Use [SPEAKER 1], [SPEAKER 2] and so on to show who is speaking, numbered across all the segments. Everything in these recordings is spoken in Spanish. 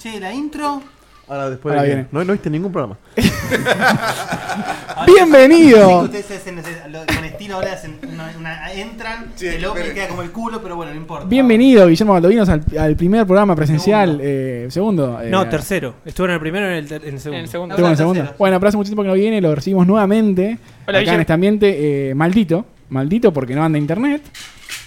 [SPEAKER 1] Che, la intro.
[SPEAKER 2] Ahora después
[SPEAKER 3] Ahora
[SPEAKER 2] de-
[SPEAKER 3] viene.
[SPEAKER 2] No, no viste ningún programa.
[SPEAKER 1] Sí, que
[SPEAKER 3] ¡Bienvenido!
[SPEAKER 1] ustedes hacen ese- lo- con estilo ahora hacen una- una- entran,
[SPEAKER 4] Sí,
[SPEAKER 1] el
[SPEAKER 4] espere.
[SPEAKER 1] opening queda como el culo, pero bueno, no importa.
[SPEAKER 3] Bienvenido, Guillermo Baldovinos, al, al primer programa presencial. eh, segundo. eh,
[SPEAKER 5] No, tercero. Estuvo en el primero y en el, ter- en el segundo.
[SPEAKER 6] En el segundo.
[SPEAKER 3] Estuvo en el segundo.
[SPEAKER 1] tercero.
[SPEAKER 3] Bueno, pero hace mucho tiempo que no viene, lo recibimos nuevamente. acá
[SPEAKER 6] Hola,
[SPEAKER 3] en
[SPEAKER 6] Guillermo.
[SPEAKER 3] este ambiente eh, maldito. Maldito porque no anda internet.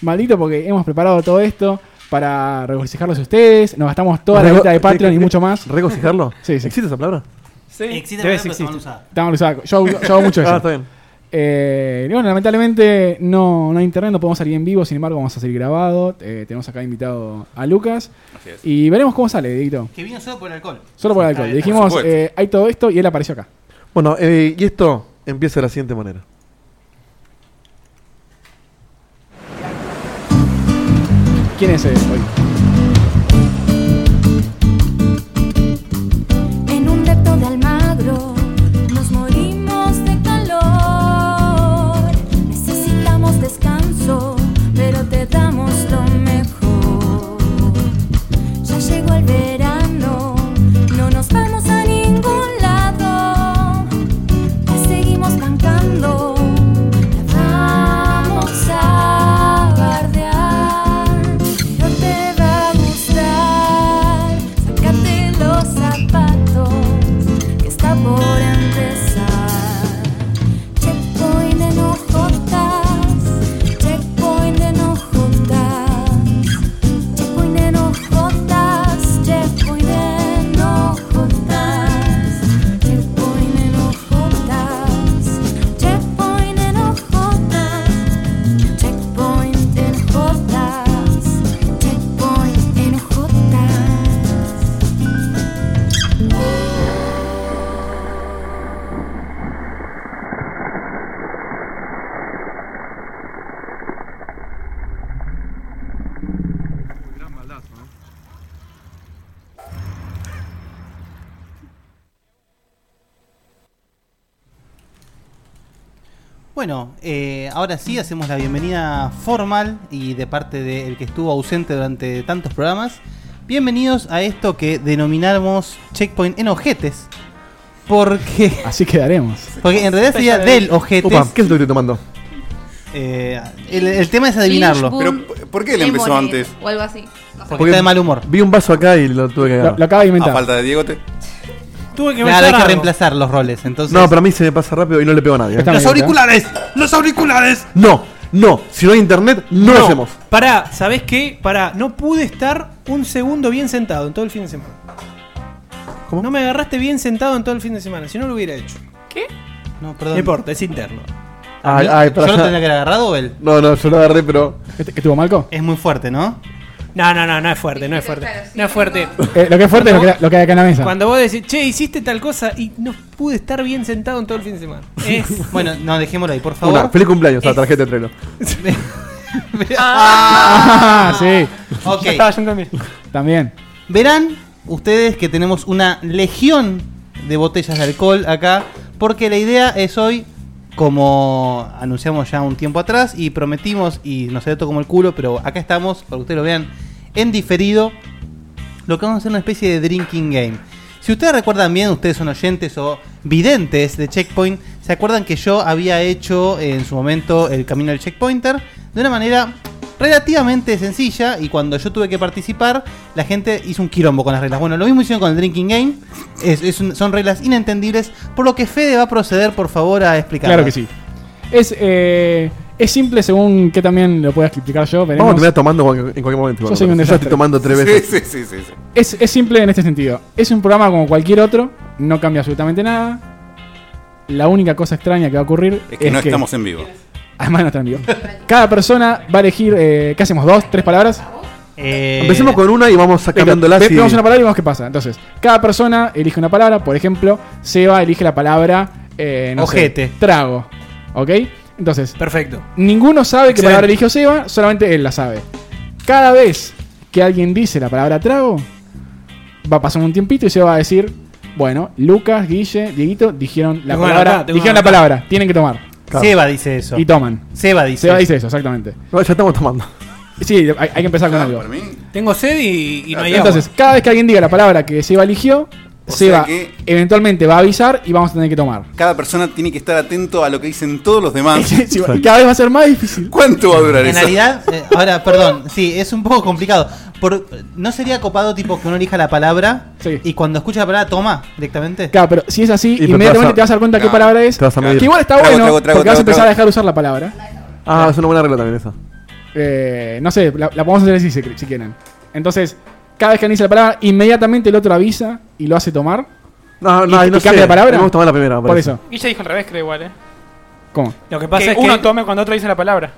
[SPEAKER 3] Maldito porque hemos preparado todo esto para regocijarlos a ustedes. Nos gastamos toda la
[SPEAKER 2] Rego-
[SPEAKER 3] guita de Patreon
[SPEAKER 2] ¿qué-
[SPEAKER 3] y
[SPEAKER 2] qué-
[SPEAKER 3] mucho más.
[SPEAKER 2] ¿Regocijarlo?
[SPEAKER 3] Sí, sí.
[SPEAKER 2] ¿Existe esa palabra?
[SPEAKER 6] Sí.
[SPEAKER 1] Existe
[SPEAKER 5] Debe
[SPEAKER 1] la palabra, pero se mal
[SPEAKER 5] existir.
[SPEAKER 1] usada.
[SPEAKER 3] Estamos usando- yo, hago- yo hago mucho eso.
[SPEAKER 2] Ah, está bien.
[SPEAKER 3] Eh, y bueno, lamentablemente no, no hay internet, no podemos salir en vivo, sin embargo vamos a salir grabado. Eh, tenemos acá invitado a Lucas.
[SPEAKER 4] Así es.
[SPEAKER 3] Y veremos cómo sale, Dieguito.
[SPEAKER 1] Que vino solo por el alcohol.
[SPEAKER 3] Solo por el
[SPEAKER 1] Ah,
[SPEAKER 3] alcohol.
[SPEAKER 1] bien,
[SPEAKER 3] Dijimos,
[SPEAKER 4] supuesto.
[SPEAKER 3] eh, hay todo esto y él apareció acá.
[SPEAKER 2] Bueno, eh, y esto empieza de la siguiente manera.
[SPEAKER 3] ¿Quién es eh, hoy?
[SPEAKER 7] En un depto de Almagro nos morimos de calor. Necesitamos descanso, pero te damos lo mejor. Ya llegó el verano, no nos vamos a ningún lado. La seguimos bancando, la vamos a bardear. No te va a gustar, sácate los zapatos, que está por empezar. Checkpoint de no jodas, checkpoint de no jodas, checkpoint de no jodas, checkpoint de no jodas. Checkpoint en Ojotas, checkpoint en Ojotas, checkpoint en Ojotas, checkpoint en Ojotas.
[SPEAKER 1] Bueno, eh, ahora sí hacemos la bienvenida formal y de parte del que estuvo ausente durante tantos programas. Bienvenidos a esto que denominamos Checkpoint en Ojetes. Porque,
[SPEAKER 3] Así quedaremos.
[SPEAKER 1] porque en realidad sería del Ojetes.
[SPEAKER 2] Opa, ¿qué es lo que estoy tomando?
[SPEAKER 1] Eh, el, el tema es adivinarlo.
[SPEAKER 4] Pero, ¿por qué él empezó
[SPEAKER 8] Lemonade,
[SPEAKER 4] antes?
[SPEAKER 8] O algo así.
[SPEAKER 1] Porque está de mal humor.
[SPEAKER 2] Vi un vaso acá y lo tuve que
[SPEAKER 3] Lo,
[SPEAKER 2] agarrar.
[SPEAKER 3] lo acaba de
[SPEAKER 4] A
[SPEAKER 3] inventar.
[SPEAKER 4] Ah, falta de Diego te.
[SPEAKER 5] Tuve que
[SPEAKER 1] Nada, hay que
[SPEAKER 5] algo.
[SPEAKER 1] reemplazar los roles. Entonces,
[SPEAKER 2] No, pero a mí se me pasa rápido y no le pego a nadie. ¿eh?
[SPEAKER 3] Está-
[SPEAKER 1] ¡Los auriculares! ¡Los auriculares!
[SPEAKER 2] No, no. Si no hay internet, no, lo hacemos.
[SPEAKER 5] Pará, ¿sabés qué? Pará, no pude estar un segundo bien sentado en todo el fin de semana.
[SPEAKER 2] ¿Cómo?
[SPEAKER 5] No me agarraste bien sentado en todo el fin de semana, si no lo hubiera hecho.
[SPEAKER 6] ¿Qué?
[SPEAKER 1] No,
[SPEAKER 5] No
[SPEAKER 1] perdón.
[SPEAKER 5] importa, es interno.
[SPEAKER 2] Ay, ay,
[SPEAKER 1] ¿Yo lo
[SPEAKER 2] para-
[SPEAKER 1] tendría que haber agarrado o él?
[SPEAKER 2] No, no, yo lo agarré, pero.
[SPEAKER 3] ¿Qué te- qué tuvo ¿Este, Malco?
[SPEAKER 1] Es muy fuerte, ¿no?
[SPEAKER 5] No, no, no, no es fuerte, no es fuerte.
[SPEAKER 8] Claro, sí,
[SPEAKER 5] No es fuerte.
[SPEAKER 3] Eh, lo que es fuerte es lo que, lo que hay acá en la mesa.
[SPEAKER 5] Cuando vos decís, che, hiciste tal cosa y no pude estar bien sentado en todo el fin de semana. Es.
[SPEAKER 1] Bueno, no, dejémoslo ahí, por favor.
[SPEAKER 2] Una, feliz cumpleaños a la tarjeta de treno.
[SPEAKER 3] Ah, sí.
[SPEAKER 1] ok.
[SPEAKER 6] Ya
[SPEAKER 2] Ah.
[SPEAKER 6] estaba yo también.
[SPEAKER 3] También.
[SPEAKER 1] Verán ustedes que tenemos una legión de botellas de alcohol acá, porque la idea es hoy, como anunciamos ya un tiempo atrás y prometimos, y nos salió todo como el culo, pero acá estamos, para que ustedes lo vean en diferido, lo que vamos a hacer es una especie de drinking game. Si ustedes recuerdan bien, ustedes son oyentes o videntes de Checkpoint, se acuerdan que yo había hecho eh, en su momento el camino del Checkpointer de una manera relativamente sencilla y cuando yo tuve que participar, la gente hizo un quilombo con las reglas. Bueno, lo mismo hicieron con el drinking game, es- es un- son reglas inentendibles, por lo que Fede va a proceder, por favor, a explicar.
[SPEAKER 3] Claro que sí. Es, eh, es simple según que también lo pueda explicar yo.
[SPEAKER 2] Vamos a
[SPEAKER 3] veremos.
[SPEAKER 2] terminar tomando cual- en cualquier momento.
[SPEAKER 3] Yo
[SPEAKER 2] igual,
[SPEAKER 3] soy un
[SPEAKER 2] ya
[SPEAKER 3] desastre.
[SPEAKER 2] estoy tomando tres
[SPEAKER 4] Sí,
[SPEAKER 2] veces.
[SPEAKER 4] sí, sí, sí, sí.
[SPEAKER 3] Es, es simple en este sentido. Es un programa como cualquier otro, no cambia absolutamente nada. La única cosa extraña que va a ocurrir
[SPEAKER 4] Es que no estamos en vivo.
[SPEAKER 3] Además no está en vivo. Cada persona va a elegir, eh, ¿qué hacemos? ¿Dos? ¿Tres palabras?
[SPEAKER 1] Eh,
[SPEAKER 2] Empecemos con una y vamos cambiándola.
[SPEAKER 3] Ve-
[SPEAKER 2] si-
[SPEAKER 3] Vemos una palabra y vemos qué pasa. Entonces, cada persona elige una palabra. Por ejemplo, Seba elige la palabra... Eh, no sé,
[SPEAKER 1] Ojete.
[SPEAKER 3] trago. ¿Ok? Entonces,
[SPEAKER 5] Perfecto.
[SPEAKER 3] Ninguno sabe qué
[SPEAKER 5] Excelente.
[SPEAKER 3] palabra eligió Seba, solamente él la sabe. Cada vez que alguien dice la palabra trago, va a pasar un tiempito y Seba va a decir, bueno, Lucas, Guille, Dieguito dijeron la
[SPEAKER 5] Tengo que
[SPEAKER 3] palabra,
[SPEAKER 5] anotar, tengo que
[SPEAKER 3] dijeron la
[SPEAKER 5] anotar.
[SPEAKER 3] palabra, tienen que tomar.
[SPEAKER 2] Claro.
[SPEAKER 1] Seba dice eso.
[SPEAKER 3] Y toman.
[SPEAKER 1] Seba dice
[SPEAKER 3] Seba
[SPEAKER 1] eso.
[SPEAKER 3] dice eso, exactamente.
[SPEAKER 2] No, ya estamos tomando.
[SPEAKER 3] Sí, hay, hay que empezar con algo.
[SPEAKER 4] Para mí,
[SPEAKER 5] Tengo sed y, y no hay
[SPEAKER 3] Entonces,
[SPEAKER 5] agua.
[SPEAKER 3] cada vez que alguien diga la palabra que Seba eligió,
[SPEAKER 4] O
[SPEAKER 3] Seba
[SPEAKER 4] sea que-
[SPEAKER 3] eventualmente va a avisar y vamos a tener que tomar.
[SPEAKER 4] cada persona tiene que estar atento a lo que dicen todos los demás.
[SPEAKER 3] Sí, va- y cada vez va a ser más difícil.
[SPEAKER 4] ¿Cuánto va a durar
[SPEAKER 1] En
[SPEAKER 4] eso?
[SPEAKER 1] realidad, eh, ahora, perdón, sí, es un poco complicado. Por, ¿No sería copado tipo que uno elija la palabra
[SPEAKER 3] Sí.
[SPEAKER 1] y cuando escucha la palabra toma directamente?
[SPEAKER 3] Claro, pero si es así,
[SPEAKER 2] pero te vas
[SPEAKER 3] inmediatamente
[SPEAKER 2] a-
[SPEAKER 3] te vas a dar cuenta qué
[SPEAKER 4] Claro,
[SPEAKER 3] palabra es.
[SPEAKER 2] te vas a medir.
[SPEAKER 3] Que igual está
[SPEAKER 4] Trago,
[SPEAKER 3] bueno,
[SPEAKER 4] trago, trago,
[SPEAKER 3] porque vas a
[SPEAKER 4] trago,
[SPEAKER 3] empezar a
[SPEAKER 4] trago.
[SPEAKER 3] dejar de usar la palabra.
[SPEAKER 2] Ah, es una buena regla también esa.
[SPEAKER 3] Eh, no sé, la, la podemos hacer así si, si quieren. Entonces, cada vez que alguien dice la palabra, inmediatamente el otro avisa y lo hace tomar.
[SPEAKER 2] No, no,
[SPEAKER 3] ¿Y-
[SPEAKER 2] ahí
[SPEAKER 3] y
[SPEAKER 2] no
[SPEAKER 3] cambia
[SPEAKER 2] sé.
[SPEAKER 3] de palabra?
[SPEAKER 2] Me gusta más la primera. me
[SPEAKER 3] Por
[SPEAKER 2] Ah, parece.
[SPEAKER 3] eso.
[SPEAKER 9] Y ya dijo al revés, creo igual, ¿eh?
[SPEAKER 3] ¿Cómo?
[SPEAKER 5] Lo que
[SPEAKER 9] Que
[SPEAKER 5] pasa
[SPEAKER 9] uno
[SPEAKER 5] es que.
[SPEAKER 9] tome cuando otro dice la palabra.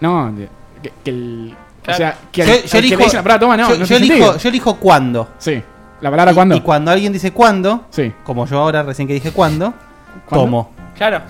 [SPEAKER 3] No, de- que, que el.
[SPEAKER 9] Claro.
[SPEAKER 3] O sea, que al-
[SPEAKER 1] Yo,
[SPEAKER 3] al
[SPEAKER 1] yo
[SPEAKER 3] que le
[SPEAKER 1] elijo,
[SPEAKER 3] dicen la palabra toma, no.
[SPEAKER 1] yo,
[SPEAKER 3] no
[SPEAKER 1] yo
[SPEAKER 3] tiene
[SPEAKER 1] elijo,
[SPEAKER 3] sentido.
[SPEAKER 1] yo elijo cuándo.
[SPEAKER 3] Sí. ¿La palabra
[SPEAKER 1] Y-
[SPEAKER 3] cuándo?
[SPEAKER 1] Y cuando alguien dice cuándo,
[SPEAKER 3] Sí.
[SPEAKER 1] como yo ahora recién que dije cuándo,
[SPEAKER 3] ¿Cuándo?
[SPEAKER 1] tomo.
[SPEAKER 9] Claro.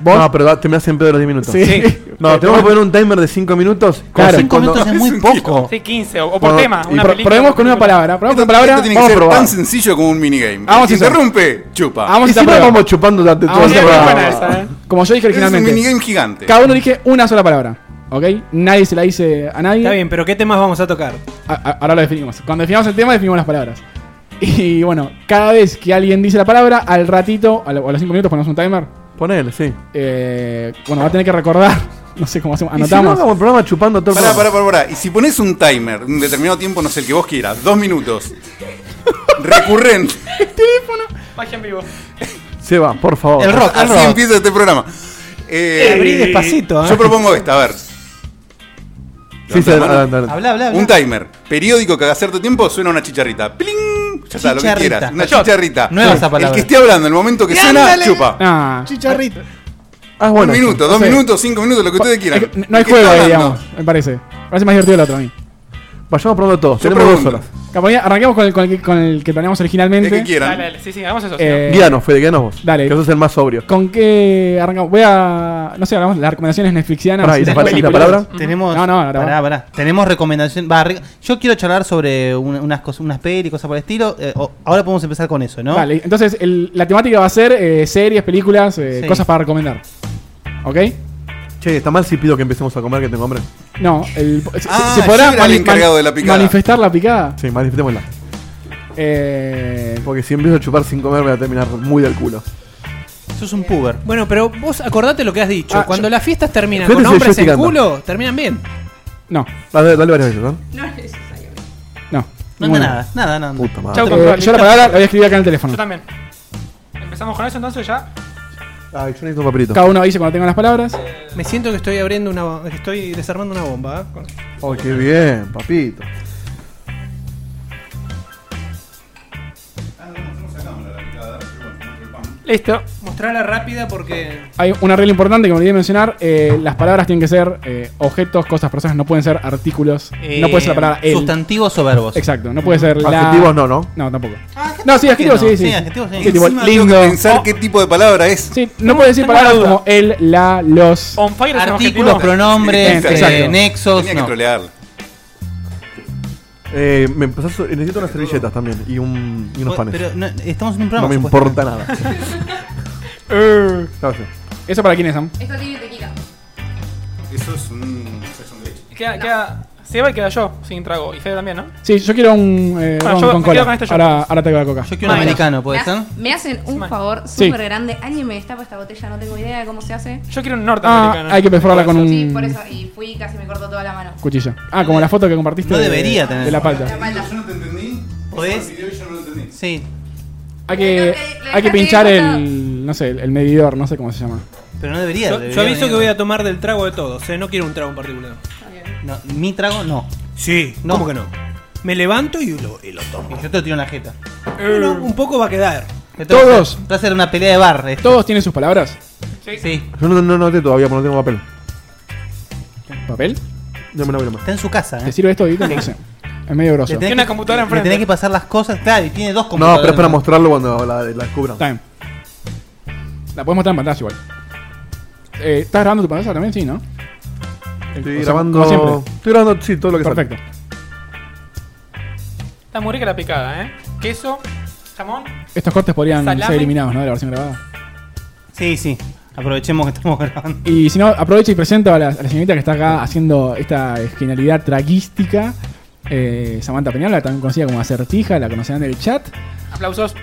[SPEAKER 3] ¿Vos?
[SPEAKER 2] No, pero da- terminás siempre de los 10 minutos.
[SPEAKER 3] sí.
[SPEAKER 2] No, Eh, tenemos que poner un timer de 5 minutos.
[SPEAKER 3] Claro.
[SPEAKER 2] Como si
[SPEAKER 1] Cinco
[SPEAKER 2] cuando-
[SPEAKER 1] minutos es muy poco.
[SPEAKER 9] Sí, 15. O, o por
[SPEAKER 2] Bueno,
[SPEAKER 9] tema.
[SPEAKER 2] y
[SPEAKER 9] Una
[SPEAKER 2] pro-
[SPEAKER 9] película,
[SPEAKER 3] Probemos con una
[SPEAKER 9] película.
[SPEAKER 3] palabra. Probemos
[SPEAKER 4] Esto,
[SPEAKER 3] con una palabra.
[SPEAKER 4] esto tiene que
[SPEAKER 2] vamos a
[SPEAKER 4] ser
[SPEAKER 2] probar.
[SPEAKER 4] tan sencillo como un minigame.
[SPEAKER 3] Vamos
[SPEAKER 4] si
[SPEAKER 3] a hacer.
[SPEAKER 4] interrumpe, chupa.
[SPEAKER 3] Vamos a
[SPEAKER 2] Y
[SPEAKER 3] hacer
[SPEAKER 2] siempre
[SPEAKER 3] prueba.
[SPEAKER 2] vamos chupando durante todo
[SPEAKER 3] Vamos
[SPEAKER 2] el
[SPEAKER 3] a hacer
[SPEAKER 2] programa.
[SPEAKER 3] prueba.
[SPEAKER 9] buena esa, ¿eh?
[SPEAKER 3] Como yo dije
[SPEAKER 4] es un
[SPEAKER 3] originalmente.
[SPEAKER 4] minigame gigante.
[SPEAKER 3] Cada uno elige una sola palabra. ¿Ok? Nadie se la dice a nadie.
[SPEAKER 5] Está bien, pero ¿qué temas vamos a tocar?
[SPEAKER 3] A- a- ahora lo definimos. Cuando definamos el tema, definimos las palabras. Y bueno, cada vez que alguien dice la palabra, al ratito, a, lo- a los 5 minutos ponemos un timer.
[SPEAKER 2] Ponele, sí.
[SPEAKER 3] Eh, bueno, va a tener que recordar. No sé cómo
[SPEAKER 2] Y
[SPEAKER 3] hacemos.
[SPEAKER 2] si no,
[SPEAKER 3] Anotamos.
[SPEAKER 2] hagamos el programa chupando todo el
[SPEAKER 4] Pará, pará,
[SPEAKER 2] programa.
[SPEAKER 4] pará, pará. Y si pones un timer, un determinado tiempo, no sé el que vos quieras, dos minutos, recurrente,
[SPEAKER 9] Magia en vivo.
[SPEAKER 2] Seba, por favor.
[SPEAKER 1] El rock, el
[SPEAKER 4] así
[SPEAKER 1] rock.
[SPEAKER 4] empieza este programa.
[SPEAKER 5] Abrí
[SPEAKER 4] Eh,
[SPEAKER 5] despacito, ¿eh?
[SPEAKER 4] yo propongo esta, a ver.
[SPEAKER 2] Sí, se
[SPEAKER 4] Levanta la mano.
[SPEAKER 2] adelante, adelante.
[SPEAKER 1] Habla, habla, habla.
[SPEAKER 4] Un timer, periódico que a cierto tiempo suena una chicharrita. ¡Pling! Ya está, lo que
[SPEAKER 1] Chicharrita.
[SPEAKER 4] quieras. Una
[SPEAKER 1] Shot.
[SPEAKER 4] chicharrita.
[SPEAKER 1] Nueva esa
[SPEAKER 4] El
[SPEAKER 1] palabra.
[SPEAKER 4] que esté hablando, el momento que suena, chupa.
[SPEAKER 3] Ah,
[SPEAKER 1] Chicharrito.
[SPEAKER 2] Ah,
[SPEAKER 4] Un
[SPEAKER 2] bueno.
[SPEAKER 4] minuto, dos
[SPEAKER 3] sí.
[SPEAKER 4] minutos, cinco minutos, lo que ustedes
[SPEAKER 3] es
[SPEAKER 4] quieran.
[SPEAKER 3] que no hay
[SPEAKER 4] El que está
[SPEAKER 3] juego ahí,
[SPEAKER 4] hablando.
[SPEAKER 3] digamos. Me parece. Me parece más divertido el otro a mí.
[SPEAKER 2] Vayamos probando todos.
[SPEAKER 4] Yo
[SPEAKER 2] Tenemos dos
[SPEAKER 4] pregunto.
[SPEAKER 2] horas.
[SPEAKER 3] Capaz, arranquemos con el, con el que, con el que planeamos
[SPEAKER 4] El que
[SPEAKER 3] originalmente.
[SPEAKER 9] Dale,
[SPEAKER 4] quieran.
[SPEAKER 9] dale. Sí, sí, hagamos eso.
[SPEAKER 3] Eh,
[SPEAKER 2] Guíanos, Fede, guíanos vos.
[SPEAKER 3] Dale.
[SPEAKER 2] Que sos el más sobrio.
[SPEAKER 3] ¿Con qué arrancamos? Voy a. No sé, hablamos de las recomendaciones Netflixianas.
[SPEAKER 2] Pará, ¿y la,
[SPEAKER 3] Después-
[SPEAKER 2] pala- y la palabra?
[SPEAKER 3] Mm.
[SPEAKER 1] Tenemos.
[SPEAKER 3] No, no, ahora
[SPEAKER 1] pará,
[SPEAKER 3] va.
[SPEAKER 1] pará. Tenemos recomendación. va, re- yo quiero charlar sobre un- unas, cosas, unas pelis, cosas por el estilo. Eh, o- ahora podemos empezar con eso, ¿no?
[SPEAKER 3] Vale, entonces el- la temática va a ser eh, series, películas, eh,
[SPEAKER 1] Sí.
[SPEAKER 3] cosas para recomendar. ¿Ok?
[SPEAKER 2] Che, está mal si pido que empecemos a comer, que tengo hambre.
[SPEAKER 3] No, el- se-
[SPEAKER 4] Ah,
[SPEAKER 3] se podrá
[SPEAKER 4] yo era el
[SPEAKER 3] mani-
[SPEAKER 4] encargado
[SPEAKER 3] mani-
[SPEAKER 4] de la picada.
[SPEAKER 3] manifestar la picada.
[SPEAKER 2] Sí, manifestémosla.
[SPEAKER 3] Eh,
[SPEAKER 2] Porque si empiezo a chupar sin comer, voy a terminar muy del culo.
[SPEAKER 1] Sos un puber.
[SPEAKER 5] Bueno, pero vos acordate lo que has dicho.
[SPEAKER 3] Ah,
[SPEAKER 5] Cuando
[SPEAKER 3] yo-
[SPEAKER 5] las fiestas terminan
[SPEAKER 2] Fíjate
[SPEAKER 5] con
[SPEAKER 2] si yo
[SPEAKER 5] hombres
[SPEAKER 2] estoy
[SPEAKER 5] en
[SPEAKER 2] tirando.
[SPEAKER 5] culo, terminan bien.
[SPEAKER 3] no,
[SPEAKER 2] Dale, dale varias veces, ¿no?
[SPEAKER 3] no.
[SPEAKER 1] No anda
[SPEAKER 3] ninguna.
[SPEAKER 1] nada, nada, nada.
[SPEAKER 2] Puta madre.
[SPEAKER 9] Chau.
[SPEAKER 3] Eh, yo la palabra la voy a escribir acá en el teléfono.
[SPEAKER 9] Yo también. Empezamos con eso entonces ya.
[SPEAKER 2] Ay, yo necesito un papelito.
[SPEAKER 3] Cada uno avise cuando tengan las palabras.
[SPEAKER 5] Me siento que estoy abriendo una bo- que estoy desarmando una bomba, ¿eh? Con-
[SPEAKER 2] Oh, qué bien, papito.
[SPEAKER 9] Listo.
[SPEAKER 5] Mostrala rápida porque
[SPEAKER 3] Hay una regla importante que me olvidé de mencionar. eh, las palabras tienen que ser eh, objetos, cosas, personas. No pueden ser artículos. no puede ser la palabra el.
[SPEAKER 1] Eh, Sustantivos o verbos.
[SPEAKER 3] Exacto, no puede ser la...
[SPEAKER 2] Adjetivos no, ¿no?
[SPEAKER 3] No, tampoco.
[SPEAKER 8] Ah,
[SPEAKER 3] No, sí, adjetivos
[SPEAKER 1] no.
[SPEAKER 3] sí, sí.
[SPEAKER 1] Sí, adjetivos sí.
[SPEAKER 3] tipo,
[SPEAKER 4] Encima tengo que
[SPEAKER 3] lindo. Oh,
[SPEAKER 4] pensar qué tipo de palabra es.
[SPEAKER 3] Sí, no puedes decir
[SPEAKER 9] tengo
[SPEAKER 3] palabras
[SPEAKER 9] una duda.
[SPEAKER 3] como el, la, los.
[SPEAKER 5] Oh.
[SPEAKER 9] On fire es un
[SPEAKER 1] Artículos,
[SPEAKER 9] objetivo.
[SPEAKER 1] pronombres,
[SPEAKER 3] Sí,
[SPEAKER 1] eh,
[SPEAKER 3] exacto.
[SPEAKER 1] nexos.
[SPEAKER 4] Tenía que
[SPEAKER 1] no.
[SPEAKER 4] trolear.
[SPEAKER 2] Eh, me empezás, necesito unas servilletas también y, un, y unos panes.
[SPEAKER 1] Pero pues, no, estamos en un
[SPEAKER 2] no
[SPEAKER 1] programa.
[SPEAKER 2] me
[SPEAKER 1] supuestamente.
[SPEAKER 2] importa nada.
[SPEAKER 9] Eh,
[SPEAKER 2] Gracias.
[SPEAKER 3] ¿Eso para quién es, Sam?
[SPEAKER 8] Esto tiene tequila.
[SPEAKER 4] Eso es un sexo de leche.
[SPEAKER 9] queda, queda. Seba y queda yo sin trago. Y Fede también, ¿no?
[SPEAKER 3] Sí, yo quiero un eh,
[SPEAKER 9] Ah,
[SPEAKER 3] ron
[SPEAKER 9] yo
[SPEAKER 3] con
[SPEAKER 9] me quedo
[SPEAKER 3] cola.
[SPEAKER 9] con este yo.
[SPEAKER 3] ahora, ahora te voy a coca.
[SPEAKER 1] Yo quiero un
[SPEAKER 9] Bueno.
[SPEAKER 1] americano, ¿puede
[SPEAKER 8] me,
[SPEAKER 1] ser?
[SPEAKER 8] ha- me hacen un
[SPEAKER 9] Smile.
[SPEAKER 8] favor
[SPEAKER 3] Sí.
[SPEAKER 8] súper grande. Alguien me destapa esta botella, no tengo idea de cómo se hace.
[SPEAKER 9] Yo quiero un
[SPEAKER 3] Ah,
[SPEAKER 9] norteamericano.
[SPEAKER 3] hay que perforarla con un
[SPEAKER 8] Sí, por eso. Y fui, casi me cortó toda la mano.
[SPEAKER 3] cuchillo. Ah, como la foto que compartiste.
[SPEAKER 1] No
[SPEAKER 3] de-
[SPEAKER 1] debería tener.
[SPEAKER 3] De la
[SPEAKER 8] La
[SPEAKER 3] palta.
[SPEAKER 8] palta.
[SPEAKER 4] Yo no te entendí.
[SPEAKER 1] ¿Podés?
[SPEAKER 4] Yo no lo entendí.
[SPEAKER 1] Sí,
[SPEAKER 3] Hay que,
[SPEAKER 8] Lo- lo
[SPEAKER 3] hay que
[SPEAKER 8] dejaste
[SPEAKER 3] pinchar
[SPEAKER 8] ahí
[SPEAKER 3] el, no sé, el, el medidor, no sé cómo se llama.
[SPEAKER 1] pero no debería.
[SPEAKER 5] yo,
[SPEAKER 1] debería
[SPEAKER 5] yo aviso
[SPEAKER 1] venir.
[SPEAKER 5] que voy a tomar del trago de todos, ¿eh? No quiero un trago en particular.
[SPEAKER 1] No, mi trago, no.
[SPEAKER 5] Sí,
[SPEAKER 1] No.
[SPEAKER 5] ¿cómo que no? Me levanto y lo, y lo tomo.
[SPEAKER 1] Y yo te lo tiro en la jeta.
[SPEAKER 9] Eh.
[SPEAKER 5] Pero un poco va a quedar.
[SPEAKER 1] Esto va a
[SPEAKER 3] Todos.
[SPEAKER 1] ser- Va a ser una pelea de bar. esto.
[SPEAKER 3] ¿Todos tienen sus palabras?
[SPEAKER 1] Sí.
[SPEAKER 2] Yo no, no noté todavía porque no tengo papel.
[SPEAKER 3] ¿Papel?
[SPEAKER 2] Dame una broma.
[SPEAKER 1] Está en su casa, ¿eh?
[SPEAKER 3] ¿Te sirve esto, Guito? No sé. Es medio grosso.
[SPEAKER 1] tenés
[SPEAKER 9] Tiene una computadora
[SPEAKER 1] le
[SPEAKER 9] enfrente.
[SPEAKER 1] tenés que pasar las cosas, claro, y tiene dos
[SPEAKER 2] No,
[SPEAKER 1] computadoras.
[SPEAKER 2] pero es para mostrarlo cuando la, la descubran.
[SPEAKER 3] Está bien. La podemos mostrar en pantalla igual. Eh, ¿Estás grabando tu pantalla también? Sí, ¿no?
[SPEAKER 2] Estoy
[SPEAKER 3] O sea,
[SPEAKER 2] grabando.
[SPEAKER 3] como siempre.
[SPEAKER 2] Estoy grabando, sí, todo lo que
[SPEAKER 3] Perfecto.
[SPEAKER 9] Está muy rica la picada, ¿eh? Queso, jamón.
[SPEAKER 3] Estos cortes podrían
[SPEAKER 9] Salame.
[SPEAKER 3] ser eliminados, ¿no? De la versión grabada.
[SPEAKER 1] Sí, sí. Aprovechemos que estamos grabando.
[SPEAKER 3] Y si no, aprovecho y presento a la, a la señorita que está acá haciendo esta genialidad traguística. eh, Samantha Peñalba, también conocida como Acertija, la conocerán del chat.
[SPEAKER 9] Aplausos.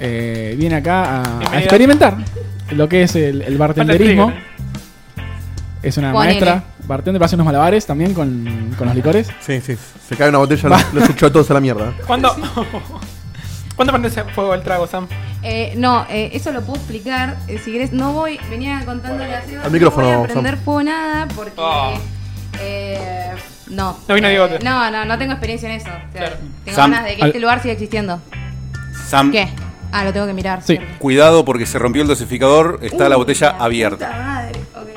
[SPEAKER 3] Eh, viene acá a- a,
[SPEAKER 9] Bienvenida.
[SPEAKER 3] experimentar lo que es el, el bartenderismo.
[SPEAKER 9] Falta el
[SPEAKER 3] Es una
[SPEAKER 8] Ponele.
[SPEAKER 3] maestra bartender, hace unos malabares también con, con los licores.
[SPEAKER 2] Sí, sí. Se cae una botella, los, los echó a todos a la mierda.
[SPEAKER 9] ¿Cuándo? ¿Cuándo prendes fuego el trago, Sam?
[SPEAKER 8] Eh, no, eh, eso lo puedo explicar. eh, si querés, no voy. Venía contándole a Seba.
[SPEAKER 2] Al micrófono,
[SPEAKER 8] No voy
[SPEAKER 2] Sam.
[SPEAKER 8] a prender fuego nada porque.
[SPEAKER 9] Ah.
[SPEAKER 8] eh, no.
[SPEAKER 9] No vino
[SPEAKER 8] Eh,
[SPEAKER 9] Diegote.
[SPEAKER 8] no, no, no tengo experiencia en eso. O sea,
[SPEAKER 9] Claro.
[SPEAKER 8] Tengo
[SPEAKER 4] Sam.
[SPEAKER 8] ganas de que
[SPEAKER 3] Al-
[SPEAKER 8] este lugar siga existiendo.
[SPEAKER 4] Sam,
[SPEAKER 8] ¿Qué? Ah, lo tengo que mirar.
[SPEAKER 3] Sí.
[SPEAKER 8] cierto.
[SPEAKER 4] cuidado porque se rompió el dosificador, está la
[SPEAKER 8] Uh,
[SPEAKER 4] botella
[SPEAKER 8] la
[SPEAKER 4] abierta.
[SPEAKER 8] puta madre, ok.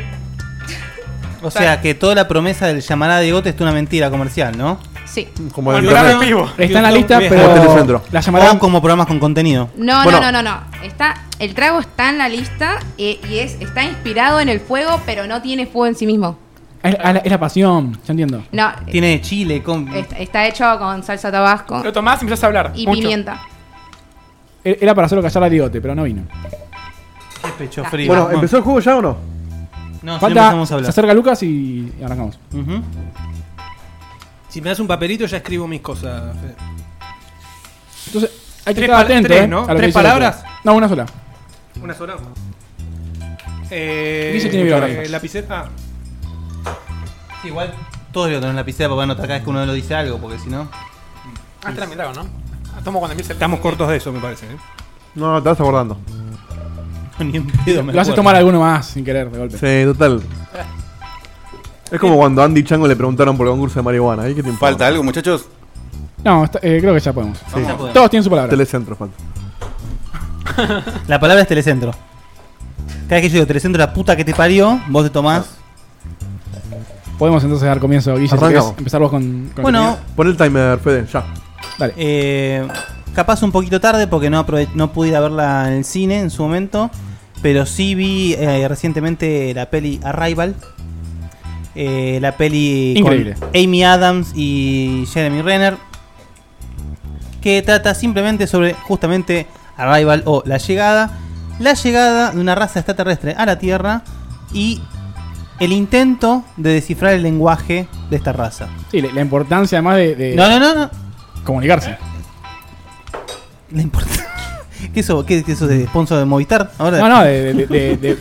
[SPEAKER 1] O sea que toda la promesa del llamará de Gote es una mentira comercial, ¿no?
[SPEAKER 8] Sí.
[SPEAKER 2] Como
[SPEAKER 9] Bueno,
[SPEAKER 2] el
[SPEAKER 9] programa en
[SPEAKER 2] internet.
[SPEAKER 9] vivo.
[SPEAKER 3] Está en la lista,
[SPEAKER 5] Bien.
[SPEAKER 2] Como
[SPEAKER 3] pero
[SPEAKER 2] Telecentro.
[SPEAKER 3] la llamarán
[SPEAKER 1] O como programas con contenido.
[SPEAKER 8] No,
[SPEAKER 2] Bueno.
[SPEAKER 8] no, no, no, no. Está, el trago está en la lista eh, y es, está inspirado en el fuego, pero no tiene fuego en sí mismo.
[SPEAKER 3] Es, es la, es la pasión, yo entiendo.
[SPEAKER 8] No,
[SPEAKER 1] Tiene chile, con...
[SPEAKER 8] está, está hecho con salsa tabasco
[SPEAKER 3] Ah.
[SPEAKER 9] Lo tomás y empezás a hablar.
[SPEAKER 8] y
[SPEAKER 9] mucho.
[SPEAKER 8] pimienta.
[SPEAKER 3] E- Era para solo callar a Diote, pero no vino.
[SPEAKER 1] Qué pecho frío.
[SPEAKER 2] Bueno, ¿empezó el juego ya o no?
[SPEAKER 1] No, si no
[SPEAKER 3] Falta,
[SPEAKER 1] empezamos a
[SPEAKER 3] se
[SPEAKER 1] hablar.
[SPEAKER 3] acerca Lucas y y arrancamos.
[SPEAKER 1] Ujú.
[SPEAKER 5] Si me das un papelito, ya escribo mis cosas. Fede.
[SPEAKER 3] Entonces, hay que estar
[SPEAKER 5] Tres pala-
[SPEAKER 3] atento,
[SPEAKER 5] tres,
[SPEAKER 3] eh,
[SPEAKER 5] ¿no?
[SPEAKER 3] a lo que
[SPEAKER 5] ¿Tres
[SPEAKER 3] dice el otro.
[SPEAKER 5] palabras?
[SPEAKER 3] No, una sola.
[SPEAKER 5] Una sola. Eh,
[SPEAKER 3] Guille tiene bigote.
[SPEAKER 5] eh, lapicera. Ah,
[SPEAKER 1] Sí, igual todos lo tenemos la lapicera para anotar cada vez que uno lo dice algo, porque si no.
[SPEAKER 9] Ah, este era mi trago, ¿no? Ah, Tomo cuando empieza el
[SPEAKER 5] estamos cortos de eso, me parece. ¿eh?
[SPEAKER 2] No, te vas acordando.
[SPEAKER 1] Ni en pedo me
[SPEAKER 3] Lo hace
[SPEAKER 1] acuerdo.
[SPEAKER 3] tomar alguno más sin querer, de golpe.
[SPEAKER 2] Sí, total. Es como cuando a Andy Chango le preguntaron por el concurso de marihuana. ¿Ahí qué te importa?
[SPEAKER 4] ¿Falta algo, muchachos?
[SPEAKER 3] No, está- eh, creo que ya podemos.
[SPEAKER 1] Vamos a poder.
[SPEAKER 3] Todos tienen su palabra.
[SPEAKER 2] Telecentro falta.
[SPEAKER 1] La palabra es telecentro. Cada vez que yo digo telecentro, la puta que te parió, vos te tomás.
[SPEAKER 3] Podemos entonces dar comienzo, Guille. si
[SPEAKER 2] Arrancamos.
[SPEAKER 3] querés empezar vos con. con
[SPEAKER 1] Bueno,
[SPEAKER 2] Pon el timer, Fede, ya.
[SPEAKER 3] Dale.
[SPEAKER 1] eh, capaz un poquito tarde porque no, aprove- no pude ir a verla en el cine en su momento. Pero sí vi eh, recientemente la peli Arrival. Eh, la peli
[SPEAKER 3] Increíble.
[SPEAKER 1] con Amy Adams y Jeremy Renner. Que trata simplemente sobre justamente Arrival o la llegada. La llegada de una raza extraterrestre a la Tierra y el intento de descifrar el lenguaje de esta raza.
[SPEAKER 3] Sí, la, la importancia además de, de
[SPEAKER 1] No, no, no, no.
[SPEAKER 3] comunicarse.
[SPEAKER 1] No importa. ¿Qué eso, qué, qué eso de sponsor de Movistar? Ahora
[SPEAKER 3] No, no, de. de- de- de-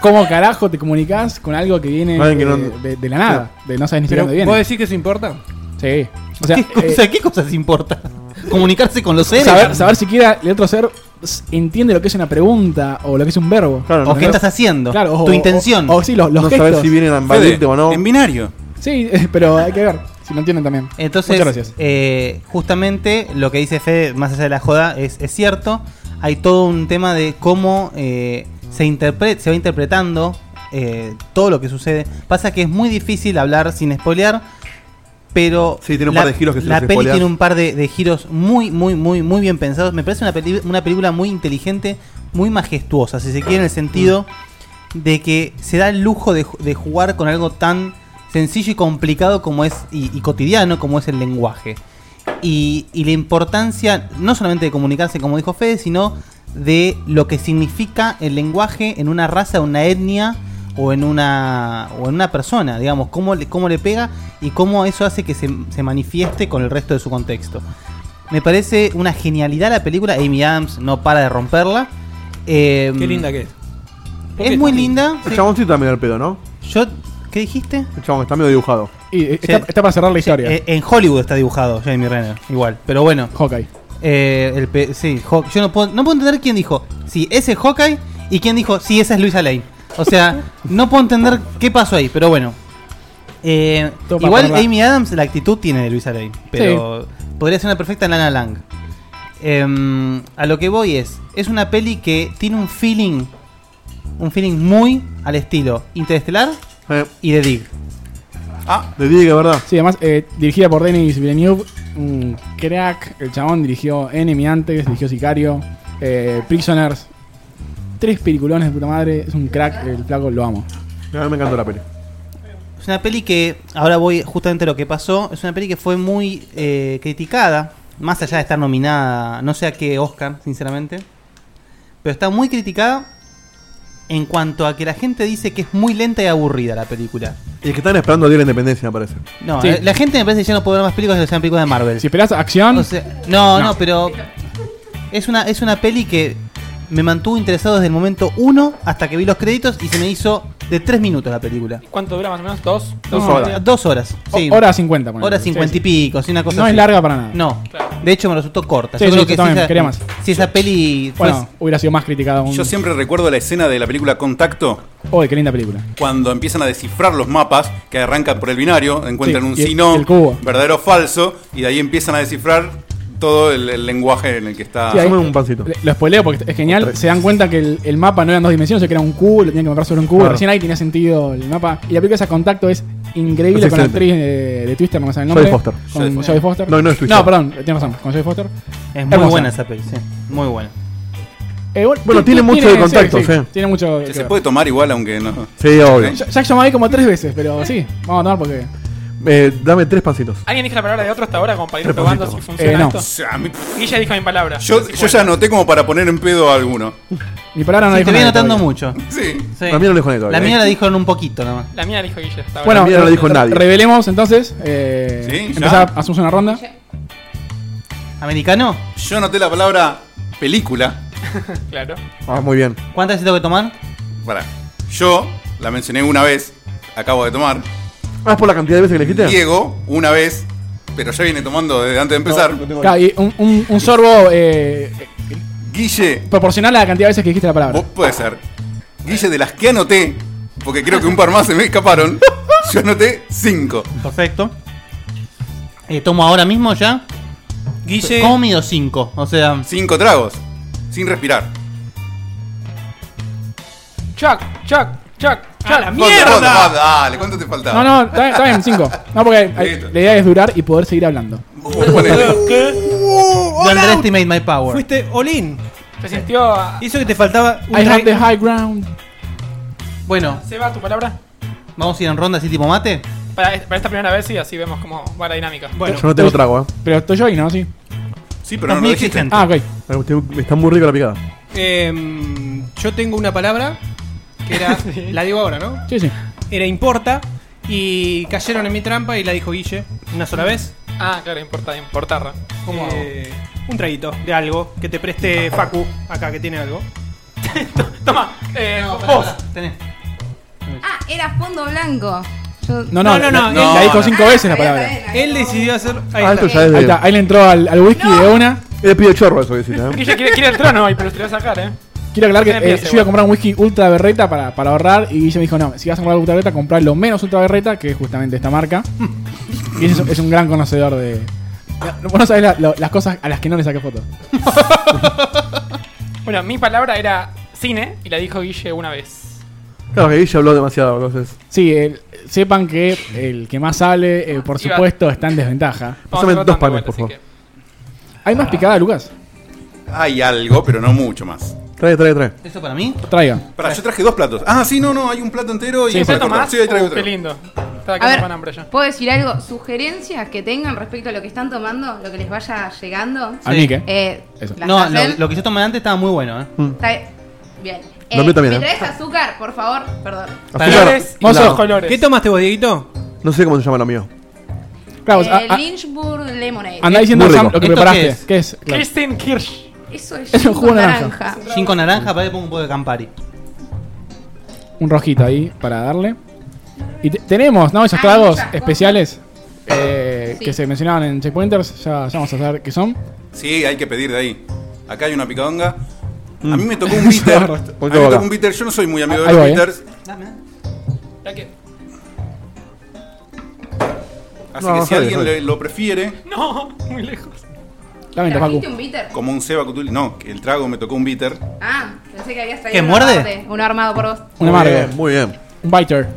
[SPEAKER 3] ¿Cómo carajo te comunicas con algo que viene
[SPEAKER 2] Alguien
[SPEAKER 3] de,
[SPEAKER 2] que no-
[SPEAKER 3] de- de la nada? De no sabes ni siquiera
[SPEAKER 5] Pero,
[SPEAKER 3] dónde
[SPEAKER 5] ¿Vos
[SPEAKER 3] viene.
[SPEAKER 5] decís que eso importa?
[SPEAKER 3] Sí. O sea,
[SPEAKER 1] ¿Qué, cosa-
[SPEAKER 3] eh,
[SPEAKER 1] ¿qué cosas importa? Comunicarse con los seres.
[SPEAKER 3] saber, saber siquiera el otro ser s- entiende lo que es una pregunta o lo que es un verbo.
[SPEAKER 2] Claro,
[SPEAKER 1] o qué
[SPEAKER 3] ¿Entendés?
[SPEAKER 1] estás haciendo.
[SPEAKER 3] Claro, o-
[SPEAKER 1] tu
[SPEAKER 3] o-
[SPEAKER 1] intención.
[SPEAKER 3] O, sí, los, los
[SPEAKER 2] no
[SPEAKER 3] gestos.
[SPEAKER 2] sabes si vienen a
[SPEAKER 4] Fede,
[SPEAKER 2] invadirte o no.
[SPEAKER 4] En binario.
[SPEAKER 3] Sí, pero hay que ver si lo entienden también.
[SPEAKER 1] Entonces,
[SPEAKER 3] Muchas gracias.
[SPEAKER 1] eh, justamente lo que dice Fede, más allá de la joda, es, es cierto. Hay todo un tema de cómo eh, se, interpre- se va interpretando eh, todo lo que sucede. Pasa que es muy difícil hablar sin spoilear, pero
[SPEAKER 2] Sí, tiene un
[SPEAKER 1] la,
[SPEAKER 2] par de giros que si
[SPEAKER 1] la
[SPEAKER 2] los
[SPEAKER 1] peli
[SPEAKER 2] spoileás-
[SPEAKER 1] tiene un par de, de giros muy, muy, muy, muy bien pensados. Me parece una, peli- una película muy inteligente, muy majestuosa, si se quiere, en el sentido
[SPEAKER 2] Mm.
[SPEAKER 1] de que se da el lujo de, ju- de jugar con algo tan sencillo y complicado como es y, y cotidiano como es el lenguaje y, y la importancia no solamente de comunicarse como dijo Fede sino de lo que significa el lenguaje en una raza una etnia o en una o en una persona digamos cómo le, cómo le pega y cómo eso hace que se, se manifieste con el resto de su contexto me parece una genialidad la película Amy Adams no para de romperla Eh,
[SPEAKER 5] Qué linda que es. ¿Por qué
[SPEAKER 1] es
[SPEAKER 5] es
[SPEAKER 1] muy
[SPEAKER 5] tan
[SPEAKER 1] linda.
[SPEAKER 2] El chaboncito está medio al pedo, ¿no?
[SPEAKER 1] Yo, ¿qué dijiste?
[SPEAKER 2] El chabón está medio dibujado.
[SPEAKER 3] Y, eh, está, está para cerrar la historia.
[SPEAKER 1] Eh, en Hollywood está dibujado Jamie Renner, igual. Pero bueno,
[SPEAKER 3] Hawkeye.
[SPEAKER 1] eh, el pe- sí, Haw- yo no puedo, no puedo entender quién dijo, sí, ese es Hawkeye y quién dijo, sí, esa es Luisa Lane. O sea, no puedo entender qué pasó ahí, pero bueno. Eh,
[SPEAKER 3] Todo para
[SPEAKER 1] igual
[SPEAKER 3] ponerla.
[SPEAKER 1] Amy Adams, la actitud tiene de Luisa Lane, pero podría ser una perfecta Lana Lang. Em, a lo que voy es, es una peli que tiene un feeling, un feeling muy al estilo Interestelar
[SPEAKER 2] Eh,
[SPEAKER 1] y de Dig.
[SPEAKER 2] le dije que verdad.
[SPEAKER 3] Sí, además, eh, dirigida por Denis Villeneuve, un crack. El chabón dirigió Enemy antes, dirigió Sicario, eh, Prisoners. Tres peliculones de puta madre. Es un crack, el flaco lo amo.
[SPEAKER 2] A mí me encantó la peli.
[SPEAKER 1] Es una peli que, ahora voy justamente a lo que pasó, es una peli que fue muy eh, criticada, más allá de estar nominada, no sé a qué Oscar, sinceramente, pero está muy criticada en cuanto a que la gente dice que es muy lenta y aburrida la película.
[SPEAKER 2] Y es que están esperando el Día de la Independencia, me parece.
[SPEAKER 1] No,
[SPEAKER 3] Sí.
[SPEAKER 1] eh, la gente me parece que ya no puede ver más películas que sean películas de Marvel.
[SPEAKER 3] Si esperás acción,
[SPEAKER 1] O sea, no, no,
[SPEAKER 3] No.
[SPEAKER 1] pero es una, es una peli que me mantuvo interesado desde el momento uno hasta que vi los créditos y se me hizo de tres minutos la película.
[SPEAKER 9] ¿Cuánto dura más o menos? ¿Dos?
[SPEAKER 1] Dos horas. Dos horas. Sí.
[SPEAKER 3] o- hora 50. ponele.
[SPEAKER 1] Hora
[SPEAKER 3] Sí,
[SPEAKER 1] cincuenta
[SPEAKER 3] sí.
[SPEAKER 1] y pico, sí, una cosa
[SPEAKER 3] No
[SPEAKER 1] así.
[SPEAKER 3] es larga para nada.
[SPEAKER 1] No.
[SPEAKER 9] Claro.
[SPEAKER 1] De hecho me resultó corta.
[SPEAKER 3] Sí,
[SPEAKER 1] Yo
[SPEAKER 3] sí,
[SPEAKER 1] creo
[SPEAKER 3] yo
[SPEAKER 1] que
[SPEAKER 3] también,
[SPEAKER 1] si esa,
[SPEAKER 3] quería más.
[SPEAKER 1] si esa peli fuese-
[SPEAKER 3] Bueno, hubiera sido más criticada aún.
[SPEAKER 4] Yo siempre recuerdo la escena de la película Contacto
[SPEAKER 3] Uy, qué linda película.
[SPEAKER 4] cuando empiezan a descifrar los mapas que arrancan por el binario, encuentran
[SPEAKER 3] Sí,
[SPEAKER 4] un
[SPEAKER 3] y el-
[SPEAKER 4] sí no,
[SPEAKER 3] el cubo.
[SPEAKER 4] verdadero falso, y de ahí empiezan a descifrar todo el, el lenguaje en el que está.
[SPEAKER 3] Sí, ahí-
[SPEAKER 2] Haceme un pancito.
[SPEAKER 3] Le- Lo spoileo porque es genial. Se dan cuenta que el, el mapa no eran dos dimensiones, sino que era un cubo, lo tenían que mapar sobre un cubo.
[SPEAKER 2] Claro.
[SPEAKER 3] Recién ahí tenía sentido el mapa. Y la película esa contacto es increíble
[SPEAKER 2] Es
[SPEAKER 3] con la
[SPEAKER 2] excelente.
[SPEAKER 3] actriz de, de Twister, no me sale el
[SPEAKER 2] Jodie
[SPEAKER 3] nombre.
[SPEAKER 2] Foster.
[SPEAKER 4] Jodie
[SPEAKER 3] Con
[SPEAKER 4] Foster.
[SPEAKER 3] Jodie Foster.
[SPEAKER 2] No, no es Twister.
[SPEAKER 3] No, perdón, tienes razón, con Jodie Foster.
[SPEAKER 1] es muy
[SPEAKER 3] hermosa.
[SPEAKER 1] buena esa peli, sí. Muy buena.
[SPEAKER 3] Eh,
[SPEAKER 2] Bueno, tiene mucho de contacto, sí.
[SPEAKER 3] Tiene mucho.
[SPEAKER 4] Que
[SPEAKER 3] que
[SPEAKER 4] se
[SPEAKER 3] ver.
[SPEAKER 4] puede tomar igual, aunque no.
[SPEAKER 2] Sí, obvio.
[SPEAKER 3] Ya- Jack llamó ahí como tres veces, pero sí, vamos a tomar porque.
[SPEAKER 2] Eh, dame tres pancitos.
[SPEAKER 9] ¿Alguien dijo la palabra de otro hasta ahora como para ir
[SPEAKER 2] Tres
[SPEAKER 9] probando si
[SPEAKER 2] pasitos.
[SPEAKER 9] funciona
[SPEAKER 3] Eh, no.
[SPEAKER 4] O
[SPEAKER 9] esto?
[SPEAKER 4] sea, a mí-
[SPEAKER 9] Guilla dijo mi palabra.
[SPEAKER 4] yo, yo ya anoté como para poner en pedo a alguno.
[SPEAKER 3] Mi palabra no
[SPEAKER 1] Sí,
[SPEAKER 3] la
[SPEAKER 1] te
[SPEAKER 3] dijo
[SPEAKER 1] voy
[SPEAKER 3] nadie
[SPEAKER 1] anotando
[SPEAKER 3] todavía.
[SPEAKER 1] mucho.
[SPEAKER 4] Sí.
[SPEAKER 1] Sí.
[SPEAKER 2] La mía no le dijo nadie todavía,
[SPEAKER 1] La mía
[SPEAKER 2] ¿eh?
[SPEAKER 1] la dijo en un poquito nada más.
[SPEAKER 9] La mía dijo Guilla hasta ahora.
[SPEAKER 3] Bueno,
[SPEAKER 2] Mira, no lo dijo
[SPEAKER 3] re-
[SPEAKER 2] nadie.
[SPEAKER 3] Revelemos entonces. Eh,
[SPEAKER 4] Sí, ya.
[SPEAKER 3] empezá, hacemos una ronda.
[SPEAKER 1] ¿Americano?
[SPEAKER 4] Yo anoté la palabra película.
[SPEAKER 9] claro.
[SPEAKER 2] Ah, muy bien.
[SPEAKER 1] ¿Cuántas tengo que tomar?
[SPEAKER 4] Para. Yo la mencioné una vez, acabo de tomar.
[SPEAKER 2] Ah, es por la cantidad de veces que le dijiste.
[SPEAKER 4] Diego, una vez, pero ya viene tomando desde antes de empezar.
[SPEAKER 3] Claro, y un, un- un sorbo eh,
[SPEAKER 4] Guille,
[SPEAKER 3] proporcional a la cantidad de veces que dijiste la palabra.
[SPEAKER 4] vos puede ser. Guille, de las que anoté, porque creo que un par más se me escaparon, yo anoté cinco.
[SPEAKER 1] Perfecto. Eh, ¿Tomo ahora mismo ya?
[SPEAKER 5] Guille.
[SPEAKER 9] Ah,
[SPEAKER 1] ¿Cómo mido 5? O sea,
[SPEAKER 4] Cinco tragos, sin respirar.
[SPEAKER 9] Chuck, Chuck, Chuck, Chuck.
[SPEAKER 5] ¡A la
[SPEAKER 4] ¿Cuánto, cuánto?
[SPEAKER 5] mierda!
[SPEAKER 4] Va, Dale, ¿cuánto te faltaba?
[SPEAKER 3] No, no, está bien, está bien, cinco. No, porque eh,
[SPEAKER 4] Listo.
[SPEAKER 3] la idea es durar y poder seguir hablando.
[SPEAKER 4] Uh, ponele.
[SPEAKER 5] ¿Qué?
[SPEAKER 1] you underestimate my power.
[SPEAKER 5] Fuiste Olin.
[SPEAKER 9] Se sintió. a-
[SPEAKER 5] Hizo que te faltaba un
[SPEAKER 3] I have
[SPEAKER 5] traje-
[SPEAKER 3] the high ground.
[SPEAKER 1] Bueno,
[SPEAKER 9] ¿Seba, tu palabra?
[SPEAKER 1] vamos a ir en ronda así tipo mate.
[SPEAKER 9] Para, es- para esta primera vez sí, así vemos cómo va la dinámica.
[SPEAKER 5] Bueno,
[SPEAKER 2] Yo no tengo trago, eh.
[SPEAKER 3] Pero estoy yo ahí, ¿no? Sí.
[SPEAKER 4] Sí, pero no
[SPEAKER 1] Estás
[SPEAKER 4] lo
[SPEAKER 1] muy
[SPEAKER 4] dijiste.
[SPEAKER 1] exigente.
[SPEAKER 3] Ah, ok.
[SPEAKER 2] Me gusta- Está muy rico la picada.
[SPEAKER 5] em, yo tengo una palabra que era. La digo ahora, ¿no?
[SPEAKER 3] Sí, sí.
[SPEAKER 5] Era importa. Y cayeron en mi trampa y la dijo Guille una sola vez.
[SPEAKER 9] Ah, claro, importa, importarra. ¿Cómo
[SPEAKER 5] Eh, un traguito de algo que te preste Facu acá que tiene algo.
[SPEAKER 9] hago? Toma, eh, vos.
[SPEAKER 1] Tenés.
[SPEAKER 8] Ah, era fondo blanco. Yo-
[SPEAKER 3] No, no,
[SPEAKER 5] No, no, no,
[SPEAKER 3] la,
[SPEAKER 4] él-
[SPEAKER 3] la dijo
[SPEAKER 4] no,
[SPEAKER 3] cinco
[SPEAKER 8] Ah,
[SPEAKER 3] veces la
[SPEAKER 8] está bien,
[SPEAKER 3] palabra.
[SPEAKER 8] está bien, ahí
[SPEAKER 5] Él
[SPEAKER 8] no.
[SPEAKER 5] decidió hacer. ahí
[SPEAKER 2] Ah,
[SPEAKER 5] está.
[SPEAKER 2] esto ya es
[SPEAKER 3] Ahí,
[SPEAKER 2] de.
[SPEAKER 3] está, ahí le entró al, al whisky de una.
[SPEAKER 2] Es de pibe chorro eso que decís, eh.
[SPEAKER 9] Guilla quiere, quiere el trono hoy, pero se lo va a sacar, eh.
[SPEAKER 3] Quiero aclarar que
[SPEAKER 9] Tiene
[SPEAKER 3] eh,
[SPEAKER 9] pieza
[SPEAKER 3] yo iba a
[SPEAKER 9] igual.
[SPEAKER 3] comprar un whisky ultra berreta para, para ahorrar y Guille me dijo, no, si vas a comprar ultra berreta, comprar lo menos ultra berreta, que es justamente esta marca. Guille es, un- es un gran conocedor de... No, Vos no sabés la- lo- las cosas a las que no le saqué fotos.
[SPEAKER 9] Bueno, mi palabra era cine y la dijo Guille una vez.
[SPEAKER 2] Claro que Guille habló demasiado, entonces.
[SPEAKER 3] Sí, el- sepan que el que más sale, eh, por
[SPEAKER 9] Iba-
[SPEAKER 3] supuesto, está en desventaja.
[SPEAKER 9] Vamos a
[SPEAKER 2] Pásame
[SPEAKER 9] hacer
[SPEAKER 2] dos
[SPEAKER 9] rotando
[SPEAKER 2] panes,
[SPEAKER 9] igual,
[SPEAKER 2] por
[SPEAKER 9] así
[SPEAKER 2] favor.
[SPEAKER 9] que-
[SPEAKER 3] ¿Hay más picada, Lucas?
[SPEAKER 4] Hay algo, pero no mucho más.
[SPEAKER 2] Trae, trae, trae.
[SPEAKER 1] ¿Eso para mí?
[SPEAKER 3] Traiga.
[SPEAKER 4] Pará, yo traje dos platos. Ah, sí, no, no, hay un plato entero y
[SPEAKER 9] Sí,
[SPEAKER 4] un
[SPEAKER 9] ¿cierto,
[SPEAKER 4] plato
[SPEAKER 9] más?
[SPEAKER 4] Sí, ahí traigo
[SPEAKER 9] Uh,
[SPEAKER 4] otro.
[SPEAKER 9] qué lindo. Estaba
[SPEAKER 8] A
[SPEAKER 9] quedando con
[SPEAKER 8] ver,
[SPEAKER 9] hambre ya.
[SPEAKER 8] ¿puedo decir algo? ¿Sugerencias que tengan respecto a lo que están tomando? ¿Lo que les vaya llegando?
[SPEAKER 3] Al
[SPEAKER 1] Sí.
[SPEAKER 3] Mique.
[SPEAKER 8] Eh,
[SPEAKER 3] Eso.
[SPEAKER 8] las
[SPEAKER 1] No, lo,
[SPEAKER 8] hacen.
[SPEAKER 1] lo que yo tomé antes estaba muy bueno, eh.
[SPEAKER 8] Está bien. Bien.
[SPEAKER 2] Lo mío también,
[SPEAKER 8] ¿Me
[SPEAKER 2] eh.
[SPEAKER 8] traes azúcar, por favor? Perdón.
[SPEAKER 9] Colores y
[SPEAKER 3] Vamos a-
[SPEAKER 9] los colores.
[SPEAKER 5] ¿Qué tomaste vos, Dieguito?
[SPEAKER 2] No sé cómo se llama lo mío.
[SPEAKER 3] Claro,
[SPEAKER 8] Eh,
[SPEAKER 3] a- a-
[SPEAKER 8] Lynchburg Lemonade.
[SPEAKER 3] andá diciendo
[SPEAKER 2] Muy rico.
[SPEAKER 3] Sam, lo que
[SPEAKER 1] ¿Esto
[SPEAKER 3] preparaste.
[SPEAKER 1] qué es?
[SPEAKER 3] ¿Qué es? Claro.
[SPEAKER 9] Kristen Kirsch.
[SPEAKER 8] Eso es,
[SPEAKER 3] Es un
[SPEAKER 8] jugo
[SPEAKER 3] jugo de naranja.
[SPEAKER 8] naranja.
[SPEAKER 1] Gin con naranja, para que pongo un poco de Campari.
[SPEAKER 3] Un rojito ahí para darle. Y te- tenemos, ¿no? Esos
[SPEAKER 8] Hay
[SPEAKER 3] tragos
[SPEAKER 8] muchas cosas.
[SPEAKER 3] especiales eh,
[SPEAKER 8] Sí.
[SPEAKER 3] que se mencionaban en Checkpointers. Ya, ya vamos a saber qué son.
[SPEAKER 4] Sí, hay que pedir de ahí. Acá hay una picadonga. A mí me tocó un bitter. A mí me
[SPEAKER 2] Ponte boca.
[SPEAKER 4] tocó un bitter. Yo no soy muy amigo de
[SPEAKER 3] Ahí
[SPEAKER 4] los
[SPEAKER 3] voy, eh.
[SPEAKER 4] bitters.
[SPEAKER 9] La que-
[SPEAKER 4] Así
[SPEAKER 2] No,
[SPEAKER 4] que si
[SPEAKER 2] jode,
[SPEAKER 4] alguien
[SPEAKER 2] jode.
[SPEAKER 4] le- lo prefiere,
[SPEAKER 9] No, muy lejos.
[SPEAKER 3] Lamento, Facu.
[SPEAKER 8] ¿Trajiste un bitter?
[SPEAKER 4] como un Seba Cutuli. No, que el trago me tocó un bitter.
[SPEAKER 8] Ah, pensé que habías traído.
[SPEAKER 1] ¿Qué,
[SPEAKER 8] uno
[SPEAKER 1] muerde?
[SPEAKER 8] verde, Uno armado por vos.
[SPEAKER 3] Un
[SPEAKER 2] muy
[SPEAKER 3] amargo.
[SPEAKER 2] bien, muy bien.
[SPEAKER 3] Un biter.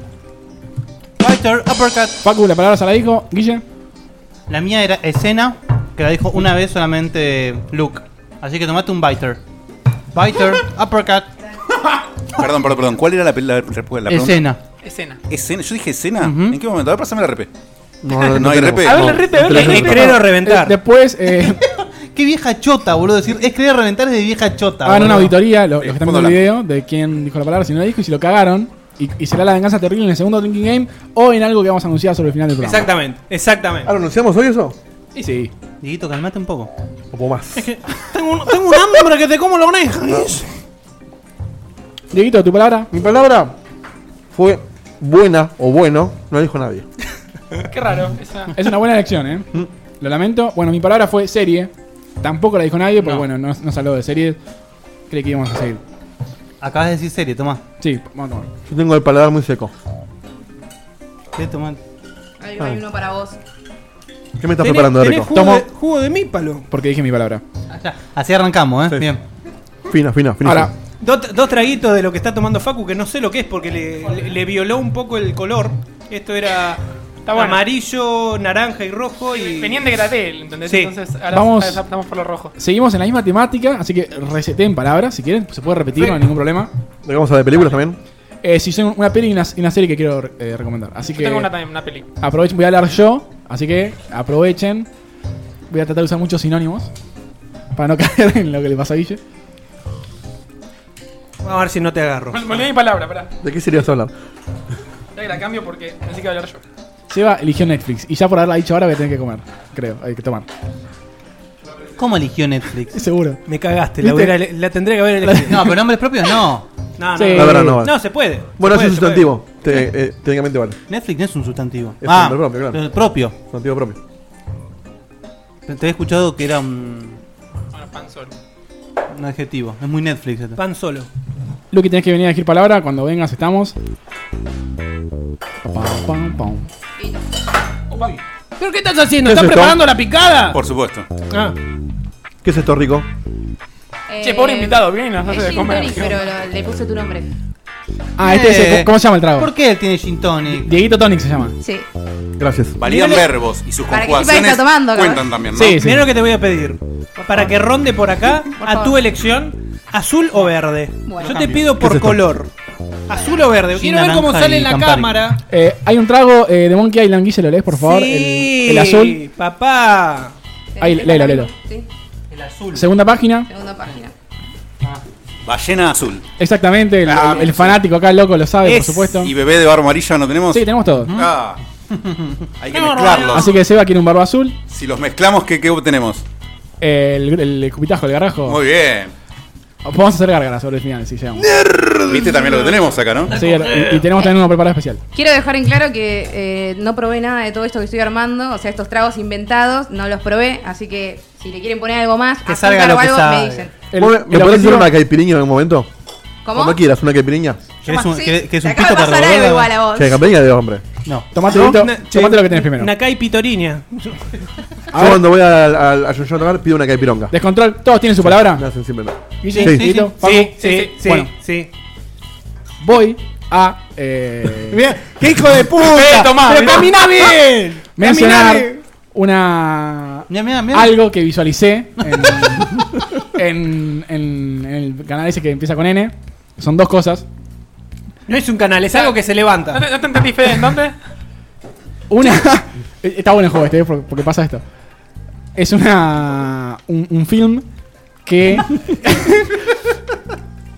[SPEAKER 1] Fighter, uppercut.
[SPEAKER 3] Facu, la palabra se la dijo. Guille.
[SPEAKER 1] La mía era escena, que la dijo una vez solamente Luke. Así que tomate un biter. Biter, uppercut,
[SPEAKER 4] Perdón, perdón, perdón. ¿Cuál era la, pe- la- la pregunta?
[SPEAKER 1] escena.
[SPEAKER 9] Escena.
[SPEAKER 4] ¿Escena? ¿Yo dije escena?
[SPEAKER 1] Ujú.
[SPEAKER 4] ¿En qué momento? A ver, pásame la RP.
[SPEAKER 2] No,
[SPEAKER 4] No hay
[SPEAKER 2] tenemos.
[SPEAKER 4] RP.
[SPEAKER 9] A ver, la reta, a ver, la
[SPEAKER 2] Tenemos.
[SPEAKER 9] reta.
[SPEAKER 5] Creer o reventar.
[SPEAKER 3] Eh, después, eh,
[SPEAKER 1] Qué vieja chota, boludo. Decir, es querer reventar es de vieja chota.
[SPEAKER 3] Hagan una
[SPEAKER 1] boludo.
[SPEAKER 3] auditoría, lo- los que están viendo el
[SPEAKER 1] ponla.
[SPEAKER 3] video, de quién dijo la palabra, si no la dijo y si lo cagaron. Y, y será la venganza terrible en el segundo Drinking Game o en algo que vamos a anunciar sobre el final del programa.
[SPEAKER 5] Exactamente, exactamente.
[SPEAKER 2] ¿Ah, lo anunciamos hoy eso?
[SPEAKER 3] Y sí.
[SPEAKER 1] Dieguito, calmate un poco.
[SPEAKER 2] Un poco más.
[SPEAKER 5] Tengo un, tengo un hambre que te como la oreja.
[SPEAKER 3] Dieguito, tu palabra.
[SPEAKER 2] Mi palabra fue buena o bueno, no la dijo nadie.
[SPEAKER 9] Qué raro. Esa...
[SPEAKER 3] Es una buena elección, ¿eh?
[SPEAKER 2] Mm.
[SPEAKER 3] Lo lamento. Bueno, mi palabra fue serie. Tampoco la dijo nadie, pero bueno, no, no se habló de series. Creí que íbamos a seguir.
[SPEAKER 1] Acabas de decir serie, tomá.
[SPEAKER 3] Sí, vamos a tomar.
[SPEAKER 2] Yo tengo el paladar muy seco.
[SPEAKER 1] Ve, tomá.
[SPEAKER 8] Ahí
[SPEAKER 3] Ah.
[SPEAKER 8] va, hay uno para vos.
[SPEAKER 2] ¿Qué me estás preparando,
[SPEAKER 5] tenés
[SPEAKER 2] Rico?
[SPEAKER 5] jugo,
[SPEAKER 3] Tomo.
[SPEAKER 5] de, jugo de mípalo.
[SPEAKER 3] Porque dije mi palabra.
[SPEAKER 1] Allá. Así arrancamos, ¿eh? Bien.
[SPEAKER 2] Fina, fina, fina.
[SPEAKER 3] Ahora,
[SPEAKER 5] Dos, dos traguitos de lo que está tomando Facu, que no sé lo que es porque le, le- le violó un poco el color. Esto era
[SPEAKER 9] bueno.
[SPEAKER 5] amarillo, naranja y rojo. Y...
[SPEAKER 9] Venían de Gratel, ¿entendés?
[SPEAKER 5] Sí.
[SPEAKER 9] Entonces ahora
[SPEAKER 3] Vamos.
[SPEAKER 9] ahora optamos por lo rojo.
[SPEAKER 3] seguimos en la misma temática, así que reseteen palabras si quieren. Se puede repetir, no hay ningún problema.
[SPEAKER 2] ¿Le vamos a de películas también?
[SPEAKER 3] Eh, si son una peli y una, y una serie que quiero eh, recomendar. Así
[SPEAKER 9] Yo
[SPEAKER 3] que
[SPEAKER 9] tengo una también, una peli.
[SPEAKER 3] aprovechen, voy a hablar yo, así que aprovechen. Voy a tratar de usar muchos sinónimos para no caer en lo que le pasa a Guille.
[SPEAKER 5] Vamos a ver si no te agarro.
[SPEAKER 9] Me me olvidé mi palabra, pará.
[SPEAKER 2] ¿De qué serie vas a hablar?
[SPEAKER 9] Ya que la cambio porque pensé que iba a hablar yo.
[SPEAKER 3] Seba eligió Netflix y ya por haberla dicho ahora voy a tener que comer, creo, hay que tomar.
[SPEAKER 1] ¿Cómo eligió Netflix?
[SPEAKER 3] Seguro.
[SPEAKER 5] Me cagaste, la,
[SPEAKER 3] ¿Viste?
[SPEAKER 5] hubiera- la tendría que haber elegido.
[SPEAKER 1] No, pero nombres propios no.
[SPEAKER 5] No, no,
[SPEAKER 3] Sí.
[SPEAKER 5] no.
[SPEAKER 2] La verdad no vale.
[SPEAKER 5] No, se puede.
[SPEAKER 2] Bueno,
[SPEAKER 5] se
[SPEAKER 2] es un
[SPEAKER 5] puede, se puede.
[SPEAKER 2] sustantivo. Te- eh, técnicamente vale.
[SPEAKER 1] Netflix no es un sustantivo.
[SPEAKER 2] Es un nombre propio, claro.
[SPEAKER 1] el propio.
[SPEAKER 2] Sustantivo propio.
[SPEAKER 1] Te había escuchado que era un,
[SPEAKER 9] Bueno, pan solo.
[SPEAKER 1] un adjetivo. Es muy Netflix. esto.
[SPEAKER 5] Pan solo.
[SPEAKER 3] Luke, tenés que venir a elegir palabra. Cuando vengas, estamos. Pam, pam, pam.
[SPEAKER 5] ¿Pero qué estás haciendo?
[SPEAKER 2] ¿Qué es
[SPEAKER 5] ¿Estás
[SPEAKER 2] esto?
[SPEAKER 5] preparando la picada?
[SPEAKER 4] Por supuesto.
[SPEAKER 5] Ah,
[SPEAKER 2] ¿Qué es esto, Rico?
[SPEAKER 9] Che, pobre invitado, viene y nos hace
[SPEAKER 8] Eh, Es
[SPEAKER 9] de
[SPEAKER 8] gin
[SPEAKER 9] comer.
[SPEAKER 8] tonic, pero lo- le puse tu nombre.
[SPEAKER 3] Ah, este es.
[SPEAKER 1] Eh.
[SPEAKER 3] el- ¿Cómo se llama el trago?
[SPEAKER 1] ¿Por qué él tiene gin tonic?
[SPEAKER 3] Dieguito Tonic se llama.
[SPEAKER 8] Sí.
[SPEAKER 2] Gracias.
[SPEAKER 4] Valían
[SPEAKER 5] Mirá lo-
[SPEAKER 4] verbos y sus
[SPEAKER 8] Para que
[SPEAKER 4] conjugaciones
[SPEAKER 8] sepa que está tomando, cabrón.
[SPEAKER 4] cuentan también, ¿no?
[SPEAKER 3] Sí, sí.
[SPEAKER 5] Mira lo que te voy a pedir. Para que ronde por acá, a
[SPEAKER 8] favor.
[SPEAKER 5] tu elección, azul o verde.
[SPEAKER 8] Bueno.
[SPEAKER 5] Yo te pido
[SPEAKER 2] ¿Qué es
[SPEAKER 5] por
[SPEAKER 2] esto?
[SPEAKER 5] color. Azul o verde.
[SPEAKER 1] Gin,
[SPEAKER 5] Quiero ver cómo
[SPEAKER 1] naranja
[SPEAKER 5] sale
[SPEAKER 1] y
[SPEAKER 5] en la
[SPEAKER 1] Campari.
[SPEAKER 5] cámara.
[SPEAKER 3] Eh, hay un trago eh, de Monkey Island, Guille, ¿lo lees, por favor?
[SPEAKER 5] Sí,
[SPEAKER 3] El, el azul.
[SPEAKER 5] Papá.
[SPEAKER 3] Ahí, léelo, léelo.
[SPEAKER 8] Sí,
[SPEAKER 5] El azul.
[SPEAKER 3] Segunda página.
[SPEAKER 8] segunda página.
[SPEAKER 4] Ballena azul.
[SPEAKER 3] Exactamente, el,
[SPEAKER 4] Ah,
[SPEAKER 3] el- el fanático acá, loco, lo sabe, por
[SPEAKER 5] Es-
[SPEAKER 3] supuesto.
[SPEAKER 4] ¿Y bebé de barba amarilla no tenemos?
[SPEAKER 3] Sí, tenemos todo.
[SPEAKER 4] Ah. Hay que mezclarlos.
[SPEAKER 3] Así que Seba quiere un barba azul.
[SPEAKER 4] Si los mezclamos, ¿qué, qué obtenemos?
[SPEAKER 3] El, el, escupitajo, el garrajo.
[SPEAKER 4] Muy bien.
[SPEAKER 3] Vamos a hacer gárgaras sobre el final, si llegamos.
[SPEAKER 4] Viste también lo que tenemos acá, ¿no?
[SPEAKER 3] Sí, y, y tenemos también uno preparado especial.
[SPEAKER 8] Quiero dejar en claro que eh, no probé nada de todo esto que estoy armando. O sea, estos tragos inventados no los probé. Así que si le quieren poner algo más,
[SPEAKER 1] Que
[SPEAKER 8] azúcar
[SPEAKER 1] salga lo
[SPEAKER 8] o
[SPEAKER 1] que
[SPEAKER 8] algo,
[SPEAKER 1] sabe.
[SPEAKER 8] me dicen.
[SPEAKER 3] El-
[SPEAKER 2] ¿Vos ¿Me, me
[SPEAKER 3] el
[SPEAKER 2] podés hacer
[SPEAKER 3] objetivo-
[SPEAKER 2] una caipirinha en algún momento?
[SPEAKER 8] ¿Cómo?
[SPEAKER 2] Cuando quieras, una caipirinha.
[SPEAKER 1] ¿Querés un,
[SPEAKER 8] Sí,
[SPEAKER 1] querés- querés
[SPEAKER 8] te
[SPEAKER 1] un
[SPEAKER 8] acabo
[SPEAKER 1] pito
[SPEAKER 8] de pasar algo
[SPEAKER 1] cargador?
[SPEAKER 8] igual a vos.
[SPEAKER 2] Che, caipirinha de hombre.
[SPEAKER 1] No.
[SPEAKER 3] Tomate, Dieguito,
[SPEAKER 5] Na-
[SPEAKER 3] tomate lo que tenés primero.
[SPEAKER 5] Nakai Pitorinia.
[SPEAKER 2] Yo cuando voy al, al, al Jojo a tomar pido una caipironga.
[SPEAKER 3] Descontrol, todos tienen su palabra.
[SPEAKER 2] Me hacen siempre no.
[SPEAKER 3] Guille,
[SPEAKER 2] Sí.
[SPEAKER 3] Dieguito, Facu.
[SPEAKER 5] Sí, sí, sí.
[SPEAKER 3] Bueno,
[SPEAKER 5] sí.
[SPEAKER 3] voy a eh,
[SPEAKER 5] ¡Qué hijo de puta! ¡Pero Ah. camina bien!
[SPEAKER 3] mencionar una
[SPEAKER 1] Mira, mira, mira.
[SPEAKER 3] algo que visualicé en, en, en- en el canal ese que empieza con N. Son dos cosas.
[SPEAKER 5] No es un canal, es algo que se
[SPEAKER 9] ¿No,
[SPEAKER 5] levanta.
[SPEAKER 9] te- no te entendí, Fede? ¿En dónde?
[SPEAKER 3] Una está bueno el juego este, eh, porque porque pasa esto. Es una un, un film que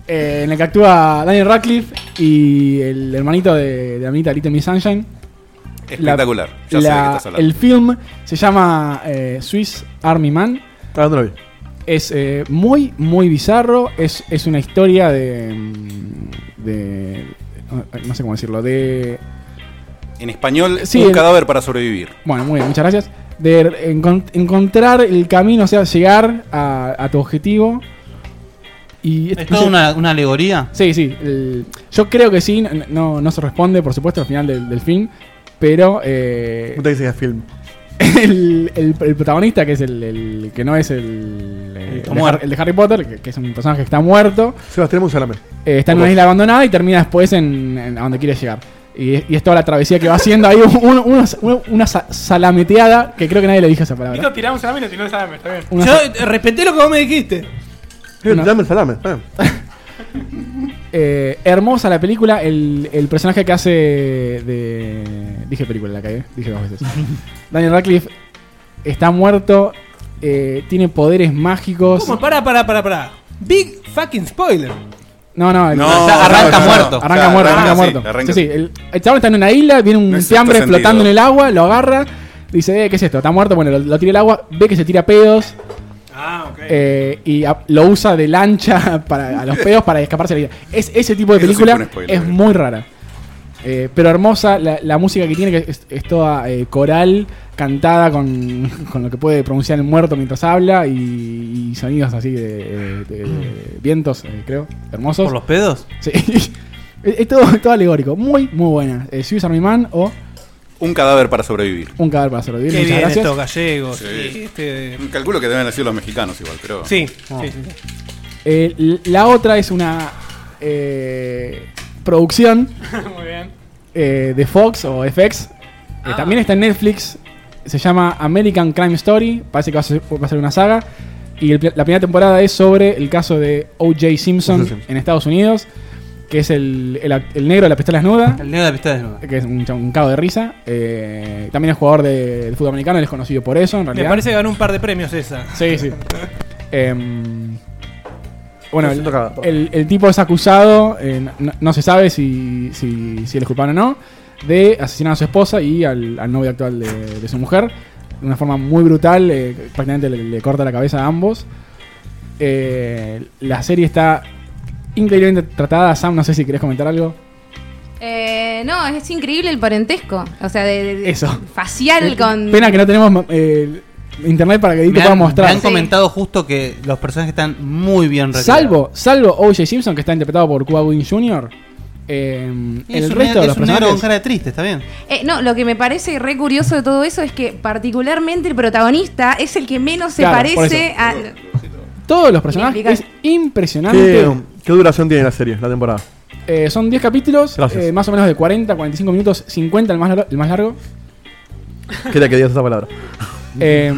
[SPEAKER 3] eh, en el que actúa Daniel Radcliffe y el hermanito de, de la amiguita Little Miss Sunshine.
[SPEAKER 4] Espectacular. ya sé de
[SPEAKER 3] La-
[SPEAKER 4] qué estás hablando.
[SPEAKER 3] el film se llama eh, Swiss Army Man.
[SPEAKER 2] Ah, no lo vi.
[SPEAKER 3] Es eh, muy, muy bizarro. Es, es una historia de, mm, de. No sé cómo decirlo. De.
[SPEAKER 4] En español,
[SPEAKER 3] Sí,
[SPEAKER 4] un
[SPEAKER 3] el-
[SPEAKER 4] cadáver para sobrevivir.
[SPEAKER 3] Bueno, muy bien, muchas gracias. De encon- encontrar el camino, o sea, llegar a, a tu objetivo. Y este
[SPEAKER 1] ¿Es toda una, una alegoría?
[SPEAKER 3] Sí, sí. el- yo creo que sí. n- No, no se responde, por supuesto, al final del, del film. Pero. eh,
[SPEAKER 2] Puta que sea film.
[SPEAKER 3] el, el- el protagonista, que es el, el que no es el, eh, el, de,
[SPEAKER 1] muerto.
[SPEAKER 3] Har- el de Harry Potter, que, que es un personaje que está muerto,
[SPEAKER 2] Sebastián, tenemos un salame.
[SPEAKER 3] eh, está en una
[SPEAKER 2] Ojo.
[SPEAKER 3] isla abandonada y termina después en, en- a donde quiere llegar. Y, es- y es toda la travesía que va haciendo ahí, un- un- unos- un- una sa- salameteada, que creo que nadie le dijo esa palabra.
[SPEAKER 9] Vito tiramos una mina y tiró el salame, está bien.
[SPEAKER 3] Una
[SPEAKER 5] Yo
[SPEAKER 3] sa-
[SPEAKER 5] eh, respeté lo que vos me dijiste.
[SPEAKER 2] Eh,
[SPEAKER 3] No.
[SPEAKER 2] Dame el salame. eh.
[SPEAKER 3] eh, hermosa la película, el, el personaje que hace de... Dije película, la cagué, dije dos veces. Daniel Radcliffe está muerto, eh, tiene poderes mágicos.
[SPEAKER 5] ¿Cómo? Pará, pará, pará, pará. Big fucking spoiler.
[SPEAKER 3] No, no, el-
[SPEAKER 4] No, O sea,
[SPEAKER 1] arranca muerto.
[SPEAKER 3] Arranca muerto,
[SPEAKER 4] O sea, arranca
[SPEAKER 3] arranca
[SPEAKER 4] así,
[SPEAKER 3] muerto.
[SPEAKER 4] arranca
[SPEAKER 3] Sí, sí, el, el chabón está en una isla, viene un
[SPEAKER 4] No es
[SPEAKER 3] fiambre
[SPEAKER 4] sexto
[SPEAKER 3] flotando en
[SPEAKER 4] sentido.
[SPEAKER 3] el agua, lo agarra, dice, eh, ¿qué es esto? ¿Está muerto? Bueno, lo, lo tira al agua, ve que se tira pedos
[SPEAKER 5] Ah, ok.
[SPEAKER 3] eh, y a- lo usa de lancha para, a los pedos para escaparse de la isla. Es, ese tipo de
[SPEAKER 4] Eso sí
[SPEAKER 3] película
[SPEAKER 4] fue un spoiler.
[SPEAKER 3] es muy rara. Eh, pero hermosa, la, la música que tiene que es, es toda eh, coral, cantada con, con lo que puede pronunciar el muerto mientras habla y, y sonidos así de, de- de- de vientos, eh, creo, hermosos.
[SPEAKER 1] ¿Por los pedos?
[SPEAKER 3] Sí. es, es todo, todo alegórico. Muy, muy buena. Eh, Swiss Army Man o
[SPEAKER 4] Un cadáver para sobrevivir.
[SPEAKER 3] Un cadáver para sobrevivir.
[SPEAKER 5] Qué
[SPEAKER 3] Muchas
[SPEAKER 5] bien
[SPEAKER 3] gracias.
[SPEAKER 5] estos gallegos.
[SPEAKER 4] Sí.
[SPEAKER 5] Sí, este-
[SPEAKER 4] Calculo que deben decir los mexicanos igual, pero.
[SPEAKER 5] sí,
[SPEAKER 3] Ah.
[SPEAKER 5] sí, sí.
[SPEAKER 3] Eh, l- la otra es una eh, producción
[SPEAKER 9] Muy bien.
[SPEAKER 3] eh, de Fox o FX. que También está en Netflix. Se llama American Crime Story. Parece que va a ser, va a ser una saga. Y el pl- la primera temporada es sobre el caso de O.J. Simpson
[SPEAKER 2] Simpson.
[SPEAKER 3] en Estados Unidos. Que es el, el act- el negro de la pistola desnuda.
[SPEAKER 1] El negro de la pistola desnuda.
[SPEAKER 3] que es un, chabón- un cago de risa. Eh, también es jugador de, de fútbol americano, él es conocido por eso, en
[SPEAKER 5] Me
[SPEAKER 3] realidad.
[SPEAKER 5] parece que ganó un par de premios esa.
[SPEAKER 3] Sí, sí. Em, bueno,
[SPEAKER 2] No se
[SPEAKER 3] el,
[SPEAKER 2] toca, perdón.
[SPEAKER 3] el- el tipo es acusado, eh, no, no se sabe si, si, si él es culpable o no, de asesinar a su esposa y al, al novio actual de, de su mujer. De una forma muy brutal, eh, prácticamente le, le corta la cabeza a ambos. Eh, la serie está increíblemente tratada. Sam, no sé si querés comentar algo.
[SPEAKER 8] Eh, no, es increíble el parentesco. O sea, de, de- de-
[SPEAKER 3] Eso.
[SPEAKER 8] facial
[SPEAKER 3] Eh,
[SPEAKER 8] con.
[SPEAKER 3] Pena que no tenemos eh, internet para que Edith
[SPEAKER 1] Me
[SPEAKER 3] te pueda
[SPEAKER 1] han, me
[SPEAKER 3] mostrar.
[SPEAKER 1] han comentado justo que los personajes están muy bien recreados.
[SPEAKER 3] Salvo, salvo O.J. Simpson, que está interpretado por Cuba Gooding Jr., eh,
[SPEAKER 1] Y es
[SPEAKER 3] el
[SPEAKER 1] un
[SPEAKER 3] resto
[SPEAKER 1] ne-
[SPEAKER 3] de
[SPEAKER 1] es
[SPEAKER 3] los
[SPEAKER 1] un negro con
[SPEAKER 3] personajes.
[SPEAKER 1] cara de triste, está bien.
[SPEAKER 8] Eh, no, lo que me parece re curioso de todo eso es que, particularmente, el protagonista es el que menos se
[SPEAKER 3] Claro, por
[SPEAKER 8] parece
[SPEAKER 3] eso.
[SPEAKER 8] a.
[SPEAKER 3] Todos los personajes. Es
[SPEAKER 8] Inexplicable.
[SPEAKER 3] impresionante.
[SPEAKER 2] ¿Qué, qué duración tiene la serie, la temporada?
[SPEAKER 3] Eh, son 10 capítulos,
[SPEAKER 2] Gracias.
[SPEAKER 3] eh, más o menos de 40, 45 minutos, 50 el más, lar- el más largo.
[SPEAKER 2] Quería que digas esa palabra.
[SPEAKER 3] Eh,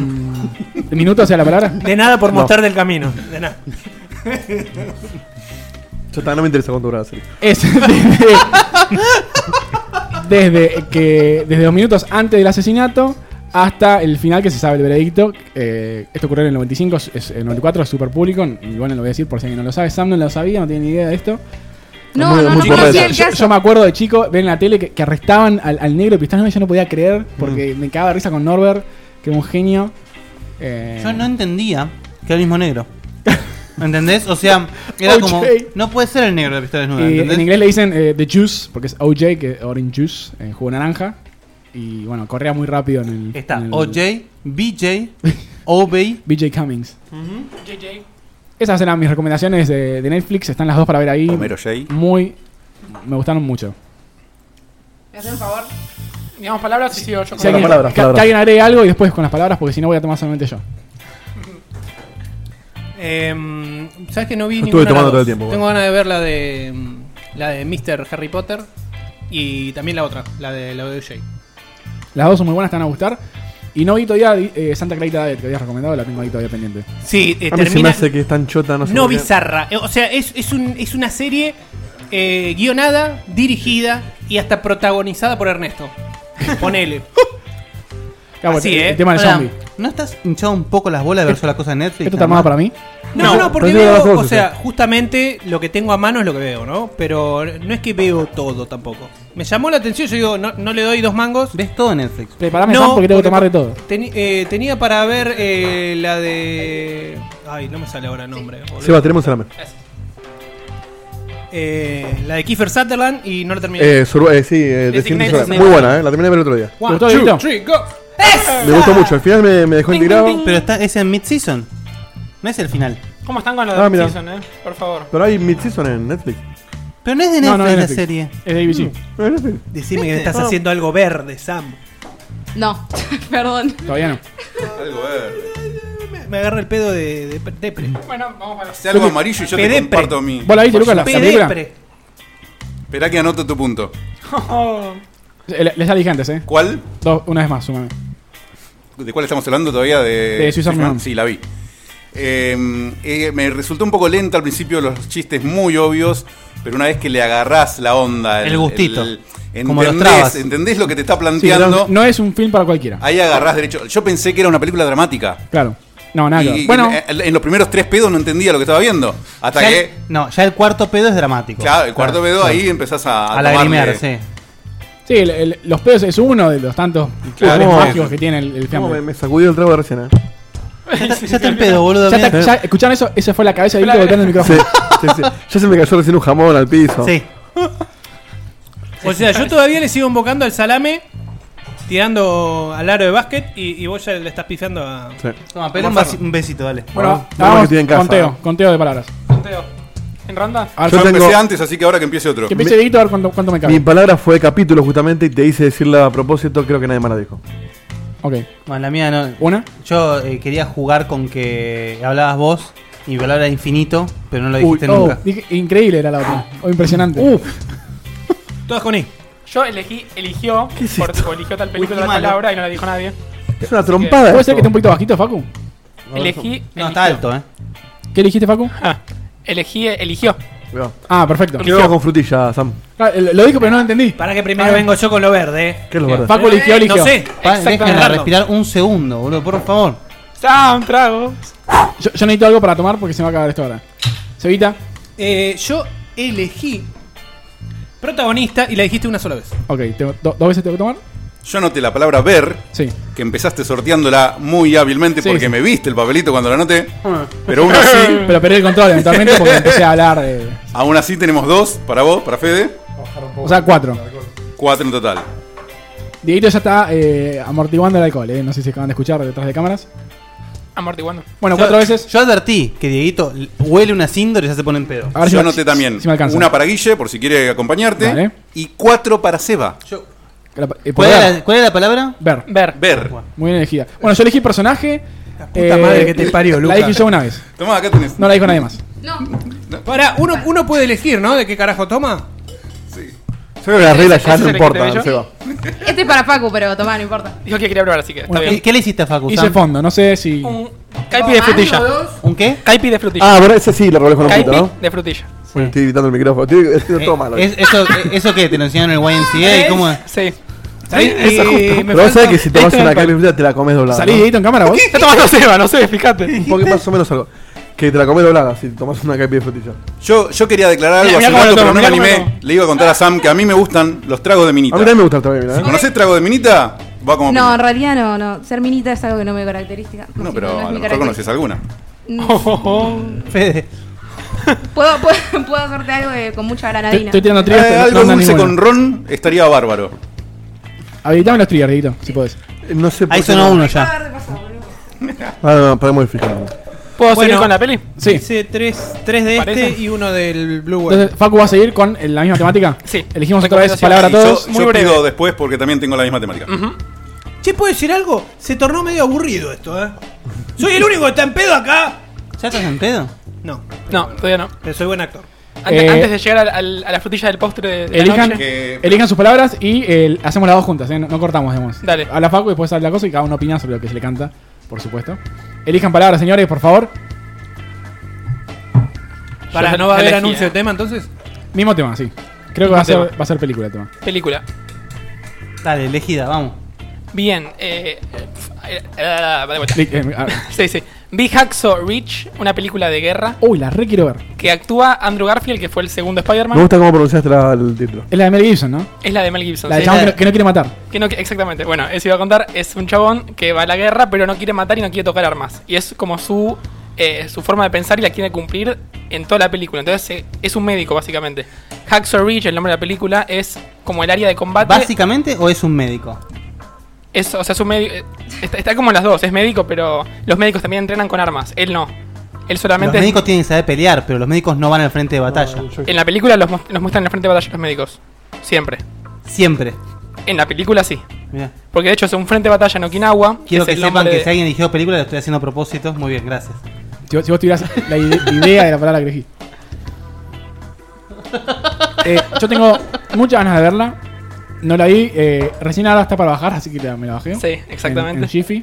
[SPEAKER 3] ¿Minutos sea la palabra?
[SPEAKER 5] De nada por
[SPEAKER 2] No.
[SPEAKER 5] mostrar del camino. De nada.
[SPEAKER 2] Yo no me interesa cuánto dura la serie.
[SPEAKER 3] Es desde, desde que desde los minutos antes del asesinato hasta el final que se sabe el veredicto. Eh, esto ocurrió en el 95, es, en el 94 es súper público. Y bueno, lo voy a decir por si alguien no lo sabe. Sam no lo sabía, no tiene ni idea de esto.
[SPEAKER 8] No,
[SPEAKER 2] Muy-
[SPEAKER 8] no, no
[SPEAKER 2] muy poco
[SPEAKER 8] conocía
[SPEAKER 2] de-
[SPEAKER 8] el
[SPEAKER 3] Yo,
[SPEAKER 8] caso.
[SPEAKER 3] yo me acuerdo de chico ver en la tele que, que arrestaban al, al negro pistola. Yo no podía creer porque me cagaba de risa con Norbert, que era un genio. Eh,
[SPEAKER 1] Yo no entendía que era el mismo negro. ¿Entendés? O sea, era
[SPEAKER 3] OJ.
[SPEAKER 1] como. No puede ser el negro de la pistola desnuda.
[SPEAKER 3] Y
[SPEAKER 1] Ah, ¿entendés?
[SPEAKER 3] en inglés le dicen eh, The Juice, porque es OJ, que Orange Juice, eh, jugo naranja. Y bueno, corría muy rápido en el.
[SPEAKER 1] Está
[SPEAKER 3] en el-
[SPEAKER 1] OJ, BJ, OBEY.
[SPEAKER 3] BJ Cummings.
[SPEAKER 9] JJ.
[SPEAKER 3] Esas eran mis recomendaciones de, de Netflix. Están las dos para ver ahí.
[SPEAKER 4] Homero J.
[SPEAKER 3] Muy. Me gustaron mucho.
[SPEAKER 8] ¿Me hacen un favor?
[SPEAKER 9] Digamos palabras y sigo yo con
[SPEAKER 3] Si
[SPEAKER 2] Bueno,
[SPEAKER 3] alguien-
[SPEAKER 9] la-
[SPEAKER 2] palabras,
[SPEAKER 3] que-
[SPEAKER 2] palabras.
[SPEAKER 3] que alguien agregue algo y después con las palabras, porque si no voy a tomar solamente yo.
[SPEAKER 9] Em,
[SPEAKER 5] Eh, ¿Sabes que no vi
[SPEAKER 2] Estuve
[SPEAKER 5] ninguna de
[SPEAKER 2] tomando
[SPEAKER 5] las
[SPEAKER 2] todo el
[SPEAKER 5] dos?
[SPEAKER 2] tiempo,
[SPEAKER 9] Tengo
[SPEAKER 2] bueno.
[SPEAKER 9] ganas de ver la de. mm, La de Mr. Harry Potter. Y también la otra, la de la de Jay.
[SPEAKER 3] Las dos son muy buenas, te van a gustar. Y no vi todavía eh, Santa Clarita Diet, que habías recomendado, la tengo ahí todavía pendiente.
[SPEAKER 5] Sí, eh,
[SPEAKER 2] A mí se me
[SPEAKER 5] termina.
[SPEAKER 2] hace que es tan chota, no sé.
[SPEAKER 9] No
[SPEAKER 2] por qué.
[SPEAKER 9] bizarra. Eh, O sea, es, es, un- es una serie eh, guionada, dirigida y hasta protagonizada por Ernesto. Ponele.
[SPEAKER 3] Ah, bueno,
[SPEAKER 9] Así,
[SPEAKER 3] el,
[SPEAKER 9] ¿eh?
[SPEAKER 3] el tema del
[SPEAKER 9] Hola.
[SPEAKER 3] zombie.
[SPEAKER 1] ¿No estás hinchado un poco las bolas de ver sola cosa de Netflix?
[SPEAKER 3] ¿Esto está armado para mí?
[SPEAKER 9] No,
[SPEAKER 2] No,
[SPEAKER 9] no, porque
[SPEAKER 2] pensé que
[SPEAKER 9] veo,
[SPEAKER 2] eras vos,
[SPEAKER 9] o
[SPEAKER 2] o
[SPEAKER 9] sea,
[SPEAKER 2] sea.
[SPEAKER 9] justamente lo que tengo a mano es lo que veo, ¿no? Pero no es que veo todo tampoco. Me llamó la atención, yo digo, no, no le doy dos mangos.
[SPEAKER 1] ¿Ves todo en Netflix?
[SPEAKER 3] Preparame,
[SPEAKER 9] No,
[SPEAKER 3] Sam, porque tengo que
[SPEAKER 9] porque
[SPEAKER 3] tomar de
[SPEAKER 9] to-
[SPEAKER 3] todo.
[SPEAKER 9] Teni- eh, tenía para ver eh, la de... Ay, no me sale ahora el nombre. boludo.
[SPEAKER 2] Seba, tenemos el
[SPEAKER 9] Eh, la de Kiefer Sutherland y no la terminé.
[SPEAKER 2] Eh, Survi- eh, sí,
[SPEAKER 9] Designated
[SPEAKER 2] eh, Designated
[SPEAKER 9] Survivor.
[SPEAKER 2] Muy buena, eh. La terminé de ver el otro día.
[SPEAKER 9] One,
[SPEAKER 3] ¿Gustó,
[SPEAKER 9] two,
[SPEAKER 3] Dieguito?
[SPEAKER 9] three, go.
[SPEAKER 2] Me gustó mucho. Al final me, me dejó
[SPEAKER 9] Ding, ding,
[SPEAKER 2] intrigado.
[SPEAKER 9] ding.
[SPEAKER 1] Pero está, es en mid-season. No es el final.
[SPEAKER 9] ¿Cómo están con los
[SPEAKER 2] Ah,
[SPEAKER 9] de
[SPEAKER 2] mira.
[SPEAKER 9] season, eh? Por favor.
[SPEAKER 2] Pero hay mid-season en Netflix.
[SPEAKER 1] Pero no es de Netflix
[SPEAKER 3] No, no es
[SPEAKER 1] la
[SPEAKER 3] Netflix.
[SPEAKER 1] serie.
[SPEAKER 3] Es de ABC.
[SPEAKER 2] ¿No es Netflix?
[SPEAKER 5] Decime que
[SPEAKER 1] ¿Viste?
[SPEAKER 5] estás
[SPEAKER 1] No.
[SPEAKER 5] haciendo algo verde, Sam.
[SPEAKER 8] No, perdón.
[SPEAKER 3] Todavía no.
[SPEAKER 4] Algo verde.
[SPEAKER 5] Me, me agarra el pedo de, de, depre.
[SPEAKER 9] Bueno, vamos para los...
[SPEAKER 4] Hace algo amarillo y yo te
[SPEAKER 5] Pedepre.
[SPEAKER 4] comparto mi.
[SPEAKER 3] ¿Vos la viste, Lucas, la, la película?
[SPEAKER 5] Pedepre.
[SPEAKER 4] Esperá que anoto tu punto.
[SPEAKER 3] Eh, le- Les dije antes, ¿eh?
[SPEAKER 4] ¿Cuál?
[SPEAKER 3] Dos- una vez más, súmame.
[SPEAKER 4] ¿De cuál estamos hablando todavía? De,
[SPEAKER 3] De Swiss Army Man.
[SPEAKER 4] Sí, la vi. Eh, eh, me resultó un poco lenta al principio los chistes muy obvios, pero una vez que le agarrás la onda,
[SPEAKER 1] El gustito. Como los
[SPEAKER 4] entendés,
[SPEAKER 1] trabas.
[SPEAKER 4] entendés lo que te está
[SPEAKER 3] Sí,
[SPEAKER 4] planteando,
[SPEAKER 3] no, no es un film para cualquiera.
[SPEAKER 4] ahí agarrás derecho. Yo pensé que era una película dramática.
[SPEAKER 3] Claro. No, nada que
[SPEAKER 4] Y-
[SPEAKER 3] ver.
[SPEAKER 4] y
[SPEAKER 3] Bueno.
[SPEAKER 4] en, en los primeros tres pedos no entendía lo que estaba viendo. Hasta
[SPEAKER 1] Ya el-
[SPEAKER 4] que,
[SPEAKER 1] no, ya el cuarto pedo es dramático.
[SPEAKER 4] claro, el cuarto pedo
[SPEAKER 1] claro.
[SPEAKER 4] ahí empezás a.
[SPEAKER 1] A lagrimear, sí.
[SPEAKER 3] Sí, el- el- los pedos es uno de los tantos
[SPEAKER 4] Claro,
[SPEAKER 3] poderes
[SPEAKER 4] no.
[SPEAKER 3] mágicos que tiene el, el
[SPEAKER 2] No,
[SPEAKER 3] fiambre.
[SPEAKER 2] me, me sacudió el trago de recién. eh.
[SPEAKER 1] Ya está el pedo, boludo.
[SPEAKER 3] Ya, está,
[SPEAKER 1] mira.
[SPEAKER 3] ya escucharon eso, esa fue la cabeza de Víctor golpeando el
[SPEAKER 2] Sí,
[SPEAKER 3] micrófono.
[SPEAKER 2] sí, sí. Ya se me cayó recién un jamón al piso.
[SPEAKER 1] Sí.
[SPEAKER 9] O sea, yo todavía le sigo invocando al salame, tirando al aro de básquet y, y vos ya le estás pifiando a.
[SPEAKER 2] Sí.
[SPEAKER 1] Toma, pegale un, besi- un besito, dale.
[SPEAKER 3] Bueno,
[SPEAKER 2] Bueno,
[SPEAKER 3] vamos,
[SPEAKER 2] que tiene en casa,
[SPEAKER 3] conteo,
[SPEAKER 2] ¿eh?
[SPEAKER 3] conteo de palabras.
[SPEAKER 5] ¿En ronda?
[SPEAKER 3] A ver,
[SPEAKER 2] Yo
[SPEAKER 4] Yo
[SPEAKER 2] tengo-
[SPEAKER 4] empecé antes, así que ahora que empiece otro.
[SPEAKER 3] que empiece Víctor a ver cuánto, cuánto me
[SPEAKER 2] Mi
[SPEAKER 3] cabe.
[SPEAKER 2] palabra fue capítulo justamente y te hice decirla a propósito, creo que nadie más la dijo.
[SPEAKER 3] Ok,
[SPEAKER 1] No, la mía no.
[SPEAKER 3] una.
[SPEAKER 1] Yo eh, quería jugar con que hablabas vos y mi palabra era infinito, pero no lo dijiste
[SPEAKER 3] Oh,
[SPEAKER 1] nunca.
[SPEAKER 3] dije- increíble era la otra.
[SPEAKER 2] Ah.
[SPEAKER 3] Oh, impresionante.
[SPEAKER 9] Todas con I.
[SPEAKER 6] Yo elegí, eligió,
[SPEAKER 2] es
[SPEAKER 6] por, o eligió tal
[SPEAKER 1] Uy,
[SPEAKER 6] película
[SPEAKER 1] qué
[SPEAKER 6] la
[SPEAKER 1] malo.
[SPEAKER 6] palabra y no la dijo nadie.
[SPEAKER 2] Es una trompada.
[SPEAKER 3] ¿Puede ser
[SPEAKER 2] esto.
[SPEAKER 3] que esté un poquito bajito, Facu?
[SPEAKER 6] Elegí,
[SPEAKER 1] No, está
[SPEAKER 6] eligió.
[SPEAKER 1] alto, ¿eh?
[SPEAKER 3] ¿Qué elegiste, Facu?
[SPEAKER 6] Ah, elegí, eligió.
[SPEAKER 2] Cuidado.
[SPEAKER 3] Ah, perfecto.
[SPEAKER 2] ¿Qué vamos con frutilla, Sam?
[SPEAKER 3] Claro, Ah, lo dijo, pero no lo entendí.
[SPEAKER 9] Para que
[SPEAKER 5] Ah.
[SPEAKER 9] primero vengo yo con lo verde, eh.
[SPEAKER 2] ¿Qué es lo verdad?
[SPEAKER 3] Facu eligió, eligió.
[SPEAKER 9] No sé.
[SPEAKER 1] Pa- Déjenme
[SPEAKER 9] Random.
[SPEAKER 1] respirar un segundo, boludo, por favor.
[SPEAKER 6] Sam, trago.
[SPEAKER 3] Yo, yo necesito algo para tomar porque se me va a acabar esto ahora. Cevita.
[SPEAKER 9] Eh, yo elegí protagonista y la dijiste una sola vez.
[SPEAKER 3] Ok, tengo- do- ¿dos veces tengo que tomar?
[SPEAKER 4] Yo anoté la palabra ver,
[SPEAKER 3] Sí.
[SPEAKER 4] que empezaste sorteándola muy hábilmente
[SPEAKER 3] Sí, Ah.
[SPEAKER 4] porque
[SPEAKER 3] sí.
[SPEAKER 4] me viste el papelito cuando la anoté. Pero aún así,
[SPEAKER 3] Pero perdí el control eventualmente porque empecé a hablar. eh,
[SPEAKER 4] aún así tenemos dos para vos, para Fede,
[SPEAKER 3] o sea, cuatro.
[SPEAKER 4] cuatro en total.
[SPEAKER 3] Dieguito ya está eh, amortiguando el alcohol, eh. No sé si acaban de escuchar detrás de cámaras.
[SPEAKER 6] Amortiguando.
[SPEAKER 3] Bueno, cuatro
[SPEAKER 1] Yo-
[SPEAKER 3] veces.
[SPEAKER 1] Yo advertí que Dieguito huele una síndrome y ya se pone en pedo.
[SPEAKER 3] A ver si
[SPEAKER 4] Yo
[SPEAKER 3] me-
[SPEAKER 4] anoté también
[SPEAKER 3] si me alcanza.
[SPEAKER 4] una para Guille, por si quiere acompañarte,
[SPEAKER 3] Dale.
[SPEAKER 4] y cuatro para Seba.
[SPEAKER 3] La- eh, por
[SPEAKER 1] ¿Cuál era,
[SPEAKER 3] ver.
[SPEAKER 1] la- cuál era la palabra?
[SPEAKER 3] Ver.
[SPEAKER 6] Ver.
[SPEAKER 4] Ver.
[SPEAKER 3] Muy bien elegida. Bueno, yo elegí personaje. La
[SPEAKER 5] puta madre que te parió,
[SPEAKER 3] La
[SPEAKER 5] Luca.
[SPEAKER 3] dije yo una vez.
[SPEAKER 4] Tomá, acá tenés.
[SPEAKER 3] No la dijo nadie más.
[SPEAKER 8] No,
[SPEAKER 9] Para, uno, uno puede elegir, ¿no? ¿De qué carajo toma?
[SPEAKER 2] Yo creo que las reglas ya no
[SPEAKER 6] ¿Ese es el que te
[SPEAKER 2] importan,
[SPEAKER 6] doy yo?
[SPEAKER 2] Seba.
[SPEAKER 8] este es para Facu, pero tomá, no importa.
[SPEAKER 6] Dijo que quería probar, así que está
[SPEAKER 3] Bueno,
[SPEAKER 6] bien.
[SPEAKER 1] ¿Qué, qué le hiciste a Facu?
[SPEAKER 3] Hice
[SPEAKER 1] Sam?
[SPEAKER 3] fondo, no sé si.
[SPEAKER 6] Un caipi de frutilla.
[SPEAKER 1] ¿Un qué?
[SPEAKER 6] Caipi de frutilla.
[SPEAKER 2] Ah, bueno, ese sí lo revolé con un
[SPEAKER 6] caipi
[SPEAKER 2] poquito, ¿no?
[SPEAKER 6] de frutilla.
[SPEAKER 2] Bueno, estoy gritando el micrófono. Estoy, estoy todo malo.
[SPEAKER 1] Eh, es- eso, eh, ¿Eso qué? ¿Te lo enseñaron en el YMCA? ¿Cómo es?
[SPEAKER 6] Sí. eh,
[SPEAKER 2] Pero vos sabés que si te
[SPEAKER 6] este
[SPEAKER 2] vas a una calle de frutilla te la comes doblada.
[SPEAKER 3] ¿Salí
[SPEAKER 2] ¿no?
[SPEAKER 3] Dieguito en cámara vos?
[SPEAKER 6] Está tomando ceba, no sé, fíjate.
[SPEAKER 2] Un poco más o menos algo. Que te la comes doblada si tomás una caipi de frutilla.
[SPEAKER 4] Yo, yo quería declarar
[SPEAKER 6] Mirá,
[SPEAKER 4] algo hace un
[SPEAKER 6] mirá
[SPEAKER 4] rato,
[SPEAKER 6] cómo lo
[SPEAKER 4] pero no me
[SPEAKER 6] tomo, mirá cómo lo
[SPEAKER 4] animé. Le iba a contar a Sam que a mí me gustan los tragos de
[SPEAKER 2] A
[SPEAKER 4] minita.
[SPEAKER 2] mí también me gusta el trago de vinagre,
[SPEAKER 4] Si
[SPEAKER 2] ¿eh?
[SPEAKER 4] conoces trago de minita, va como.
[SPEAKER 8] No, en
[SPEAKER 4] primero.
[SPEAKER 8] realidad no, no. Ser minita es algo que no me caracteriza.
[SPEAKER 4] No,
[SPEAKER 8] sé,
[SPEAKER 4] pero
[SPEAKER 8] es
[SPEAKER 4] a
[SPEAKER 8] mi
[SPEAKER 4] lo mejor conoces
[SPEAKER 8] característica.
[SPEAKER 4] alguna.
[SPEAKER 3] Oh,
[SPEAKER 1] Fede.
[SPEAKER 8] ¿Puedo, puedo, puedo hacerte algo de- con mucha
[SPEAKER 3] Estoy
[SPEAKER 8] granadina.
[SPEAKER 3] estoy tirando triggers.
[SPEAKER 4] Eh,
[SPEAKER 3] pero no
[SPEAKER 4] algo
[SPEAKER 3] anda
[SPEAKER 4] dulce con
[SPEAKER 3] ninguno.
[SPEAKER 4] ron estaría bárbaro.
[SPEAKER 3] Habilitame los triggers, Dieguito, si podés.
[SPEAKER 2] Eh, No sé por
[SPEAKER 1] Ahí
[SPEAKER 2] qué
[SPEAKER 1] sonó
[SPEAKER 2] no-
[SPEAKER 1] uno ya.
[SPEAKER 8] Ah, de paso, boludo.
[SPEAKER 2] Ah, no, no, paremos de fijarnos.
[SPEAKER 6] ¿Puedo seguir
[SPEAKER 9] Bueno.
[SPEAKER 6] con la peli?
[SPEAKER 3] Sí.
[SPEAKER 9] Hice tres, tres de
[SPEAKER 6] ¿Parece?
[SPEAKER 9] este y uno del Blue Whale.
[SPEAKER 3] Entonces, Facu va a seguir con eh, la misma temática.
[SPEAKER 6] Sí.
[SPEAKER 3] Elegimos otra vez
[SPEAKER 6] Recomendación.
[SPEAKER 3] palabra a
[SPEAKER 4] Sí, yo-
[SPEAKER 3] todos.
[SPEAKER 4] yo
[SPEAKER 6] muy breve.
[SPEAKER 4] pido después porque también tengo la misma temática.
[SPEAKER 9] Che, ¿puedo decir algo? Se tornó medio aburrido esto, ¿eh? ¿Soy el único que está en pedo acá?
[SPEAKER 1] ¿Ya estás en pedo?
[SPEAKER 9] No,
[SPEAKER 6] No, todavía no.
[SPEAKER 9] pero soy buen actor.
[SPEAKER 6] Antes,
[SPEAKER 3] Eh,
[SPEAKER 6] antes de llegar al- al- a la frutilla del postre de, de la
[SPEAKER 3] Elijan,
[SPEAKER 6] noche.
[SPEAKER 4] Que-
[SPEAKER 3] elijan sus palabras y eh, hacemos las dos juntas, eh, no, no cortamos, digamos.
[SPEAKER 6] Dale.
[SPEAKER 3] Habla Facu y después habla la cosa y cada uno opina sobre lo que se le canta, por supuesto. Elijan palabras, señores, por favor.
[SPEAKER 9] Para,
[SPEAKER 6] Yo
[SPEAKER 9] ¿no va a haber
[SPEAKER 6] elegí,
[SPEAKER 9] anuncio
[SPEAKER 6] eh.
[SPEAKER 9] de tema entonces?
[SPEAKER 3] Mismo tema, sí. Creo que va a, ser,
[SPEAKER 6] tema.
[SPEAKER 3] va a ser película el tema.
[SPEAKER 6] Película.
[SPEAKER 1] Dale, elegida, vamos.
[SPEAKER 6] Bien. Eh, eh, eh, de vuelta.
[SPEAKER 3] Li- eh, a ver.
[SPEAKER 6] sí, sí. Vi Hacksaw Rich, una película de guerra
[SPEAKER 3] Uy, la re quiero ver.
[SPEAKER 6] que actúa Andrew Garfield, que fue el segundo
[SPEAKER 2] Me
[SPEAKER 6] Spider-Man.
[SPEAKER 2] gusta cómo pronunciaste la- el título.
[SPEAKER 3] Es la de Mel Gibson, ¿no?
[SPEAKER 6] Es la de Mel Gibson.
[SPEAKER 3] La del
[SPEAKER 6] sí.
[SPEAKER 3] chabón que no, que no quiere matar.
[SPEAKER 6] Que no, que- exactamente, bueno, eso iba a contar. Es un chabón que va a la guerra, pero no quiere matar y no quiere tocar armas. Y es como su, eh, su forma de pensar y la quiere cumplir en toda la película. Entonces eh, es un médico, básicamente. Hacksaw Ridge, el nombre de la película, es como el área de combate.
[SPEAKER 1] ¿Básicamente o es un médico?
[SPEAKER 6] Es, o sea, es un médico. eh, Está, está como las dos, es médico, pero los médicos también entrenan con armas. Él no. Él
[SPEAKER 1] Los
[SPEAKER 6] solamente.
[SPEAKER 1] médicos tienen que saber pelear, pero los médicos no van al frente de batalla.
[SPEAKER 6] En la película los, mos- los muestran en el frente de batalla los médicos. Siempre.
[SPEAKER 1] Siempre.
[SPEAKER 6] En la película sí.
[SPEAKER 1] Mirá.
[SPEAKER 6] Porque de hecho es un frente de batalla en Okinawa.
[SPEAKER 1] Quiero
[SPEAKER 6] es
[SPEAKER 1] que
[SPEAKER 6] el
[SPEAKER 1] sepan
[SPEAKER 6] nombre
[SPEAKER 1] que
[SPEAKER 6] de-
[SPEAKER 1] si alguien eligió película, lo estoy haciendo a propósito. Muy bien, gracias.
[SPEAKER 3] Si vos, si vos tuvieras la ide- idea de la palabra que elegí. Eh, yo tengo muchas ganas de verla. No la vi. eh, recién ahora está para bajar, así que la- me la bajé.
[SPEAKER 6] Sí, exactamente.
[SPEAKER 3] En, en Jiffy.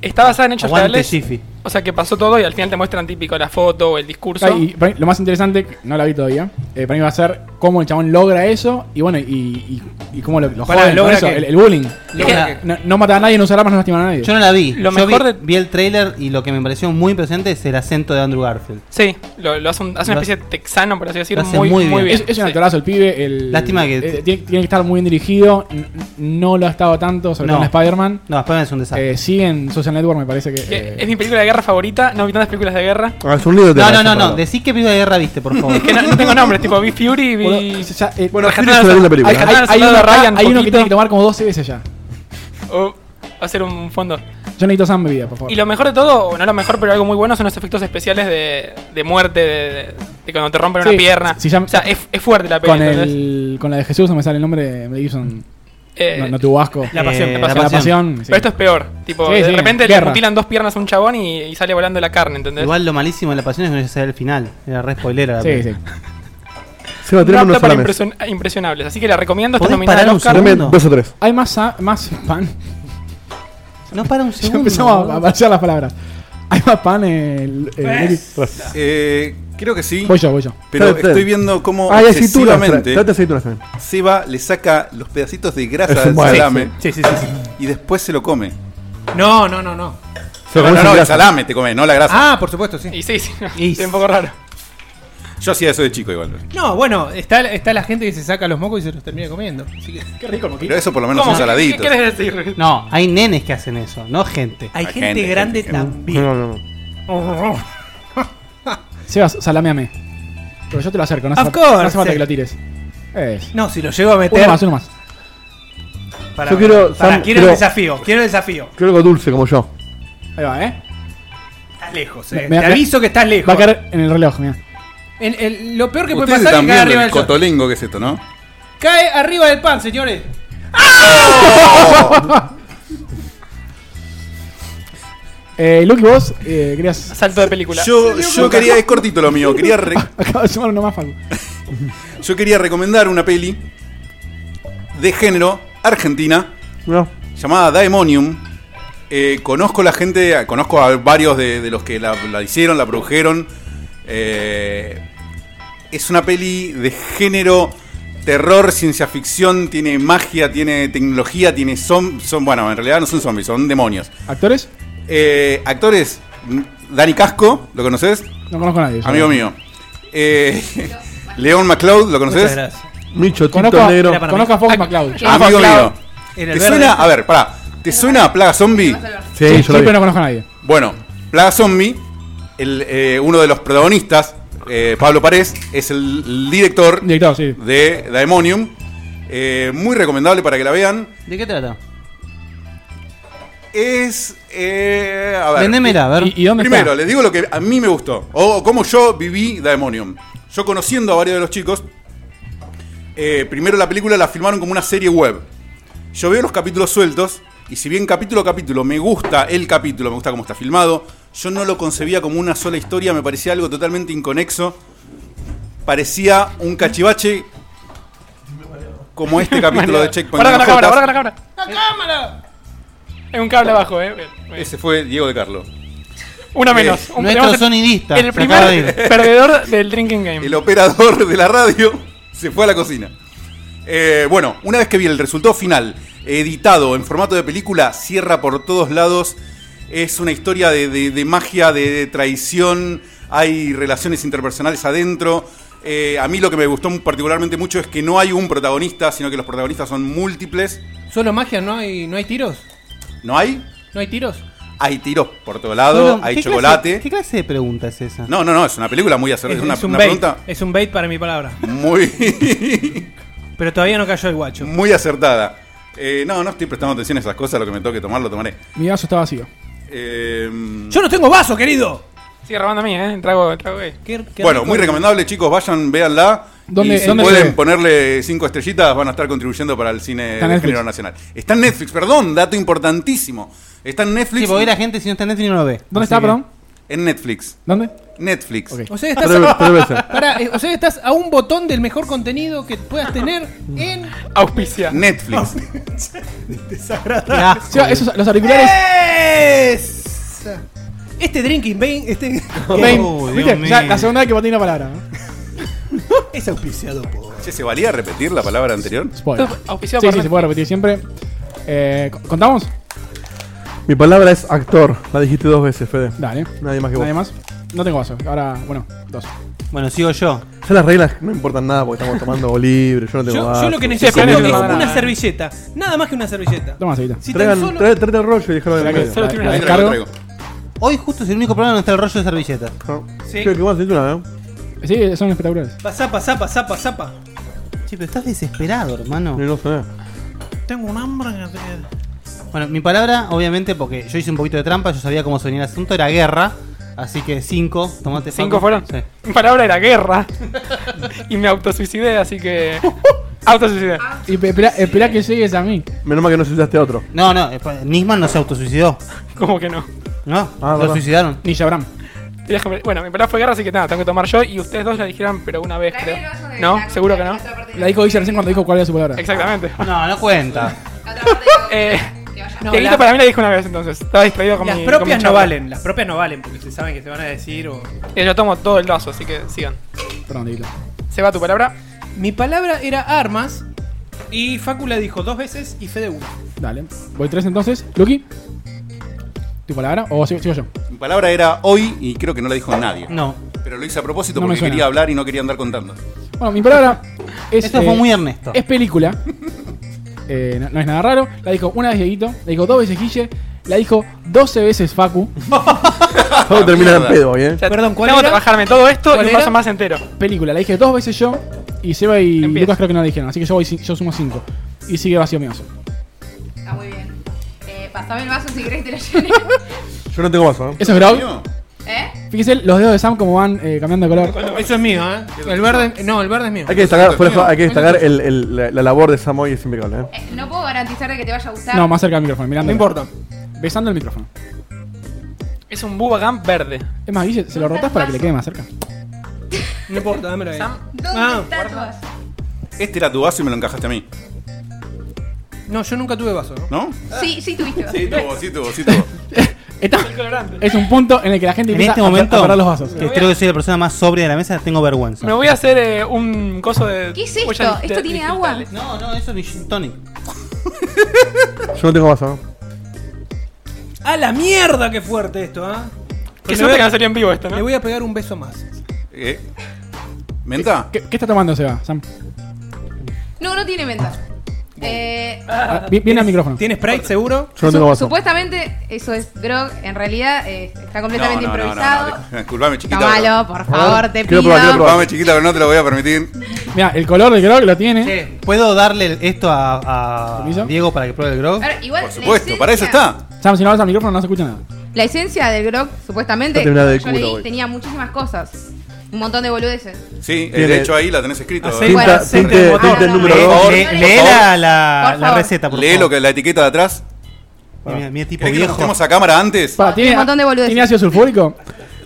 [SPEAKER 6] Está basada en hechos
[SPEAKER 1] Aguante,
[SPEAKER 6] reales.
[SPEAKER 1] Shifi.
[SPEAKER 6] O sea, que pasó todo y al final te muestran típico la foto o el discurso.
[SPEAKER 3] Ay, Ah, y para mí, lo más interesante, que no la vi todavía, eh, para mí va a ser cómo el chabón logra eso y bueno, y, y, y cómo lo, lo
[SPEAKER 1] Pará,
[SPEAKER 3] joden con
[SPEAKER 1] ¿logra
[SPEAKER 3] eso,
[SPEAKER 1] qué?
[SPEAKER 3] el, el bullying.
[SPEAKER 1] ¿Logra
[SPEAKER 3] Eh, No, no matar a nadie, no usar armas, no lastimar a nadie.
[SPEAKER 1] Yo no la vi.
[SPEAKER 6] Lo
[SPEAKER 1] Yo
[SPEAKER 6] mejor
[SPEAKER 1] vi, vi el trailer y lo que me pareció muy impresionante es el acento de Andrew Garfield.
[SPEAKER 6] Sí, lo, lo hace, un- hace
[SPEAKER 1] Lo
[SPEAKER 6] una especie de texano, por así decirlo,
[SPEAKER 1] hace
[SPEAKER 6] muy,
[SPEAKER 1] muy
[SPEAKER 6] muy
[SPEAKER 1] bien.
[SPEAKER 6] bien.
[SPEAKER 3] Es, es un
[SPEAKER 6] Sí.
[SPEAKER 3] actorazo el pibe. El,
[SPEAKER 1] Lástima que-
[SPEAKER 3] eh, tiene, tiene que estar muy bien dirigido. n- No lo ha estado tanto, sobre
[SPEAKER 1] No.
[SPEAKER 3] todo en Spider-Man.
[SPEAKER 1] No, Spider-Man es un desastre.
[SPEAKER 3] Eh, sí, en Social Network me parece que. eh,
[SPEAKER 6] Es mi película de guerra favorita, no vi tantas películas de guerra.
[SPEAKER 2] Ah, es un lío
[SPEAKER 1] no, no, no, no. Decí qué película de guerra viste, por favor.
[SPEAKER 6] Que no, no tengo nombres, tipo vi Fury, vi...
[SPEAKER 3] Bueno, ya- eh,
[SPEAKER 2] Bueno, Fury
[SPEAKER 6] Rescatar
[SPEAKER 2] es
[SPEAKER 6] al
[SPEAKER 2] una
[SPEAKER 6] sol-
[SPEAKER 2] linda película.
[SPEAKER 3] hay,
[SPEAKER 6] Rescatar
[SPEAKER 3] hay-
[SPEAKER 6] al
[SPEAKER 3] hay
[SPEAKER 6] soldado
[SPEAKER 3] uno, acá-
[SPEAKER 6] Ryan
[SPEAKER 3] hay uno que
[SPEAKER 6] poquito,
[SPEAKER 3] tiene que tomar como 12 veces ya.
[SPEAKER 6] o hacer un fondo.
[SPEAKER 3] Yo necesito Sam bebida, por favor.
[SPEAKER 6] Y lo mejor de todo, o no lo mejor, pero algo muy bueno, son los efectos especiales de, de muerte, de, de- de cuando te rompen
[SPEAKER 3] Sí,
[SPEAKER 6] una pierna.
[SPEAKER 3] sí, ya-
[SPEAKER 6] o sea, es, es fuerte la
[SPEAKER 3] con,
[SPEAKER 6] película. ¿entendés?
[SPEAKER 3] el, con la de Jesús, no me sale el nombre. Me Gibson.
[SPEAKER 6] Eh,
[SPEAKER 3] no, no tuvo asco.
[SPEAKER 5] La pasión,
[SPEAKER 1] Eh,
[SPEAKER 6] la
[SPEAKER 3] La pasión. sí.
[SPEAKER 6] Pero esto es peor. Tipo,
[SPEAKER 3] Sí,
[SPEAKER 6] de
[SPEAKER 3] sí,
[SPEAKER 6] repente le
[SPEAKER 3] guerra.
[SPEAKER 6] mutilan dos piernas a un chabón y, y sale volando la carne, ¿entendés?
[SPEAKER 1] Igual lo malísimo de la pasión es que no se ve el final. Era re spoilera la
[SPEAKER 3] Sí,
[SPEAKER 1] película.
[SPEAKER 3] sí.
[SPEAKER 2] ¿eh? Se va a
[SPEAKER 6] No
[SPEAKER 2] tener
[SPEAKER 6] apta
[SPEAKER 2] unos
[SPEAKER 6] para
[SPEAKER 2] salames.
[SPEAKER 6] impresion- impresionables. Así que la recomiendo. Está
[SPEAKER 1] ¿Podés
[SPEAKER 6] nominada
[SPEAKER 1] parar
[SPEAKER 6] al
[SPEAKER 1] un
[SPEAKER 6] Oscar.
[SPEAKER 1] segundo?
[SPEAKER 2] Dame dos o tres.
[SPEAKER 3] Hay más, sa- más pan.
[SPEAKER 1] No para un segundo.
[SPEAKER 3] Empezamos a
[SPEAKER 1] boludo.
[SPEAKER 3] vaciar las palabras. Hay más pan. eh, el- el-
[SPEAKER 4] Eh, creo que sí,
[SPEAKER 3] voy yo, voy yo.
[SPEAKER 2] Está
[SPEAKER 4] pero
[SPEAKER 2] bien, está
[SPEAKER 4] estoy
[SPEAKER 2] bien.
[SPEAKER 4] viendo cómo
[SPEAKER 2] Ah, hay aceitunas. tra-
[SPEAKER 4] excesivamente
[SPEAKER 2] Trate aceitunas también.
[SPEAKER 4] Seba le saca los pedacitos de
[SPEAKER 2] Es
[SPEAKER 4] grasa
[SPEAKER 2] un
[SPEAKER 4] del
[SPEAKER 2] buen-
[SPEAKER 4] salame
[SPEAKER 5] Sí, sí, sí. sí.
[SPEAKER 4] y después se lo come.
[SPEAKER 5] No, no, no, no.
[SPEAKER 2] Se
[SPEAKER 4] No,
[SPEAKER 2] lo conoce
[SPEAKER 4] no, no, el
[SPEAKER 2] grasa.
[SPEAKER 4] salame te come, no la grasa.
[SPEAKER 5] Ah, por supuesto, sí.
[SPEAKER 6] Y sí, sí.
[SPEAKER 1] Y-
[SPEAKER 6] es un poco raro.
[SPEAKER 4] Yo hacía eso de chico igual.
[SPEAKER 5] No, bueno, está, está la gente que se saca los mocos y se los termina comiendo. Así que-
[SPEAKER 4] Pero eso por lo menos
[SPEAKER 6] ¿Cómo?
[SPEAKER 4] son
[SPEAKER 6] ¿Qué
[SPEAKER 4] saladitos.
[SPEAKER 6] quieres decir?
[SPEAKER 1] No, hay nenes que hacen eso, no gente.
[SPEAKER 5] Hay
[SPEAKER 4] Hay
[SPEAKER 5] gente,
[SPEAKER 4] gente,
[SPEAKER 5] grande
[SPEAKER 4] gente,
[SPEAKER 2] No,
[SPEAKER 5] también.
[SPEAKER 2] no, no.
[SPEAKER 3] Sebas, salameame. Pero yo te lo acerco, no hace,
[SPEAKER 5] Of
[SPEAKER 3] falta-
[SPEAKER 5] course.
[SPEAKER 3] no hace falta que lo tires. Es.
[SPEAKER 5] No, si lo llego a meter.
[SPEAKER 3] Uno más, uno más.
[SPEAKER 5] Pará,
[SPEAKER 2] Yo quiero-
[SPEAKER 5] pará,
[SPEAKER 2] Sam,
[SPEAKER 5] quiero
[SPEAKER 2] quiero-
[SPEAKER 5] el desafío, quiero el desafío.
[SPEAKER 2] Quiero algo dulce como yo.
[SPEAKER 3] Ahí va, ¿eh?
[SPEAKER 5] Estás lejos, eh.
[SPEAKER 3] Me- me-
[SPEAKER 5] Te aviso que estás lejos.
[SPEAKER 3] Va a caer en el reloj, mira.
[SPEAKER 5] El- el- lo peor que puede
[SPEAKER 4] Ustedes
[SPEAKER 5] pasar es
[SPEAKER 4] están
[SPEAKER 5] que cae
[SPEAKER 4] viendo
[SPEAKER 5] arriba
[SPEAKER 4] el
[SPEAKER 5] del pan.
[SPEAKER 4] cotolengo que es esto, ¿no?
[SPEAKER 5] Cae arriba del pan, señores.
[SPEAKER 3] Eh, Lucky, vos eh, querías.
[SPEAKER 6] Salto de película.
[SPEAKER 4] Yo, yo quería, es cortito lo mío, quería, re-
[SPEAKER 3] Acabo de sumar uno más, Facu.
[SPEAKER 4] yo quería recomendar una peli de género argentina
[SPEAKER 2] No.
[SPEAKER 4] llamada Daemonium. Eh, conozco la gente, conozco a varios de, de los que la, la hicieron, la produjeron. Eh, es una peli de género terror, ciencia ficción, tiene magia, tiene tecnología, tiene son, son bueno, en realidad no son zombies, son demonios.
[SPEAKER 3] ¿Actores?
[SPEAKER 4] Eh, actores, Dani Casco, ¿lo conoces?
[SPEAKER 3] No conozco a nadie. yo.
[SPEAKER 4] Amigo mío. Eh, León McLeod,
[SPEAKER 5] Muchas
[SPEAKER 4] ¿lo conoces?
[SPEAKER 5] gracias.
[SPEAKER 2] Micho,
[SPEAKER 3] Conozco
[SPEAKER 2] tito
[SPEAKER 3] a,
[SPEAKER 2] negro.
[SPEAKER 5] Era para
[SPEAKER 3] conozco
[SPEAKER 5] mí.
[SPEAKER 3] a Fox McCloud.
[SPEAKER 8] ¿Qué?
[SPEAKER 4] Ah, Amigo mío.
[SPEAKER 5] Era
[SPEAKER 4] ¿Te
[SPEAKER 5] el verde.
[SPEAKER 4] suena? A ver, pará. ¿Te suena a Plaga Zombie?
[SPEAKER 2] Sí, yo
[SPEAKER 3] sí,
[SPEAKER 2] lo
[SPEAKER 3] pero no
[SPEAKER 2] vi.
[SPEAKER 3] conozco a nadie.
[SPEAKER 4] Bueno, Plaga Zombie, el, eh, uno de los protagonistas, eh, Pablo Parés, es el director
[SPEAKER 3] Director, sí.
[SPEAKER 4] de Daemonium. Eh, muy recomendable para que la vean.
[SPEAKER 1] ¿De qué trata?
[SPEAKER 4] Es. eh, a ver.
[SPEAKER 1] Vendémela, a ver.
[SPEAKER 3] ¿Y, y dónde
[SPEAKER 4] Primero,
[SPEAKER 3] está?
[SPEAKER 4] les digo lo que a mí me gustó. O cómo yo viví Daemonium. Yo conociendo a varios de los chicos, eh, primero la película la filmaron como una serie web. Yo veo los capítulos sueltos, y si bien capítulo a capítulo me gusta el capítulo, me gusta cómo está filmado, yo no lo concebía como una sola historia, me parecía algo totalmente inconexo. Parecía un cachivache como este capítulo de Checkpoint.
[SPEAKER 6] Guarda con la cámara, guarda
[SPEAKER 4] Nojotas.
[SPEAKER 6] con la cámara. ¡La cámara! Hay un cable abajo, eh. Bien, bien.
[SPEAKER 4] Ese fue Diego de Carlo.
[SPEAKER 6] Una
[SPEAKER 4] Eh,
[SPEAKER 6] menos.
[SPEAKER 1] Nuestro
[SPEAKER 6] Un- tenemos el-
[SPEAKER 1] sonidista.
[SPEAKER 6] El
[SPEAKER 1] se acaba de
[SPEAKER 6] primer
[SPEAKER 1] ir.
[SPEAKER 6] perdedor del Drinking Game.
[SPEAKER 4] el operador de la radio se fue a la cocina. Eh, bueno, una vez que vi el resultado final, editado en formato de película, cierra por todos lados. Es una historia de, de- de magia, de, de traición. Hay relaciones interpersonales adentro. Eh, a mí lo que me gustó particularmente mucho es que no hay un protagonista, sino que los protagonistas son múltiples.
[SPEAKER 5] Solo magia, no hay, no hay tiros.
[SPEAKER 4] No hay,
[SPEAKER 5] No hay tiros.
[SPEAKER 4] hay tiros por todo lado,
[SPEAKER 1] Bueno,
[SPEAKER 4] hay
[SPEAKER 1] ¿qué
[SPEAKER 4] chocolate.
[SPEAKER 1] clase- ¿Qué clase de pregunta es esa?
[SPEAKER 4] No, no, no, es una película muy acertada. Es, una,
[SPEAKER 5] un
[SPEAKER 4] una
[SPEAKER 5] bait.
[SPEAKER 4] pregunta
[SPEAKER 5] Es un bait para mi palabra.
[SPEAKER 4] muy,
[SPEAKER 5] Pero todavía no cayó el guacho.
[SPEAKER 4] Muy acertada. Eh, no, no estoy prestando atención a esas cosas. Lo que me toque tomar, lo tomaré.
[SPEAKER 3] Mi vaso está vacío.
[SPEAKER 4] Eh,
[SPEAKER 5] Yo no tengo vaso, querido.
[SPEAKER 6] Sigue robando a mí, eh. Trago, trago gay.
[SPEAKER 5] Qué- qué
[SPEAKER 4] bueno,
[SPEAKER 5] rico.
[SPEAKER 4] muy recomendable, chicos. Vayan, véanla.
[SPEAKER 3] ¿Dónde-
[SPEAKER 4] y si
[SPEAKER 3] dónde
[SPEAKER 4] pueden
[SPEAKER 3] se-
[SPEAKER 4] ponerle cinco estrellitas, van a estar contribuyendo para el cine
[SPEAKER 3] Está en
[SPEAKER 4] de
[SPEAKER 3] Netflix.
[SPEAKER 4] género nacional. Está en Netflix, perdón, dato importantísimo. Está en
[SPEAKER 1] Sí,
[SPEAKER 4] Netflix.
[SPEAKER 1] porque la gente si no está en Netflix no lo ve. Así
[SPEAKER 3] ¿Dónde está,
[SPEAKER 1] que-
[SPEAKER 3] perdón?
[SPEAKER 4] En Netflix.
[SPEAKER 3] ¿Dónde?
[SPEAKER 4] Netflix.
[SPEAKER 3] Ok.
[SPEAKER 5] O sea, estás,
[SPEAKER 2] Tres- tres veces.
[SPEAKER 5] pará, eh, o sea, estás a un botón del mejor contenido que puedas tener en.
[SPEAKER 6] Auspicia.
[SPEAKER 4] Netflix.
[SPEAKER 1] Qué asco.
[SPEAKER 3] Seba, esos, los auriculares.
[SPEAKER 5] Esa. Este Drinking Bane este,
[SPEAKER 3] Bane,
[SPEAKER 1] Uy, Dios
[SPEAKER 3] ¿viste? Ya,
[SPEAKER 1] mío.
[SPEAKER 3] la segunda vez que tiene la palabra. ¿no?
[SPEAKER 5] es auspiciado por.
[SPEAKER 4] Che, ¿se valía repetir la palabra anterior?
[SPEAKER 3] Spoiler.
[SPEAKER 6] Auspiciado
[SPEAKER 3] Sí, sí,
[SPEAKER 6] por Netflix.
[SPEAKER 3] se puede repetir siempre. Eh, ¿Contamos?
[SPEAKER 2] Mi palabra es actor. La dijiste dos veces, Fede.
[SPEAKER 3] Dale.
[SPEAKER 2] Nadie más que vos.
[SPEAKER 3] ¿Nadie más? No tengo vaso. Ahora, bueno, dos.
[SPEAKER 1] Bueno, sigo yo.
[SPEAKER 2] Ya las reglas no importan nada porque estamos tomando libre. Yo no tengo
[SPEAKER 5] Yo,
[SPEAKER 2] vaso.
[SPEAKER 5] yo lo que necesito
[SPEAKER 6] Sí,
[SPEAKER 5] es
[SPEAKER 6] pero-
[SPEAKER 5] una servilleta. Nada más que una servilleta.
[SPEAKER 3] Toma, seguita.
[SPEAKER 5] Si tan
[SPEAKER 2] Traigan,
[SPEAKER 5] solo.
[SPEAKER 2] trae- tráete el rollo y déjalo de
[SPEAKER 3] ¿Será que-
[SPEAKER 2] medio.
[SPEAKER 6] Solo tiene
[SPEAKER 3] la-
[SPEAKER 6] una
[SPEAKER 3] la
[SPEAKER 4] Traigo,
[SPEAKER 3] descargo?
[SPEAKER 4] traigo.
[SPEAKER 1] Hoy justo es el único problema donde está el rollo de servilletas.
[SPEAKER 5] Sí.
[SPEAKER 2] Creo que vos hiciste una, ¿no?
[SPEAKER 3] Sí, son espectaculares.
[SPEAKER 5] Pasá, pasá, pasá, pasá. pa.
[SPEAKER 1] Che, pero estás desesperado, hermano.
[SPEAKER 2] No, no sé.
[SPEAKER 5] Tengo un hambre. que-
[SPEAKER 1] Bueno, mi palabra, obviamente, porque yo hice un poquito de trampa, yo sabía cómo se venía el asunto, era guerra. Así que cinco, tomate
[SPEAKER 6] ¿Cinco
[SPEAKER 1] Facu.
[SPEAKER 6] fueron?
[SPEAKER 1] Sí.
[SPEAKER 6] Mi palabra era guerra. y me autosuicidé, así que. autosuicidé.
[SPEAKER 3] Y pe- espera, espera que llegues a mí.
[SPEAKER 2] Menos mal que no suicidaste a otro.
[SPEAKER 1] No, no, eh, pa- Nisman no se autosuicidó.
[SPEAKER 6] ¿Cómo que no?
[SPEAKER 1] No,
[SPEAKER 2] Ah,
[SPEAKER 1] lo
[SPEAKER 2] verdad.
[SPEAKER 1] suicidaron.
[SPEAKER 3] Ni Jabram.
[SPEAKER 6] Tenías que- Bueno, mi palabra fue guerra, así que nada, tengo que tomar yo. Y ustedes dos la dijeron, pero una vez, creo. ¿No? ¿Seguro que no?
[SPEAKER 3] La dijo Guille recién cuando dijo cuál era su palabra.
[SPEAKER 6] Exactamente.
[SPEAKER 1] No, no cuenta.
[SPEAKER 6] Eh,
[SPEAKER 8] No,
[SPEAKER 6] Dieguito
[SPEAKER 5] la-
[SPEAKER 6] para mí la dijo una vez entonces. Estaba distraído con
[SPEAKER 5] Las
[SPEAKER 6] mi- con mi
[SPEAKER 5] propias no
[SPEAKER 6] charla.
[SPEAKER 5] valen, las propias no valen porque se saben que te van a decir o.
[SPEAKER 6] Eh, yo tomo todo el vaso, así que sigan.
[SPEAKER 3] Perdón, Dieguito.
[SPEAKER 6] Se va tu palabra.
[SPEAKER 5] Mi palabra era armas y Facu la dijo dos veces y Fede una.
[SPEAKER 3] Dale. Voy tres entonces. Lucky. ¿Tu palabra? ¿O sigo, sigo yo?
[SPEAKER 4] Mi palabra era hoy y creo que no la dijo nadie.
[SPEAKER 1] No.
[SPEAKER 4] Pero lo hice a propósito
[SPEAKER 3] No me
[SPEAKER 4] porque
[SPEAKER 3] suena.
[SPEAKER 4] quería hablar y no quería andar contando.
[SPEAKER 3] Bueno, mi palabra es. eh,
[SPEAKER 1] Esto fue muy Ernesto. este
[SPEAKER 3] Es película. Eh, no, no es nada raro. La dijo una vez Dieguito. La dijo dos veces Guille. La dijo 12 veces Facu.
[SPEAKER 2] Todo termina en
[SPEAKER 4] mierda.
[SPEAKER 2] pedo hoy, ¿eh?
[SPEAKER 6] Ya
[SPEAKER 5] Perdón, ¿cuál
[SPEAKER 6] tengo que
[SPEAKER 5] era?
[SPEAKER 6] trabajarme todo esto
[SPEAKER 5] ¿Cuál
[SPEAKER 6] y un
[SPEAKER 5] era?
[SPEAKER 6] vaso más entero.
[SPEAKER 3] Película. La dije dos veces yo. Y Seba y
[SPEAKER 6] Empieza.
[SPEAKER 3] Lucas creo que no la dijeron. Así que yo, voy, cin- yo sumo cinco. Y sigue vacío mi vaso.
[SPEAKER 8] Está muy bien. Eh, pasame el vaso si querés que te lo llene.
[SPEAKER 2] Yo no tengo vaso, ¿no?
[SPEAKER 3] Eso es Grau.
[SPEAKER 4] Mío,
[SPEAKER 8] ¿Eh?
[SPEAKER 3] Fíjense los dedos de Sam como van eh, cambiando de color.
[SPEAKER 9] Eso es mío, ¿eh? El verde. No, el verde es mío.
[SPEAKER 2] Hay que destacar, fuera de juego, hay que destacar el, el- la, la labor de Samoy es impecable, ¿eh?
[SPEAKER 8] Eh, No puedo garantizar de que te vaya a gustar.
[SPEAKER 3] No, más cerca del micrófono. Mirando.
[SPEAKER 9] No importa.
[SPEAKER 3] Besando el micrófono.
[SPEAKER 6] Es un Bubagam verde.
[SPEAKER 3] Es más, Guille, se lo rotas para que le quede más cerca.
[SPEAKER 5] No importa, dámela ahí.
[SPEAKER 8] ¿Dónde
[SPEAKER 5] Ah,
[SPEAKER 8] está tu vaso?
[SPEAKER 4] Este era tu vaso y me lo encajaste a mí,
[SPEAKER 5] No, yo nunca tuve vaso, ¿no?
[SPEAKER 4] ¿no?
[SPEAKER 8] Sí, sí tuviste vaso.
[SPEAKER 4] Ah. Sí, tuvo, sí, tuvo, sí, tuvo.
[SPEAKER 3] Está- es un punto en el que la gente
[SPEAKER 1] En
[SPEAKER 3] empieza
[SPEAKER 1] este
[SPEAKER 3] a- a
[SPEAKER 1] momento,
[SPEAKER 3] parar los vasos.
[SPEAKER 1] que creo que soy la persona más sobria de la mesa, tengo vergüenza.
[SPEAKER 6] Me voy a hacer eh, un coso de.
[SPEAKER 8] ¿Qué es
[SPEAKER 6] huellas
[SPEAKER 8] esto?
[SPEAKER 6] di-
[SPEAKER 8] ¿Esto tiene
[SPEAKER 6] digitales.
[SPEAKER 8] agua?
[SPEAKER 1] No, no, eso es mi gin tonic.
[SPEAKER 2] Yo no tengo vaso, ¿eh? ¿no?
[SPEAKER 5] ¡A la mierda qué fuerte esto, ¿ah?
[SPEAKER 6] Qué
[SPEAKER 5] Le
[SPEAKER 6] suerte
[SPEAKER 5] voy
[SPEAKER 6] que
[SPEAKER 5] a-
[SPEAKER 6] no salió en vivo esto,
[SPEAKER 5] Le
[SPEAKER 6] ¿no?
[SPEAKER 5] voy a pegar un beso más.
[SPEAKER 4] ¿Eh? ¿Menta?
[SPEAKER 3] ¿Qué, qué está tomando Seba, Sam?
[SPEAKER 8] No, no tiene menta. Eh,
[SPEAKER 3] Ah, vi- viene al micrófono.
[SPEAKER 5] ¿Tiene Sprite seguro?
[SPEAKER 2] Yo no tengo
[SPEAKER 8] su-
[SPEAKER 2] vaso.
[SPEAKER 8] Supuestamente eso es grog, en realidad eh, está completamente improvisado.
[SPEAKER 4] Disculpame, chiquita. pero-
[SPEAKER 8] Tómalo, por favor, te
[SPEAKER 2] quiero
[SPEAKER 8] pido.
[SPEAKER 2] probar, quiero
[SPEAKER 4] Disculpame, chiquita, pero no te lo voy a permitir.
[SPEAKER 3] Mira, el color del grog lo tiene.
[SPEAKER 1] Che, ¿puedo darle el- esto a, a
[SPEAKER 3] ¿Eh? ¿Permiso?
[SPEAKER 1] Diego para que pruebe el grog?
[SPEAKER 8] A ver, igual,
[SPEAKER 4] Por
[SPEAKER 8] la
[SPEAKER 4] supuesto, para eso
[SPEAKER 8] esencia-
[SPEAKER 4] está.
[SPEAKER 3] Sam, si no vas al micrófono no se escucha nada.
[SPEAKER 8] La esencia del grog, supuestamente,
[SPEAKER 2] No te nada de
[SPEAKER 8] yo leí,
[SPEAKER 2] culo hoy.
[SPEAKER 8] tenía muchísimas cosas. Un montón de boludeces.
[SPEAKER 4] Sí, eh,
[SPEAKER 2] Tiene-
[SPEAKER 4] de hecho ahí la tenés escrito.
[SPEAKER 5] Aceite.
[SPEAKER 4] eh.
[SPEAKER 8] Bueno,
[SPEAKER 2] Tinta,
[SPEAKER 5] aceite
[SPEAKER 2] tinte-
[SPEAKER 5] de motor.
[SPEAKER 2] tinte
[SPEAKER 8] No, no,
[SPEAKER 2] número
[SPEAKER 8] no,
[SPEAKER 1] Lee,
[SPEAKER 8] no.
[SPEAKER 2] 2.
[SPEAKER 1] lee-
[SPEAKER 8] por
[SPEAKER 1] Eh, lee
[SPEAKER 4] favor.
[SPEAKER 1] la, la-
[SPEAKER 8] Por
[SPEAKER 1] la
[SPEAKER 8] favor.
[SPEAKER 1] receta, por
[SPEAKER 4] Lee lo
[SPEAKER 1] favor.
[SPEAKER 4] que la etiqueta de atrás.
[SPEAKER 1] Mira, mira, tipo
[SPEAKER 4] ¿Querés que lo
[SPEAKER 1] viejo.
[SPEAKER 4] mostremos a cámara antes?
[SPEAKER 3] Para, tiene,
[SPEAKER 8] un montón de boludeces.
[SPEAKER 3] ¿Tiene ácido sulfúrico?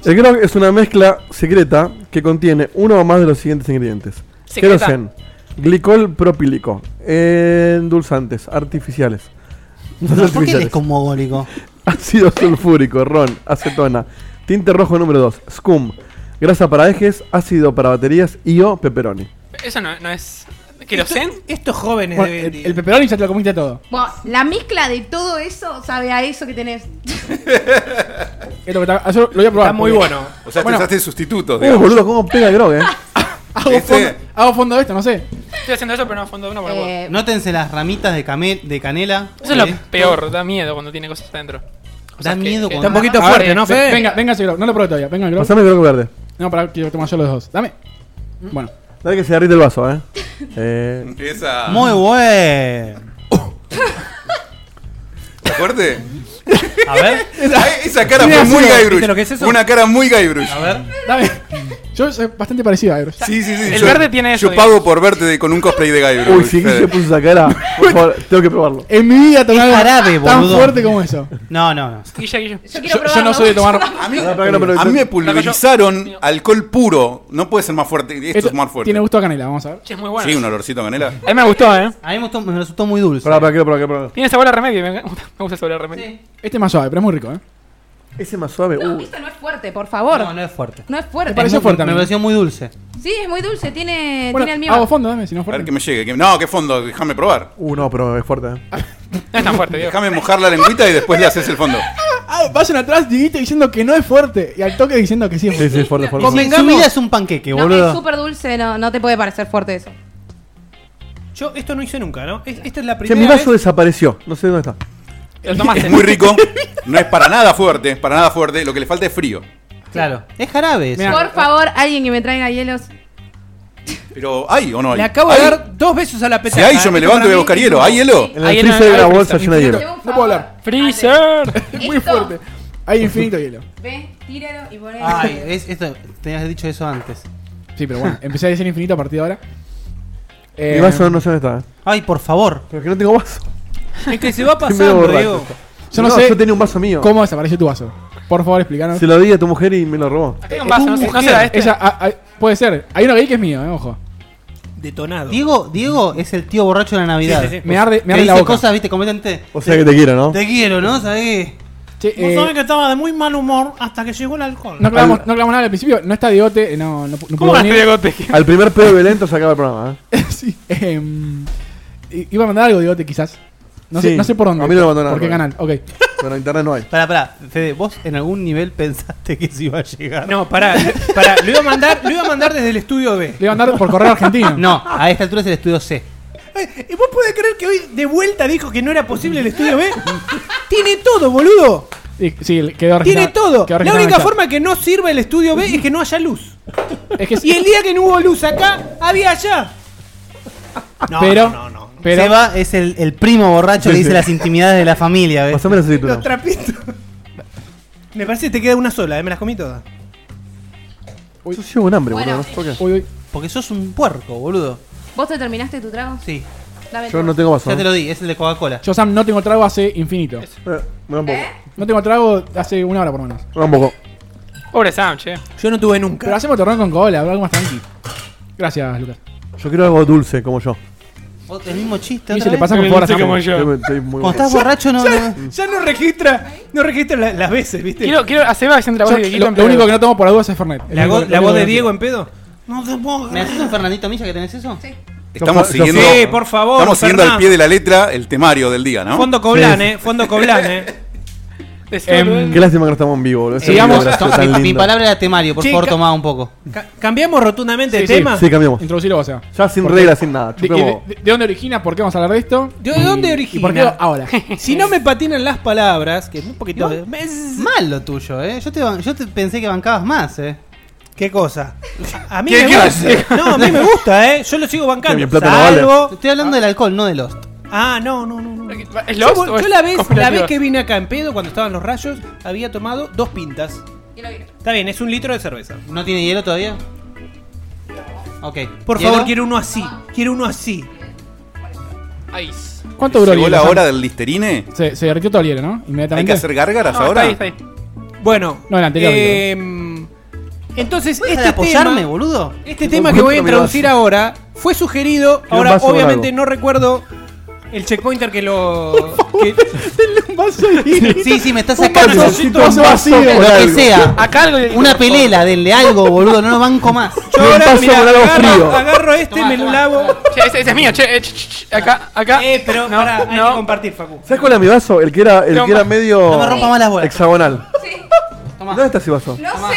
[SPEAKER 2] El grog es una mezcla secreta que contiene uno o más de los siguientes ingredientes:
[SPEAKER 6] Secreta.
[SPEAKER 2] querosen, glicol propílico, endulzantes artificiales,
[SPEAKER 1] No, ¿Por
[SPEAKER 2] no
[SPEAKER 1] qué él
[SPEAKER 2] artificiales,
[SPEAKER 1] es cosmogólico?
[SPEAKER 2] ácido sulfúrico, ron, acetona, tinte rojo número 2, scum, grasa para ejes, ácido para baterías y o pepperoni.
[SPEAKER 6] Eso no, no es. ¿Querosén?
[SPEAKER 5] Esto- Estos jóvenes
[SPEAKER 3] Bueno,
[SPEAKER 5] de hoy en
[SPEAKER 3] el,
[SPEAKER 5] día.
[SPEAKER 3] el pepperoni ya te lo comiste todo.
[SPEAKER 8] Bueno, la mezcla de todo eso sabe a eso que tenés.
[SPEAKER 3] Es lo que está- ah, yo lo voy a probar.
[SPEAKER 5] Está muy
[SPEAKER 3] porque-
[SPEAKER 5] bueno.
[SPEAKER 4] O sea, te
[SPEAKER 3] Bueno.
[SPEAKER 4] usaste sustitutos.
[SPEAKER 2] Uh,
[SPEAKER 4] digamos.
[SPEAKER 2] boludo, cómo pega el grog, eh.
[SPEAKER 3] Hago
[SPEAKER 4] Este-
[SPEAKER 3] fondo, hago fondo de esto, no sé.
[SPEAKER 6] Estoy haciendo eso, pero no a fondo de una por la hueá.
[SPEAKER 8] Eh,
[SPEAKER 1] Nótense las ramitas de, came- de canela.
[SPEAKER 6] Eso es lo
[SPEAKER 1] Eh,
[SPEAKER 6] peor, da miedo cuando tiene cosas adentro.
[SPEAKER 1] Da miedo
[SPEAKER 6] cuando
[SPEAKER 1] cuando-
[SPEAKER 5] Está un poquito
[SPEAKER 6] A ver,
[SPEAKER 5] fuerte, ¿no,
[SPEAKER 6] ve-
[SPEAKER 5] Fede?
[SPEAKER 3] Venga, venga ese grog. No lo probé todavía. Venga el grog.
[SPEAKER 2] Pasame el grog verde.
[SPEAKER 3] No, para que tomar yo los dos. Dame. Bueno.
[SPEAKER 2] Dale que se derrite el vaso, eh. eh
[SPEAKER 4] Empieza.
[SPEAKER 1] Muy bueno.
[SPEAKER 4] ¿Te acuerdas?
[SPEAKER 1] A ver,
[SPEAKER 4] Esa, esa cara
[SPEAKER 3] Mira,
[SPEAKER 4] fue muy
[SPEAKER 3] sí,
[SPEAKER 4] Guybrush.
[SPEAKER 5] ¿viste lo que es eso?
[SPEAKER 4] Una cara muy Guybrush.
[SPEAKER 1] a ver.
[SPEAKER 3] Dame. Yo soy bastante parecido a Ebro.
[SPEAKER 4] Sí, sí, sí.
[SPEAKER 6] El verde tiene eso,
[SPEAKER 4] Yo pago por verte con un cosplay de Guybrush.
[SPEAKER 2] Uy, si
[SPEAKER 4] Fede.
[SPEAKER 2] se puso esa cara, por favor, tengo que probarlo.
[SPEAKER 3] En mi vida tomé
[SPEAKER 1] Es
[SPEAKER 3] algo
[SPEAKER 1] jarabe,
[SPEAKER 3] tan
[SPEAKER 1] boludo.
[SPEAKER 3] fuerte como eso.
[SPEAKER 1] No, no, no.
[SPEAKER 6] Guille, Guille.
[SPEAKER 8] yo quiero
[SPEAKER 3] Yo,
[SPEAKER 8] probarlo.
[SPEAKER 3] yo no soy de tomar.
[SPEAKER 4] A mí,
[SPEAKER 2] Pará, pará, que no, pero-
[SPEAKER 4] a mí me pulverizaron alcohol puro. No puede ser más fuerte. Esto,
[SPEAKER 3] Esto
[SPEAKER 4] es más fuerte.
[SPEAKER 3] Tiene gusto a canela, vamos a ver.
[SPEAKER 6] Che, es muy bueno.
[SPEAKER 4] Sí, un olorcito a canela.
[SPEAKER 6] A mí me gustó, ¿eh?
[SPEAKER 1] A mí me, gustó- me resultó muy dulce.
[SPEAKER 2] Pará, pará, quiero probar, quiero probar.
[SPEAKER 6] Tiene sabor a remedio, me gusta, me gusta el sabor a remedio.
[SPEAKER 3] Este es más suave, pero es muy rico, ¿eh?
[SPEAKER 2] Ese más suave.
[SPEAKER 8] No,
[SPEAKER 2] uh.
[SPEAKER 8] esto no es fuerte, por favor.
[SPEAKER 1] No, no es fuerte.
[SPEAKER 8] No es fuerte.
[SPEAKER 3] pareció fuerte a
[SPEAKER 1] Me
[SPEAKER 3] mí.
[SPEAKER 1] pareció muy dulce.
[SPEAKER 8] Sí, es muy dulce, tiene,
[SPEAKER 3] Bueno,
[SPEAKER 8] tiene almíbar.
[SPEAKER 3] hago fondo, dame, si no es
[SPEAKER 4] A ver
[SPEAKER 3] fuerte.
[SPEAKER 4] que me llegue. que- No, qué fondo, déjame probar.
[SPEAKER 2] Uh, no, pero es fuerte. eh.
[SPEAKER 6] No es tan fuerte, Diego.
[SPEAKER 4] Déjame mojar la lengüita y después le haces el fondo.
[SPEAKER 3] Ah, vayan atrás, Dieguito diciendo que no es fuerte. Y al toque diciendo que sí. es
[SPEAKER 2] Sí,
[SPEAKER 3] fuerte.
[SPEAKER 2] sí, es fuerte, fuerte.
[SPEAKER 1] Su su vida es un panqueque,
[SPEAKER 8] no, es
[SPEAKER 1] boludo.
[SPEAKER 8] súper dulce, no, no te puede parecer fuerte eso.
[SPEAKER 5] Yo esto no hice nunca, ¿no? Es- esta es la
[SPEAKER 2] Che,
[SPEAKER 5] primera
[SPEAKER 2] mi vaso
[SPEAKER 5] vez.
[SPEAKER 2] desapareció. No sé dónde está.
[SPEAKER 6] Lo tomaste.
[SPEAKER 4] Es muy rico. No es para nada fuerte, para nada fuerte. Lo que le falta es frío.
[SPEAKER 1] Claro. Es jarabe. eso.
[SPEAKER 3] Mirá.
[SPEAKER 8] Por favor, alguien que me traiga hielos.
[SPEAKER 4] Pero, ¿hay o no hay?
[SPEAKER 9] Le acabo de
[SPEAKER 4] ¿Hay?
[SPEAKER 9] dar dos veces a la
[SPEAKER 4] Si
[SPEAKER 9] petaca.
[SPEAKER 4] hay, yo me
[SPEAKER 9] Esto
[SPEAKER 4] levanto y
[SPEAKER 9] para
[SPEAKER 4] voy a
[SPEAKER 9] mí
[SPEAKER 4] buscar
[SPEAKER 9] es
[SPEAKER 4] hielo.
[SPEAKER 9] un-
[SPEAKER 4] ¿Hay hielo?
[SPEAKER 2] En el
[SPEAKER 6] Ahí en
[SPEAKER 2] freezer
[SPEAKER 6] el-
[SPEAKER 2] hay una
[SPEAKER 6] ahí
[SPEAKER 2] bolsa
[SPEAKER 6] está.
[SPEAKER 2] llena de hielo.
[SPEAKER 8] Haceme un
[SPEAKER 3] puedo
[SPEAKER 8] favor.
[SPEAKER 3] hablar.
[SPEAKER 6] ¡Freezer!
[SPEAKER 4] Ah,
[SPEAKER 8] Dale.
[SPEAKER 3] Muy
[SPEAKER 8] Esto,
[SPEAKER 3] fuerte. Hay infinito hielo.
[SPEAKER 8] Ve, tíralo y ponelo.
[SPEAKER 1] Ay, es, esto, tenías dicho eso antes.
[SPEAKER 3] Sí, pero bueno, empecé a decir infinito a partir de ahora. Eh,
[SPEAKER 2] Mi vaso no sé dónde está. eh.
[SPEAKER 1] Ay, por favor.
[SPEAKER 2] Pero que no tengo vaso.
[SPEAKER 5] Es que se va
[SPEAKER 2] Estoy medio
[SPEAKER 5] pasando,
[SPEAKER 2] borracho.
[SPEAKER 5] Diego.
[SPEAKER 3] Yo no, sé
[SPEAKER 2] Yo tenía un vaso mío.
[SPEAKER 3] cómo desapareció tu vaso. Por favor, explícanos.
[SPEAKER 2] Se lo di a tu mujer y me lo robó.
[SPEAKER 6] Tengo un vaso, no, sé- no será este.
[SPEAKER 3] Ella, ah, ah, puede ser. Hay uno ahí que es mío, eh, ojo.
[SPEAKER 5] Detonado.
[SPEAKER 1] Diego, Diego es el tío borracho de la Navidad.
[SPEAKER 5] Sí, sí, sí.
[SPEAKER 3] Me arde,
[SPEAKER 1] Que
[SPEAKER 3] me arde la
[SPEAKER 1] dice
[SPEAKER 3] boca.
[SPEAKER 1] cosas, viste, completamente.
[SPEAKER 2] O sea que te quiero, ¿no?
[SPEAKER 1] Te quiero, ¿no? ¿Sabés qué?
[SPEAKER 3] Che,
[SPEAKER 5] Vos
[SPEAKER 3] eh,
[SPEAKER 5] sabés que estaba de muy mal humor hasta que llegó el alcohol.
[SPEAKER 3] no, clavamos, no clavamos nada al principio. No está Diote. eh, No, no, no
[SPEAKER 6] ¿Cómo
[SPEAKER 3] pudo
[SPEAKER 6] vas,
[SPEAKER 3] venir.
[SPEAKER 6] Diego? Te-
[SPEAKER 2] Al primer pedo violento se acaba el programa. ¿eh?
[SPEAKER 3] Sí, em, i- iba a mandar algo Diote, quizás. No, sé,
[SPEAKER 2] Sí,
[SPEAKER 3] no sé por dónde.
[SPEAKER 2] a mí no me mandó nada,
[SPEAKER 3] ¿Por qué
[SPEAKER 2] pero-
[SPEAKER 3] canal? Ok.
[SPEAKER 2] Bueno, internet no hay.
[SPEAKER 1] Pará, pará. Fede, ¿vos en algún nivel pensaste que se iba a llegar?
[SPEAKER 5] No, pará, pará, lo iba a mandar, lo iba a mandar desde el estudio B.
[SPEAKER 3] Le iba a mandar por correo argentino.
[SPEAKER 1] No, a esta altura es el estudio C.
[SPEAKER 5] Eh, ¿Y vos podés creer que hoy de vuelta dijo que no era posible el estudio B? Tiene todo, boludo.
[SPEAKER 3] Sí, Sí, quedó argentino.
[SPEAKER 5] Tiene todo.
[SPEAKER 3] quedó
[SPEAKER 5] La
[SPEAKER 3] argentino en
[SPEAKER 5] única
[SPEAKER 3] el chat.
[SPEAKER 5] forma que no sirva el estudio B es que no haya luz.
[SPEAKER 3] Es que sí.
[SPEAKER 5] Y el día que no hubo luz acá, había allá. No,
[SPEAKER 3] Pero,
[SPEAKER 5] no, no, no.
[SPEAKER 3] pero
[SPEAKER 1] Seba es el, el primo borracho que
[SPEAKER 2] Sí,
[SPEAKER 1] dice
[SPEAKER 2] sí.
[SPEAKER 1] las intimidades de la familia, ¿ves?
[SPEAKER 2] Pasame la aceituna.
[SPEAKER 5] Los trapitos. Me parece que te queda una sola, ¿eh? me las comí todas.
[SPEAKER 2] Yo llevo un hambre,
[SPEAKER 8] Bueno.
[SPEAKER 2] boludo. ¿Por qué?
[SPEAKER 3] Uy, uy.
[SPEAKER 1] Porque sos un puerco, boludo.
[SPEAKER 8] ¿Vos te terminaste tu trago?
[SPEAKER 1] Sí,
[SPEAKER 8] Dame el
[SPEAKER 2] Yo
[SPEAKER 8] tuyo.
[SPEAKER 2] no tengo vaso.
[SPEAKER 1] ya te
[SPEAKER 2] ¿eh?
[SPEAKER 1] lo di, es el de Coca-Cola.
[SPEAKER 3] Yo, Sam, no tengo trago hace infinito.
[SPEAKER 2] Eh, Me da un poco.
[SPEAKER 3] No tengo trago hace una hora por lo menos.
[SPEAKER 2] Me da un poco.
[SPEAKER 6] Pobre Sam, che.
[SPEAKER 5] Yo no tuve nunca.
[SPEAKER 3] Pero hacemos torrón con cola, algo más tranqui. Gracias, Lucas.
[SPEAKER 2] Yo quiero algo dulce como yo.
[SPEAKER 1] Vos, El mismo chiste.
[SPEAKER 3] Y
[SPEAKER 1] otra
[SPEAKER 3] se le
[SPEAKER 1] vez.
[SPEAKER 3] pasa por
[SPEAKER 6] Yo
[SPEAKER 3] favor a
[SPEAKER 6] no sé
[SPEAKER 3] Sam.
[SPEAKER 6] cómo es.
[SPEAKER 2] Estoy- estoy muy
[SPEAKER 1] Cuando estás borracho no. no-
[SPEAKER 5] Ya no registra, no registra la- las veces, ¿viste?
[SPEAKER 6] Quiero, quiero a Seba haciendo
[SPEAKER 3] Yo-
[SPEAKER 6] la voz de
[SPEAKER 3] lo,
[SPEAKER 6] Dieguito en
[SPEAKER 3] lo único
[SPEAKER 6] pedo.
[SPEAKER 3] que no tomo por la duda es Fernet.
[SPEAKER 5] la,
[SPEAKER 3] Es
[SPEAKER 5] go-
[SPEAKER 3] lo-
[SPEAKER 5] la
[SPEAKER 3] lo
[SPEAKER 5] voz
[SPEAKER 3] único
[SPEAKER 5] de
[SPEAKER 3] que-
[SPEAKER 5] Diego en pedo. No te puedo
[SPEAKER 1] ¿Me haces un Fernandito Milla que tenés eso?
[SPEAKER 8] Sí.
[SPEAKER 4] Estamos
[SPEAKER 2] Yo- yo-
[SPEAKER 4] siguiendo.
[SPEAKER 5] Sí, por favor,
[SPEAKER 4] Estamos siguiendo al
[SPEAKER 5] Fernan.
[SPEAKER 4] pie de la letra el temario del día, ¿no?
[SPEAKER 5] Fondo Coblan, eh. Fondo Coblan, eh.
[SPEAKER 6] Decía,
[SPEAKER 3] Em,
[SPEAKER 2] Qué lástima que no estamos en vivo, boludo. Ese
[SPEAKER 3] Sigamos.
[SPEAKER 2] video era
[SPEAKER 1] No,
[SPEAKER 2] tan
[SPEAKER 1] mi, mi
[SPEAKER 2] lindo.
[SPEAKER 1] palabra era temario, por
[SPEAKER 5] Sí,
[SPEAKER 1] favor,
[SPEAKER 5] ca-
[SPEAKER 1] tomá un poco.
[SPEAKER 5] Ca- ¿Cambiamos rotundamente
[SPEAKER 3] Sí,
[SPEAKER 5] el
[SPEAKER 3] sí,
[SPEAKER 5] tema?
[SPEAKER 2] Sí, cambiamos.
[SPEAKER 3] Introducirlo vos, Seba.
[SPEAKER 2] Ya sin
[SPEAKER 3] Porque-
[SPEAKER 2] reglas, sin nada.
[SPEAKER 3] De,
[SPEAKER 2] Chupemos.
[SPEAKER 3] de- de dónde origina? ¿Por qué vamos a hablar de esto?
[SPEAKER 5] ¿De
[SPEAKER 3] y-
[SPEAKER 5] dónde
[SPEAKER 3] ¿Y por qué
[SPEAKER 5] origina?
[SPEAKER 3] ahora?
[SPEAKER 5] Si no me patinan las palabras, que un poquito de... Mes-
[SPEAKER 1] Mal lo tuyo, eh. Yo te, ban- yo te pensé que bancabas más, eh.
[SPEAKER 5] ¿Qué cosa? A mí
[SPEAKER 4] ¿Qué-
[SPEAKER 5] me
[SPEAKER 4] qué
[SPEAKER 5] gusta. No, a mí me gusta, eh. Yo lo sigo
[SPEAKER 2] Que
[SPEAKER 5] bancando.
[SPEAKER 2] mi plata no vale.
[SPEAKER 5] Salvo-
[SPEAKER 1] Estoy hablando del alcohol, no de Lost.
[SPEAKER 5] Ah, no, no, no. no.
[SPEAKER 6] ¿Es
[SPEAKER 5] Yo,
[SPEAKER 6] Lost
[SPEAKER 5] vol- yo
[SPEAKER 6] o es
[SPEAKER 5] la, vez, la
[SPEAKER 6] conspirativo?
[SPEAKER 5] vez que vine acá en pedo, cuando estaban los rayos, había tomado dos pintas.
[SPEAKER 8] Y lo quiero.
[SPEAKER 5] Está bien, es un litro de cerveza.
[SPEAKER 1] ¿No tiene hielo todavía? Ok.
[SPEAKER 5] Por
[SPEAKER 1] ¿Hielo?
[SPEAKER 5] favor, quiero uno así. Quiero uno así.
[SPEAKER 6] Ice.
[SPEAKER 3] ¿Cuánto duró el
[SPEAKER 4] Llegó
[SPEAKER 3] hielo,
[SPEAKER 4] la
[SPEAKER 3] Sam?
[SPEAKER 4] hora del listerine.
[SPEAKER 3] Se, se derritió todo el hielo, ¿no? Inmediatamente.
[SPEAKER 4] ¿Hay que hacer gárgaras
[SPEAKER 6] No,
[SPEAKER 4] ahora?
[SPEAKER 6] está ahí, está ahí.
[SPEAKER 5] Bueno,
[SPEAKER 3] No, el anterior,
[SPEAKER 5] eh, entonces
[SPEAKER 1] ¿Puedes dejar
[SPEAKER 5] este
[SPEAKER 1] de apoyarme,
[SPEAKER 5] tema,
[SPEAKER 1] boludo?
[SPEAKER 5] este tema que voy a introducir ahora fue sugerido.
[SPEAKER 2] un
[SPEAKER 5] Ahora,
[SPEAKER 2] vaso con
[SPEAKER 5] obviamente,
[SPEAKER 2] algo.
[SPEAKER 5] no recuerdo el checkpointer que lo. que-
[SPEAKER 3] un vaso de hielo.
[SPEAKER 1] Sí, sí, me está
[SPEAKER 3] Un
[SPEAKER 1] sacando.
[SPEAKER 3] vaso, un vaso vacío.
[SPEAKER 1] Lo que sea.
[SPEAKER 6] Acá algo de-
[SPEAKER 1] Una pelela, denle algo, boludo. No lo banco más.
[SPEAKER 5] yo
[SPEAKER 2] Me
[SPEAKER 5] ahora,
[SPEAKER 2] paso
[SPEAKER 5] mirá,
[SPEAKER 2] por algo
[SPEAKER 5] agarro,
[SPEAKER 2] frío.
[SPEAKER 5] agarro este, me lo lavo.
[SPEAKER 6] Che, ese, ese es mío, che. eh, ch, ch, ch, acá, acá.
[SPEAKER 5] Eh, pero
[SPEAKER 6] no,
[SPEAKER 5] pará, hay que
[SPEAKER 6] no.
[SPEAKER 5] compartir, Facu.
[SPEAKER 2] ¿Sabes cuál era mi vaso? El que era, el
[SPEAKER 6] No,
[SPEAKER 2] que era
[SPEAKER 6] ma-
[SPEAKER 2] medio
[SPEAKER 1] No me rompa más las bolas.
[SPEAKER 2] hexagonal.
[SPEAKER 8] Sí.
[SPEAKER 1] Tomá.
[SPEAKER 2] ¿Dónde está ese vaso?
[SPEAKER 8] No sé.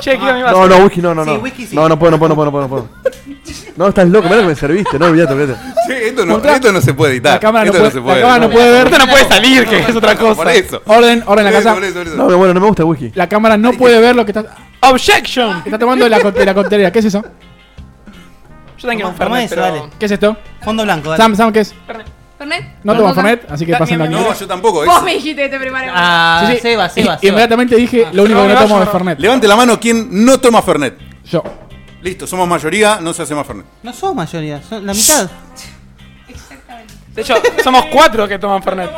[SPEAKER 6] Che, quiero mi vaso.
[SPEAKER 2] No, no, whisky, no, no,
[SPEAKER 1] Sí,
[SPEAKER 2] no.
[SPEAKER 1] whisky sí.
[SPEAKER 2] No, no puedo, no puedo, no puedo, no puedo, no puedo. No, estás loco, mirá lo que me serviste, no, olvídate, olvídate.
[SPEAKER 4] Sí, esto, no,
[SPEAKER 3] Contra-
[SPEAKER 4] esto no se puede editar.
[SPEAKER 3] La cámara no
[SPEAKER 4] esto
[SPEAKER 3] puede,
[SPEAKER 4] se
[SPEAKER 3] la cámara no puede
[SPEAKER 6] Esto
[SPEAKER 3] ver.
[SPEAKER 6] no puede salir, que es otra
[SPEAKER 4] Por
[SPEAKER 6] cosa.
[SPEAKER 4] eso.
[SPEAKER 3] Orden, orden en la casa.
[SPEAKER 4] Por eso, por eso.
[SPEAKER 2] No, pero bueno, no me gusta el whisky.
[SPEAKER 3] La cámara no puede ver lo que está,
[SPEAKER 6] Objection.
[SPEAKER 3] está tomando de la, co- de la coctelera. ¿Qué es eso?
[SPEAKER 6] Yo tengo
[SPEAKER 1] Tomá,
[SPEAKER 6] un
[SPEAKER 1] tomá
[SPEAKER 6] Fernet,
[SPEAKER 1] eso,
[SPEAKER 6] pero...
[SPEAKER 1] dale.
[SPEAKER 3] ¿Qué es esto?
[SPEAKER 1] Fondo blanco, dale.
[SPEAKER 3] Sam, Sam, ¿qué es?
[SPEAKER 6] Fernet.
[SPEAKER 8] Fernet.
[SPEAKER 3] No tomo
[SPEAKER 8] Coca.
[SPEAKER 3] Fernet, así que
[SPEAKER 6] Da-
[SPEAKER 3] pasen la
[SPEAKER 6] mi-
[SPEAKER 4] No,
[SPEAKER 3] mierda.
[SPEAKER 4] yo tampoco.
[SPEAKER 8] Vos
[SPEAKER 4] es-
[SPEAKER 8] me dijiste que te preparemos.
[SPEAKER 1] Ah,
[SPEAKER 3] Sí, sí.
[SPEAKER 1] Seba, Seba,
[SPEAKER 3] Y-
[SPEAKER 1] Seba.
[SPEAKER 3] Inmediatamente dije, lo único que no
[SPEAKER 6] no,
[SPEAKER 3] tomo
[SPEAKER 6] yo
[SPEAKER 3] es
[SPEAKER 6] no.
[SPEAKER 3] Fernet.
[SPEAKER 4] Levante la mano quien no toma Fernet.
[SPEAKER 3] Yo.
[SPEAKER 4] Listo, somos mayoría, no se hace más Fernet.
[SPEAKER 1] No sos mayoría, sos la mitad.
[SPEAKER 6] De hecho, somos cuatro que toman Fernet.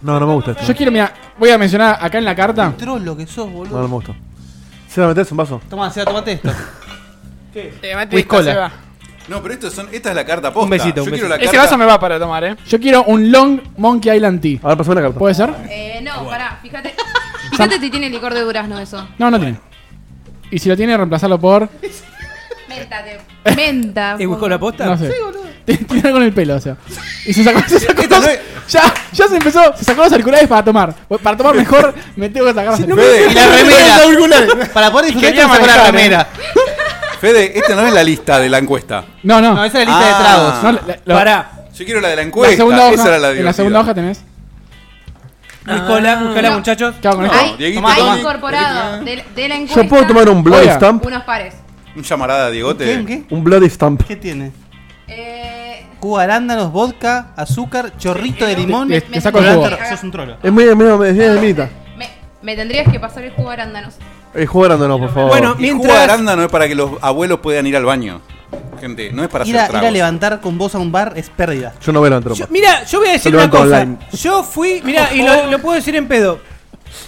[SPEAKER 2] No, no me gusta esto.
[SPEAKER 3] Yo quiero, mira, voy a mencionar acá en la carta.
[SPEAKER 1] Troll lo que sos,
[SPEAKER 2] No, no
[SPEAKER 1] boludo.
[SPEAKER 2] me gusta. ¿Se va a meterse un vaso?
[SPEAKER 1] Tomá, Seba, tomate esto.
[SPEAKER 6] Eh, mate,
[SPEAKER 1] With cola.
[SPEAKER 6] Seba.
[SPEAKER 4] No, pero esto son, esta es la carta posta.
[SPEAKER 1] Un besito, un
[SPEAKER 4] Yo
[SPEAKER 1] besito.
[SPEAKER 4] quiero la
[SPEAKER 6] Ese
[SPEAKER 4] carta-
[SPEAKER 6] vaso me va para tomar, eh.
[SPEAKER 3] Yo quiero un Long Monkey Island Tea.
[SPEAKER 5] Pues,
[SPEAKER 2] Ahora pasó una carta.
[SPEAKER 3] ¿Puede ser?
[SPEAKER 8] Eh, no, pará, fíjate. Fíjate si tiene licor de durazno eso.
[SPEAKER 3] No, no tiene. Y si lo tiene, reemplazarlo por.
[SPEAKER 8] Menta, te- Menta.
[SPEAKER 5] ¿Te ¿Eh, buscó la posta?
[SPEAKER 3] No sé. Tiene algo en el pelo, o sea. Y se sacó. Se sacó
[SPEAKER 4] Esta no es-
[SPEAKER 3] ya, ya se empezó. Se sacó los auriculares para tomar. Para tomar mejor, me tengo que sacar los auriculares.
[SPEAKER 4] Fede,
[SPEAKER 1] Y la remera. Para poder disfrutar
[SPEAKER 6] quería
[SPEAKER 1] tengo que sacar la remera.
[SPEAKER 6] manejar, ¿eh?
[SPEAKER 4] Fede, esta no es la lista de la encuesta.
[SPEAKER 3] No, no.
[SPEAKER 1] No, esa es la lista
[SPEAKER 4] Ah.
[SPEAKER 1] de tragos.
[SPEAKER 3] No, la- la- la-
[SPEAKER 5] Pará.
[SPEAKER 4] Yo quiero la de la
[SPEAKER 3] la
[SPEAKER 4] encuesta.
[SPEAKER 3] segunda hoja.
[SPEAKER 4] Esa era la
[SPEAKER 3] en la segunda hoja
[SPEAKER 4] divertida.
[SPEAKER 3] tenés.
[SPEAKER 5] Buscala,
[SPEAKER 1] Ah.
[SPEAKER 5] buscala,
[SPEAKER 8] No.
[SPEAKER 5] muchachos.
[SPEAKER 3] ¿Qué hago con esto?
[SPEAKER 8] Hay,
[SPEAKER 4] Dieguito,
[SPEAKER 8] hay
[SPEAKER 4] toma.
[SPEAKER 8] incorporado de, de la encuesta.
[SPEAKER 2] Yo puedo tomar un Bloody
[SPEAKER 3] Oiga.
[SPEAKER 2] Stamp.
[SPEAKER 8] unos pares.
[SPEAKER 4] Un llamarada a Diegote.
[SPEAKER 1] ¿Qué? ¿Qué?
[SPEAKER 2] Un Bloody Stamp.
[SPEAKER 1] ¿Qué tiene?
[SPEAKER 8] Eh,
[SPEAKER 1] Cuba, arándanos, vodka, azúcar, chorrito de limón.
[SPEAKER 3] Le- le saco el
[SPEAKER 1] Pero
[SPEAKER 3] jugo.
[SPEAKER 1] antes- Sos un trolo.
[SPEAKER 2] Es muy, es muy, es muy de minita.
[SPEAKER 8] me, me tendrías que pasar el jugo de arándanos.
[SPEAKER 2] Eh, jugo de arándano, por favor.
[SPEAKER 5] Bueno,
[SPEAKER 4] Y el jugo de
[SPEAKER 5] Mientras-
[SPEAKER 4] arándano es para que los abuelos puedan ir al baño. Gente, no es para
[SPEAKER 1] Ir a, ir a
[SPEAKER 4] hacer tragos.
[SPEAKER 1] levantar con vos a un bar es pérdida.
[SPEAKER 2] Yo no veo la antropa.
[SPEAKER 5] Yo- mira, yo voy a decir
[SPEAKER 2] Lo
[SPEAKER 5] una
[SPEAKER 2] levanto
[SPEAKER 5] cosa.
[SPEAKER 2] online.
[SPEAKER 5] Yo fui, mira, y lo, lo puedo decir en pedo.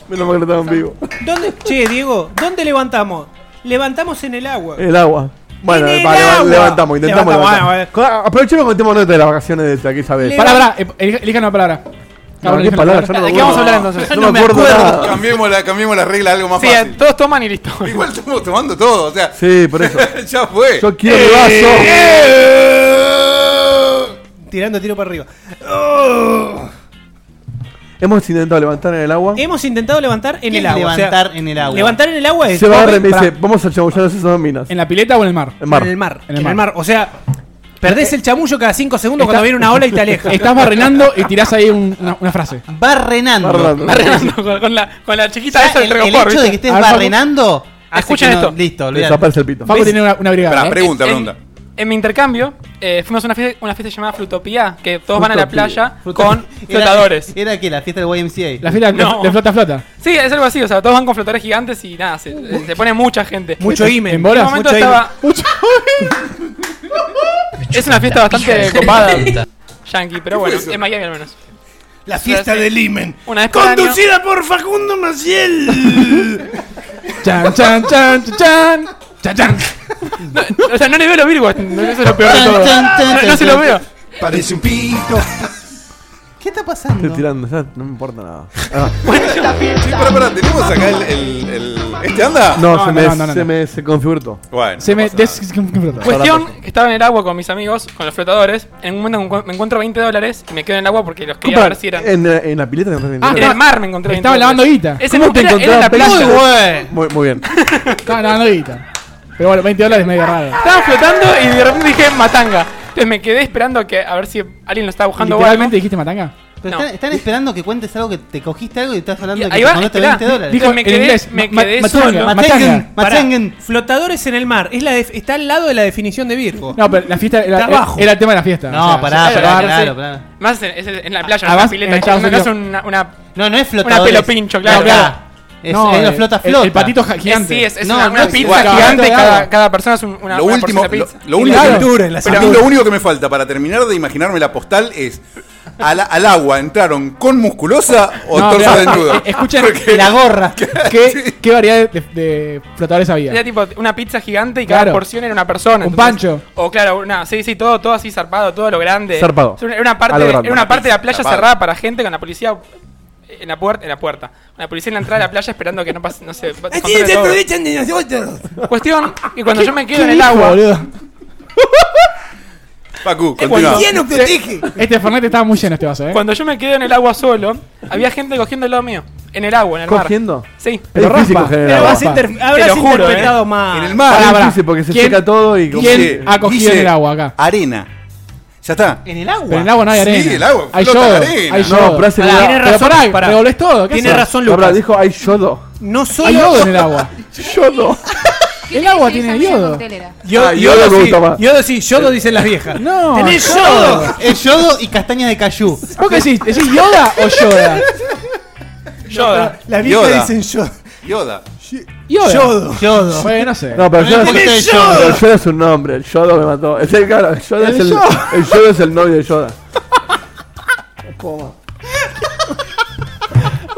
[SPEAKER 2] Menos mal que lo estaba en vivo.
[SPEAKER 5] ¿Dónde, che, Diego, ¿dónde levantamos? Levantamos en el agua.
[SPEAKER 2] El agua. Bueno,
[SPEAKER 5] En el
[SPEAKER 2] vale, vale,
[SPEAKER 5] agua.
[SPEAKER 2] levantamos, intentamos
[SPEAKER 5] Levantamos,
[SPEAKER 2] levantar.
[SPEAKER 5] bueno,
[SPEAKER 2] Co- Aprovechemos y contemos de las vacaciones de aquí, ¿sabes?
[SPEAKER 5] Le-
[SPEAKER 3] Pará, pará. eh, elija- Elijan una palabra.
[SPEAKER 2] No,
[SPEAKER 3] Cabrón,
[SPEAKER 2] ¿Qué
[SPEAKER 3] elijan una
[SPEAKER 2] palabra? Yo no me
[SPEAKER 6] ¿De qué
[SPEAKER 2] acuerdo.
[SPEAKER 6] vamos a hablar entonces?
[SPEAKER 2] No, me acuerdo, nada.
[SPEAKER 4] Cambiemos la, cambiemos la regla a algo más
[SPEAKER 6] Sí,
[SPEAKER 4] fácil.
[SPEAKER 6] todos toman y listo.
[SPEAKER 4] Igual estamos tomando todo, o sea.
[SPEAKER 2] Sí, por eso.
[SPEAKER 4] ya fue.
[SPEAKER 2] Yo quiero el vaso.
[SPEAKER 5] Tirando tiro para arriba.
[SPEAKER 2] Hemos intentado levantar en el agua.
[SPEAKER 5] Hemos intentado levantar en
[SPEAKER 1] ¿Qué
[SPEAKER 5] el
[SPEAKER 1] es
[SPEAKER 5] agua. o sea,
[SPEAKER 1] levantar en el agua?
[SPEAKER 5] Levantar en el agua es
[SPEAKER 2] Se va a agarrar y me
[SPEAKER 5] Pará.
[SPEAKER 2] dice, vamos a chabullarnos esas minas.
[SPEAKER 3] ¿En la pileta o en el mar?
[SPEAKER 2] En mar.
[SPEAKER 5] En el mar.
[SPEAKER 3] En el
[SPEAKER 5] en
[SPEAKER 3] mar.
[SPEAKER 5] el mar. O sea, perdés el chamullo cada 5 segundos cuando
[SPEAKER 3] Está-
[SPEAKER 5] viene una ola y te aleja.
[SPEAKER 3] Estás barrenando y tirás ahí un- una, una frase.
[SPEAKER 1] Barrenando.
[SPEAKER 2] Barrenando.
[SPEAKER 6] Arreglando con, con la, con la chiquita
[SPEAKER 1] Ya
[SPEAKER 6] esa del
[SPEAKER 1] el, el
[SPEAKER 6] Regopor,
[SPEAKER 1] hecho de que
[SPEAKER 6] ¿viste?
[SPEAKER 1] estés
[SPEAKER 3] A ver, Facu.
[SPEAKER 1] barrenando. hace
[SPEAKER 6] Escuchen
[SPEAKER 1] que
[SPEAKER 6] esto.
[SPEAKER 1] Listo, olvidate.
[SPEAKER 2] Desaparece el pito.
[SPEAKER 3] Facu tiene una, una brigada.
[SPEAKER 4] Pará,
[SPEAKER 3] ¿eh?
[SPEAKER 4] Ah, pregunta,
[SPEAKER 6] En-
[SPEAKER 4] pregunta.
[SPEAKER 6] En mi intercambio, eh, fuimos a una fiesta, una fiesta llamada Flutopía, que todos van a la playa
[SPEAKER 1] Fruta-
[SPEAKER 6] con
[SPEAKER 1] Era-
[SPEAKER 6] flotadores.
[SPEAKER 1] Era, que la fiesta del YMCA.
[SPEAKER 3] La fila
[SPEAKER 6] No.
[SPEAKER 3] de flota flota.
[SPEAKER 6] Sí, es algo así, o sea, todos van con flotadores gigantes y nada, se, se pone mucha gente.
[SPEAKER 5] Mucho imen.
[SPEAKER 3] ¿En bolas?
[SPEAKER 6] En un momento
[SPEAKER 3] Mucho
[SPEAKER 6] estaba-
[SPEAKER 3] Mucho-
[SPEAKER 6] Es una fiesta bastante copada, yankee, pero bueno, en Miami al menos.
[SPEAKER 5] La
[SPEAKER 6] fiesta del
[SPEAKER 5] imen.
[SPEAKER 6] Una vez por año-
[SPEAKER 5] por Facundo Maciel.
[SPEAKER 3] Chan, chan, chan, chan, chan. Chan, chan.
[SPEAKER 6] No, o sea, no le veo los virgos, no, eso es lo peor de
[SPEAKER 1] Chan,
[SPEAKER 6] todo.
[SPEAKER 1] chan, chan,
[SPEAKER 6] No, no
[SPEAKER 1] chan,
[SPEAKER 6] se lo
[SPEAKER 1] chan.
[SPEAKER 6] veo.
[SPEAKER 4] Parece un pito.
[SPEAKER 1] ¿Qué está pasando?
[SPEAKER 2] Estoy tirando, ya no me importa nada. Ah,
[SPEAKER 4] Sí, pará, pará, tenemos acá el. el- el- ¿Este anda?
[SPEAKER 2] no,
[SPEAKER 3] No,
[SPEAKER 2] se,
[SPEAKER 3] no,
[SPEAKER 2] me,
[SPEAKER 3] no, no, no.
[SPEAKER 2] se me se configuró.
[SPEAKER 4] Bueno.
[SPEAKER 3] Se me
[SPEAKER 4] no pasa
[SPEAKER 3] des- flota.
[SPEAKER 6] Cuestión, que estaba en el agua con mis amigos, con los flotadores. En un momento me encu- me encuentro 20 dólares y me quedo en el agua porque los quería ver si eran.
[SPEAKER 2] En, la- en la pileta no
[SPEAKER 3] Ah,
[SPEAKER 6] En el mar me encontré 20
[SPEAKER 3] Eh, Estaba lavando
[SPEAKER 6] dólares.
[SPEAKER 3] guita.
[SPEAKER 6] Ese
[SPEAKER 2] ¿Cómo
[SPEAKER 6] no
[SPEAKER 2] te
[SPEAKER 6] era, era en la
[SPEAKER 2] encontrabas
[SPEAKER 6] playa.
[SPEAKER 2] plata?
[SPEAKER 1] Bueno.
[SPEAKER 2] Muy, muy bien.
[SPEAKER 3] Estaba lavando guita. Pero bueno, 20 dólares es medio raro.
[SPEAKER 6] Estaba flotando y de repente dije matanga. Entonces me quedé esperando que a ver si alguien lo estaba buscando o algo.
[SPEAKER 3] Literalmente dijiste matanga.
[SPEAKER 1] Pero
[SPEAKER 6] No.
[SPEAKER 1] están, están esperando que cuentes algo que te cogiste algo y estás hablando
[SPEAKER 6] Y
[SPEAKER 1] de que
[SPEAKER 6] ahí
[SPEAKER 1] te
[SPEAKER 6] va,
[SPEAKER 1] mandaste
[SPEAKER 6] esperá.
[SPEAKER 1] 20 dólares.
[SPEAKER 6] Dijo- me
[SPEAKER 3] en
[SPEAKER 6] quedé-
[SPEAKER 3] inglés,
[SPEAKER 6] me
[SPEAKER 3] ma-
[SPEAKER 6] quedé
[SPEAKER 3] ma-
[SPEAKER 6] solo.
[SPEAKER 3] Matanga.
[SPEAKER 1] Matengen, Matengen.
[SPEAKER 5] Flotadores en el mar. Es la def- está al lado de la definición de Virgo.
[SPEAKER 3] No, pero la fiesta era,
[SPEAKER 5] Está
[SPEAKER 3] era-
[SPEAKER 5] abajo.
[SPEAKER 3] era el tema de la fiesta.
[SPEAKER 1] No,
[SPEAKER 3] o sea,
[SPEAKER 1] pará,
[SPEAKER 6] sí,
[SPEAKER 1] pará,
[SPEAKER 6] sí.
[SPEAKER 1] claro, pará.
[SPEAKER 6] Más en, es en la
[SPEAKER 3] Ah,
[SPEAKER 6] playa, en una
[SPEAKER 3] vas en
[SPEAKER 6] pileta.
[SPEAKER 3] Estados
[SPEAKER 6] chica, no es
[SPEAKER 3] Unidos.
[SPEAKER 6] una, una-
[SPEAKER 1] No, no es flotador.
[SPEAKER 6] Una pelo pincho, claro.
[SPEAKER 1] No, claro. Es,
[SPEAKER 3] no,
[SPEAKER 1] es una
[SPEAKER 3] eh,
[SPEAKER 1] flota
[SPEAKER 3] el-
[SPEAKER 1] flota.
[SPEAKER 3] El, patito ja- gigante.
[SPEAKER 6] es, sí, es, es
[SPEAKER 1] No,
[SPEAKER 6] una,
[SPEAKER 1] no
[SPEAKER 6] una
[SPEAKER 1] es
[SPEAKER 6] pizza
[SPEAKER 4] igual.
[SPEAKER 6] gigante y
[SPEAKER 3] Claro.
[SPEAKER 6] cada, cada persona es un- una,
[SPEAKER 4] Lo
[SPEAKER 6] una
[SPEAKER 4] último,
[SPEAKER 6] porción de
[SPEAKER 4] lo,
[SPEAKER 6] pizza.
[SPEAKER 4] lo único
[SPEAKER 5] la
[SPEAKER 4] que-
[SPEAKER 5] cintura, en la
[SPEAKER 4] pero a mí
[SPEAKER 5] cintura.
[SPEAKER 4] lo único que me falta para terminar de imaginarme la postal es al, al agua entraron con musculosa o
[SPEAKER 3] No,
[SPEAKER 4] torso
[SPEAKER 3] mirá,
[SPEAKER 4] desnudo.
[SPEAKER 3] eh, escuchen,
[SPEAKER 1] Y la gorra.
[SPEAKER 3] ¿Qué, qué variedad de, de flotadores
[SPEAKER 6] Era
[SPEAKER 3] había?
[SPEAKER 6] tipo una pizza gigante y
[SPEAKER 3] Claro.
[SPEAKER 6] cada porción era una persona.
[SPEAKER 3] Un pancho.
[SPEAKER 6] O claro, una, sí, sí, todo, todo así zarpado, todo lo grande.
[SPEAKER 2] Zarpado.
[SPEAKER 6] Era una- Era una
[SPEAKER 2] A lo
[SPEAKER 6] parte,
[SPEAKER 2] grande.
[SPEAKER 6] era una parte de la playa
[SPEAKER 4] Zarpado.
[SPEAKER 6] cerrada para gente con la policía en la puerta, en la puerta. La policía en la entrada de la playa esperando que no pase, no sé,
[SPEAKER 5] Este
[SPEAKER 6] descontrole todo.
[SPEAKER 5] de nosotros.
[SPEAKER 6] Cuestión que cuando yo me quedo
[SPEAKER 3] ¿Qué
[SPEAKER 6] en el
[SPEAKER 3] dijo,
[SPEAKER 6] agua,
[SPEAKER 3] boludo?
[SPEAKER 4] Pacu, continúa.
[SPEAKER 3] Este Fernet estaba muy lleno este vaso, eh.
[SPEAKER 6] cuando yo me quedo en el agua solo, había gente cogiendo el lado mío, en el agua, en el
[SPEAKER 2] ¿Cogiendo?
[SPEAKER 6] mar. Sí.
[SPEAKER 2] Es
[SPEAKER 3] raspa.
[SPEAKER 2] difícil coger en el
[SPEAKER 5] Pero
[SPEAKER 2] agua.
[SPEAKER 5] vas
[SPEAKER 2] Es
[SPEAKER 5] a
[SPEAKER 3] Opa.
[SPEAKER 5] inter- habrás
[SPEAKER 6] Te lo juro,
[SPEAKER 5] interpretado más.
[SPEAKER 4] En el mar.
[SPEAKER 3] Pará, pará.
[SPEAKER 2] Ah, difícil porque se
[SPEAKER 3] ¿Quién-
[SPEAKER 2] seca todo y...
[SPEAKER 3] ¿Quién
[SPEAKER 4] Dice-
[SPEAKER 3] ha cogido en
[SPEAKER 4] dice
[SPEAKER 3] el agua acá?
[SPEAKER 4] Arena. Ya está.
[SPEAKER 1] En el
[SPEAKER 3] Pero en el
[SPEAKER 1] agua.
[SPEAKER 3] agua no hay
[SPEAKER 4] Sí,
[SPEAKER 3] arena.
[SPEAKER 4] el agua
[SPEAKER 3] hay
[SPEAKER 4] flota
[SPEAKER 3] yodo.
[SPEAKER 4] la arena.
[SPEAKER 3] Hay
[SPEAKER 4] No,
[SPEAKER 3] yodo.
[SPEAKER 2] pero hace-
[SPEAKER 3] Ah, Pará,
[SPEAKER 2] Tiene
[SPEAKER 3] pero
[SPEAKER 5] razón,
[SPEAKER 3] pará,
[SPEAKER 5] pará.
[SPEAKER 3] revolvés todo. ¿qué
[SPEAKER 5] Tiene
[SPEAKER 3] haces?
[SPEAKER 5] razón,
[SPEAKER 2] No, pero
[SPEAKER 5] Lucas.
[SPEAKER 2] dijo, hay yodo.
[SPEAKER 5] No
[SPEAKER 3] Hay
[SPEAKER 5] solo.
[SPEAKER 3] yodo en el agua.
[SPEAKER 2] Yodo.
[SPEAKER 8] ¿Qué
[SPEAKER 3] El
[SPEAKER 8] tenés
[SPEAKER 3] agua
[SPEAKER 8] en esa
[SPEAKER 3] tiene
[SPEAKER 8] mesa
[SPEAKER 3] yodo.
[SPEAKER 8] coctelera?
[SPEAKER 5] Yo,
[SPEAKER 2] Ah,
[SPEAKER 5] yo,
[SPEAKER 2] yodo me
[SPEAKER 5] sí,
[SPEAKER 2] gusta más.
[SPEAKER 5] yodo sí, yodo dicen las viejas.
[SPEAKER 3] No.
[SPEAKER 5] ¡Tenés yodo!
[SPEAKER 1] Es yodo y castañas de cayú.
[SPEAKER 3] ¿Vos qué decís? ¿Decís Yoda o Yoda?
[SPEAKER 6] Yoda.
[SPEAKER 5] Las
[SPEAKER 4] Yoda.
[SPEAKER 5] viejas dicen yodo.
[SPEAKER 4] Yoda.
[SPEAKER 3] Yoda.
[SPEAKER 5] Yodo.
[SPEAKER 1] Yodo.
[SPEAKER 3] Bueno, no sé.
[SPEAKER 2] No, pero
[SPEAKER 1] Pero
[SPEAKER 2] yo
[SPEAKER 1] ¿por qué
[SPEAKER 2] es,
[SPEAKER 1] es yodo?
[SPEAKER 2] pero Yoda es un nombre, el Yoda me mató. Es el claro, el Yoda
[SPEAKER 3] El
[SPEAKER 2] es el,
[SPEAKER 3] Yoda.
[SPEAKER 2] el Yoda es el novio de Yoda.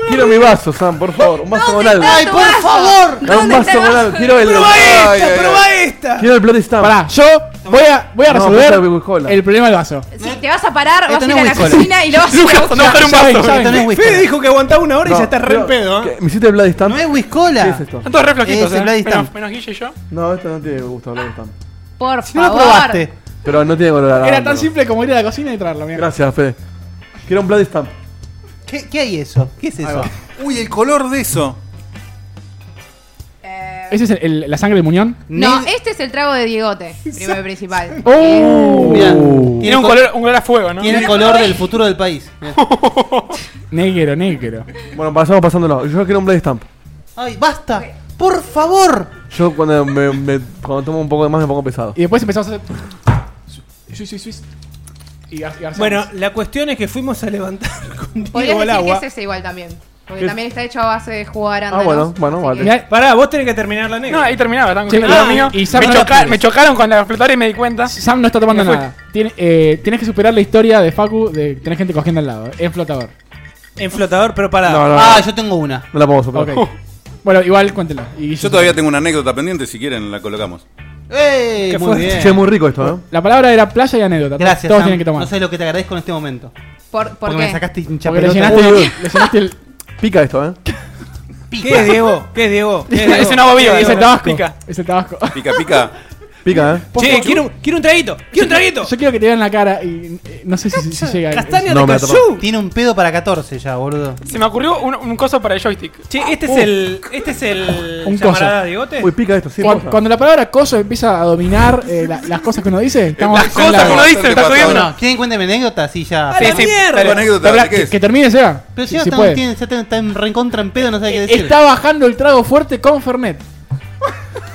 [SPEAKER 2] Quiero mi vaso, Sam, por favor. Un vaso con algo.
[SPEAKER 1] ¡Ay, por favor!
[SPEAKER 2] Un
[SPEAKER 8] ¿Dónde
[SPEAKER 2] vaso
[SPEAKER 8] está el
[SPEAKER 2] con
[SPEAKER 8] vaso?
[SPEAKER 2] algo. Quiero el.
[SPEAKER 5] ¡Probá
[SPEAKER 4] Ay,
[SPEAKER 5] esta!
[SPEAKER 4] ay,
[SPEAKER 5] ¡Probá esta!
[SPEAKER 2] Quiero el Bloody Stamp.
[SPEAKER 3] Pará, yo Voy a, voy a
[SPEAKER 2] No,
[SPEAKER 3] resolver
[SPEAKER 2] pensá en Coca-Cola.
[SPEAKER 3] el problema del vaso.
[SPEAKER 8] Si te vas a parar, vas a ir
[SPEAKER 1] no
[SPEAKER 8] a
[SPEAKER 1] es
[SPEAKER 8] la
[SPEAKER 1] whisky.
[SPEAKER 8] cocina y lo vas a
[SPEAKER 6] Lucas, anda a buscar un
[SPEAKER 3] Ya
[SPEAKER 6] vaso.
[SPEAKER 3] saben, saben.
[SPEAKER 1] Esto no es
[SPEAKER 5] Fede
[SPEAKER 1] Whiskola.
[SPEAKER 5] dijo que aguantaba una hora y
[SPEAKER 2] No,
[SPEAKER 5] ya está re
[SPEAKER 2] pero-
[SPEAKER 5] en pedo. ¿eh?
[SPEAKER 2] ¿qué? ¿Me hiciste Blood Stand?
[SPEAKER 1] No es
[SPEAKER 2] ¿Qué
[SPEAKER 1] Whiskola.
[SPEAKER 2] es esto?
[SPEAKER 6] Están todos re flojitos,
[SPEAKER 1] Ese,
[SPEAKER 6] eh.
[SPEAKER 1] Bloody
[SPEAKER 6] menos,
[SPEAKER 1] Stamp.
[SPEAKER 6] menos Guille y yo.
[SPEAKER 2] No, esto no tiene gusto, Blood Stand.
[SPEAKER 8] Por
[SPEAKER 1] Si no lo
[SPEAKER 8] favor.
[SPEAKER 1] probaste.
[SPEAKER 2] Pero Ah, no tiene color a
[SPEAKER 3] Era
[SPEAKER 2] lavanda.
[SPEAKER 3] tan simple como ir a la cocina y traerlo. mira.
[SPEAKER 2] Gracias, Fede. Quiero un Blood Stamp.
[SPEAKER 1] ¿Qué, qué hay eso? ¿Qué es eso?
[SPEAKER 4] Uy, el color de eso.
[SPEAKER 8] Eh,
[SPEAKER 3] ¿Ese es el- el- la sangre del muñón?
[SPEAKER 8] no,
[SPEAKER 1] Nel-
[SPEAKER 8] este es el trago de Diegote, primero y
[SPEAKER 3] Oh.
[SPEAKER 8] principal. Eh,
[SPEAKER 2] Oh.
[SPEAKER 1] Mirá,
[SPEAKER 6] Tiene un
[SPEAKER 1] co-
[SPEAKER 6] color, un color a fuego, ¿no?
[SPEAKER 1] tiene el color del futuro del país. Mirá.
[SPEAKER 3] Negro, negro.
[SPEAKER 2] Bueno, pasamos pasándolo. Yo quiero un Blood Stamp.
[SPEAKER 1] ¡Ay, basta! ¡Por favor!
[SPEAKER 2] Yo cuando, me, me- cuando tomo un poco de más me pongo pesado.
[SPEAKER 3] Y después empezamos a hacer. Swiss, Swiss, Swiss. Y gar- y garzamos.
[SPEAKER 5] Bueno, la cuestión es que fuimos a levantar con
[SPEAKER 8] Podrías
[SPEAKER 5] Diego al
[SPEAKER 8] decir
[SPEAKER 5] agua.
[SPEAKER 8] que es ese igual también. Porque
[SPEAKER 2] ¿Qué?
[SPEAKER 8] también está hecho a base de jugo de
[SPEAKER 2] Ah,
[SPEAKER 8] arándanos.
[SPEAKER 2] bueno, bueno,
[SPEAKER 8] así
[SPEAKER 2] vale.
[SPEAKER 8] que-
[SPEAKER 3] Mirá,
[SPEAKER 5] Pará, vos tenés que terminar la
[SPEAKER 6] No,
[SPEAKER 5] negra.
[SPEAKER 6] ahí terminaba, estaban
[SPEAKER 3] Sí,
[SPEAKER 6] cogiendo lo
[SPEAKER 3] y-
[SPEAKER 6] mío.
[SPEAKER 3] y Sam
[SPEAKER 6] me,
[SPEAKER 3] no la
[SPEAKER 6] choca-
[SPEAKER 3] tenés.
[SPEAKER 6] me chocaron con la explotadora y me di cuenta.
[SPEAKER 3] Sam no está tomando
[SPEAKER 6] Me fui.
[SPEAKER 3] nada. Tiene- eh, tienes que superar la historia de Facu de tener gente cogiendo al lado. eh. Es flotador.
[SPEAKER 5] En flotador, pero pará.
[SPEAKER 2] No, no, no.
[SPEAKER 1] Ah, yo tengo una.
[SPEAKER 2] No la puedo soplar.
[SPEAKER 3] Ok. bueno, igual cuéntelo. Y
[SPEAKER 4] Yo todavía tengo una anécdota pendiente, si quieren la colocamos.
[SPEAKER 1] ¡Ey!
[SPEAKER 5] Qué
[SPEAKER 1] Muy
[SPEAKER 5] fuerte.
[SPEAKER 2] Che,
[SPEAKER 1] bien.
[SPEAKER 2] muy rico esto, ¿eh? ¿no?
[SPEAKER 3] La palabra era playa y anécdota. Todos-
[SPEAKER 1] Gracias,
[SPEAKER 3] Todos
[SPEAKER 1] Sam.
[SPEAKER 3] tienen que tomar.
[SPEAKER 1] No sé lo que te agradezco en este momento.
[SPEAKER 8] ¿Por, por
[SPEAKER 1] porque
[SPEAKER 8] qué?
[SPEAKER 1] me sacaste hincha
[SPEAKER 3] Porque le
[SPEAKER 1] pelota.
[SPEAKER 3] llenaste,
[SPEAKER 2] Uy, uy.
[SPEAKER 3] le llenaste el.
[SPEAKER 2] Pica esto, ¿eh?
[SPEAKER 5] ¿Qué es Diego? ¿Qué es Diego? ¿Qué Diego?
[SPEAKER 6] Es un agua viva,
[SPEAKER 5] ¿Qué
[SPEAKER 3] Es el
[SPEAKER 6] dice
[SPEAKER 5] Diego?
[SPEAKER 3] tabasco.
[SPEAKER 6] Pica.
[SPEAKER 3] Es el tabasco.
[SPEAKER 4] Pica, pica.
[SPEAKER 2] Pica, ¿eh?
[SPEAKER 5] Che, quiero, quiero un traguito. Quiero un traguito.
[SPEAKER 3] Yo quiero que te vean la cara y eh, no sé si, si llega.
[SPEAKER 5] Castaña
[SPEAKER 2] No,
[SPEAKER 5] de
[SPEAKER 2] me
[SPEAKER 5] casú.
[SPEAKER 1] Tiene un pedo para 14 ya, boludo.
[SPEAKER 6] Se me ocurrió un, un coso para el joystick.
[SPEAKER 5] Che, este es el. Este es el.
[SPEAKER 3] Un
[SPEAKER 5] llamarada
[SPEAKER 3] coso.
[SPEAKER 5] Diegote.
[SPEAKER 2] Uy, pica esto, sí.
[SPEAKER 3] Cuan-
[SPEAKER 2] posta.
[SPEAKER 3] Cuando, la palabra coso empieza a dominar eh, la- las cosas que uno dice, estamos
[SPEAKER 6] Las
[SPEAKER 3] ya en la-
[SPEAKER 6] cosas que uno dice, me está
[SPEAKER 4] Bastante
[SPEAKER 1] No,
[SPEAKER 6] jodiendo.
[SPEAKER 1] no, ¿quieren cuenta mi anécdota? Sí, ya.
[SPEAKER 5] ¡A la
[SPEAKER 6] sí,
[SPEAKER 5] mierda!
[SPEAKER 4] Tu anécdota, ¿de qué
[SPEAKER 3] Que,
[SPEAKER 4] es?
[SPEAKER 3] que termine, Seba.
[SPEAKER 1] Pero si
[SPEAKER 3] Si-
[SPEAKER 1] no
[SPEAKER 3] si
[SPEAKER 1] está,
[SPEAKER 3] puede.
[SPEAKER 1] tiene- ya está, está en recontra en pedo, no sabe qué decir.
[SPEAKER 3] Está bajando el trago fuerte con Fernet.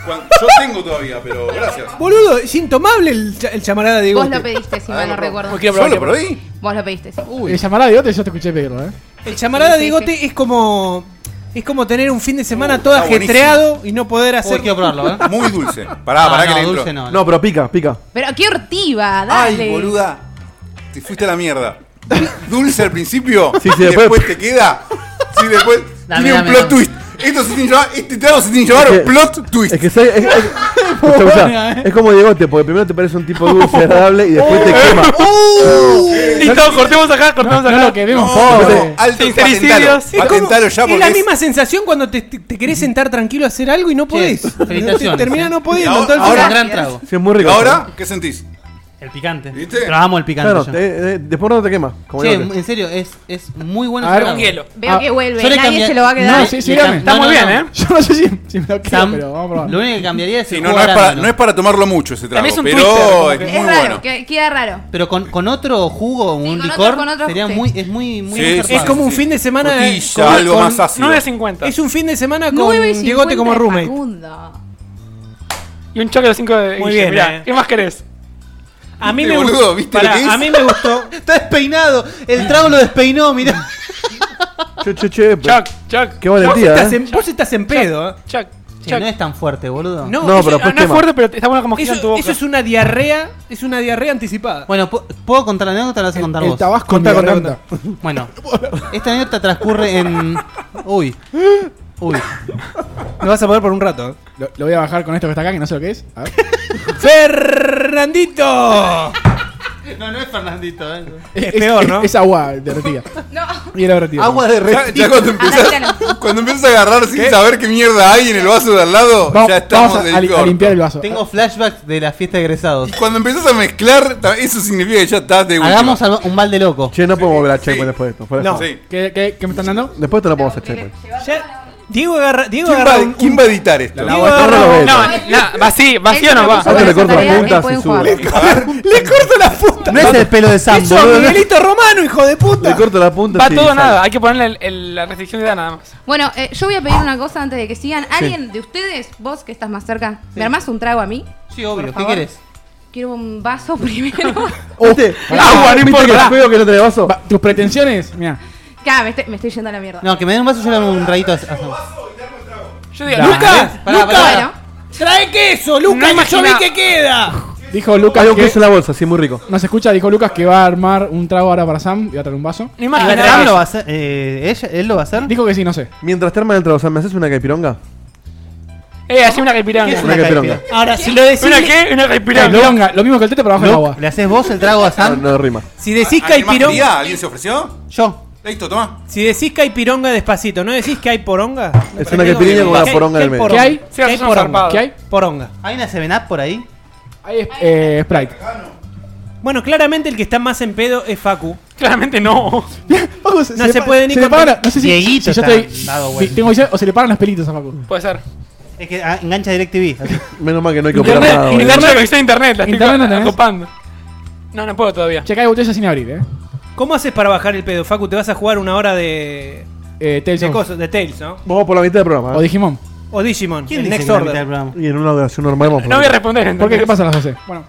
[SPEAKER 4] Cuan- Yo tengo todavía, pero gracias.
[SPEAKER 5] Boludo, es intomable el, cha- el llamarada Diegote.
[SPEAKER 8] Vos lo pediste, si
[SPEAKER 4] Ah,
[SPEAKER 8] mal
[SPEAKER 4] no,
[SPEAKER 8] no
[SPEAKER 4] no.
[SPEAKER 8] recuerdo.
[SPEAKER 6] Quiero
[SPEAKER 4] ¿Yo
[SPEAKER 6] probar,
[SPEAKER 4] lo
[SPEAKER 6] quiero probar.
[SPEAKER 4] probé?
[SPEAKER 8] Vos lo pediste, sí.
[SPEAKER 3] El Eh, llamará de otro yo te escuché pedirlo, ¿eh?
[SPEAKER 5] El llamarada
[SPEAKER 8] Sí, sí,
[SPEAKER 5] Diegote
[SPEAKER 8] sí.
[SPEAKER 5] es como. Es como tener un fin de semana
[SPEAKER 4] Uh,
[SPEAKER 5] todo
[SPEAKER 4] está buenísimo.
[SPEAKER 5] ajetreado y no poder hacer.
[SPEAKER 1] Uy, quiero probarlo, ¿eh?
[SPEAKER 4] Muy dulce. Pará,
[SPEAKER 1] No,
[SPEAKER 4] pará
[SPEAKER 1] no,
[SPEAKER 4] que le entro.
[SPEAKER 1] dulce no.
[SPEAKER 2] No, pero pica, pica.
[SPEAKER 8] Pero qué hortiva, dale.
[SPEAKER 4] Ay, boluda. Te fuiste a la mierda. Dulce al principio.
[SPEAKER 2] Sí, sí,
[SPEAKER 4] y después,
[SPEAKER 2] después-
[SPEAKER 4] te queda. Sí, después.
[SPEAKER 1] Dame,
[SPEAKER 4] tiene un
[SPEAKER 1] dame,
[SPEAKER 4] plot
[SPEAKER 1] dame.
[SPEAKER 4] twist. Esto se tiene que llamar, este trago se tiene que llamar
[SPEAKER 2] Es que-
[SPEAKER 4] plot twist.
[SPEAKER 2] Es que se- es, es, escuchá, escuchá. es como Diegote, porque primero te parece un tipo dulce, agradable y después te quema.
[SPEAKER 6] Listo, cortemos acá, cortemos
[SPEAKER 3] No
[SPEAKER 6] acá.
[SPEAKER 3] lo queremos,
[SPEAKER 4] No,
[SPEAKER 3] pobre.
[SPEAKER 4] no, alto,
[SPEAKER 6] Sincericidios.
[SPEAKER 5] Es como-
[SPEAKER 4] Patentalo ya
[SPEAKER 5] es
[SPEAKER 4] porque
[SPEAKER 5] la
[SPEAKER 4] es-
[SPEAKER 5] misma sensación cuando te, te- te querés sentar tranquilo a hacer algo y no podés.
[SPEAKER 1] felicitaciones,
[SPEAKER 5] Te- Termina
[SPEAKER 1] eh.
[SPEAKER 5] no pudiendo.
[SPEAKER 4] Ahora-
[SPEAKER 5] entonces-
[SPEAKER 1] Es
[SPEAKER 4] ahora-
[SPEAKER 1] un gran trago.
[SPEAKER 2] Sí, es muy
[SPEAKER 4] ¿Y
[SPEAKER 2] rico. ¿eh?
[SPEAKER 4] ahora? ¿Qué sentís?
[SPEAKER 1] El picante.
[SPEAKER 4] ¿Viste?
[SPEAKER 1] Pero amo el picante.
[SPEAKER 2] Claro,
[SPEAKER 1] yo.
[SPEAKER 2] eh, eh, después no te quema. Como
[SPEAKER 1] Che,
[SPEAKER 2] Diegote.
[SPEAKER 1] en serio, es, es muy bueno.
[SPEAKER 3] A
[SPEAKER 1] ese
[SPEAKER 3] ver,
[SPEAKER 1] trago.
[SPEAKER 6] Con hielo.
[SPEAKER 8] Veo
[SPEAKER 3] Ah,
[SPEAKER 8] que vuelve,
[SPEAKER 1] yo le
[SPEAKER 8] nadie
[SPEAKER 1] cambié-
[SPEAKER 8] se lo va a quedar.
[SPEAKER 3] No, sí, sí,
[SPEAKER 1] Le cam-
[SPEAKER 3] dame.
[SPEAKER 6] Está
[SPEAKER 1] No,
[SPEAKER 6] muy
[SPEAKER 1] no,
[SPEAKER 6] bien,
[SPEAKER 1] no.
[SPEAKER 6] ¿eh?
[SPEAKER 3] Yo no sé si, si me lo quiero,
[SPEAKER 1] Sam,
[SPEAKER 3] pero vamos a
[SPEAKER 1] lo
[SPEAKER 3] probar.
[SPEAKER 1] único que cambiaría es
[SPEAKER 4] Sí,
[SPEAKER 1] el
[SPEAKER 4] no,
[SPEAKER 1] jugo
[SPEAKER 4] no, es para,
[SPEAKER 1] arándano.
[SPEAKER 4] no es para tomarlo mucho ese trago,
[SPEAKER 6] También es un
[SPEAKER 4] pero
[SPEAKER 6] twister, como
[SPEAKER 4] es
[SPEAKER 6] que-
[SPEAKER 4] muy
[SPEAKER 8] es raro,
[SPEAKER 4] bueno.
[SPEAKER 8] que- queda raro.
[SPEAKER 1] Pero con, con otro jugo, un
[SPEAKER 8] con otro-
[SPEAKER 1] licor,
[SPEAKER 8] con otro-
[SPEAKER 1] sería
[SPEAKER 8] sí.
[SPEAKER 1] muy, es muy, muy
[SPEAKER 4] Sí,
[SPEAKER 1] zarpado.
[SPEAKER 4] sí,
[SPEAKER 5] es como un
[SPEAKER 4] sí.
[SPEAKER 5] fin de semana.
[SPEAKER 4] Frutilla,
[SPEAKER 5] con-
[SPEAKER 4] algo
[SPEAKER 5] con-
[SPEAKER 4] más ácido.
[SPEAKER 6] 9.50.
[SPEAKER 5] Es un fin de semana con
[SPEAKER 8] 9 y
[SPEAKER 5] Diegote
[SPEAKER 8] 50
[SPEAKER 5] como
[SPEAKER 8] de
[SPEAKER 5] roommate.
[SPEAKER 8] Facundo.
[SPEAKER 6] Y un choque de 5 de
[SPEAKER 5] Muy
[SPEAKER 6] Guille,
[SPEAKER 5] bien,
[SPEAKER 6] mirá.
[SPEAKER 5] eh.
[SPEAKER 6] ¿Qué más querés?
[SPEAKER 5] A mí
[SPEAKER 4] Viste,
[SPEAKER 5] me
[SPEAKER 4] boludo,
[SPEAKER 5] gustó.
[SPEAKER 4] ¿viste lo
[SPEAKER 5] pará,
[SPEAKER 4] que es?
[SPEAKER 5] a mí me gustó.
[SPEAKER 1] Está despeinado. El trago lo despeinó, mirá.
[SPEAKER 2] Che, che, che. pues- pero-
[SPEAKER 6] Chuck, Chuck.
[SPEAKER 2] Qué
[SPEAKER 5] Vos
[SPEAKER 2] valentía,
[SPEAKER 5] estás,
[SPEAKER 2] ¿eh?
[SPEAKER 5] en, vos estás en pedo. ¿eh?
[SPEAKER 6] Chuck,
[SPEAKER 1] Che,
[SPEAKER 6] Chuck.
[SPEAKER 1] no es tan fuerte, boludo.
[SPEAKER 5] No,
[SPEAKER 2] No,
[SPEAKER 5] eso-
[SPEAKER 2] pero
[SPEAKER 6] Ah,
[SPEAKER 2] después
[SPEAKER 6] no es
[SPEAKER 2] quema.
[SPEAKER 6] fuerte, pero está bueno como gira en tu
[SPEAKER 5] eso,
[SPEAKER 6] boca.
[SPEAKER 5] eso es una diarrea. Es una diarrea anticipada.
[SPEAKER 1] Bueno, ¿pu- ¿puedo contar la anécdota o la vas a contar
[SPEAKER 3] el
[SPEAKER 1] vos?
[SPEAKER 3] tabasco
[SPEAKER 5] Contá,
[SPEAKER 3] en mi
[SPEAKER 5] contá,
[SPEAKER 3] garganta.
[SPEAKER 1] Bueno, esta anécdota transcurre en. Uy. Uy.
[SPEAKER 5] Lo vas a poder por un rato. ¿eh?
[SPEAKER 3] Lo, lo voy a bajar con esto que está acá, que no sé lo que es. A ver.
[SPEAKER 5] ¡Fernandito!
[SPEAKER 1] No, no es Fernandito, eh.
[SPEAKER 5] Es peor, ¿no?
[SPEAKER 3] Es agua derretida.
[SPEAKER 8] No,
[SPEAKER 3] Y era derretida.
[SPEAKER 1] Agua de
[SPEAKER 4] Ya,
[SPEAKER 1] red.
[SPEAKER 4] ya cuando
[SPEAKER 8] Anda,
[SPEAKER 4] empiezas, cuando empiezas a agarrar sin saber qué mierda hay en el vaso de al lado,
[SPEAKER 3] Vamos,
[SPEAKER 4] ya estamos
[SPEAKER 3] vamos a,
[SPEAKER 4] del
[SPEAKER 3] a li- a
[SPEAKER 4] corto.
[SPEAKER 3] limpiar el vaso.
[SPEAKER 1] Tengo flashbacks de la fiesta de egresados.
[SPEAKER 4] Y cuando empiezas a mezclar, ta- eso significa que ya estás de última.
[SPEAKER 1] Hagamos algo- un mal de loco.
[SPEAKER 2] Che, no podemos ver a Checkpoint
[SPEAKER 4] sí.
[SPEAKER 2] después de esto. fuera de
[SPEAKER 5] No.
[SPEAKER 2] joda.
[SPEAKER 4] Sí.
[SPEAKER 3] ¿Qué, qué, qué me están dando?
[SPEAKER 2] Después te no podemos hacer Checkpoint.
[SPEAKER 5] Ya- Diego agarra. Diego
[SPEAKER 4] ¿Quién
[SPEAKER 5] agarra
[SPEAKER 4] va,
[SPEAKER 5] un-
[SPEAKER 4] quién va a editar esto?
[SPEAKER 5] Diego
[SPEAKER 2] No,
[SPEAKER 5] agarra-
[SPEAKER 2] no lo ves.
[SPEAKER 6] No, no, vacío, vacío
[SPEAKER 8] Él se
[SPEAKER 6] no
[SPEAKER 8] lo
[SPEAKER 6] va.
[SPEAKER 8] puso
[SPEAKER 2] Ahora le
[SPEAKER 8] para esa
[SPEAKER 2] corto las
[SPEAKER 8] tarea, él
[SPEAKER 2] puntas
[SPEAKER 8] puede
[SPEAKER 2] y
[SPEAKER 8] jugar.
[SPEAKER 2] subo.
[SPEAKER 5] Le corto la puta.
[SPEAKER 1] No es el pelo de Sam,
[SPEAKER 5] Eso,
[SPEAKER 1] boludo. no es-
[SPEAKER 5] Miguelito Romano, hijo de puta.
[SPEAKER 2] Le corto la punta.
[SPEAKER 6] Va
[SPEAKER 2] sí,
[SPEAKER 6] todo o
[SPEAKER 2] sale.
[SPEAKER 6] nada, hay que ponerle el- el- la restricción de edad nada más.
[SPEAKER 8] Bueno, eh, yo voy a pedir una cosa antes de que sigan. ¿Alguien de ustedes, vos que estás más cerca, me armás un trago a mí?
[SPEAKER 1] Sí, obvio. ¿Qué
[SPEAKER 8] favor.
[SPEAKER 1] querés?
[SPEAKER 8] Quiero un vaso primero.
[SPEAKER 2] ¿Viste?
[SPEAKER 6] Agua, no
[SPEAKER 2] ¿Viste que
[SPEAKER 6] importa.
[SPEAKER 2] feo que no tenés vaso?
[SPEAKER 3] Va, Tus pretensiones, mira.
[SPEAKER 8] Cá, me estoy, me estoy yendo a la mierda.
[SPEAKER 1] No, que me den un vaso y yo le hago un traguito a- a Sam.
[SPEAKER 6] Yo digo,
[SPEAKER 3] Dale.
[SPEAKER 6] Ah,
[SPEAKER 5] ¡Lucas!
[SPEAKER 1] Pará,
[SPEAKER 5] ¡Lucas!
[SPEAKER 1] pará.
[SPEAKER 8] Bueno,
[SPEAKER 5] ¡Trae queso,
[SPEAKER 6] No
[SPEAKER 5] Lucas! ¡Yo vi
[SPEAKER 6] imagina-
[SPEAKER 5] que queda!
[SPEAKER 3] Dijo Lucas
[SPEAKER 2] Hay un
[SPEAKER 3] que-
[SPEAKER 2] queso en la bolsa, sí, muy rico.
[SPEAKER 3] nos escucha, dijo Lucas que va a armar un trago ahora para Sam y va a traer un vaso.
[SPEAKER 6] no
[SPEAKER 1] ¿Y
[SPEAKER 6] imaginas.
[SPEAKER 1] Sam lo va a hacer? eh, ella- ¿Él lo va a hacer?
[SPEAKER 3] Dijo que sí, no sé.
[SPEAKER 2] Mientras te arman el trago, Sam, ¿me haces una caipiranga?
[SPEAKER 6] Eh, hacía una caipiranga.
[SPEAKER 1] ¿Qué es una caipiranga?
[SPEAKER 5] Ahora, si lo decís.
[SPEAKER 6] ¿Una qué? Una
[SPEAKER 3] Eh,
[SPEAKER 6] caipiranga.
[SPEAKER 3] Longa, lo mismo que el tete, pero abajo del
[SPEAKER 1] Luke,
[SPEAKER 3] agua.
[SPEAKER 1] ¿Le haces vos el trago a
[SPEAKER 2] No,
[SPEAKER 1] Sam?
[SPEAKER 2] no rima.
[SPEAKER 9] Si decís
[SPEAKER 4] ¿Alguien más
[SPEAKER 9] caipironga.
[SPEAKER 4] quería? ¿Alguien se ofreció?
[SPEAKER 1] Yo.
[SPEAKER 4] Listo, toma.
[SPEAKER 9] Si decís caipironga despacito, ¿no decís que hay poronga?
[SPEAKER 2] Es una caipirinha con una
[SPEAKER 9] ¿Qué-
[SPEAKER 2] poronga en el
[SPEAKER 9] qué
[SPEAKER 2] medio.
[SPEAKER 3] ¿Qué hay?
[SPEAKER 6] Sí,
[SPEAKER 9] ¿Qué hay
[SPEAKER 6] es un
[SPEAKER 9] poronga?
[SPEAKER 6] zarpado.
[SPEAKER 3] ¿Qué hay?
[SPEAKER 9] Poronga.
[SPEAKER 1] ¿Hay una 7-Up por ahí?
[SPEAKER 3] Ahí es eh, Sprite.
[SPEAKER 9] Bueno, claramente el que está más en pedo es Facu.
[SPEAKER 6] Claramente no.
[SPEAKER 3] Facu,
[SPEAKER 9] No se
[SPEAKER 3] pa-
[SPEAKER 9] puede ni
[SPEAKER 3] se le
[SPEAKER 9] contar.
[SPEAKER 3] paran- No sé si,
[SPEAKER 1] Dieguito
[SPEAKER 3] si yo
[SPEAKER 1] está
[SPEAKER 3] estoy.
[SPEAKER 1] dado
[SPEAKER 3] si
[SPEAKER 1] vuelta.
[SPEAKER 3] tengo visión, o se le paran los pelitos a Facu.
[SPEAKER 6] Puede ser.
[SPEAKER 1] Es que ah, engancha DirecTV. así.
[SPEAKER 2] Menos mal que no hay que operar
[SPEAKER 6] Internet,
[SPEAKER 2] nada. boludo.
[SPEAKER 6] internet, la conexión a internet, la estoy
[SPEAKER 3] eh. ¿Internet no tenés?
[SPEAKER 6] copando. No, no puedo todavía.
[SPEAKER 3] Che, acá hay botellas sin abrir, eh.
[SPEAKER 9] ¿Cómo haces para bajar el pedo, Facu? Te vas a jugar una hora de.
[SPEAKER 3] Eh, Tales
[SPEAKER 9] de
[SPEAKER 3] of-
[SPEAKER 9] cosas, de Tales, ¿no?
[SPEAKER 2] Vamos por la mitad del programa.
[SPEAKER 3] O
[SPEAKER 2] ¿eh?
[SPEAKER 3] Digimon.
[SPEAKER 9] O Digimon.
[SPEAKER 1] ¿Quién
[SPEAKER 9] el
[SPEAKER 1] dice
[SPEAKER 9] Next
[SPEAKER 1] que la mitad del
[SPEAKER 9] Order.
[SPEAKER 1] programa?
[SPEAKER 2] Y en una oración normal vamos por
[SPEAKER 6] No voy a
[SPEAKER 2] la-
[SPEAKER 6] responder.
[SPEAKER 3] ¿Por qué?
[SPEAKER 6] ¿entendés?
[SPEAKER 3] ¿Qué pasa a las 12? Bueno,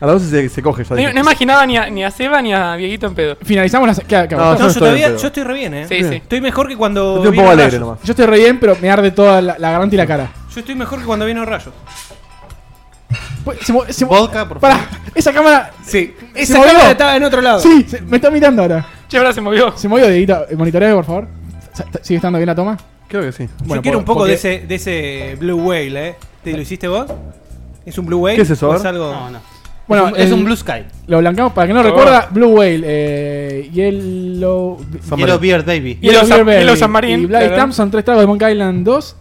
[SPEAKER 2] A las 12 se, se coge ya.
[SPEAKER 6] No,
[SPEAKER 2] dije.
[SPEAKER 6] no imaginaba ni a, ni a Seba ni a Dieguito en pedo.
[SPEAKER 3] finalizamos las. ¿Qué, qué hago?
[SPEAKER 2] No,
[SPEAKER 9] No, yo
[SPEAKER 2] estoy en
[SPEAKER 9] todavía.
[SPEAKER 2] pedo.
[SPEAKER 9] Yo estoy re bien, ¿eh?
[SPEAKER 6] Sí, sí.
[SPEAKER 9] Estoy mejor que cuando.
[SPEAKER 2] Estoy un
[SPEAKER 9] vino
[SPEAKER 2] poco alegre
[SPEAKER 9] Rayos.
[SPEAKER 2] nomás.
[SPEAKER 3] Yo estoy re bien, pero me arde toda la, la garganta y la cara.
[SPEAKER 9] Yo estoy mejor que cuando vino Rayos.
[SPEAKER 3] Pues, Se, mo- se mo-
[SPEAKER 1] Vodka, por favor.
[SPEAKER 3] Pará, esa cámara.
[SPEAKER 9] Sí.
[SPEAKER 3] ¿Se
[SPEAKER 9] Esa
[SPEAKER 3] movió?
[SPEAKER 9] cámara estaba en otro lado.
[SPEAKER 3] Sí, se- me está mirando ahora.
[SPEAKER 6] Che, ahora se movió.
[SPEAKER 3] Se movió, Dieguito. Eh, Monitoreame, por favor. Sa- ta- ¿Sigue estando bien la toma?
[SPEAKER 2] Creo que sí.
[SPEAKER 9] Yo
[SPEAKER 3] Bueno,
[SPEAKER 9] quiero
[SPEAKER 3] por-
[SPEAKER 9] un poco
[SPEAKER 3] porque-
[SPEAKER 9] de, ese, de ese Blue Whale, ¿eh? ¿Te lo hiciste vos? ¿Es un Blue Whale?
[SPEAKER 2] ¿Qué es eso,
[SPEAKER 9] ¿O
[SPEAKER 2] a
[SPEAKER 9] es
[SPEAKER 2] ver?
[SPEAKER 9] algo?
[SPEAKER 1] No, no.
[SPEAKER 3] Bueno,
[SPEAKER 1] es, un, es
[SPEAKER 3] el-
[SPEAKER 1] un Blue Sky.
[SPEAKER 3] Lo blanqueamos. Para que no lo
[SPEAKER 6] Por
[SPEAKER 3] recuerda, Blue Whale, eh, Yellow.
[SPEAKER 1] Yellow Beard Baby.
[SPEAKER 6] Yellow San-
[SPEAKER 3] Blueberry
[SPEAKER 6] Yellow San Marín,
[SPEAKER 3] Y Black
[SPEAKER 6] claro.
[SPEAKER 3] Stamp son tres tragos de Monk Island 2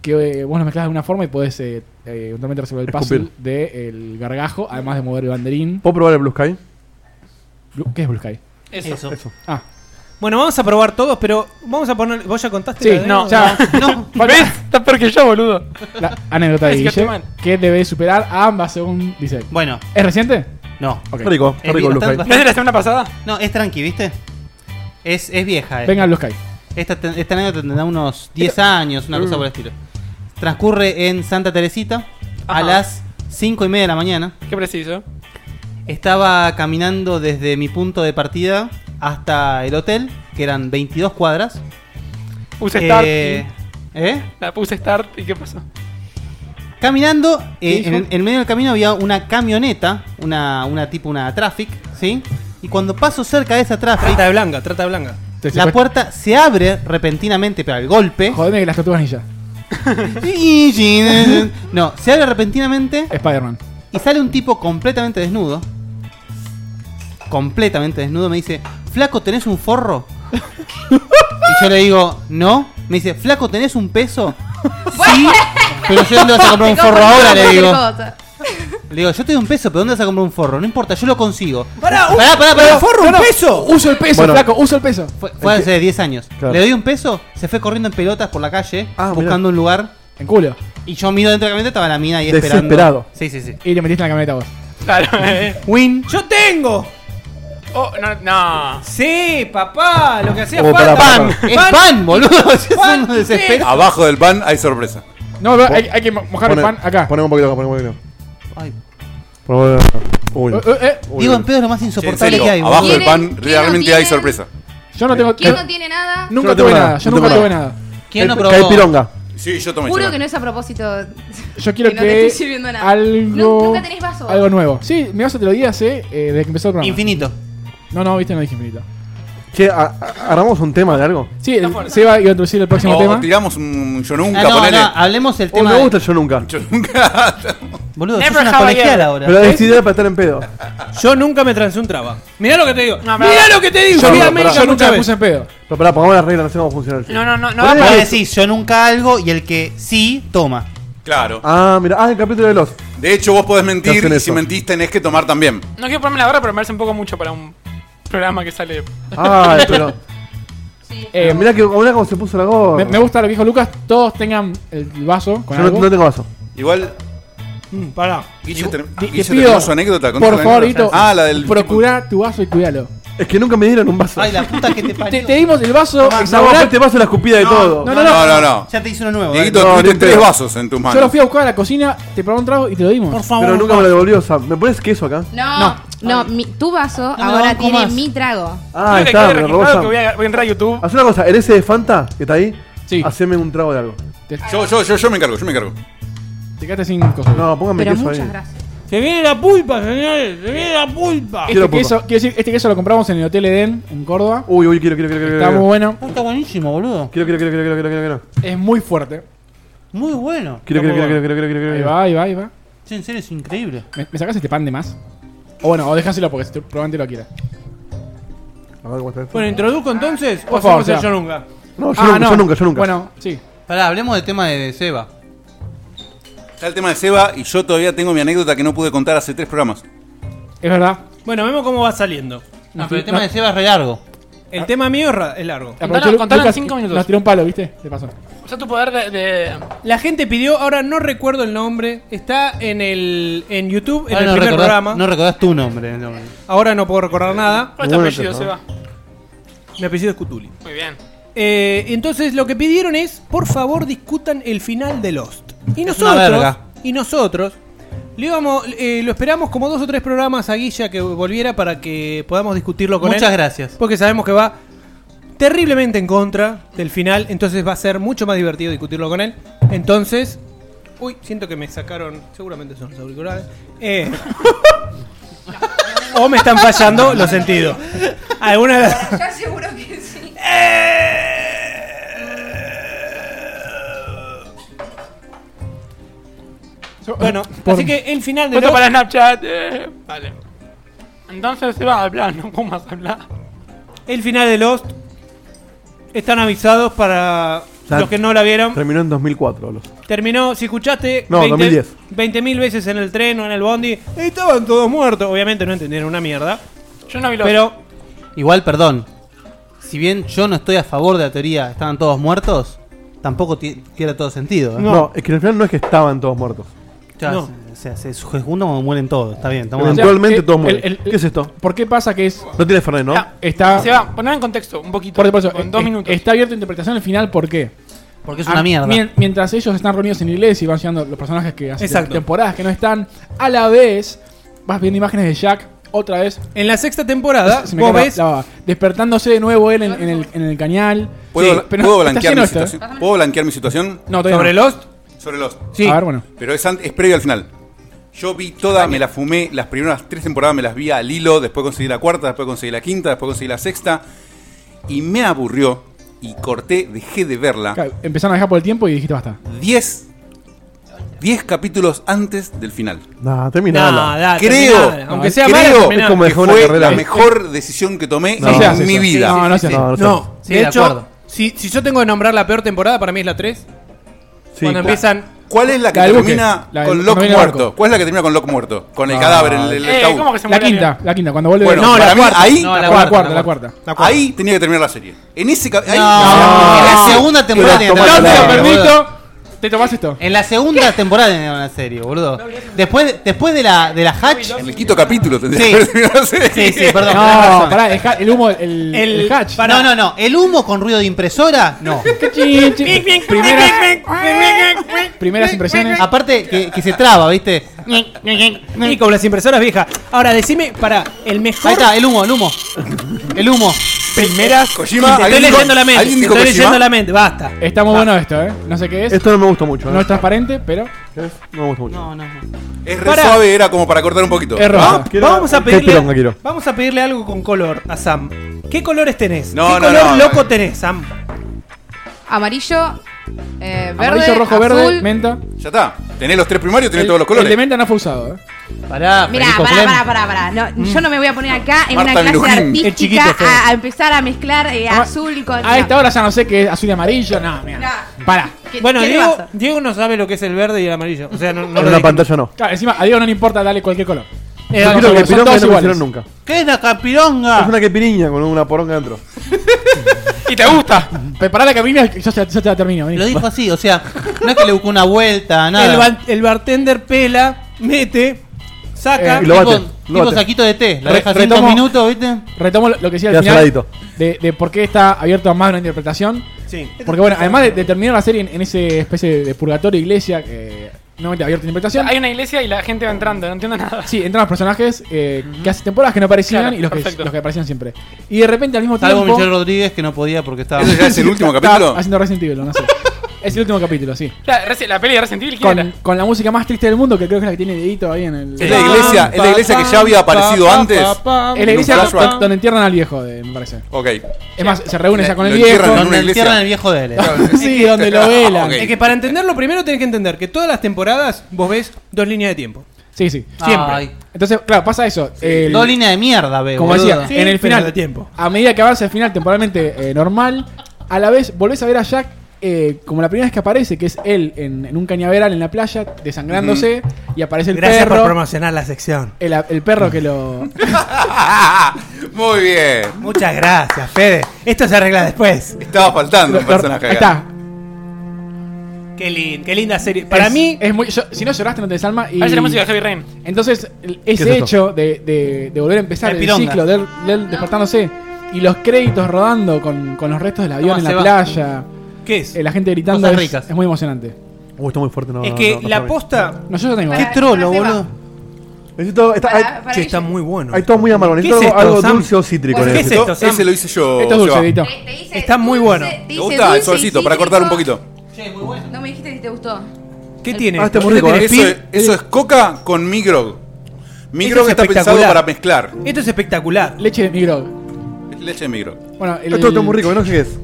[SPEAKER 3] que eh, vos los mezclas de una forma y podés eh, eh, eventualmente resolver el puzzle
[SPEAKER 2] Escupir.
[SPEAKER 3] del gargajo, además de mover el banderín.
[SPEAKER 2] ¿Puedo probar el Blue Sky?
[SPEAKER 3] Blue- ¿Qué es Blue Sky?
[SPEAKER 6] Eso.
[SPEAKER 1] Eso.
[SPEAKER 3] Ah,
[SPEAKER 9] Bueno, vamos a probar todos, pero vamos a poner. ¿Vos ya contaste?
[SPEAKER 3] sí,
[SPEAKER 9] la de-
[SPEAKER 3] no, ya.
[SPEAKER 1] No.
[SPEAKER 6] ¿Ves? Estás peor que yo, boludo.
[SPEAKER 3] La anécdota de
[SPEAKER 6] Es que
[SPEAKER 3] Guille,
[SPEAKER 6] te man-
[SPEAKER 3] que debe superar a ambas según dice.
[SPEAKER 1] Bueno,
[SPEAKER 3] ¿Es reciente?
[SPEAKER 1] no.
[SPEAKER 3] Ok.
[SPEAKER 2] Qué rico, qué
[SPEAKER 1] Es
[SPEAKER 2] rico el Blue
[SPEAKER 1] bastante-
[SPEAKER 2] Sky.
[SPEAKER 6] ¿No es de la semana pasada?
[SPEAKER 1] No, es tranqui, ¿viste? Es, es vieja. eh.
[SPEAKER 3] Venga, Blue Sky.
[SPEAKER 1] Esta, te- esta anécdota tendrá unos 10 años, una cosa por el estilo. Transcurre en Santa Teresita a
[SPEAKER 6] Ajá.
[SPEAKER 1] las 5 y media de la mañana.
[SPEAKER 6] Qué preciso.
[SPEAKER 1] Estaba caminando desde mi punto de partida hasta el hotel, que eran 22 cuadras.
[SPEAKER 6] Puse start.
[SPEAKER 1] Eh,
[SPEAKER 6] y-
[SPEAKER 1] ¿eh?
[SPEAKER 6] La puse start y qué pasó.
[SPEAKER 1] Caminando, eh,
[SPEAKER 3] dijo?
[SPEAKER 1] en, el- en medio del camino había una camioneta, una, una tipo, una traffic, ¿sí? Y cuando paso cerca de esa
[SPEAKER 9] Trata
[SPEAKER 1] traffic,
[SPEAKER 5] Ah,
[SPEAKER 9] de blanca, trata de blanca.
[SPEAKER 3] Te
[SPEAKER 1] la
[SPEAKER 3] secuest-
[SPEAKER 1] puerta se abre repentinamente, pero al golpe.
[SPEAKER 3] Jodeme que las tortugas ninja.
[SPEAKER 1] No, se abre repentinamente
[SPEAKER 3] Spider-Man.
[SPEAKER 1] y sale un tipo completamente desnudo. Completamente desnudo, me dice, flaco, ¿tenés un forro? Y yo le digo, no. Me dice, flaco, ¿tenés un peso? Sí, pero yo dónde vas a comprar un forro ahora, le digo. Le digo, yo te doy un peso, pero ¿dónde vas a comprar un forro? No importa, yo lo consigo.
[SPEAKER 9] Pará, un-
[SPEAKER 1] pará, pará, pará.
[SPEAKER 9] forro, un peso!
[SPEAKER 3] Uso el peso,
[SPEAKER 2] Bueno.
[SPEAKER 3] flaco, uso el peso.
[SPEAKER 1] Fue, fue hace 10 años.
[SPEAKER 2] Claro.
[SPEAKER 1] Le doy un peso, se fue corriendo en pelotas por la calle,
[SPEAKER 2] Ah, mirá.
[SPEAKER 1] buscando un lugar.
[SPEAKER 3] En culo.
[SPEAKER 1] Y yo miro dentro de la camioneta, estaba la mina ahí esperando.
[SPEAKER 2] Desesperado.
[SPEAKER 1] Sí, sí, sí.
[SPEAKER 3] Y le metiste en la camioneta vos.
[SPEAKER 6] Claro, eh.
[SPEAKER 1] Win.
[SPEAKER 9] ¡Yo tengo!
[SPEAKER 6] Oh, no, no.
[SPEAKER 9] Sí, papá, lo que hacía
[SPEAKER 2] Oh,
[SPEAKER 9] falta.
[SPEAKER 2] pará, pará,
[SPEAKER 1] Pan. Es pan, boludo. Es
[SPEAKER 9] pan,
[SPEAKER 1] uno desesperado.
[SPEAKER 4] Abajo del pan hay sorpresa.
[SPEAKER 3] No, no, hay, hay que mo- mojar
[SPEAKER 2] Pone-
[SPEAKER 3] el pan acá.
[SPEAKER 2] Ponemos un poquito acá, ponemos un poquito.
[SPEAKER 1] Ay,
[SPEAKER 2] Ponemos un poquito acá. Uy.
[SPEAKER 3] Eh, eh, eh,
[SPEAKER 2] uy.
[SPEAKER 1] Diego en pedo es lo más
[SPEAKER 4] Che, en
[SPEAKER 1] insoportable
[SPEAKER 4] serio,
[SPEAKER 1] que hay. boludo.
[SPEAKER 4] abajo del
[SPEAKER 8] ¿Quieren-
[SPEAKER 4] pan
[SPEAKER 8] quieren
[SPEAKER 4] realmente
[SPEAKER 8] tienen?
[SPEAKER 4] hay sorpresa.
[SPEAKER 3] Yo no tengo.
[SPEAKER 8] ¿Quién
[SPEAKER 3] eh,
[SPEAKER 8] no tiene nada?
[SPEAKER 3] Nunca
[SPEAKER 2] Yo no tengo
[SPEAKER 3] tuve nada,
[SPEAKER 2] nada,
[SPEAKER 3] yo
[SPEAKER 2] no
[SPEAKER 3] nunca
[SPEAKER 2] tengo
[SPEAKER 3] tuve nada.
[SPEAKER 1] ¿Quién no
[SPEAKER 2] Cai-
[SPEAKER 1] probó?
[SPEAKER 2] Caipironga.
[SPEAKER 4] Sí, yo tomé.
[SPEAKER 8] Juro
[SPEAKER 4] yo
[SPEAKER 8] que no
[SPEAKER 4] tomé.
[SPEAKER 8] es a propósito.
[SPEAKER 3] Yo quiero
[SPEAKER 8] Y
[SPEAKER 3] que,
[SPEAKER 8] no te estoy sirviendo nada.
[SPEAKER 3] algo
[SPEAKER 8] Nun- nunca tenés vaso.
[SPEAKER 3] algo nuevo. Sí, mi vaso te lo di hace eh, desde que empezó el programa.
[SPEAKER 1] Infinito.
[SPEAKER 3] No, no, viste, no dije infinito.
[SPEAKER 2] Che, a- a- ¿armamos un tema de algo?
[SPEAKER 3] Sí, el- Seba iba a introducir el próximo
[SPEAKER 4] O
[SPEAKER 3] tema.
[SPEAKER 4] tiramos un yo nunca,
[SPEAKER 1] Ah, no,
[SPEAKER 4] ponele.
[SPEAKER 1] no, hablemos el
[SPEAKER 2] Oh,
[SPEAKER 1] tema.
[SPEAKER 2] me
[SPEAKER 1] de-
[SPEAKER 2] gusta el yo nunca.
[SPEAKER 4] Yo nunca.
[SPEAKER 1] Boludo, es
[SPEAKER 6] Never
[SPEAKER 1] una
[SPEAKER 6] have I
[SPEAKER 1] colegial
[SPEAKER 6] ever.
[SPEAKER 1] ahora.
[SPEAKER 2] Pero es idea para estar en pedo.
[SPEAKER 9] Yo nunca me transé un traba. Mirá lo que te digo.
[SPEAKER 6] No, pará.
[SPEAKER 9] Mirá lo que te digo.
[SPEAKER 2] Yo
[SPEAKER 9] Fui a
[SPEAKER 2] no,
[SPEAKER 9] América
[SPEAKER 3] yo nunca
[SPEAKER 9] muchas
[SPEAKER 3] me
[SPEAKER 9] veces.
[SPEAKER 3] puse en pedo.
[SPEAKER 2] Pero pará, pongamos las reglas, no sé cómo funciona el
[SPEAKER 6] No,
[SPEAKER 2] show.
[SPEAKER 6] no, no, no
[SPEAKER 1] No
[SPEAKER 6] da
[SPEAKER 1] vos
[SPEAKER 6] para
[SPEAKER 1] decís yo nunca algo y el que sí, toma.
[SPEAKER 4] Claro.
[SPEAKER 2] Ah, mira, ah, el capítulo de los.
[SPEAKER 4] De hecho, vos podés
[SPEAKER 2] ¿Qué
[SPEAKER 4] mentir
[SPEAKER 2] hacen
[SPEAKER 4] y si
[SPEAKER 2] eso?
[SPEAKER 4] mentís tenés que tomar también.
[SPEAKER 6] No quiero ponerme la barra, pero me parece un poco mucho para un programa que sale.
[SPEAKER 2] Ay, pero.
[SPEAKER 3] Eh,
[SPEAKER 2] mirá, que, mirá cómo se puso la gorra.
[SPEAKER 3] me, me gusta lo que dijo Lucas. Todos tengan el vaso con
[SPEAKER 2] Yo no,
[SPEAKER 3] algo.
[SPEAKER 2] no tengo vaso.
[SPEAKER 4] Igual,
[SPEAKER 9] Mm, pará.
[SPEAKER 4] Guille, ten-
[SPEAKER 3] Te-
[SPEAKER 4] Guille,
[SPEAKER 3] te pido,
[SPEAKER 4] tenemos su anécdota. contá
[SPEAKER 3] por
[SPEAKER 4] la
[SPEAKER 3] favor,
[SPEAKER 4] anécdota.
[SPEAKER 3] Dito,
[SPEAKER 4] Ah, la del.
[SPEAKER 3] procura tu vaso y cuídalo.
[SPEAKER 2] Es que nunca me dieron un vaso.
[SPEAKER 1] Ay, la puta que te
[SPEAKER 3] Te,
[SPEAKER 1] parió.
[SPEAKER 3] te dimos el vaso
[SPEAKER 1] Tomá,
[SPEAKER 2] No,
[SPEAKER 3] hexagonal.
[SPEAKER 2] este vaso es la escupida de todo.
[SPEAKER 3] no,
[SPEAKER 4] No, no, no. no.
[SPEAKER 1] Ya te hice uno nuevo.
[SPEAKER 4] Dieguito,
[SPEAKER 1] dale.
[SPEAKER 2] no,
[SPEAKER 4] tuviste
[SPEAKER 2] ni
[SPEAKER 4] tres
[SPEAKER 2] pedo.
[SPEAKER 4] vasos en tus manos.
[SPEAKER 3] Yo lo fui a buscar a la cocina, te probé un trago y te lo dimos.
[SPEAKER 9] Por favor.
[SPEAKER 2] Pero nunca me lo devolvió Sam. ¿Me pones queso acá?
[SPEAKER 8] No, no, mi- tu vaso
[SPEAKER 1] me
[SPEAKER 8] ahora
[SPEAKER 1] banco
[SPEAKER 8] tiene
[SPEAKER 1] más.
[SPEAKER 8] mi trago.
[SPEAKER 2] Ah,
[SPEAKER 6] Creo que
[SPEAKER 2] está,
[SPEAKER 6] quede
[SPEAKER 2] me Ah. lo robó
[SPEAKER 6] registrado que
[SPEAKER 2] Sam.
[SPEAKER 6] voy a, voy a entrar a YouTube.
[SPEAKER 2] Haz una cosa, ¿en ese de Fanta que está ahí?
[SPEAKER 3] Sí.
[SPEAKER 2] Haceme un trago de algo.
[SPEAKER 4] Yo, yo, yo, yo me encargo, yo me encargo.
[SPEAKER 3] Te quedaste sin cosas.
[SPEAKER 2] No, póngame
[SPEAKER 8] Pero
[SPEAKER 2] queso
[SPEAKER 8] muchas
[SPEAKER 2] ahí.
[SPEAKER 8] gracias.
[SPEAKER 9] Se viene la pulpa, señores. Se viene la pulpa.
[SPEAKER 3] Este
[SPEAKER 2] Quiero pulpa.
[SPEAKER 3] queso, quiero decir, este queso lo compramos en el Hotel Edén, en Córdoba.
[SPEAKER 2] Uy, Eh. uy, quiero, quiero, quiero, quiero.
[SPEAKER 3] Está muy bueno.
[SPEAKER 1] Está buenísimo, boludo.
[SPEAKER 2] Quiero, quiero, quiero, quiero, quiero, quiero, quiero.
[SPEAKER 3] Es muy fuerte.
[SPEAKER 1] Muy bueno.
[SPEAKER 2] Quiero, quiero,
[SPEAKER 3] Está
[SPEAKER 2] quiero,
[SPEAKER 3] muy
[SPEAKER 2] quiero, quiero, quiero,
[SPEAKER 3] Ahí
[SPEAKER 2] quiero.
[SPEAKER 3] va, ahí va, ahí va.
[SPEAKER 1] Sí, en serio es increíble.
[SPEAKER 3] ¿Me, me sacas este pan de más? O bueno, o déjaselo porque si- probablemente lo quiera.
[SPEAKER 2] A ver, ¿cómo está esto?
[SPEAKER 5] Bueno, introduzco entonces o
[SPEAKER 3] Por favor,
[SPEAKER 5] hacemos el
[SPEAKER 3] sea.
[SPEAKER 5] yo nunca.
[SPEAKER 2] No, Oh, yo,
[SPEAKER 3] Ah,
[SPEAKER 2] nunca, yo nunca, yo nunca.
[SPEAKER 3] Bueno, sí.
[SPEAKER 1] Pará, hablemos del tema de Seba. Ah,
[SPEAKER 4] Está el tema de Seba y yo todavía tengo mi anécdota que no pude contar hace tres programas.
[SPEAKER 3] Es verdad.
[SPEAKER 5] Bueno, vemos cómo va saliendo.
[SPEAKER 1] No, pero el tema de Seba es re largo.
[SPEAKER 5] El tema mío es ra- es largo.
[SPEAKER 3] Aprovechó Lu-
[SPEAKER 6] contalo en
[SPEAKER 3] Lucas,
[SPEAKER 6] cinco minutos.
[SPEAKER 3] Nos tiró un palo, ¿viste? De paso.
[SPEAKER 6] Usa tu poder de. de-
[SPEAKER 5] La gente pidió, ahora no recuerdo el nombre, está en el en YouTube, en
[SPEAKER 1] Ahora Ah,
[SPEAKER 5] el
[SPEAKER 1] no
[SPEAKER 5] primer
[SPEAKER 1] recordás,
[SPEAKER 5] programa.
[SPEAKER 1] no recordás tu nombre. no.
[SPEAKER 5] Ahora no puedo recordar nada.
[SPEAKER 6] ¿Cuál es tu
[SPEAKER 2] Bueno,
[SPEAKER 6] apellido,
[SPEAKER 2] te-
[SPEAKER 6] Seba?
[SPEAKER 5] Mi apellido es Cutuli.
[SPEAKER 6] Muy bien.
[SPEAKER 5] Eh, entonces lo que pidieron es, por favor, discutan el final de Lost. Y
[SPEAKER 1] Es una
[SPEAKER 5] nosotros,
[SPEAKER 1] verga.
[SPEAKER 5] y nosotros, le íbamos, eh, lo esperamos como dos o tres programas a Guilla que volviera para que podamos discutirlo con
[SPEAKER 1] Muchas
[SPEAKER 5] él.
[SPEAKER 1] gracias.
[SPEAKER 5] Porque sabemos que va terriblemente en contra del final, entonces va a ser mucho más divertido discutirlo con él. Entonces, uy, siento que me sacaron, seguramente son los auriculares. Eh, o me están fallando los sentidos. Alguna de las-
[SPEAKER 8] Yo seguro que sí.
[SPEAKER 5] Bueno, así que el final de
[SPEAKER 6] Foto
[SPEAKER 5] Lost-
[SPEAKER 6] para Snapchat. eh, Vale. Entonces Seba habla, no puedo más hablar.
[SPEAKER 5] El final de Lost están avisados para
[SPEAKER 2] Ya.
[SPEAKER 5] los que no la vieron.
[SPEAKER 2] Terminó en 2004. Los...
[SPEAKER 5] Terminó, si escuchaste,
[SPEAKER 2] No, 2010.
[SPEAKER 5] 20.000 veces en el tren o en el bondi, estaban todos muertos. Obviamente no entendieron una mierda.
[SPEAKER 6] Yo no vi los.
[SPEAKER 5] Pero
[SPEAKER 1] Igual, perdón. Si bien yo no estoy a favor de la teoría, estaban todos muertos, tampoco ti- tiene todo sentido. ¿eh?
[SPEAKER 2] Ah, No. es que en el final no es que estaban todos muertos.
[SPEAKER 1] O sea,
[SPEAKER 5] no.
[SPEAKER 1] se- se, se juntan o mueren todos. Está bien, estamos de acuerdo.
[SPEAKER 2] Eventualmente
[SPEAKER 3] el-
[SPEAKER 2] todos mueren.
[SPEAKER 3] el- el-
[SPEAKER 2] ¿Qué es esto?
[SPEAKER 3] ¿Por qué pasa que es.
[SPEAKER 2] No tiene Fernet, ¿no?
[SPEAKER 6] Ya.
[SPEAKER 3] Está.
[SPEAKER 6] Seba, poner en contexto un poquito.
[SPEAKER 3] Por, por eso,
[SPEAKER 6] Ah, con dos
[SPEAKER 3] eh,
[SPEAKER 6] minutos.
[SPEAKER 3] Está abierto a interpretación al final, ¿por qué?
[SPEAKER 1] porque es una
[SPEAKER 3] Ah,
[SPEAKER 1] mierda.
[SPEAKER 3] mien- mientras ellos están reunidos en la iglesia y van llegando los personajes que hace
[SPEAKER 5] Exacto.
[SPEAKER 3] temporadas que no están, a la vez vas viendo imágenes de Jack otra vez.
[SPEAKER 5] en la sexta temporada,
[SPEAKER 3] Se me
[SPEAKER 5] vos
[SPEAKER 3] cae la-
[SPEAKER 5] ves,
[SPEAKER 3] la baba. despertándose de nuevo él en, en el, en el cañal.
[SPEAKER 4] ¿Puedo,
[SPEAKER 3] Sí, pero
[SPEAKER 4] puedo
[SPEAKER 3] no- está
[SPEAKER 4] blanquear
[SPEAKER 3] lleno
[SPEAKER 4] mi
[SPEAKER 3] esto, ¿eh?
[SPEAKER 4] situación? ¿Puedo blanquear mi situación?
[SPEAKER 3] No, todavía
[SPEAKER 5] sobre
[SPEAKER 3] no.
[SPEAKER 5] Lost,
[SPEAKER 4] Sobre los.
[SPEAKER 5] sí.
[SPEAKER 3] A ver, bueno.
[SPEAKER 4] Pero es, an- es previo al final. Yo vi toda, me la fumé, las primeras tres temporadas me las vi al hilo, después conseguí la cuarta, después conseguí la quinta, después conseguí la sexta. Y me aburrió y corté, dejé de verla.
[SPEAKER 3] Claro, Empezaron a dejar por el tiempo y dijiste basta.
[SPEAKER 4] 10 10 capítulos antes del final.
[SPEAKER 2] Nah,
[SPEAKER 5] Nada,
[SPEAKER 2] terminala.
[SPEAKER 5] nada,
[SPEAKER 4] creo,
[SPEAKER 5] terminala. aunque sea
[SPEAKER 4] creo
[SPEAKER 5] mala,
[SPEAKER 2] es
[SPEAKER 3] Pues
[SPEAKER 5] terminala.
[SPEAKER 2] como
[SPEAKER 4] que
[SPEAKER 2] dejar una
[SPEAKER 4] fue
[SPEAKER 2] carrera.
[SPEAKER 4] la mejor decisión que tomé
[SPEAKER 2] No,
[SPEAKER 4] en
[SPEAKER 2] se hace
[SPEAKER 4] mi
[SPEAKER 2] eso.
[SPEAKER 4] vida.
[SPEAKER 3] No, no, se hace.
[SPEAKER 2] No, no, sé.
[SPEAKER 5] No,
[SPEAKER 1] Sí,
[SPEAKER 5] de,
[SPEAKER 1] de
[SPEAKER 5] hecho,
[SPEAKER 1] acuerdo.
[SPEAKER 5] si, si yo tengo que nombrar la peor temporada, para mí es la 3.
[SPEAKER 2] Sí,
[SPEAKER 5] cuando
[SPEAKER 2] claro.
[SPEAKER 5] empiezan,
[SPEAKER 4] ¿Cuál es la que
[SPEAKER 3] La del buque.
[SPEAKER 4] termina
[SPEAKER 3] La del-
[SPEAKER 4] con Locke
[SPEAKER 3] no viene
[SPEAKER 4] muerto?
[SPEAKER 3] barco.
[SPEAKER 4] ¿Cuál es la que termina con Locke muerto? Con el cadáver en el, el
[SPEAKER 6] Eh,
[SPEAKER 4] ataúd.
[SPEAKER 6] ¿cómo que se
[SPEAKER 3] La
[SPEAKER 6] muere
[SPEAKER 3] quinta,
[SPEAKER 6] alguien?
[SPEAKER 3] la quinta, cuando vuelve.
[SPEAKER 4] Bueno,
[SPEAKER 3] no,
[SPEAKER 4] para mí ahí,
[SPEAKER 1] No,
[SPEAKER 3] la,
[SPEAKER 1] la
[SPEAKER 3] cuarta,
[SPEAKER 1] cuarta,
[SPEAKER 3] la cuarta.
[SPEAKER 4] ahí tenía que terminar la serie. En ese ca- ahí-
[SPEAKER 1] No, en la segunda temporada.
[SPEAKER 2] Pero
[SPEAKER 1] tiene que terminar,
[SPEAKER 2] tomate la-
[SPEAKER 3] Te lo
[SPEAKER 1] boludo.
[SPEAKER 3] permito. ¿Te tomás esto?
[SPEAKER 1] En la segunda temporada tenían una serie, boludo. Después, después de la de la Hatch.
[SPEAKER 4] En el quinto capítulo tendría
[SPEAKER 1] Sí.
[SPEAKER 4] que haber terminado la serie.
[SPEAKER 1] Sí, sí, perdón. tenés
[SPEAKER 3] No,
[SPEAKER 1] razón.
[SPEAKER 3] pará, el, ha- el humo, el,
[SPEAKER 5] El-
[SPEAKER 3] el hatch.
[SPEAKER 5] pará.
[SPEAKER 1] No, no, no. El humo con ruido de impresora, no.
[SPEAKER 3] Chin, chin. Primeras, primeras impresiones.
[SPEAKER 1] Aparte que, que se traba, ¿viste?
[SPEAKER 5] y con las impresoras viejas. Ahora, decime, para, el mejor.
[SPEAKER 1] Ahí está, el humo, el humo. El humo.
[SPEAKER 5] Primeras.
[SPEAKER 4] Eh, Kojima,
[SPEAKER 5] te estoy
[SPEAKER 4] ¿alguien dijo-
[SPEAKER 5] leyendo la mente.
[SPEAKER 4] alguien
[SPEAKER 5] Te
[SPEAKER 4] dijo
[SPEAKER 5] estoy
[SPEAKER 4] Kojima?
[SPEAKER 5] leyendo la mente, basta.
[SPEAKER 3] Está muy bueno esto, ¿eh? No sé qué es.
[SPEAKER 2] Esto no me gusta mucho. ¿eh?
[SPEAKER 3] No es transparente, pero.
[SPEAKER 2] ¿Qué es? No me gusta mucho.
[SPEAKER 1] No, no, no.
[SPEAKER 4] Es re
[SPEAKER 5] Pará.
[SPEAKER 4] suave, era como para cortar un poquito.
[SPEAKER 3] Es rosa.
[SPEAKER 4] ¿Ah?
[SPEAKER 2] Quiero-
[SPEAKER 5] vamos a
[SPEAKER 2] ¿Qué
[SPEAKER 5] pedirle,
[SPEAKER 2] quiero, qué quiero?
[SPEAKER 5] vamos a pedirle algo con color a Sam. ¿Qué colores tenés?
[SPEAKER 4] No,
[SPEAKER 5] ¿Qué
[SPEAKER 4] no,
[SPEAKER 5] color
[SPEAKER 4] no.
[SPEAKER 5] loco tenés, Sam?
[SPEAKER 8] Amarillo, eh, verde,
[SPEAKER 3] Amarillo, rojo,
[SPEAKER 8] azul.
[SPEAKER 3] verde, menta.
[SPEAKER 4] Ya está. Tenés los tres primarios, tenés
[SPEAKER 3] El-
[SPEAKER 4] todos los colores.
[SPEAKER 3] El de menta no fue usado, ¿eh?
[SPEAKER 1] Pará,
[SPEAKER 8] Mirá,
[SPEAKER 1] Federico
[SPEAKER 8] pará,
[SPEAKER 1] Flem.
[SPEAKER 8] pará, pará, pará. No, Yo no me voy a poner acá en
[SPEAKER 4] Marta
[SPEAKER 8] una clase
[SPEAKER 4] Minujín.
[SPEAKER 5] El chiquito,
[SPEAKER 8] artística
[SPEAKER 5] Fede.
[SPEAKER 8] a, a empezar a mezclar eh,
[SPEAKER 3] Ama-
[SPEAKER 8] azul con.
[SPEAKER 3] A esta hora ya no sé qué es azul y amarillo. No, mira.
[SPEAKER 8] No.
[SPEAKER 3] Pará.
[SPEAKER 8] ¿Qué-
[SPEAKER 5] Bueno,
[SPEAKER 8] qué le
[SPEAKER 5] Diego,
[SPEAKER 8] pasa?
[SPEAKER 5] Diego no sabe lo que es el verde y el amarillo. O sea, no, no
[SPEAKER 2] En
[SPEAKER 5] lo
[SPEAKER 2] la
[SPEAKER 5] dijo.
[SPEAKER 2] pantalla no.
[SPEAKER 3] Claro, encima, a Diego no le importa darle cualquier color.
[SPEAKER 2] Yo
[SPEAKER 3] vamos
[SPEAKER 2] quiero
[SPEAKER 3] Eh, a
[SPEAKER 2] que
[SPEAKER 3] ver, son
[SPEAKER 2] pironga
[SPEAKER 3] todos
[SPEAKER 2] no me hicieron
[SPEAKER 3] iguales.
[SPEAKER 2] nunca.
[SPEAKER 1] ¿Qué es la capironga?
[SPEAKER 2] Es una quepiriña con una poronga adentro.
[SPEAKER 6] Y te gusta.
[SPEAKER 3] Prepará la cabina y yo ya, yo te la termino. vení.
[SPEAKER 1] Lo dijo así, o sea, no es que le buscó una vuelta, nada.
[SPEAKER 5] El, ba- el bartender pela, mete, saca.
[SPEAKER 2] Eh, y lo
[SPEAKER 1] tipo,
[SPEAKER 2] bate, lo
[SPEAKER 1] tipo
[SPEAKER 2] bate.
[SPEAKER 1] saquito de té, la
[SPEAKER 3] Re-
[SPEAKER 1] deja 5
[SPEAKER 3] retomo-
[SPEAKER 1] minutos, ¿viste?
[SPEAKER 3] Retomo lo, lo que decía al
[SPEAKER 2] Queda
[SPEAKER 3] final
[SPEAKER 2] saladito.
[SPEAKER 3] de, de por qué está abierto a más una interpretación.
[SPEAKER 5] Sí.
[SPEAKER 3] Porque bueno, además de, de terminar la serie en, en ese especie de purgatorio iglesia, que nuevamente abierto a interpretación.
[SPEAKER 6] Hay una iglesia y la gente va entrando, no entiendo nada.
[SPEAKER 3] Sí, entran los personajes eh, que hace temporadas que no aparecían
[SPEAKER 6] Claro,
[SPEAKER 3] y los que,
[SPEAKER 6] perfecto.
[SPEAKER 3] los que aparecían siempre. Y de repente al mismo
[SPEAKER 1] Salvo
[SPEAKER 3] tiempo.
[SPEAKER 1] Michelle Rodríguez que no podía porque estaba.
[SPEAKER 4] ¿Eso ya es el último
[SPEAKER 3] está
[SPEAKER 4] capítulo?
[SPEAKER 3] Haciendo Resident Evil, no sé. Es el último capítulo, sí.
[SPEAKER 6] La, Resi- la peli de Resident Evil, ¿quién
[SPEAKER 3] Con,
[SPEAKER 6] era?
[SPEAKER 3] con la música más triste del mundo, que creo que es la que tiene Dieguito ahí en el.
[SPEAKER 4] Es la iglesia, es la iglesia que ya había aparecido antes.
[SPEAKER 3] Es la iglesia
[SPEAKER 4] en un flashback.
[SPEAKER 3] donde entierran al viejo, de- me parece.
[SPEAKER 4] Ok.
[SPEAKER 3] Es más, se reúne ya con el
[SPEAKER 4] Lo
[SPEAKER 3] viejo.
[SPEAKER 4] entierran en una
[SPEAKER 1] Donde
[SPEAKER 4] iglesia.
[SPEAKER 1] entierran el viejo de él.
[SPEAKER 3] Sí, donde lo velan.
[SPEAKER 4] Ok.
[SPEAKER 5] Es que para entenderlo primero tenés que entender que todas las temporadas vos ves dos líneas de tiempo.
[SPEAKER 3] Sí, sí.
[SPEAKER 4] Ah.
[SPEAKER 5] Siempre.
[SPEAKER 1] Ay.
[SPEAKER 3] Entonces, claro, pasa eso. El-
[SPEAKER 1] Dos líneas de mierda, veo.
[SPEAKER 3] como
[SPEAKER 1] Eh, boludo.
[SPEAKER 3] decía,
[SPEAKER 5] Sí,
[SPEAKER 3] en el
[SPEAKER 5] pero
[SPEAKER 3] final
[SPEAKER 5] de tiempo.
[SPEAKER 3] A medida que avanza el final temporalmente eh, normal, a la vez volvés a ver a Jack eh, como la primera vez que aparece, que es él en, en un cañaveral en la playa, desangrándose, y aparece el
[SPEAKER 5] Gracias por
[SPEAKER 3] perro.
[SPEAKER 5] promocionar la sección.
[SPEAKER 3] El, el perro que lo.
[SPEAKER 4] Muy bien.
[SPEAKER 5] Muchas gracias, Fede. Esto se arregla después.
[SPEAKER 4] Estaba faltando un
[SPEAKER 3] lo- lo-
[SPEAKER 4] personaje
[SPEAKER 3] ahí
[SPEAKER 4] acá.
[SPEAKER 3] está.
[SPEAKER 5] Qué, lin- qué linda serie. Para
[SPEAKER 3] Es-
[SPEAKER 5] mí,
[SPEAKER 3] Es muy, yo- si no lloraste, no te desalma. Y,
[SPEAKER 6] Parece la música de Heavy Rain.
[SPEAKER 3] Entonces, el-
[SPEAKER 2] ¿Qué
[SPEAKER 3] ese
[SPEAKER 2] es esto?
[SPEAKER 3] hecho de, de- de volver a empezar
[SPEAKER 1] El
[SPEAKER 3] el,
[SPEAKER 1] pironga.
[SPEAKER 3] ciclo, de él, de él despertándose y los créditos rodando con, con los restos del avión
[SPEAKER 1] Toma,
[SPEAKER 3] en
[SPEAKER 1] se
[SPEAKER 3] la
[SPEAKER 1] va.
[SPEAKER 3] playa,
[SPEAKER 5] ¿qué es?
[SPEAKER 3] eh, la gente gritando,
[SPEAKER 1] Cosas
[SPEAKER 3] es,
[SPEAKER 1] ricas.
[SPEAKER 3] es muy emocionante.
[SPEAKER 2] Uy, está Uh, muy fuerte, no.
[SPEAKER 5] es
[SPEAKER 2] no,
[SPEAKER 5] que
[SPEAKER 2] no, no,
[SPEAKER 5] la
[SPEAKER 2] está bien.
[SPEAKER 5] posta.
[SPEAKER 3] No, yo ya tengo.
[SPEAKER 8] Para-
[SPEAKER 1] Qué trolo,
[SPEAKER 8] para-
[SPEAKER 1] boludo.
[SPEAKER 2] Necesito. Está,
[SPEAKER 8] Para-
[SPEAKER 2] hay,
[SPEAKER 8] para
[SPEAKER 5] Che,
[SPEAKER 8] ello.
[SPEAKER 5] está muy bueno.
[SPEAKER 2] hay todo muy amargo.
[SPEAKER 5] ¿Qué
[SPEAKER 2] Necesito
[SPEAKER 5] es
[SPEAKER 2] algo,
[SPEAKER 5] esto,
[SPEAKER 2] algo
[SPEAKER 5] Sam?
[SPEAKER 2] dulce o cítrico.
[SPEAKER 8] ¿Qué es
[SPEAKER 2] necesito.
[SPEAKER 5] esto, Sam?
[SPEAKER 4] Ese lo hice yo.
[SPEAKER 3] Esto es dulce,
[SPEAKER 4] Seba.
[SPEAKER 3] Edito.
[SPEAKER 8] Te- te hice
[SPEAKER 5] Está muy
[SPEAKER 8] dulce-
[SPEAKER 5] bueno.
[SPEAKER 8] te
[SPEAKER 4] ¿Te
[SPEAKER 8] hice
[SPEAKER 4] gusta
[SPEAKER 8] dulce y
[SPEAKER 4] el solcito? Para
[SPEAKER 8] cítrico.
[SPEAKER 4] cortar un poquito.
[SPEAKER 8] No me dijiste si te gustó. No
[SPEAKER 5] ¿Qué tiene?
[SPEAKER 2] Ah, está muy
[SPEAKER 5] ¿Qué
[SPEAKER 2] rico,
[SPEAKER 5] tiene?
[SPEAKER 2] eh.
[SPEAKER 4] Eso, es-
[SPEAKER 5] Pi-
[SPEAKER 4] eso es coca con migrog. Migrog
[SPEAKER 5] Eso es
[SPEAKER 4] está pensado
[SPEAKER 5] espectacular.
[SPEAKER 4] para mezclar.
[SPEAKER 5] Esto es espectacular.
[SPEAKER 3] Leche de migro.
[SPEAKER 4] Es Leche de migrog.
[SPEAKER 3] Bueno, el-
[SPEAKER 2] Esto está muy rico, ¿eh? no sé qué es.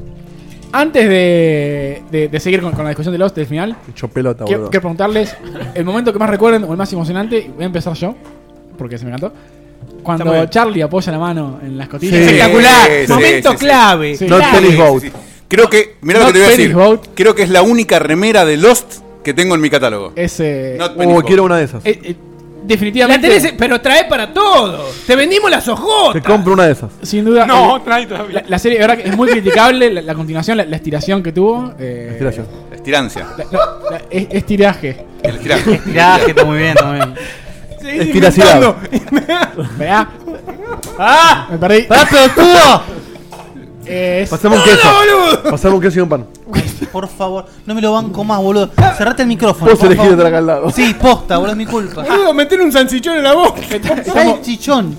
[SPEAKER 3] Antes de, de- de seguir con, con la discusión de Lost del final,
[SPEAKER 2] Hecho pelota,
[SPEAKER 3] quiero,
[SPEAKER 2] boludo.
[SPEAKER 3] quiero preguntarles el momento que más recuerden o el más emocionante. y Voy a empezar yo, porque se me encantó.
[SPEAKER 5] Está muy
[SPEAKER 3] Cuando
[SPEAKER 5] bien.
[SPEAKER 3] Charlie apoya la mano en las costillas.
[SPEAKER 2] Sí.
[SPEAKER 5] Espectacular.
[SPEAKER 4] Sí, sí,
[SPEAKER 5] Momento
[SPEAKER 4] sí, sí.
[SPEAKER 5] clave.
[SPEAKER 3] Sí.
[SPEAKER 2] Not
[SPEAKER 3] Claro.
[SPEAKER 2] Tennis
[SPEAKER 4] Sí,
[SPEAKER 2] Boat.
[SPEAKER 4] sí. Creo que, mirá lo
[SPEAKER 3] Not
[SPEAKER 4] que te voy a decir.
[SPEAKER 3] Penny's Boat.
[SPEAKER 4] Creo que es la única remera de Lost que tengo en mi catálogo.
[SPEAKER 3] Eh, Ese.
[SPEAKER 4] Not Penny's
[SPEAKER 2] Oh,
[SPEAKER 4] Boat.
[SPEAKER 2] quiero una de esas.
[SPEAKER 3] eh, eh,
[SPEAKER 5] La
[SPEAKER 3] definitivamente.
[SPEAKER 5] tenés, pero trae para todo. Te vendimos las
[SPEAKER 2] Te
[SPEAKER 5] ojotas.
[SPEAKER 2] compro una de esas.
[SPEAKER 3] Sin duda.
[SPEAKER 6] No,
[SPEAKER 3] eh,
[SPEAKER 6] trae todavía.
[SPEAKER 3] la, la serie, de verdad, que es muy criticable. La, la continuación, la, la estiración que tuvo. eh,
[SPEAKER 2] Gracias.
[SPEAKER 4] Estirancia.
[SPEAKER 3] la- no, la- es, es tiraje.
[SPEAKER 4] El estiraje.
[SPEAKER 1] Mirá, que está muy bien, está muy bien.
[SPEAKER 5] Seguís
[SPEAKER 2] Estiracidad.
[SPEAKER 5] inventando.
[SPEAKER 3] ¿Verdad?
[SPEAKER 1] ¡Ah!
[SPEAKER 3] Me perdí.
[SPEAKER 1] ¡Ah, pelotudo!
[SPEAKER 3] Eh, es-
[SPEAKER 2] Pasame un queso. Pasame un queso y un pan.
[SPEAKER 1] Por favor, no me lo banco más, boludo. Cerrate el micrófono.
[SPEAKER 2] Vos
[SPEAKER 1] por
[SPEAKER 2] elegís de
[SPEAKER 1] favor.
[SPEAKER 2] acá al lado.
[SPEAKER 1] Sí, posta, boludo, es mi culpa.
[SPEAKER 5] Boludo, meter un salsichón en la boca.
[SPEAKER 1] Está chichón.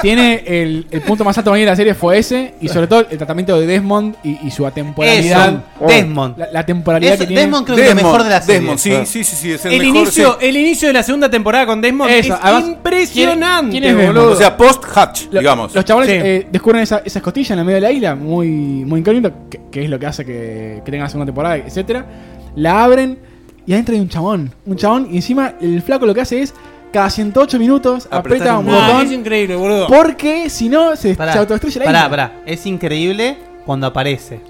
[SPEAKER 3] tiene el, el punto más alto para mí de la serie fue ese. Y sobre todo el tratamiento de Desmond y, y su
[SPEAKER 1] Eso,
[SPEAKER 3] atemporalidad.
[SPEAKER 1] Desmond.
[SPEAKER 3] La, la temporalidad
[SPEAKER 1] Es-
[SPEAKER 3] que tiene.
[SPEAKER 1] Desmond creo que es lo mejor de la serie.
[SPEAKER 4] Desmond, sí, sí, sí, sí, es el,
[SPEAKER 5] El
[SPEAKER 4] mejor,
[SPEAKER 5] inicio,
[SPEAKER 4] sí.
[SPEAKER 5] el inicio de la segunda temporada con Desmond
[SPEAKER 3] Eso,
[SPEAKER 5] es
[SPEAKER 3] además,
[SPEAKER 5] impresionante,
[SPEAKER 3] ¿quién- quién es
[SPEAKER 5] boludo.
[SPEAKER 4] O sea, post-hatch,
[SPEAKER 3] Lo-
[SPEAKER 4] digamos.
[SPEAKER 3] Los chabones
[SPEAKER 5] Sí.
[SPEAKER 3] eh, descubren esa- esas costillas en el medio de la isla, muy, muy incógnito, que, que es lo que hace que, que tengan la segunda temporada, etcétera. La abren y adentro hay un chabón. Un chabón, y encima el flaco lo que hace es cada 108 minutos
[SPEAKER 4] Apretar
[SPEAKER 3] aprieta un
[SPEAKER 4] un
[SPEAKER 5] No,
[SPEAKER 1] Ah,
[SPEAKER 3] botón.
[SPEAKER 5] es increíble, boludo.
[SPEAKER 3] Porque si no, se,
[SPEAKER 1] Pará,
[SPEAKER 3] se autodestruye la
[SPEAKER 1] pará,
[SPEAKER 3] isla.
[SPEAKER 1] pará. Es increíble cuando aparece.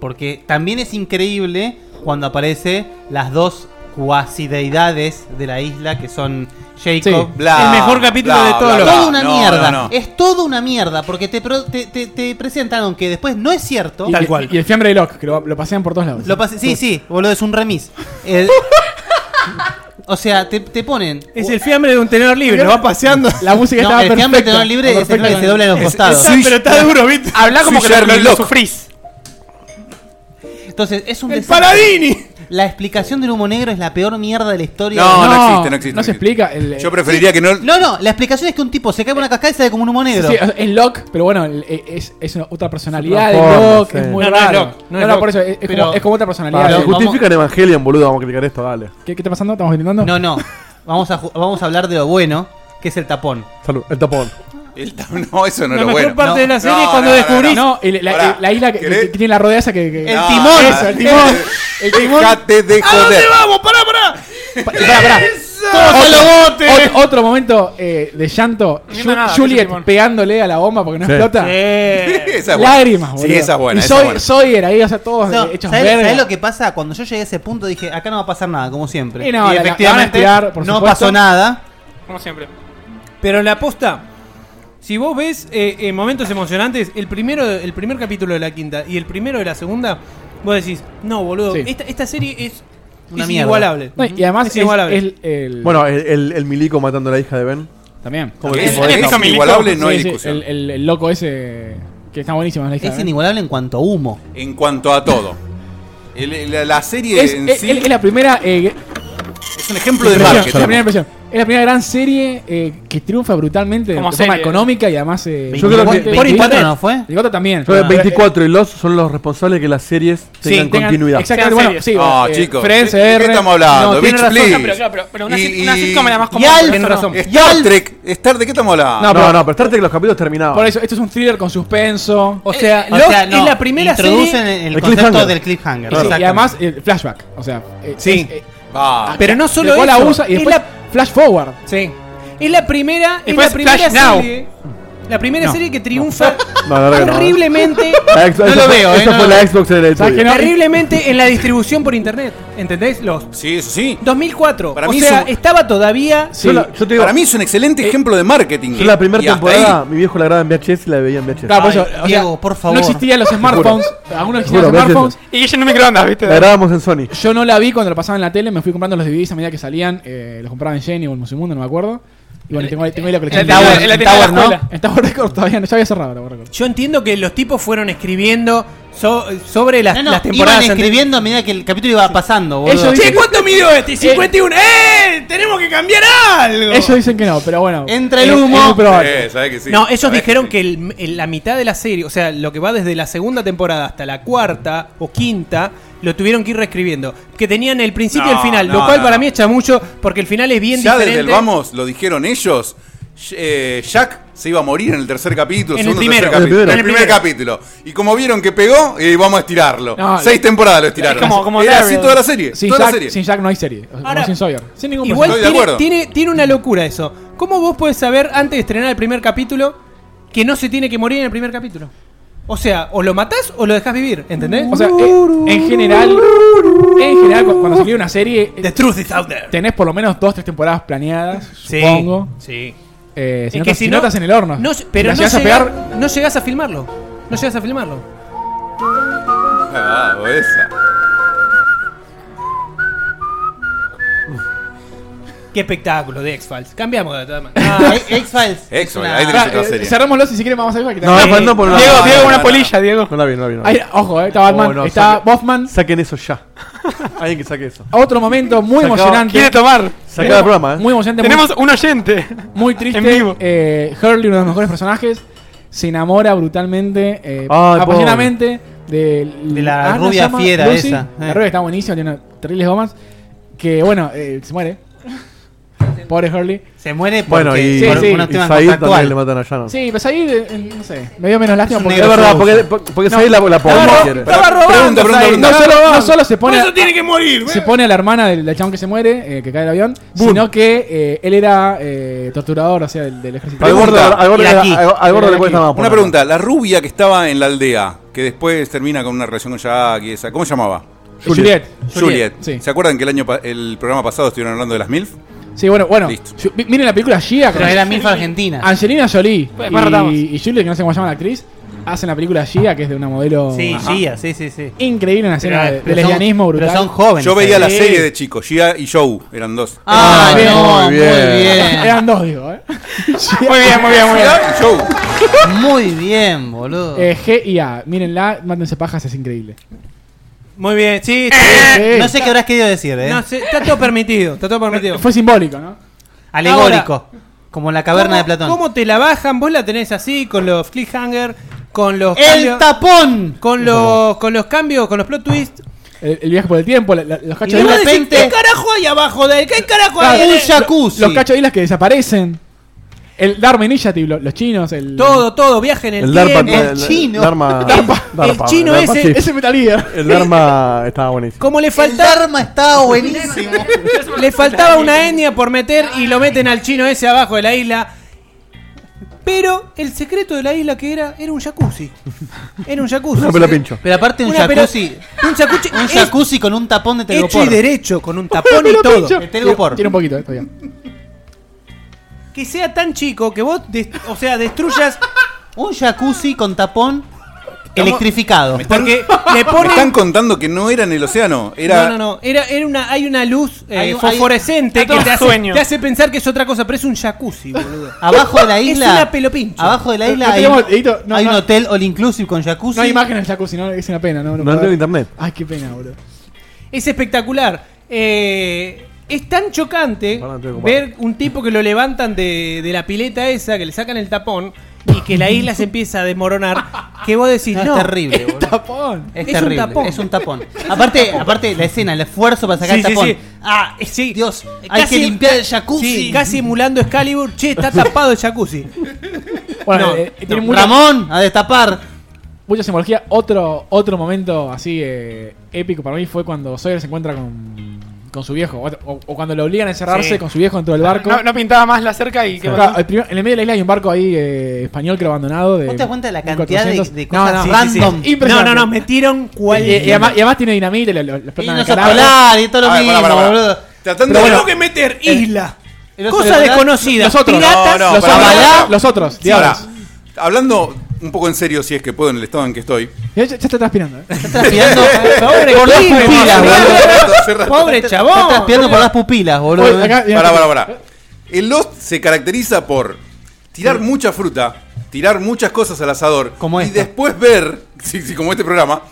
[SPEAKER 1] Porque también es increíble cuando aparece las dos cuasi deidades de la isla que son Jacob.
[SPEAKER 3] Sí.
[SPEAKER 4] Bla,
[SPEAKER 5] el mejor capítulo de todos
[SPEAKER 1] Es
[SPEAKER 5] los-
[SPEAKER 1] toda una
[SPEAKER 4] No,
[SPEAKER 1] mierda.
[SPEAKER 4] no, no.
[SPEAKER 1] Es toda una mierda. Porque te, pro- te, te- te presentan aunque después no es cierto.
[SPEAKER 3] Y,
[SPEAKER 5] Tal cual.
[SPEAKER 3] Y el fiambre de Locke, que lo, lo pasean por todos lados.
[SPEAKER 1] Lo pasé- sí, sí, boludo, es un remis. El- o sea, te, te ponen.
[SPEAKER 5] Es el fiambre de un tenedor libre, lo va paseando.
[SPEAKER 3] La música
[SPEAKER 1] No,
[SPEAKER 3] estaba
[SPEAKER 1] el fiambre
[SPEAKER 3] perfecta.
[SPEAKER 1] tenor libre es el
[SPEAKER 3] Perfecta.
[SPEAKER 1] que se dobla en los costados.
[SPEAKER 4] Switch-
[SPEAKER 5] pero está duro, ¿viste?
[SPEAKER 6] Habla como
[SPEAKER 4] Soy
[SPEAKER 6] que lo-
[SPEAKER 4] Jerry
[SPEAKER 6] lo, lo
[SPEAKER 4] Lock.
[SPEAKER 6] sufrís.
[SPEAKER 1] Entonces, es un
[SPEAKER 5] ¡El
[SPEAKER 1] desastre.
[SPEAKER 5] Paladini!
[SPEAKER 1] La explicación del humo negro es la peor mierda de la historia. no.
[SPEAKER 4] No, no existe, no existe,
[SPEAKER 3] No
[SPEAKER 4] no
[SPEAKER 3] se
[SPEAKER 4] existe.
[SPEAKER 3] explica. El,
[SPEAKER 4] Yo preferiría que no.
[SPEAKER 1] No, no, la explicación es que un tipo se cae por una cascada y sale como un humo negro.
[SPEAKER 3] Sí, o sea, es Locke, pero bueno, el- e- es, es una- otra personalidad de
[SPEAKER 2] Transforma,
[SPEAKER 3] Locke,
[SPEAKER 2] sí.
[SPEAKER 3] es muy
[SPEAKER 5] No, no es
[SPEAKER 3] raro.
[SPEAKER 5] Locke, no es Locke.
[SPEAKER 3] por eso, es, es
[SPEAKER 1] Pero-
[SPEAKER 3] como, es como otra personalidad.
[SPEAKER 1] Pero-
[SPEAKER 2] Vale,
[SPEAKER 3] de-
[SPEAKER 1] vamos-
[SPEAKER 2] justifican Evangelion, boludo. Vamos a clicar esto, dale.
[SPEAKER 3] ¿Qué, qué está pasando? ¿Estamos intentando?
[SPEAKER 1] No, no. Vamos a, ju- vamos a hablar de lo bueno, que es el tapón.
[SPEAKER 2] Salud. El tapón.
[SPEAKER 4] el ta- no, eso no
[SPEAKER 5] la
[SPEAKER 4] era
[SPEAKER 5] mejor
[SPEAKER 4] bueno.
[SPEAKER 5] parte
[SPEAKER 1] No.
[SPEAKER 5] de la serie
[SPEAKER 4] No,
[SPEAKER 5] es cuando
[SPEAKER 4] no, no,
[SPEAKER 5] descubrís.
[SPEAKER 3] No, el- la,
[SPEAKER 4] Pará,
[SPEAKER 3] el- la isla que,
[SPEAKER 4] ¿querés?
[SPEAKER 3] que tiene la rodea esa que. que-
[SPEAKER 1] El
[SPEAKER 4] No,
[SPEAKER 1] timón.
[SPEAKER 4] no,
[SPEAKER 3] Eso, el
[SPEAKER 4] no.
[SPEAKER 3] timón. El timón.
[SPEAKER 4] Dejate de
[SPEAKER 5] ¿A dónde
[SPEAKER 4] joder.
[SPEAKER 5] vamos? ¡Pará, pará!
[SPEAKER 3] Pa- pará, pará.
[SPEAKER 5] ¡Todos a los botes!
[SPEAKER 3] Ot- otro momento eh, de llanto.
[SPEAKER 6] No
[SPEAKER 3] Ju-
[SPEAKER 6] entiendo nada, que es el
[SPEAKER 3] Juliet
[SPEAKER 6] timón.
[SPEAKER 3] pegándole a la bomba porque no
[SPEAKER 2] Sí.
[SPEAKER 3] explota.
[SPEAKER 4] Esa es buena.
[SPEAKER 3] Lágrimas, boludo.
[SPEAKER 4] Sí, esa es buena.
[SPEAKER 3] Y
[SPEAKER 4] esa es
[SPEAKER 3] Soy-
[SPEAKER 4] buena.
[SPEAKER 3] Sawyer ahí, o sea, todos
[SPEAKER 1] No,
[SPEAKER 3] eh, hechos
[SPEAKER 1] ¿sabés,
[SPEAKER 3] verga.
[SPEAKER 1] sabés lo que pasa? Cuando yo llegué a ese punto dije, acá no va a pasar nada, como siempre.
[SPEAKER 3] Y no, la- la- la van a espiar, por
[SPEAKER 1] no
[SPEAKER 3] supuesto.
[SPEAKER 1] pasó nada.
[SPEAKER 6] Como siempre.
[SPEAKER 5] Pero la aposta, si vos ves eh, eh, momentos emocionantes, el primero, el primer capítulo de la quinta y el primero de la segunda, vos decís, no, boludo,
[SPEAKER 3] Sí.
[SPEAKER 5] esta, esta serie es,
[SPEAKER 1] Una
[SPEAKER 5] es
[SPEAKER 1] mierda.
[SPEAKER 5] inigualable.
[SPEAKER 3] No, y además
[SPEAKER 5] Es
[SPEAKER 3] es,
[SPEAKER 5] inigualable.
[SPEAKER 3] es el.
[SPEAKER 2] Bueno, el, el, el milico matando a la hija de Ben.
[SPEAKER 3] también.
[SPEAKER 2] ¿Cómo
[SPEAKER 4] Es,
[SPEAKER 2] tipo
[SPEAKER 6] es
[SPEAKER 2] eso?
[SPEAKER 6] eso,
[SPEAKER 4] es inigualable, no
[SPEAKER 3] Sí,
[SPEAKER 4] hay
[SPEAKER 3] sí,
[SPEAKER 4] discusión.
[SPEAKER 3] el, el- el loco ese. Que está buenísimo. Es, la hija,
[SPEAKER 1] Es
[SPEAKER 3] ¿eh?
[SPEAKER 1] inigualable en cuanto a humo.
[SPEAKER 4] En cuanto a todo. El- el- la, la serie
[SPEAKER 3] Es-
[SPEAKER 4] en
[SPEAKER 3] es-
[SPEAKER 4] sí
[SPEAKER 3] es la primera. eh,
[SPEAKER 4] es un ejemplo de
[SPEAKER 3] impresión,
[SPEAKER 4] marketing.
[SPEAKER 3] la primera impresión. Es la primera gran serie eh, que triunfa brutalmente de
[SPEAKER 6] Como
[SPEAKER 3] forma
[SPEAKER 6] serie.
[SPEAKER 3] económica y además. eh,
[SPEAKER 2] Yo creo que-
[SPEAKER 1] 24 no fue.
[SPEAKER 3] 24 también.
[SPEAKER 2] Yo creo que 24 y Lost son los responsables de que las series tengan
[SPEAKER 3] tengan-
[SPEAKER 2] continuidad.
[SPEAKER 3] Exactamente,
[SPEAKER 6] Sean
[SPEAKER 3] bueno,
[SPEAKER 6] series.
[SPEAKER 3] sí.
[SPEAKER 4] No,
[SPEAKER 3] eh,
[SPEAKER 4] Ah, chicos.
[SPEAKER 3] Friends,
[SPEAKER 4] ¿De
[SPEAKER 3] R.
[SPEAKER 4] qué estamos hablando?
[SPEAKER 1] No, tiene
[SPEAKER 4] Bitch,
[SPEAKER 1] razón.
[SPEAKER 4] please.
[SPEAKER 6] No, pero claro, pero, pero una,
[SPEAKER 4] Y-
[SPEAKER 6] sit- una
[SPEAKER 4] y-
[SPEAKER 6] sitcom era más
[SPEAKER 1] y
[SPEAKER 6] común.
[SPEAKER 1] al-
[SPEAKER 6] pero
[SPEAKER 1] Tiene
[SPEAKER 6] esto
[SPEAKER 1] razón.
[SPEAKER 6] no.
[SPEAKER 4] Star Trek, Star, ¿de qué estamos hablando?
[SPEAKER 2] No,
[SPEAKER 3] No,
[SPEAKER 2] no,
[SPEAKER 3] pero-
[SPEAKER 2] pero Star Trek los capítulos terminaban.
[SPEAKER 3] Por eso, esto es un thriller con
[SPEAKER 1] Eh,
[SPEAKER 3] suspenso.
[SPEAKER 5] O sea,
[SPEAKER 1] O
[SPEAKER 5] Lost
[SPEAKER 1] sea, no,
[SPEAKER 5] es la primera
[SPEAKER 1] introducen
[SPEAKER 5] serie.
[SPEAKER 1] el,
[SPEAKER 2] El
[SPEAKER 1] concepto
[SPEAKER 2] cliffhanger.
[SPEAKER 1] del cliffhanger.
[SPEAKER 3] Y sí,
[SPEAKER 1] exactamente.
[SPEAKER 3] y además, el flashback. O sea, eh,
[SPEAKER 5] Sí.
[SPEAKER 3] es- eh,
[SPEAKER 4] Ah,
[SPEAKER 5] Pero no solo
[SPEAKER 3] después
[SPEAKER 5] eso.
[SPEAKER 3] la usa y
[SPEAKER 5] es
[SPEAKER 3] después
[SPEAKER 5] la
[SPEAKER 3] flash forward.
[SPEAKER 5] Sí. Es la primera, es
[SPEAKER 6] Después
[SPEAKER 5] la primera
[SPEAKER 6] Flash Now.
[SPEAKER 5] serie. La primera
[SPEAKER 3] No.
[SPEAKER 5] serie que triunfa
[SPEAKER 2] No, la
[SPEAKER 5] ¿eh?
[SPEAKER 2] verdad que no.
[SPEAKER 5] terriblemente,
[SPEAKER 2] La Xbox-
[SPEAKER 1] No
[SPEAKER 2] esa
[SPEAKER 1] lo
[SPEAKER 2] fue-
[SPEAKER 1] veo, eh,
[SPEAKER 2] Esa
[SPEAKER 1] no
[SPEAKER 2] fue
[SPEAKER 1] lo
[SPEAKER 2] la
[SPEAKER 1] veo.
[SPEAKER 2] Xbox del
[SPEAKER 3] ¿Sabes que no?
[SPEAKER 5] terriblemente en la distribución por internet. ¿Entendés? Los
[SPEAKER 4] sí, eso sí.
[SPEAKER 5] 2004.
[SPEAKER 4] Para
[SPEAKER 5] o
[SPEAKER 4] mí
[SPEAKER 5] sea,
[SPEAKER 4] es un-
[SPEAKER 5] estaba todavía.
[SPEAKER 2] Yo, la- yo te digo,
[SPEAKER 4] Para mí es un excelente ejemplo de marketing.
[SPEAKER 2] yo la primera
[SPEAKER 4] Y hasta
[SPEAKER 2] temporada,
[SPEAKER 4] ahí.
[SPEAKER 2] mi viejo la grababa en VHS y la veía en VHS.
[SPEAKER 3] Claro, por
[SPEAKER 1] Ay,
[SPEAKER 3] eso, o sea,
[SPEAKER 1] Diego, por favor.
[SPEAKER 3] No existían los smartphones. Aún no existían los
[SPEAKER 2] Juro, gracias.
[SPEAKER 3] smartphones.
[SPEAKER 6] Y ella en un microondas, ¿viste?
[SPEAKER 2] La grabábamos en Sony.
[SPEAKER 3] Yo no la vi cuando la pasaban en la tele, me fui comprando los DVDs a medida que salían, eh, los compraba en Jenny o en Musimundo, no me acuerdo. Y bueno, tengo, ahí- tengo ahí la colección.
[SPEAKER 6] En la-
[SPEAKER 3] de-
[SPEAKER 6] en la- en la
[SPEAKER 3] ¿no?
[SPEAKER 6] escuela.
[SPEAKER 3] En Tower Records todavía no, ya había cerrado Tower Records.
[SPEAKER 5] Yo entiendo que los tipos fueron escribiendo so- sobre las,
[SPEAKER 1] No, no,
[SPEAKER 5] las temporadas.
[SPEAKER 1] iban escribiendo a medida que el capítulo iba pasando, boludo.
[SPEAKER 3] Ellos
[SPEAKER 5] anteriores.
[SPEAKER 3] dicen,
[SPEAKER 5] Che, ¿cuánto midió este? 51. ¡Eh! ¡Tenemos que cambiar algo!
[SPEAKER 3] ellos dicen que no, pero bueno.
[SPEAKER 1] Entra el
[SPEAKER 3] es-
[SPEAKER 1] humo.
[SPEAKER 3] es muy probable.
[SPEAKER 4] Eh, sabés que sí.
[SPEAKER 5] no, ellos
[SPEAKER 4] Sabés
[SPEAKER 5] dijeron
[SPEAKER 4] sí.
[SPEAKER 5] que el- el- la mitad de la serie, o sea, lo que va desde la segunda temporada hasta la cuarta o quinta, lo tuvieron que ir reescribiendo. Que tenían el principio y el
[SPEAKER 4] No,
[SPEAKER 5] final,
[SPEAKER 4] no,
[SPEAKER 5] lo cual
[SPEAKER 4] no,
[SPEAKER 5] para
[SPEAKER 4] no.
[SPEAKER 5] mí es chamullo porque el final es bien
[SPEAKER 4] Ya
[SPEAKER 5] diferente.
[SPEAKER 4] desde el vamos lo dijeron ellos. Sh- eh, Jack se iba a morir en el tercer capítulo,
[SPEAKER 5] En el
[SPEAKER 4] segundo, tercer
[SPEAKER 5] primero.
[SPEAKER 4] capítulo.
[SPEAKER 2] En el
[SPEAKER 4] En el primer capítulo. Y como vieron que pegó, eh, vamos a estirarlo.
[SPEAKER 3] No,
[SPEAKER 4] Seis temporadas lo estiraron.
[SPEAKER 6] es como- como
[SPEAKER 4] Era así
[SPEAKER 6] Daryl.
[SPEAKER 4] toda la serie.
[SPEAKER 3] Sin
[SPEAKER 4] toda la
[SPEAKER 3] Jack,
[SPEAKER 4] serie.
[SPEAKER 3] sin Jack no hay serie. o sea,
[SPEAKER 5] Ahora,
[SPEAKER 3] como sin Sawyer. Sin ningún
[SPEAKER 5] Igual
[SPEAKER 4] Estoy de
[SPEAKER 5] tiene,
[SPEAKER 4] acuerdo.
[SPEAKER 5] tiene, tiene una locura eso. ¿Cómo vos podés saber antes de estrenar el primer capítulo que no se tiene que morir en el primer capítulo? O sea, o lo matás o lo dejás vivir, ¿entendés?
[SPEAKER 3] O sea, eh, en general, en general, cu- cuando se escribe una serie, eh,
[SPEAKER 5] The truth is out there.
[SPEAKER 3] tenés por lo menos dos, tres temporadas planeadas,
[SPEAKER 5] Sí,
[SPEAKER 3] supongo.
[SPEAKER 5] Sí.
[SPEAKER 3] Eh, si
[SPEAKER 5] Es
[SPEAKER 3] no
[SPEAKER 5] que
[SPEAKER 3] estás-
[SPEAKER 5] si
[SPEAKER 3] si no
[SPEAKER 5] no-
[SPEAKER 3] estás en el horno.
[SPEAKER 5] No,
[SPEAKER 3] Si la
[SPEAKER 5] pero no,
[SPEAKER 3] llegás a
[SPEAKER 5] llega-
[SPEAKER 3] pegar,
[SPEAKER 5] no llegás a filmarlo. No llegás a filmarlo.
[SPEAKER 4] Ah, o esa.
[SPEAKER 5] Qué espectáculo de X-Files. Cambiamos de tema.
[SPEAKER 1] Ah, e- X-Files.
[SPEAKER 4] X-Files,
[SPEAKER 1] Es una-
[SPEAKER 4] ahí tenés-
[SPEAKER 3] Ah,
[SPEAKER 4] otra
[SPEAKER 3] eh,
[SPEAKER 4] serie.
[SPEAKER 3] cerrémoslo si quieren vamos a ver.
[SPEAKER 2] No, no, no, por una-
[SPEAKER 6] Diego,
[SPEAKER 4] No,
[SPEAKER 6] Diego,
[SPEAKER 4] no,
[SPEAKER 6] una
[SPEAKER 4] no,
[SPEAKER 6] polilla, Diego.
[SPEAKER 2] No la vi, no la vi. no la vi.
[SPEAKER 3] Ay, ojo, eh, está Batman,
[SPEAKER 2] Oh, no,
[SPEAKER 3] está
[SPEAKER 2] saque-
[SPEAKER 3] Boffman.
[SPEAKER 2] Saquen eso ya. Alguien que saque eso.
[SPEAKER 3] Otro momento muy
[SPEAKER 2] Sacaba-
[SPEAKER 6] Quiere
[SPEAKER 3] emocionante.
[SPEAKER 6] tomar.
[SPEAKER 2] Sacaba el programa, eh.
[SPEAKER 3] Muy emocionante, muy-
[SPEAKER 6] Tenemos un oyente.
[SPEAKER 3] muy, triste.
[SPEAKER 6] en vivo.
[SPEAKER 3] Eh, Hurley, uno de los mejores personajes, se enamora brutalmente, eh,
[SPEAKER 2] Ay,
[SPEAKER 3] apasionadamente de,
[SPEAKER 1] De la
[SPEAKER 3] ¿cómo se
[SPEAKER 1] rubia
[SPEAKER 3] llama?
[SPEAKER 1] fiera
[SPEAKER 3] Lucy.
[SPEAKER 1] esa, eh.
[SPEAKER 3] La rubia que está buenísima, tiene unas terribles gomas. Que bueno, eh, se muere. Pobre Hurley.
[SPEAKER 1] Se muere porque
[SPEAKER 2] Bueno, y,
[SPEAKER 3] Sí,
[SPEAKER 1] por
[SPEAKER 3] sí.
[SPEAKER 2] y
[SPEAKER 1] unos temas
[SPEAKER 2] Said también
[SPEAKER 1] contractuales.
[SPEAKER 2] le matan a Shannon.
[SPEAKER 3] Sí, pues ahí, eh, no sé, me dio menos lástima
[SPEAKER 1] un
[SPEAKER 3] porque
[SPEAKER 2] Es
[SPEAKER 1] negro
[SPEAKER 2] verdad,
[SPEAKER 1] Sousa.
[SPEAKER 2] porque, porque, porque Said la, la pobre quiere.
[SPEAKER 4] Pregunta, pregunta,
[SPEAKER 3] No
[SPEAKER 4] pregunta.
[SPEAKER 3] solo, no solo se pone.
[SPEAKER 5] tiene que morir.
[SPEAKER 3] se pone a la hermana del, del chabón que se muere, eh, que cae del avión, sino que eh, él era eh, torturador, o sea, del, del ejército.
[SPEAKER 2] Al gordo, al gordo,
[SPEAKER 1] Y
[SPEAKER 2] le-
[SPEAKER 1] aquí.
[SPEAKER 2] al- al gordo
[SPEAKER 3] Y
[SPEAKER 2] le
[SPEAKER 3] aquí.
[SPEAKER 2] cuesta más.
[SPEAKER 4] Una
[SPEAKER 2] ponerla.
[SPEAKER 4] pregunta. La rubia que estaba en la aldea, que después termina con una relación con Jack y esa. ¿Cómo se llamaba?
[SPEAKER 3] Juliet.
[SPEAKER 4] Juliet.
[SPEAKER 3] Sí.
[SPEAKER 4] ¿Se acuerdan que el año pa- el programa pasado estuvieron hablando de las MILF?
[SPEAKER 3] Sí, bueno, bueno.
[SPEAKER 4] Listo.
[SPEAKER 3] Ju- mi- Miren la película Gia.
[SPEAKER 1] Pero
[SPEAKER 3] con
[SPEAKER 1] era Milfa Argentina.
[SPEAKER 3] Angelina Jolie
[SPEAKER 6] Pues, después retamos.
[SPEAKER 3] y, y Juliet, que no sé cómo se llama la actriz, hacen la película Gia, que es de una modelo
[SPEAKER 1] Sí,
[SPEAKER 3] Ajá.
[SPEAKER 1] Gia, sí, sí, sí.
[SPEAKER 3] increíble, una escena de,
[SPEAKER 1] Pero-
[SPEAKER 3] de
[SPEAKER 1] pero son-
[SPEAKER 3] lesbianismo brutal.
[SPEAKER 1] Pero son jóvenes.
[SPEAKER 4] Yo veía
[SPEAKER 1] ahí.
[SPEAKER 4] la
[SPEAKER 3] Sí.
[SPEAKER 4] serie de chicos, Gia y Joe, eran dos.
[SPEAKER 1] Ah,
[SPEAKER 3] Ah,
[SPEAKER 1] no, muy
[SPEAKER 2] bien.
[SPEAKER 1] bien.
[SPEAKER 3] Eran dos, digo, ¿eh?
[SPEAKER 6] Muy bien, muy bien, muy bien.
[SPEAKER 4] Gia y Joe.
[SPEAKER 1] Muy bien, boludo.
[SPEAKER 3] Eh, G y A. Mírenla, mándense pajas, es increíble.
[SPEAKER 5] Muy bien, sí.
[SPEAKER 3] Sí.
[SPEAKER 1] Eh, No sé qué habrás querido decir, eh.
[SPEAKER 5] No sé, está todo permitido. Está todo permitido.
[SPEAKER 3] Fue simbólico, ¿no?
[SPEAKER 1] Alegórico. como la caverna de Platón.
[SPEAKER 5] ¿Cómo te la bajan? Vos la tenés así, con los cliffhanger, con los
[SPEAKER 1] ¡El
[SPEAKER 5] cambios,
[SPEAKER 1] tapón!
[SPEAKER 5] con los, con los cambios, con los plot twists.
[SPEAKER 3] El, el viaje por el tiempo, la- la- los
[SPEAKER 1] Y
[SPEAKER 3] cachos
[SPEAKER 1] de
[SPEAKER 3] de-
[SPEAKER 1] repente,
[SPEAKER 5] carajo hay abajo de él? ¿Qué carajo
[SPEAKER 3] Claro,
[SPEAKER 1] un
[SPEAKER 3] lo-
[SPEAKER 1] jacuzzi.
[SPEAKER 3] Los cacho de islas que desaparecen. El Dharma Initiative, lo- los chinos, el.
[SPEAKER 5] Todo, todo, viaje en el,
[SPEAKER 2] El Darpa.
[SPEAKER 5] tiempo.
[SPEAKER 1] el chino.
[SPEAKER 2] Dharma-
[SPEAKER 5] el
[SPEAKER 2] Darpa,
[SPEAKER 5] chino
[SPEAKER 2] Darpa,
[SPEAKER 5] ese-
[SPEAKER 2] sí.
[SPEAKER 3] Ese Metal Gear.
[SPEAKER 2] El Dharma estaba buenísimo.
[SPEAKER 5] Como le
[SPEAKER 1] el
[SPEAKER 5] faltaba,
[SPEAKER 1] Dharma estaba buenísimo.
[SPEAKER 5] le faltaba una etnia por meter y lo meten al chino ese abajo de la isla. Pero el secreto de la isla que era, era un jacuzzi. Era un jacuzzi.
[SPEAKER 2] Una pela pincho.
[SPEAKER 1] Pero aparte un
[SPEAKER 5] Una pela-
[SPEAKER 1] jacuzzi.
[SPEAKER 5] un jacuzzi.
[SPEAKER 1] Un
[SPEAKER 5] es-
[SPEAKER 1] jacuzzi con un tapón de
[SPEAKER 5] hecho
[SPEAKER 1] telgopor.
[SPEAKER 5] y derecho, con un tapón y todo.
[SPEAKER 1] pincho. El telgopor.
[SPEAKER 3] Tiene un poquito, eh, todavía.
[SPEAKER 5] Que sea tan chico que vos, des- o sea, destruyas.
[SPEAKER 1] Un jacuzzi con tapón electrificado.
[SPEAKER 5] Porque le
[SPEAKER 4] Me
[SPEAKER 5] ponen.
[SPEAKER 4] están contando que no era en el océano, era
[SPEAKER 5] No, no, no. Era, era una, hay una luz eh,
[SPEAKER 1] Hay un-
[SPEAKER 5] fosforescente
[SPEAKER 6] hay-
[SPEAKER 5] que te hace,
[SPEAKER 6] Sueño.
[SPEAKER 5] te hace pensar que es otra cosa, pero es un jacuzzi, boludo.
[SPEAKER 1] Abajo de la
[SPEAKER 5] Es
[SPEAKER 1] isla.
[SPEAKER 5] una pelopincho.
[SPEAKER 1] Abajo de la isla
[SPEAKER 3] No
[SPEAKER 1] hay,
[SPEAKER 3] tenemos- Edito, no,
[SPEAKER 1] hay un
[SPEAKER 3] no.
[SPEAKER 1] hotel all inclusive con jacuzzi.
[SPEAKER 3] No hay imágenes del jacuzzi, no, es una pena, ¿no?
[SPEAKER 2] No
[SPEAKER 3] puedo
[SPEAKER 2] tengo
[SPEAKER 3] ver.
[SPEAKER 2] internet.
[SPEAKER 3] Ay, qué pena, boludo.
[SPEAKER 5] Es espectacular. Eh, Es tan chocante
[SPEAKER 2] Perdón, estoy ocupado.
[SPEAKER 5] ver un tipo que lo levantan de, de la pileta esa, que le sacan el tapón y que la isla se empieza a desmoronar, que vos decís,
[SPEAKER 1] No, es
[SPEAKER 5] no,
[SPEAKER 1] terrible, boludo.
[SPEAKER 3] Tapón.
[SPEAKER 1] Es,
[SPEAKER 5] Es un
[SPEAKER 1] terrible,
[SPEAKER 5] tapón.
[SPEAKER 1] es un tapón. aparte, aparte la escena, el esfuerzo para sacar
[SPEAKER 5] Sí,
[SPEAKER 1] el
[SPEAKER 5] sí,
[SPEAKER 1] tapón.
[SPEAKER 5] sí. eh,
[SPEAKER 1] Ah, es-
[SPEAKER 5] Sí.
[SPEAKER 1] Dios, hay
[SPEAKER 5] Casi-
[SPEAKER 1] que limpiar el jacuzzi.
[SPEAKER 5] Sí, casi emulando Excalibur, che, está tapado el jacuzzi.
[SPEAKER 3] Bueno,
[SPEAKER 5] No,
[SPEAKER 3] eh, tiene mucha-
[SPEAKER 1] Ramón, a destapar.
[SPEAKER 3] mucha simbología. Otro, otro momento así eh, épico para mí fue cuando Sawyer se encuentra con, con su viejo. O, o- o cuando lo obligan a encerrarse
[SPEAKER 6] Sí.
[SPEAKER 3] con su viejo dentro del barco.
[SPEAKER 6] No, no pintaba más la cerca y qué
[SPEAKER 3] Acá,
[SPEAKER 6] pasó.
[SPEAKER 3] el primer- en el medio de la isla hay un barco ahí eh, español que abandonado. De
[SPEAKER 1] ¿Vos te das cuenta de la cantidad de-
[SPEAKER 3] 1400?
[SPEAKER 1] de cosas
[SPEAKER 3] No, no,
[SPEAKER 1] random?
[SPEAKER 3] sí, sí.
[SPEAKER 5] No,
[SPEAKER 3] Impresionante.
[SPEAKER 5] no, no, metieron cual.
[SPEAKER 3] Y, y además, y además tiene dinamita y lo- lo explotan
[SPEAKER 1] Irnos
[SPEAKER 3] en
[SPEAKER 1] a
[SPEAKER 3] Calabria.
[SPEAKER 1] polar y todo lo
[SPEAKER 4] A ver,
[SPEAKER 1] mismo,
[SPEAKER 4] pará, pará, pará.
[SPEAKER 1] boludo.
[SPEAKER 4] Tratando
[SPEAKER 5] Tengo
[SPEAKER 4] de.
[SPEAKER 5] que meter isla.
[SPEAKER 1] El oso
[SPEAKER 5] Cosa
[SPEAKER 1] de verdad-
[SPEAKER 5] desconocida.
[SPEAKER 3] Los otros.
[SPEAKER 5] Piratas.
[SPEAKER 4] No, no,
[SPEAKER 3] los,
[SPEAKER 4] pará,
[SPEAKER 3] otros
[SPEAKER 4] pará, pará.
[SPEAKER 3] los otros.
[SPEAKER 4] Sí, ahora, hablando un poco en serio, si es que puedo, en el estado en que estoy.
[SPEAKER 3] Ya, ya- ya está transpirando. ¿eh?
[SPEAKER 1] Está transpirando
[SPEAKER 5] Pobre
[SPEAKER 1] por las
[SPEAKER 5] Clint,
[SPEAKER 1] pupilas,
[SPEAKER 5] boludo.
[SPEAKER 1] boludo.
[SPEAKER 4] Hace rato.
[SPEAKER 5] Pobre
[SPEAKER 1] Está
[SPEAKER 5] chabón.
[SPEAKER 1] transpirando por las pupilas, boludo.
[SPEAKER 3] Oye, acá-
[SPEAKER 4] Pará, pará, pará. El Lost se caracteriza por tirar mucha fruta, tirar muchas cosas al asador.
[SPEAKER 1] Como
[SPEAKER 4] y
[SPEAKER 1] esta.
[SPEAKER 4] después ver, sí, sí, como este programa,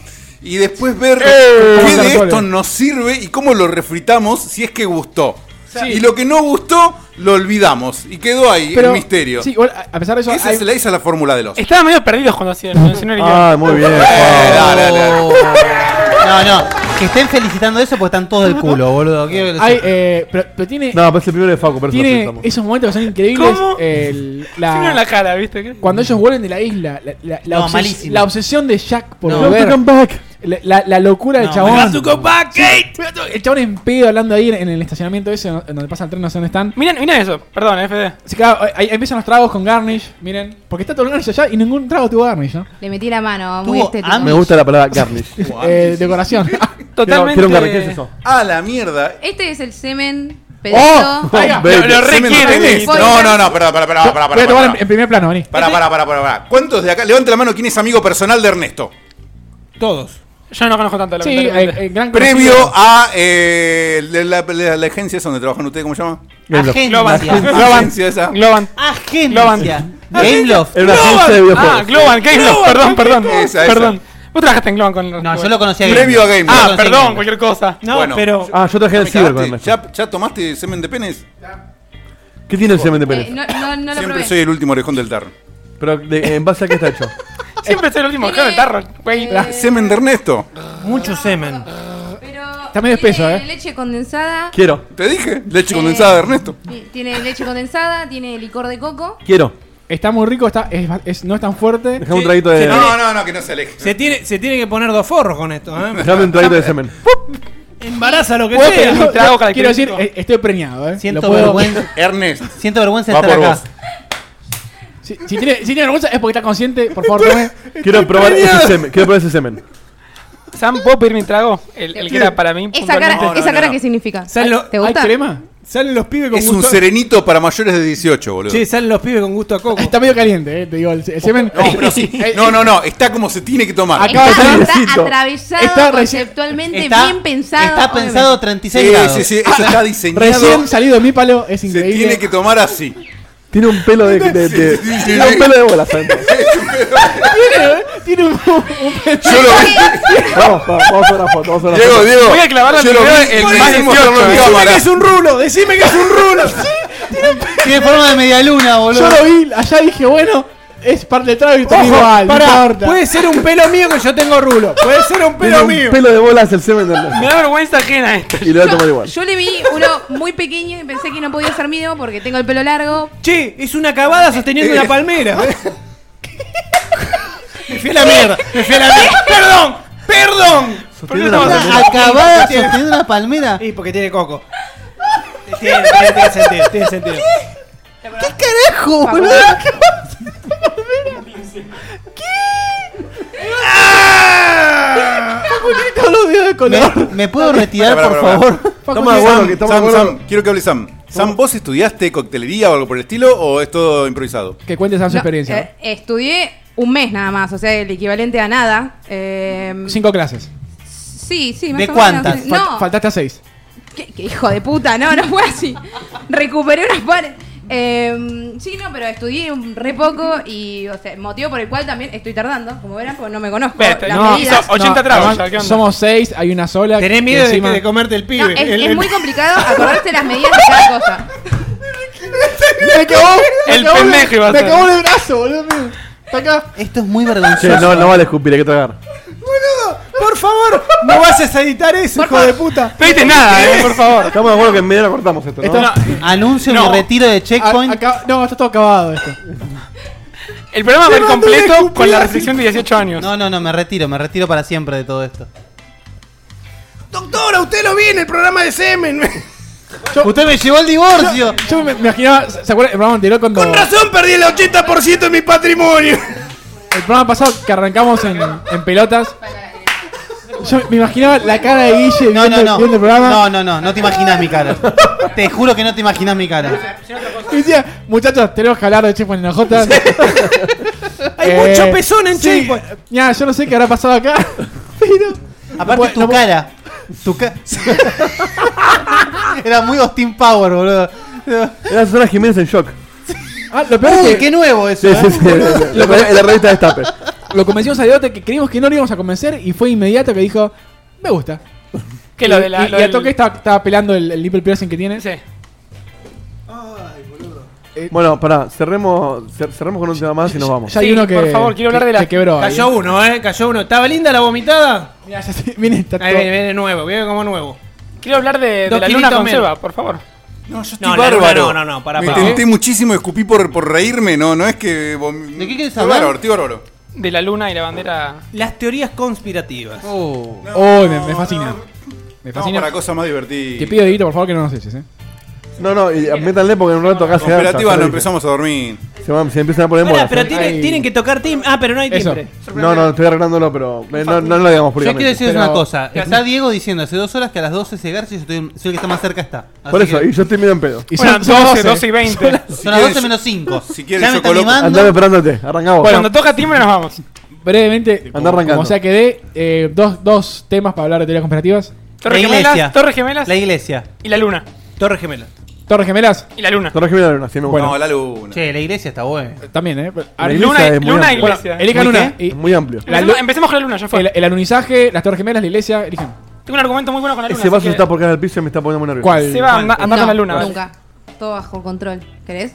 [SPEAKER 4] y después ver qué
[SPEAKER 3] ¡Eh! Vamos a
[SPEAKER 4] de
[SPEAKER 3] ver,
[SPEAKER 4] esto
[SPEAKER 3] Pablo.
[SPEAKER 4] nos sirve y cómo lo refritamos si es que gustó.
[SPEAKER 3] Sí.
[SPEAKER 4] Y lo que no gustó, lo olvidamos. Y quedó ahí
[SPEAKER 3] Pero-
[SPEAKER 4] el misterio.
[SPEAKER 3] Sí, igual, a a pesar de eso.
[SPEAKER 4] esa,
[SPEAKER 3] hay-
[SPEAKER 4] es la, esa es la fórmula de Lost.
[SPEAKER 6] Estaban medio perdidos cuando hacían mencionó el guión.
[SPEAKER 2] Ah, muy bien.
[SPEAKER 4] Eh,
[SPEAKER 2] Juan.
[SPEAKER 4] dale, dale,
[SPEAKER 3] Oh,
[SPEAKER 4] dale.
[SPEAKER 1] No, no. Que estén felicitando eso porque están todos del culo, boludo. Quiero que lo
[SPEAKER 3] hay,
[SPEAKER 1] sepan.
[SPEAKER 3] eh, pero, pero tiene,
[SPEAKER 2] No, pero es el primero de Facu, pero
[SPEAKER 3] tiene esos momentos que son increíbles.
[SPEAKER 6] ¿Cómo?
[SPEAKER 3] el- la-
[SPEAKER 6] Sí, no en la cara, ¿viste?
[SPEAKER 3] cuando ellos vuelven de la isla, la, la- la
[SPEAKER 1] No,
[SPEAKER 3] obses-
[SPEAKER 1] malísimo.
[SPEAKER 3] la obsesión de Jack por
[SPEAKER 1] No.
[SPEAKER 3] volver,
[SPEAKER 2] back.
[SPEAKER 3] la, la- la locura del
[SPEAKER 1] No,
[SPEAKER 3] chabón.
[SPEAKER 6] to go back, Kate!
[SPEAKER 3] El chabón en pedo hablando ahí en, en el estacionamiento ese, en donde pasa el tren, no sé dónde están.
[SPEAKER 6] Miren, miren eso, perdón, eh, FD.
[SPEAKER 3] Se queda- ahí- ahí empiezan los tragos con Garnish, miren. Porque está todo el Garnish allá y ningún trago tuvo Garnish, ¿no?
[SPEAKER 8] Le metí la mano, muy
[SPEAKER 1] Tuvo
[SPEAKER 8] estético.
[SPEAKER 1] hambre.
[SPEAKER 2] Me gusta la palabra garnish. Quiero-
[SPEAKER 3] Eh, decoración.
[SPEAKER 6] Totalmente.
[SPEAKER 2] Quiero un garnish, ¿qué es eso?
[SPEAKER 4] A la mierda.
[SPEAKER 8] Este es el semen
[SPEAKER 2] ¡Oh!
[SPEAKER 8] pedazo.
[SPEAKER 6] Lo-
[SPEAKER 2] Baby.
[SPEAKER 6] lo
[SPEAKER 4] ¿Se me
[SPEAKER 6] requiere.
[SPEAKER 4] entendés?
[SPEAKER 8] Voy,
[SPEAKER 4] No,
[SPEAKER 8] voy.
[SPEAKER 4] no, no, pará, pará, pará, pará,
[SPEAKER 3] Voy
[SPEAKER 4] pará,
[SPEAKER 3] a tomar en-
[SPEAKER 4] pará.
[SPEAKER 3] en primer plano, vení.
[SPEAKER 4] Pará, pará, pará, pará, pará. ¿Cuántos de acá? Levante la mano, ¿quién es amigo personal de Ernesto?
[SPEAKER 5] Todos.
[SPEAKER 6] Yo no conozco tanto la
[SPEAKER 3] Sí, eh, eh, gran conocido.
[SPEAKER 4] Previo a eh, la, la- la- la agencia esa donde trabajan ustedes, ¿cómo se llama?
[SPEAKER 2] eh,
[SPEAKER 1] Agencia.
[SPEAKER 4] La agencia esa.
[SPEAKER 6] Globan. Globan.
[SPEAKER 1] Agencia. Game Loft.
[SPEAKER 2] Era una agencia de
[SPEAKER 6] Ah,
[SPEAKER 2] videojuegos.
[SPEAKER 6] Globan, ¿qué es eso? Perdón, perdón.
[SPEAKER 4] Esa, esa.
[SPEAKER 6] Perdón. Vos trabajaste en Globan con los.
[SPEAKER 1] No, yo lo conocía
[SPEAKER 4] Previo a Game Loft.
[SPEAKER 1] Yo
[SPEAKER 6] Ah,
[SPEAKER 1] lo conocí a
[SPEAKER 6] perdón,
[SPEAKER 1] Game Loft.
[SPEAKER 6] cualquier cosa.
[SPEAKER 5] No,
[SPEAKER 4] Bueno,
[SPEAKER 5] pero.
[SPEAKER 2] Ah, yo trabajé en el
[SPEAKER 4] Me
[SPEAKER 2] ciber
[SPEAKER 4] cagaste.
[SPEAKER 2] con Ernesto.
[SPEAKER 4] ¿Ya, ya tomaste semen de penes?
[SPEAKER 2] ¿Qué tiene el semen de
[SPEAKER 8] Eh,
[SPEAKER 2] Pérez?
[SPEAKER 8] no, no, no lo
[SPEAKER 4] Siempre
[SPEAKER 8] probé.
[SPEAKER 4] soy el último orejón del tarro.
[SPEAKER 2] Pero de- en base a qué está hecho.
[SPEAKER 6] Siempre soy el último que
[SPEAKER 8] Tiene-
[SPEAKER 6] el tarro, güey.
[SPEAKER 8] Eh,
[SPEAKER 4] ¿Semen de Ernesto?
[SPEAKER 5] Mucho semen.
[SPEAKER 8] Pero
[SPEAKER 3] Está medio
[SPEAKER 8] tiene
[SPEAKER 3] espeso, eh.
[SPEAKER 8] leche condensada,
[SPEAKER 2] Quiero,
[SPEAKER 4] Te dije, leche condensada de Ernesto.
[SPEAKER 8] ti- tiene leche condensada, tiene licor de coco.
[SPEAKER 2] quiero.
[SPEAKER 3] Está muy rico, está, es, es- no es tan fuerte.
[SPEAKER 2] Dejame un traguito de.
[SPEAKER 4] No, no, no, que no se aleje.
[SPEAKER 5] Se tiene, se tiene que poner dos forros con esto, ¿eh?
[SPEAKER 2] Dejame un traguito de semen.
[SPEAKER 5] Embaraza lo que
[SPEAKER 3] Puedo
[SPEAKER 5] sea.
[SPEAKER 3] pedir un
[SPEAKER 6] trago
[SPEAKER 3] trago, Quiero decir,
[SPEAKER 6] característico.
[SPEAKER 3] eh, estoy premiado, eh.
[SPEAKER 1] Siento
[SPEAKER 3] Lo puedo-
[SPEAKER 1] vergüenza.
[SPEAKER 4] Ernest.
[SPEAKER 1] Siento vergüenza de
[SPEAKER 4] Va
[SPEAKER 1] estar
[SPEAKER 4] por
[SPEAKER 1] acá.
[SPEAKER 4] vos.
[SPEAKER 3] Si, si tiene, si tiene vergüenza es porque está consciente, por favor, tome.
[SPEAKER 2] Quiero probar ese semen. Quiero probar ese semen.
[SPEAKER 6] Sam, ¿puedo pedir mi trago? El, el que era para mí.
[SPEAKER 8] Esa cara,
[SPEAKER 6] puntualmente.
[SPEAKER 4] No, no,
[SPEAKER 8] esa cara
[SPEAKER 4] no.
[SPEAKER 8] que significa.
[SPEAKER 5] ¿Sabes lo-
[SPEAKER 8] ¿Te
[SPEAKER 3] ¿Hay
[SPEAKER 8] gusta?
[SPEAKER 3] crema?
[SPEAKER 5] Salen los pibes con
[SPEAKER 4] Es un
[SPEAKER 5] gusto.
[SPEAKER 4] serenito para mayores de 18, boludo.
[SPEAKER 5] Sí, salen los pibes con gusto a coco.
[SPEAKER 3] Está medio caliente, eh, te digo, el, el semen.
[SPEAKER 4] No, pero sí.
[SPEAKER 3] Eh,
[SPEAKER 4] No, no, no. Está como se tiene que tomar.
[SPEAKER 3] Acaba de
[SPEAKER 8] Está,
[SPEAKER 3] salir
[SPEAKER 8] está
[SPEAKER 2] besito.
[SPEAKER 8] atravesado
[SPEAKER 3] Está recién-
[SPEAKER 8] conceptualmente,
[SPEAKER 1] Está-
[SPEAKER 8] bien pensado.
[SPEAKER 1] Está pensado 36
[SPEAKER 4] Sí,
[SPEAKER 1] grados.
[SPEAKER 4] Eh, sí, sí. Eso está diseñado.
[SPEAKER 3] eh, Recién salido de mi palo, es
[SPEAKER 4] Se
[SPEAKER 3] increíble.
[SPEAKER 4] tiene que tomar así.
[SPEAKER 2] Tiene un pelo de. de- de-
[SPEAKER 4] Sí, sí, sí,
[SPEAKER 2] tiene
[SPEAKER 4] sí.
[SPEAKER 2] un pelo de bola, Santo.
[SPEAKER 3] Tiene, Ah, tiene un, un
[SPEAKER 4] Yo lo vi.
[SPEAKER 2] Vamos, vamos, vamos a hacer una foto. Vamos a hacer una
[SPEAKER 4] Diego,
[SPEAKER 2] foto.
[SPEAKER 4] Diego.
[SPEAKER 6] Voy a clavar la
[SPEAKER 4] Yo lo
[SPEAKER 6] primera
[SPEAKER 4] vi
[SPEAKER 6] en
[SPEAKER 4] en
[SPEAKER 6] más
[SPEAKER 4] más
[SPEAKER 6] 18,
[SPEAKER 4] en
[SPEAKER 6] eh.
[SPEAKER 4] cámara.
[SPEAKER 5] un rulo, decime que es un rulo.
[SPEAKER 1] Tiene forma de media luna, boludo.
[SPEAKER 3] Yo lo vi allá dije, bueno, es parte del trago y todo igual. no importa.
[SPEAKER 5] puede ser un pelo mío que yo tengo rulo. Puede ser un
[SPEAKER 2] Tiene
[SPEAKER 5] pelo mío.
[SPEAKER 2] un pelo de bola es el semen de
[SPEAKER 6] Me
[SPEAKER 2] Ernesto.
[SPEAKER 6] da vergüenza ajena esto.
[SPEAKER 2] Y lo voy a tomar
[SPEAKER 8] Yo,
[SPEAKER 2] igual.
[SPEAKER 8] yo le vi uno muy pequeño y pensé que no podía ser mío porque tengo el pelo largo.
[SPEAKER 5] Che, es una cavada sosteniendo una palmera. ¿eh? me fui a la mierda, me fui a la mierda. ¡Perdón! ¡Perdón!
[SPEAKER 2] Sostiene una palmera.
[SPEAKER 1] Acabada sosteniendo una palmera.
[SPEAKER 5] Sí, porque tiene coco. Tiene, tiene- tiene sentido, tiene sentido.
[SPEAKER 1] Carajo, boludo.
[SPEAKER 3] todos los dedos de color.
[SPEAKER 1] ¿Me, me puedo retirar,
[SPEAKER 4] Pará,
[SPEAKER 1] por
[SPEAKER 4] pará, pará.
[SPEAKER 1] favor?
[SPEAKER 4] Ah,
[SPEAKER 2] Toma de huevo, que
[SPEAKER 4] Sam,
[SPEAKER 2] toma de
[SPEAKER 4] Sam,
[SPEAKER 2] huevo.
[SPEAKER 4] Sam, quiero que hable Sam. Sam, ¿vos estudiaste coctelería o algo por el estilo o es todo improvisado?
[SPEAKER 3] Que cuentes a su
[SPEAKER 8] No,
[SPEAKER 3] experiencia.
[SPEAKER 8] eh, estudié un mes nada más, o sea, el equivalente a nada. Eh,
[SPEAKER 3] Cinco clases.
[SPEAKER 8] sí, sí, más
[SPEAKER 1] ¿De
[SPEAKER 8] o menos.
[SPEAKER 1] cuántas?
[SPEAKER 8] No,
[SPEAKER 3] Faltaste a seis.
[SPEAKER 8] ¿Qué, qué hijo de puta, no, no fue así. Recuperé unas pares. Eh, sí, no, pero estudié un- re poco y, o sea, motivo por el cual también estoy tardando, como verán, porque no me conozco.
[SPEAKER 6] Pero,
[SPEAKER 8] las
[SPEAKER 6] no,
[SPEAKER 8] medidas.
[SPEAKER 6] hizo 80 Ah, tragos
[SPEAKER 3] además,
[SPEAKER 6] ya, ¿qué onda?
[SPEAKER 3] Somos seis, hay una sola.
[SPEAKER 5] Tenés
[SPEAKER 3] que
[SPEAKER 5] miedo de,
[SPEAKER 3] encima-
[SPEAKER 5] de comerte el pibe.
[SPEAKER 8] No, es,
[SPEAKER 5] El-
[SPEAKER 8] es
[SPEAKER 5] el-
[SPEAKER 8] muy complicado acordarse las medidas de cada cosa.
[SPEAKER 3] Me cagó, me
[SPEAKER 6] El
[SPEAKER 3] cagó en-
[SPEAKER 6] pendejo iba a
[SPEAKER 3] Me
[SPEAKER 6] ser.
[SPEAKER 3] cagó en el brazo, boludo. mira. Está acá.
[SPEAKER 1] Esto es muy
[SPEAKER 2] Che,
[SPEAKER 1] vergonzoso.
[SPEAKER 2] no, no vale escupir, hay que tragar.
[SPEAKER 5] Por favor, no vas a editar eso, hijo de puta.
[SPEAKER 6] No viste
[SPEAKER 4] Ah,
[SPEAKER 6] nada, eh, por favor.
[SPEAKER 2] Estamos de acuerdo que en medio la cortamos esto, ¿no?
[SPEAKER 3] Esto-
[SPEAKER 6] No,
[SPEAKER 1] Anuncio
[SPEAKER 6] No.
[SPEAKER 1] mi retiro de
[SPEAKER 3] A-
[SPEAKER 1] checkpoint.
[SPEAKER 3] acá- no, está todo acabado esto.
[SPEAKER 6] el programa va a
[SPEAKER 3] Te
[SPEAKER 6] ir
[SPEAKER 3] mandó una
[SPEAKER 6] completo con
[SPEAKER 3] escupida.
[SPEAKER 6] la restricción de 18 años.
[SPEAKER 1] No, no, no, me retiro, me retiro para siempre de todo esto.
[SPEAKER 9] Doctora, usted lo vi en el programa de semen.
[SPEAKER 1] Usted me llevó el divorcio.
[SPEAKER 3] Yo me me imaginaba, ¿se se acuerdan? El programa anterior cuando.
[SPEAKER 9] Con razón perdí el 80% de mi patrimonio.
[SPEAKER 3] El programa pasado que arrancamos en, en pelotas. Yo me imaginaba la cara de Guille
[SPEAKER 1] No, no,
[SPEAKER 3] viendo-
[SPEAKER 1] no.
[SPEAKER 3] viendo el programa.
[SPEAKER 1] No, no, no, no te imaginas mi cara. Te juro que no te imaginas mi cara.
[SPEAKER 3] Y decía, muchachos, tenemos que hablar de Checkpoint en la J.
[SPEAKER 5] Hay mucho pezón en Checkpoint.
[SPEAKER 3] Ya, yo no sé qué habrá pasado acá. Pero.
[SPEAKER 1] Aparte tu cara. Tu cara. Era muy Austin Power, boludo.
[SPEAKER 2] Era Susana Jiménez en shock.
[SPEAKER 3] Ah, lo peor es
[SPEAKER 1] Uy,
[SPEAKER 3] que
[SPEAKER 1] qué nuevo eso.
[SPEAKER 2] Sí, sí,
[SPEAKER 1] ¿eh?
[SPEAKER 2] sí. La, re- la revista de Stape.
[SPEAKER 3] lo convencimos a Diote que creímos que no lo íbamos a convencer y fue inmediato que dijo, me gusta.
[SPEAKER 6] Que lo de la.
[SPEAKER 3] y,
[SPEAKER 6] lo
[SPEAKER 3] y a
[SPEAKER 6] del-
[SPEAKER 1] este
[SPEAKER 3] toque estaba, estaba pelando el, el nipple piercing que tiene.
[SPEAKER 6] Sí.
[SPEAKER 4] Eh,
[SPEAKER 2] Bueno, pará, cerremos, cer- cerremos con un tema más y nos vamos.
[SPEAKER 3] Ya hay
[SPEAKER 6] Sí,
[SPEAKER 3] uno que.
[SPEAKER 6] por favor, quiero hablar
[SPEAKER 3] que-
[SPEAKER 6] de la-
[SPEAKER 3] que quebró. ahí.
[SPEAKER 5] Cayó uno, eh, cayó uno. ¿Estaba linda la vomitada?
[SPEAKER 3] Mirá, ya se- viene, está
[SPEAKER 5] Ahí
[SPEAKER 3] todo-
[SPEAKER 5] viene, viene nuevo, viene como nuevo.
[SPEAKER 6] Quiero hablar de, de
[SPEAKER 5] Dos
[SPEAKER 6] la luna
[SPEAKER 5] kilitos
[SPEAKER 6] con
[SPEAKER 5] menos.
[SPEAKER 6] Seba, por favor.
[SPEAKER 4] No, yo estoy
[SPEAKER 5] No, la luna
[SPEAKER 4] bárbaro.
[SPEAKER 5] no, no, no, pará,
[SPEAKER 4] Me
[SPEAKER 5] pará.
[SPEAKER 4] tenté muchísimo y escupí por, por reírme, no, no es que. vom-
[SPEAKER 1] ¿De qué querés
[SPEAKER 4] Estoy
[SPEAKER 1] hablar?
[SPEAKER 4] bárbaro, estoy bárbaro.
[SPEAKER 6] De la luna y la bandera.
[SPEAKER 5] Las teorías conspirativas.
[SPEAKER 1] Oh.
[SPEAKER 3] Oh, me, me fascina. Me
[SPEAKER 4] Vamos
[SPEAKER 3] fascina.
[SPEAKER 4] para cosas más divertidas.
[SPEAKER 3] Te pido, Dieguito, por favor, que no nos eches, eh.
[SPEAKER 2] No, no, y métanle porque en un rato acá se alza,
[SPEAKER 4] Cooperativa
[SPEAKER 2] ya
[SPEAKER 4] no
[SPEAKER 2] lo dije.
[SPEAKER 4] empezamos a dormir.
[SPEAKER 2] Se, van- se empiezan a poner
[SPEAKER 5] Pará,
[SPEAKER 2] modas.
[SPEAKER 5] pero
[SPEAKER 2] ¿eh?
[SPEAKER 5] tiene-
[SPEAKER 3] Ahí.
[SPEAKER 5] tienen que tocar timbre. Ah, pero no hay
[SPEAKER 3] Eso.
[SPEAKER 5] timbre.
[SPEAKER 2] No, no, estoy arreglándolo, pero eh, no, no lo digamos
[SPEAKER 1] Yo quiero
[SPEAKER 2] públicamente.
[SPEAKER 1] decir una
[SPEAKER 3] Pero-
[SPEAKER 1] cosa. Está Diego diciendo hace dos horas que a las 12 se garza y yo estoy- soy el que está más cerca está. Así
[SPEAKER 2] Por eso,
[SPEAKER 1] que
[SPEAKER 2] y yo estoy medio en pedo.
[SPEAKER 3] Y
[SPEAKER 6] Bueno,
[SPEAKER 3] son- son
[SPEAKER 6] 12, 12 y 20.
[SPEAKER 1] son las
[SPEAKER 4] Si
[SPEAKER 1] 12
[SPEAKER 4] quieren,
[SPEAKER 1] menos 5.
[SPEAKER 4] si quieren,
[SPEAKER 1] ya me
[SPEAKER 4] yo
[SPEAKER 1] está
[SPEAKER 4] coloco-
[SPEAKER 1] animando.
[SPEAKER 2] Andame esperándote, arrancamos.
[SPEAKER 6] Cuando toca timbre nos vamos.
[SPEAKER 3] Brevemente, como,
[SPEAKER 2] arrancando.
[SPEAKER 3] como sea que dé, eh, dos, dos temas para hablar de teorías comparativas.
[SPEAKER 6] Torres
[SPEAKER 1] La iglesia.
[SPEAKER 6] gemelas, Torres gemelas
[SPEAKER 1] La iglesia.
[SPEAKER 6] y la luna.
[SPEAKER 5] Torre gemela.
[SPEAKER 3] Torres Gemelas,
[SPEAKER 6] Y la luna.
[SPEAKER 2] Te regime la luna, si no.
[SPEAKER 4] No, la luna.
[SPEAKER 1] Che, la iglesia está buena.
[SPEAKER 3] también, eh.
[SPEAKER 2] La
[SPEAKER 3] Ahora-
[SPEAKER 2] iglesia
[SPEAKER 6] Luna,
[SPEAKER 2] es muy
[SPEAKER 6] luna
[SPEAKER 2] amplia.
[SPEAKER 6] iglesia.
[SPEAKER 3] Bueno, elijan
[SPEAKER 1] ¿Muy
[SPEAKER 3] una.
[SPEAKER 1] qué?
[SPEAKER 3] y-
[SPEAKER 2] Es muy amplio.
[SPEAKER 3] la
[SPEAKER 6] Empecemos,
[SPEAKER 3] lu-
[SPEAKER 6] empecemos con la luna, ya fue.
[SPEAKER 3] el, el alunizaje, las Torres Gemelas, la iglesia, elijan.
[SPEAKER 6] Tengo un argumento muy bueno con la luna.
[SPEAKER 2] Ese vaso
[SPEAKER 6] así
[SPEAKER 2] se
[SPEAKER 6] que
[SPEAKER 2] está por caer al piso y me está poniendo muy nervioso.
[SPEAKER 3] ¿Cuál?
[SPEAKER 6] Seba, anda, anda
[SPEAKER 8] No,
[SPEAKER 6] con la luna. dale.
[SPEAKER 8] Nunca. Todo bajo control. ¿Querés?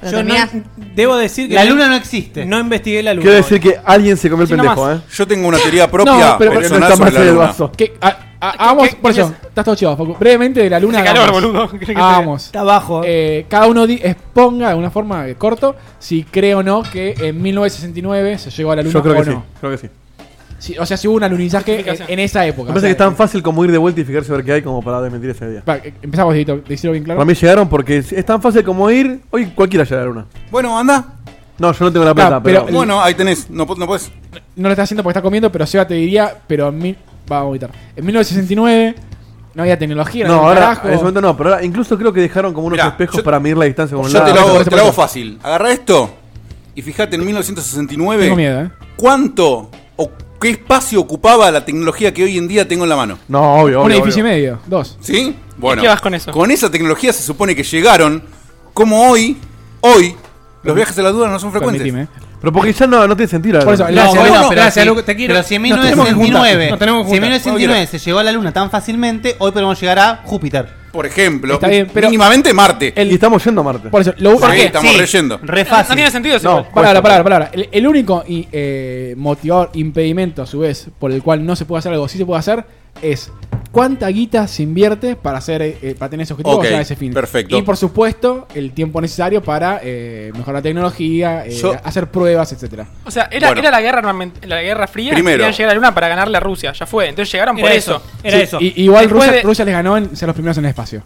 [SPEAKER 8] ¿Lo
[SPEAKER 5] Yo no,
[SPEAKER 8] terminás?
[SPEAKER 5] debo decir que
[SPEAKER 1] La luna no existe.
[SPEAKER 5] no investigué la luna.
[SPEAKER 2] Quiero decir que alguien se comió el
[SPEAKER 6] Sí,
[SPEAKER 2] pendejo,
[SPEAKER 6] nomás.
[SPEAKER 2] ¿eh?
[SPEAKER 4] Yo tengo una teoría propia
[SPEAKER 3] No, pero- pero
[SPEAKER 2] No
[SPEAKER 4] personal
[SPEAKER 2] está
[SPEAKER 4] sobre
[SPEAKER 2] más
[SPEAKER 4] la
[SPEAKER 2] en el
[SPEAKER 4] luna.
[SPEAKER 2] vaso.
[SPEAKER 3] Que, a- a- hagamos,
[SPEAKER 6] qué-
[SPEAKER 3] ah, por
[SPEAKER 6] qué
[SPEAKER 3] eso,
[SPEAKER 6] es?
[SPEAKER 3] estás todo chivado, Facu. Brevemente, de la luna.
[SPEAKER 6] Hace calor,
[SPEAKER 3] hagamos.
[SPEAKER 6] boludo. ¿Querés que te-
[SPEAKER 3] Hagamos.
[SPEAKER 5] Está abajo. eh.
[SPEAKER 3] Eh, cada uno di- exponga de una forma eh, corto si cree o no que en 1969 se llegó a la luna
[SPEAKER 2] Yo creo
[SPEAKER 3] o
[SPEAKER 2] que sí,
[SPEAKER 3] no.
[SPEAKER 2] creo que sí.
[SPEAKER 3] Si- o sea, si hubo un alunizaje en,
[SPEAKER 6] Justificación.
[SPEAKER 3] en esa época.
[SPEAKER 2] Me
[SPEAKER 3] o
[SPEAKER 2] parece
[SPEAKER 3] sea,
[SPEAKER 2] que es tan fácil como ir de vuelta y fijarse a ver qué hay como para desmentir ese día.
[SPEAKER 3] Va, eh, empezamos, Dieguito, decirlo bien claro.
[SPEAKER 2] Para mí llegaron porque es tan fácil como ir. Hoy cualquiera llega a la luna.
[SPEAKER 4] Bueno, anda.
[SPEAKER 2] No, yo no tengo la plata,
[SPEAKER 3] Claro, pero-
[SPEAKER 2] pero.
[SPEAKER 3] El-
[SPEAKER 4] Bueno, ahí tenés. No, po- no puedes.
[SPEAKER 3] No lo está haciendo porque está comiendo, pero Seba te diría, pero en mil- va a vomitar. En 1969 no había tecnología,
[SPEAKER 2] No, ahora,
[SPEAKER 3] había
[SPEAKER 2] en ese momento no, pero ahora incluso creo que dejaron como unos
[SPEAKER 4] Mirá,
[SPEAKER 2] espejos
[SPEAKER 4] yo-
[SPEAKER 2] para medir la distancia con un
[SPEAKER 4] Yo te lo
[SPEAKER 2] lado.
[SPEAKER 4] hago,
[SPEAKER 3] eso
[SPEAKER 4] te lo hago
[SPEAKER 3] pasa.
[SPEAKER 4] fácil. Agarra esto y fíjate en 1969.
[SPEAKER 3] Tengo miedo, eh.
[SPEAKER 4] ¿Cuánto o qué espacio ocupaba la tecnología que hoy en día tengo en la mano?
[SPEAKER 2] No, obvio,
[SPEAKER 3] Un
[SPEAKER 2] obvio,
[SPEAKER 3] edificio
[SPEAKER 2] obvio.
[SPEAKER 3] y medio, dos.
[SPEAKER 4] ¿Sí? Bueno.
[SPEAKER 6] qué vas con eso?
[SPEAKER 4] Con esa tecnología se supone que llegaron, como hoy, hoy, los viajes a la duda no son frecuentes.
[SPEAKER 3] Permitime. eh.
[SPEAKER 2] Pero porque ya no, no tiene sentido. la
[SPEAKER 3] Por
[SPEAKER 2] luna.
[SPEAKER 3] eso,
[SPEAKER 1] No,
[SPEAKER 3] gracias,
[SPEAKER 1] bueno,
[SPEAKER 3] Lu.
[SPEAKER 1] pero,
[SPEAKER 5] gracias,
[SPEAKER 1] si,
[SPEAKER 5] Lu, te quiero.
[SPEAKER 1] pero si en
[SPEAKER 5] Nos tenemos que juntar.
[SPEAKER 1] 1969,
[SPEAKER 5] Nos tenemos que
[SPEAKER 1] si en
[SPEAKER 5] juntar.
[SPEAKER 1] 1969 se llegó a la luna tan fácilmente, hoy podemos llegar a Júpiter.
[SPEAKER 4] Por ejemplo,
[SPEAKER 3] Está bien, pero-
[SPEAKER 4] mínimamente Marte.
[SPEAKER 3] el-
[SPEAKER 2] y estamos yendo a Marte.
[SPEAKER 3] Por eso, lo
[SPEAKER 4] Porque
[SPEAKER 6] qué?
[SPEAKER 4] estamos
[SPEAKER 1] Sí.
[SPEAKER 4] leyendo.
[SPEAKER 1] Re
[SPEAKER 6] No, no
[SPEAKER 1] fácil.
[SPEAKER 6] tiene sentido eso.
[SPEAKER 2] No.
[SPEAKER 6] igual.
[SPEAKER 3] Palabra, palabra, palabra. El, el único y, eh, motivador, impedimento a su vez, por el cual no se puede hacer algo, sí se puede hacer, es cuánta guita se invierte para hacer eh, para tener ese objetivo
[SPEAKER 4] Ok,
[SPEAKER 3] o sea, ese fin.
[SPEAKER 4] perfecto.
[SPEAKER 3] Y por supuesto, el tiempo necesario para eh, mejorar la tecnología, eh,
[SPEAKER 4] Yo-
[SPEAKER 3] hacer pruebas, etcétera.
[SPEAKER 6] O sea, era,
[SPEAKER 4] Bueno.
[SPEAKER 6] era la guerra armament- la guerra fría.
[SPEAKER 4] Primero.
[SPEAKER 6] Querían llegar a la luna para ganarle a Rusia. Ya fue. Entonces llegaron por
[SPEAKER 5] Era
[SPEAKER 6] eso.
[SPEAKER 5] eso. Era
[SPEAKER 3] Sí,
[SPEAKER 5] eso.
[SPEAKER 3] y- igual
[SPEAKER 6] Después
[SPEAKER 3] Rusia,
[SPEAKER 6] de-
[SPEAKER 3] Rusia les ganó en ser los primeros en el espacio.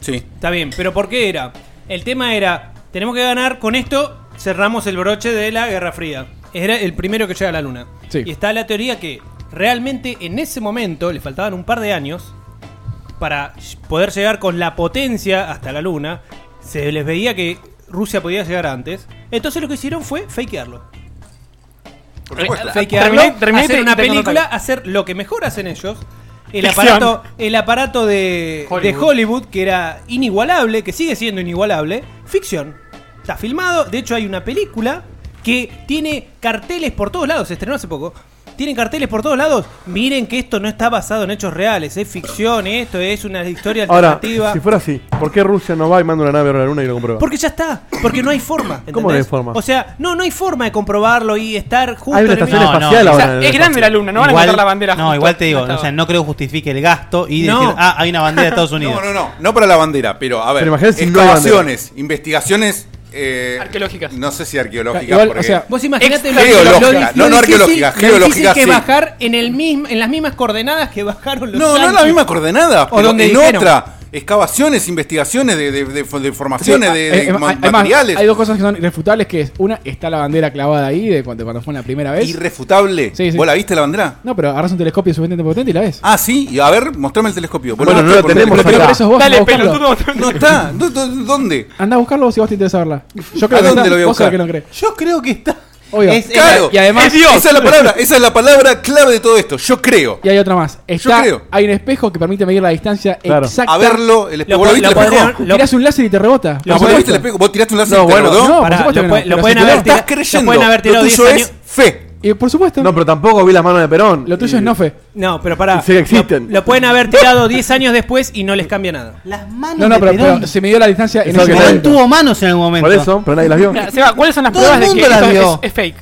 [SPEAKER 4] Sí.
[SPEAKER 5] Está bien, pero ¿por qué era? El tema era, tenemos que ganar, con esto cerramos el broche de la Guerra Fría. Era el primero que llega a la luna.
[SPEAKER 3] Sí.
[SPEAKER 5] Y está la teoría que realmente en ese momento le faltaban un par de años para poder llegar con la potencia hasta la luna. Se les veía que Rusia podía llegar antes. Entonces lo que hicieron fue fakearlo.
[SPEAKER 4] Por supuesto.
[SPEAKER 6] Eh,
[SPEAKER 5] Fakearlo,
[SPEAKER 6] Terminé- terminé
[SPEAKER 5] hacer
[SPEAKER 6] y
[SPEAKER 5] una
[SPEAKER 6] te- y te
[SPEAKER 5] película,
[SPEAKER 6] contaste.
[SPEAKER 5] hacer lo que mejor hacen ellos el aparato, el aparato de de Hollywood. que era inigualable, que sigue siendo inigualable, ficción. Está filmado, de hecho hay una película que tiene carteles por todos lados, se estrenó hace poco. Tienen carteles por todos lados. Miren que esto no está basado en hechos reales, es ficción, esto es una historia
[SPEAKER 2] Ahora,
[SPEAKER 5] alternativa.
[SPEAKER 2] si fuera así, ¿por qué Rusia no va y manda una nave a la luna y lo comprueba?
[SPEAKER 5] Porque ya está, porque no hay forma.
[SPEAKER 2] ¿Cómo no hay
[SPEAKER 5] ¿entendés?
[SPEAKER 2] forma?
[SPEAKER 5] O sea, no, no hay forma de comprobarlo y estar justo
[SPEAKER 2] Hay
[SPEAKER 5] en
[SPEAKER 2] una
[SPEAKER 5] el
[SPEAKER 2] estación
[SPEAKER 5] mismo-
[SPEAKER 9] No, no,
[SPEAKER 2] espacial
[SPEAKER 9] o
[SPEAKER 2] ahora.
[SPEAKER 6] sea,
[SPEAKER 2] en
[SPEAKER 6] es
[SPEAKER 2] el
[SPEAKER 6] grande la luna, no van a encontrar la bandera.
[SPEAKER 7] No,
[SPEAKER 6] justo.
[SPEAKER 7] igual te digo,
[SPEAKER 6] Ya está.
[SPEAKER 7] o sea, no creo que justifique el gasto y
[SPEAKER 5] No.
[SPEAKER 7] decir, ah, hay una bandera de Estados Unidos.
[SPEAKER 4] No, no, no, no para la bandera, pero a ver,
[SPEAKER 2] Pero imagínate si no hay
[SPEAKER 4] excavaciones, investigaciones eh,
[SPEAKER 6] Arqueológicas.
[SPEAKER 4] No sé si arqueológicas,
[SPEAKER 3] Igual,
[SPEAKER 4] porque
[SPEAKER 3] o sea,
[SPEAKER 5] Vos imaginate lo,
[SPEAKER 4] Geológica,
[SPEAKER 5] lo- lo dif-
[SPEAKER 4] no,
[SPEAKER 5] lo
[SPEAKER 4] no
[SPEAKER 5] difícil,
[SPEAKER 4] arqueológica,
[SPEAKER 5] lo difícil
[SPEAKER 4] geológica,
[SPEAKER 5] que
[SPEAKER 4] sí.
[SPEAKER 5] bajar en, el mismo, en las mismas coordenadas que bajaron los
[SPEAKER 4] no, no es la
[SPEAKER 5] yanquis.
[SPEAKER 4] misma coordenada,
[SPEAKER 5] O
[SPEAKER 4] pero
[SPEAKER 5] donde
[SPEAKER 4] en
[SPEAKER 5] dijeron.
[SPEAKER 4] otra, excavaciones, investigaciones de, de- de- de formaciones,
[SPEAKER 3] Sí,
[SPEAKER 4] de,
[SPEAKER 3] hay-
[SPEAKER 4] de
[SPEAKER 3] hay-
[SPEAKER 4] ma-
[SPEAKER 3] hay más,
[SPEAKER 4] ah, materiales,
[SPEAKER 3] Hay dos cosas que son irrefutables, que es, una, está la bandera clavada ahí de cuando, cuando fue la primera vez.
[SPEAKER 4] irrefutable.
[SPEAKER 3] Sí, sí.
[SPEAKER 4] ¿Vos la viste la bandera?
[SPEAKER 3] No, pero agarras un telescopio suficientemente potente y la ves.
[SPEAKER 4] Ah, sí, y a ver, mostrame el telescopio. Vos
[SPEAKER 2] Bueno, no lo
[SPEAKER 4] mostrás
[SPEAKER 2] tenemos
[SPEAKER 4] porque-
[SPEAKER 3] pero
[SPEAKER 2] acá.
[SPEAKER 3] por eso vos andá a
[SPEAKER 6] Dale,
[SPEAKER 3] buscarlo.
[SPEAKER 6] pelotudo.
[SPEAKER 4] No está, ¿Dó- dó- ¿dónde?
[SPEAKER 3] Andá a buscarlo vos si vos te interesa verla. Yo creo
[SPEAKER 4] ¿A
[SPEAKER 3] que
[SPEAKER 4] dónde
[SPEAKER 3] está-
[SPEAKER 4] lo voy a
[SPEAKER 3] vos sabés
[SPEAKER 4] buscar?
[SPEAKER 3] que no crees.
[SPEAKER 1] Yo creo que está.
[SPEAKER 3] Obvio.
[SPEAKER 1] Es- es-
[SPEAKER 4] Claro,
[SPEAKER 3] y además-
[SPEAKER 4] es Dios. esa es la palabra, esa es la palabra clave de todo esto, yo creo.
[SPEAKER 3] Y hay otra más. Está,
[SPEAKER 4] creo.
[SPEAKER 3] Hay un espejo que permite medir la distancia
[SPEAKER 2] Claro.
[SPEAKER 3] exacta.
[SPEAKER 4] A verlo, el espejo.
[SPEAKER 5] Lo,
[SPEAKER 4] ¿Vos lo
[SPEAKER 5] lo
[SPEAKER 4] viste el
[SPEAKER 5] podrían-
[SPEAKER 4] espejo?
[SPEAKER 5] lo-
[SPEAKER 3] Tirás un láser y te rebota.
[SPEAKER 4] ¿Vos
[SPEAKER 3] Por
[SPEAKER 4] lo viste
[SPEAKER 3] supuesto.
[SPEAKER 4] el espejo? ¿Vos tiraste un láser
[SPEAKER 2] No,
[SPEAKER 4] y te
[SPEAKER 2] bueno,
[SPEAKER 4] rebotó?
[SPEAKER 3] No, por
[SPEAKER 5] Pará,
[SPEAKER 3] supuesto
[SPEAKER 5] lo
[SPEAKER 3] que no.
[SPEAKER 5] pueden- lo
[SPEAKER 3] pero
[SPEAKER 5] pueden
[SPEAKER 3] si te
[SPEAKER 5] haber
[SPEAKER 3] lo-
[SPEAKER 5] tirado.
[SPEAKER 4] Estás
[SPEAKER 5] Lo
[SPEAKER 4] creyendo.
[SPEAKER 5] pueden haber
[SPEAKER 4] Lo
[SPEAKER 5] tirado
[SPEAKER 4] tuyo
[SPEAKER 5] 10
[SPEAKER 4] es
[SPEAKER 5] años.
[SPEAKER 4] fe.
[SPEAKER 3] Y por supuesto.
[SPEAKER 2] No, pero tampoco vi las manos de Perón.
[SPEAKER 3] Lo tuyo
[SPEAKER 2] Y-
[SPEAKER 3] es no fe.
[SPEAKER 5] No, pero pará.
[SPEAKER 2] Sí, existen.
[SPEAKER 5] Lo, lo pueden haber tirado 10 años después y no les cambia nada.
[SPEAKER 1] Las manos
[SPEAKER 3] No, no,
[SPEAKER 1] de
[SPEAKER 3] pero,
[SPEAKER 1] Perón.
[SPEAKER 3] pero se midió la distancia en
[SPEAKER 2] Eso
[SPEAKER 3] ese
[SPEAKER 2] que
[SPEAKER 1] Perón
[SPEAKER 2] nadie-
[SPEAKER 3] momento.
[SPEAKER 1] tuvo manos en algún momento.
[SPEAKER 2] Por eso, pero nadie las vio.
[SPEAKER 6] Mira, Seba, ¿cuáles son las
[SPEAKER 1] Todo
[SPEAKER 6] pruebas
[SPEAKER 1] el
[SPEAKER 6] de
[SPEAKER 1] mundo
[SPEAKER 6] que
[SPEAKER 1] la
[SPEAKER 6] esto es-
[SPEAKER 1] vio.
[SPEAKER 6] es, fake?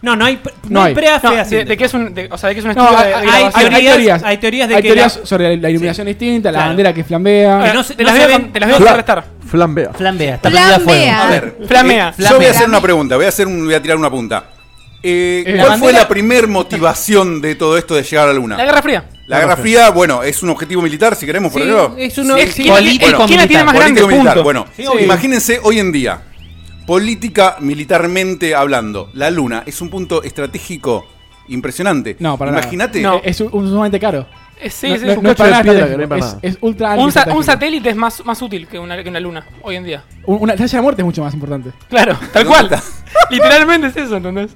[SPEAKER 5] No, no hay, no hay prueba
[SPEAKER 6] No, de,
[SPEAKER 5] fehaciente.
[SPEAKER 6] de que es un, de- o sea, de que es un
[SPEAKER 3] No,
[SPEAKER 6] estudio
[SPEAKER 3] hay,
[SPEAKER 6] de, de
[SPEAKER 3] hay-
[SPEAKER 6] grabación.
[SPEAKER 3] hay teorías.
[SPEAKER 5] hay teorías de
[SPEAKER 3] Hay
[SPEAKER 5] que
[SPEAKER 3] teorías
[SPEAKER 5] la-
[SPEAKER 3] sobre la iluminación distinta, la
[SPEAKER 5] Claro.
[SPEAKER 3] bandera que flambea.
[SPEAKER 6] Bueno,
[SPEAKER 5] no se-
[SPEAKER 6] te
[SPEAKER 5] no
[SPEAKER 6] las
[SPEAKER 5] se
[SPEAKER 6] veo
[SPEAKER 5] ven-
[SPEAKER 6] con- te las veo
[SPEAKER 2] Fla-
[SPEAKER 6] contrartar.
[SPEAKER 2] Flambea.
[SPEAKER 7] Flambea, está
[SPEAKER 8] Plan
[SPEAKER 7] prendida a fuego.
[SPEAKER 8] B, ah.
[SPEAKER 4] A ver,
[SPEAKER 6] Flamea.
[SPEAKER 4] eh, yo voy a hacer una pregunta, voy a, hacer un, voy a tirar una punta. Eh,
[SPEAKER 3] Eh,
[SPEAKER 4] ¿Cuál
[SPEAKER 3] la
[SPEAKER 4] fue
[SPEAKER 3] bandera-
[SPEAKER 4] la primer motivación de todo esto de llegar a la Luna?
[SPEAKER 6] La Guerra Fría.
[SPEAKER 4] La Guerra Fría, bueno, es un objetivo militar, si queremos
[SPEAKER 5] Sí,
[SPEAKER 4] ponerlo.
[SPEAKER 5] es uno-
[SPEAKER 6] Es
[SPEAKER 5] sí.
[SPEAKER 6] que-
[SPEAKER 7] Político
[SPEAKER 6] es- ¿Quién la tiene
[SPEAKER 7] militar.
[SPEAKER 6] más grande?
[SPEAKER 4] Político militar.
[SPEAKER 6] Punto.
[SPEAKER 4] Bueno,
[SPEAKER 5] Sí, obvio.
[SPEAKER 4] imagínense hoy en día, política militarmente hablando, la Luna es un punto estratégico impresionante.
[SPEAKER 3] No, para nada.
[SPEAKER 4] Imagínate,
[SPEAKER 6] No.
[SPEAKER 3] Es un- un- sumamente caro.
[SPEAKER 6] Eh, sí,
[SPEAKER 3] No-
[SPEAKER 6] sí,
[SPEAKER 3] no-
[SPEAKER 6] sí.
[SPEAKER 3] no es para
[SPEAKER 2] de
[SPEAKER 3] nada
[SPEAKER 2] piedra que
[SPEAKER 3] estratégico,
[SPEAKER 2] no es para
[SPEAKER 3] es-
[SPEAKER 2] nada.
[SPEAKER 3] es ultra
[SPEAKER 6] Un, sa- un
[SPEAKER 3] antiestratégico.
[SPEAKER 6] satélite es más, más útil que una, que una luna hoy en día.
[SPEAKER 3] Un- Una talla de muerte es mucho más importante.
[SPEAKER 6] Claro, tal cual. Literalmente es eso, ¿entendés?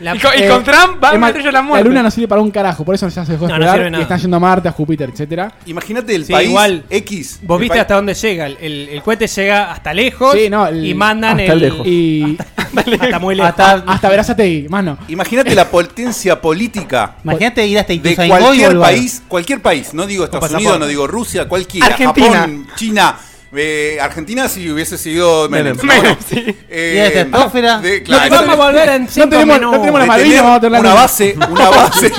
[SPEAKER 5] La-
[SPEAKER 6] y, con, y
[SPEAKER 3] Eh,
[SPEAKER 6] con Trump va
[SPEAKER 3] es
[SPEAKER 6] a
[SPEAKER 3] más,
[SPEAKER 6] meter yo la muerte.
[SPEAKER 3] luna no sirve para un carajo, por eso ya se dejó
[SPEAKER 5] No, no
[SPEAKER 3] explorar
[SPEAKER 5] sirve
[SPEAKER 3] y
[SPEAKER 5] nada.
[SPEAKER 3] están yendo a Marte, a Júpiter, etcétera.
[SPEAKER 4] imagínate el
[SPEAKER 5] Sí,
[SPEAKER 4] país
[SPEAKER 5] igual.
[SPEAKER 4] X.
[SPEAKER 5] Vos
[SPEAKER 4] el
[SPEAKER 5] viste
[SPEAKER 4] país-
[SPEAKER 5] hasta dónde llega. El, el- el cohete llega hasta lejos
[SPEAKER 3] Sí, no, el-
[SPEAKER 5] y mandan
[SPEAKER 2] hasta
[SPEAKER 5] el,
[SPEAKER 2] lejos.
[SPEAKER 3] Y
[SPEAKER 5] hasta muy lejos. Ah,
[SPEAKER 1] Hasta-
[SPEAKER 3] hasta Verazategui, más no.
[SPEAKER 4] Imagínate la potencia política
[SPEAKER 1] Imagínate ir hasta
[SPEAKER 4] de
[SPEAKER 1] Ituzaingó y
[SPEAKER 4] cualquier
[SPEAKER 1] volver.
[SPEAKER 4] país, cualquier país, no digo Estados
[SPEAKER 5] pasaporte.
[SPEAKER 4] Unidos, no digo Rusia, cualquiera,
[SPEAKER 6] Argentina.
[SPEAKER 4] Japón, China, eh, Argentina si hubiese sido Menem. ¿no?
[SPEAKER 6] Menem, sí.
[SPEAKER 4] Eh,
[SPEAKER 1] Y la estratosfera.
[SPEAKER 4] de-
[SPEAKER 5] Lo que
[SPEAKER 4] claro,
[SPEAKER 5] vamos a volver en cinco
[SPEAKER 3] tenemos- no
[SPEAKER 5] minutos.
[SPEAKER 3] tenemos
[SPEAKER 4] de
[SPEAKER 3] las Malvinas,
[SPEAKER 4] tener
[SPEAKER 3] vamos a tener la
[SPEAKER 4] una
[SPEAKER 3] luna.
[SPEAKER 4] base, una base.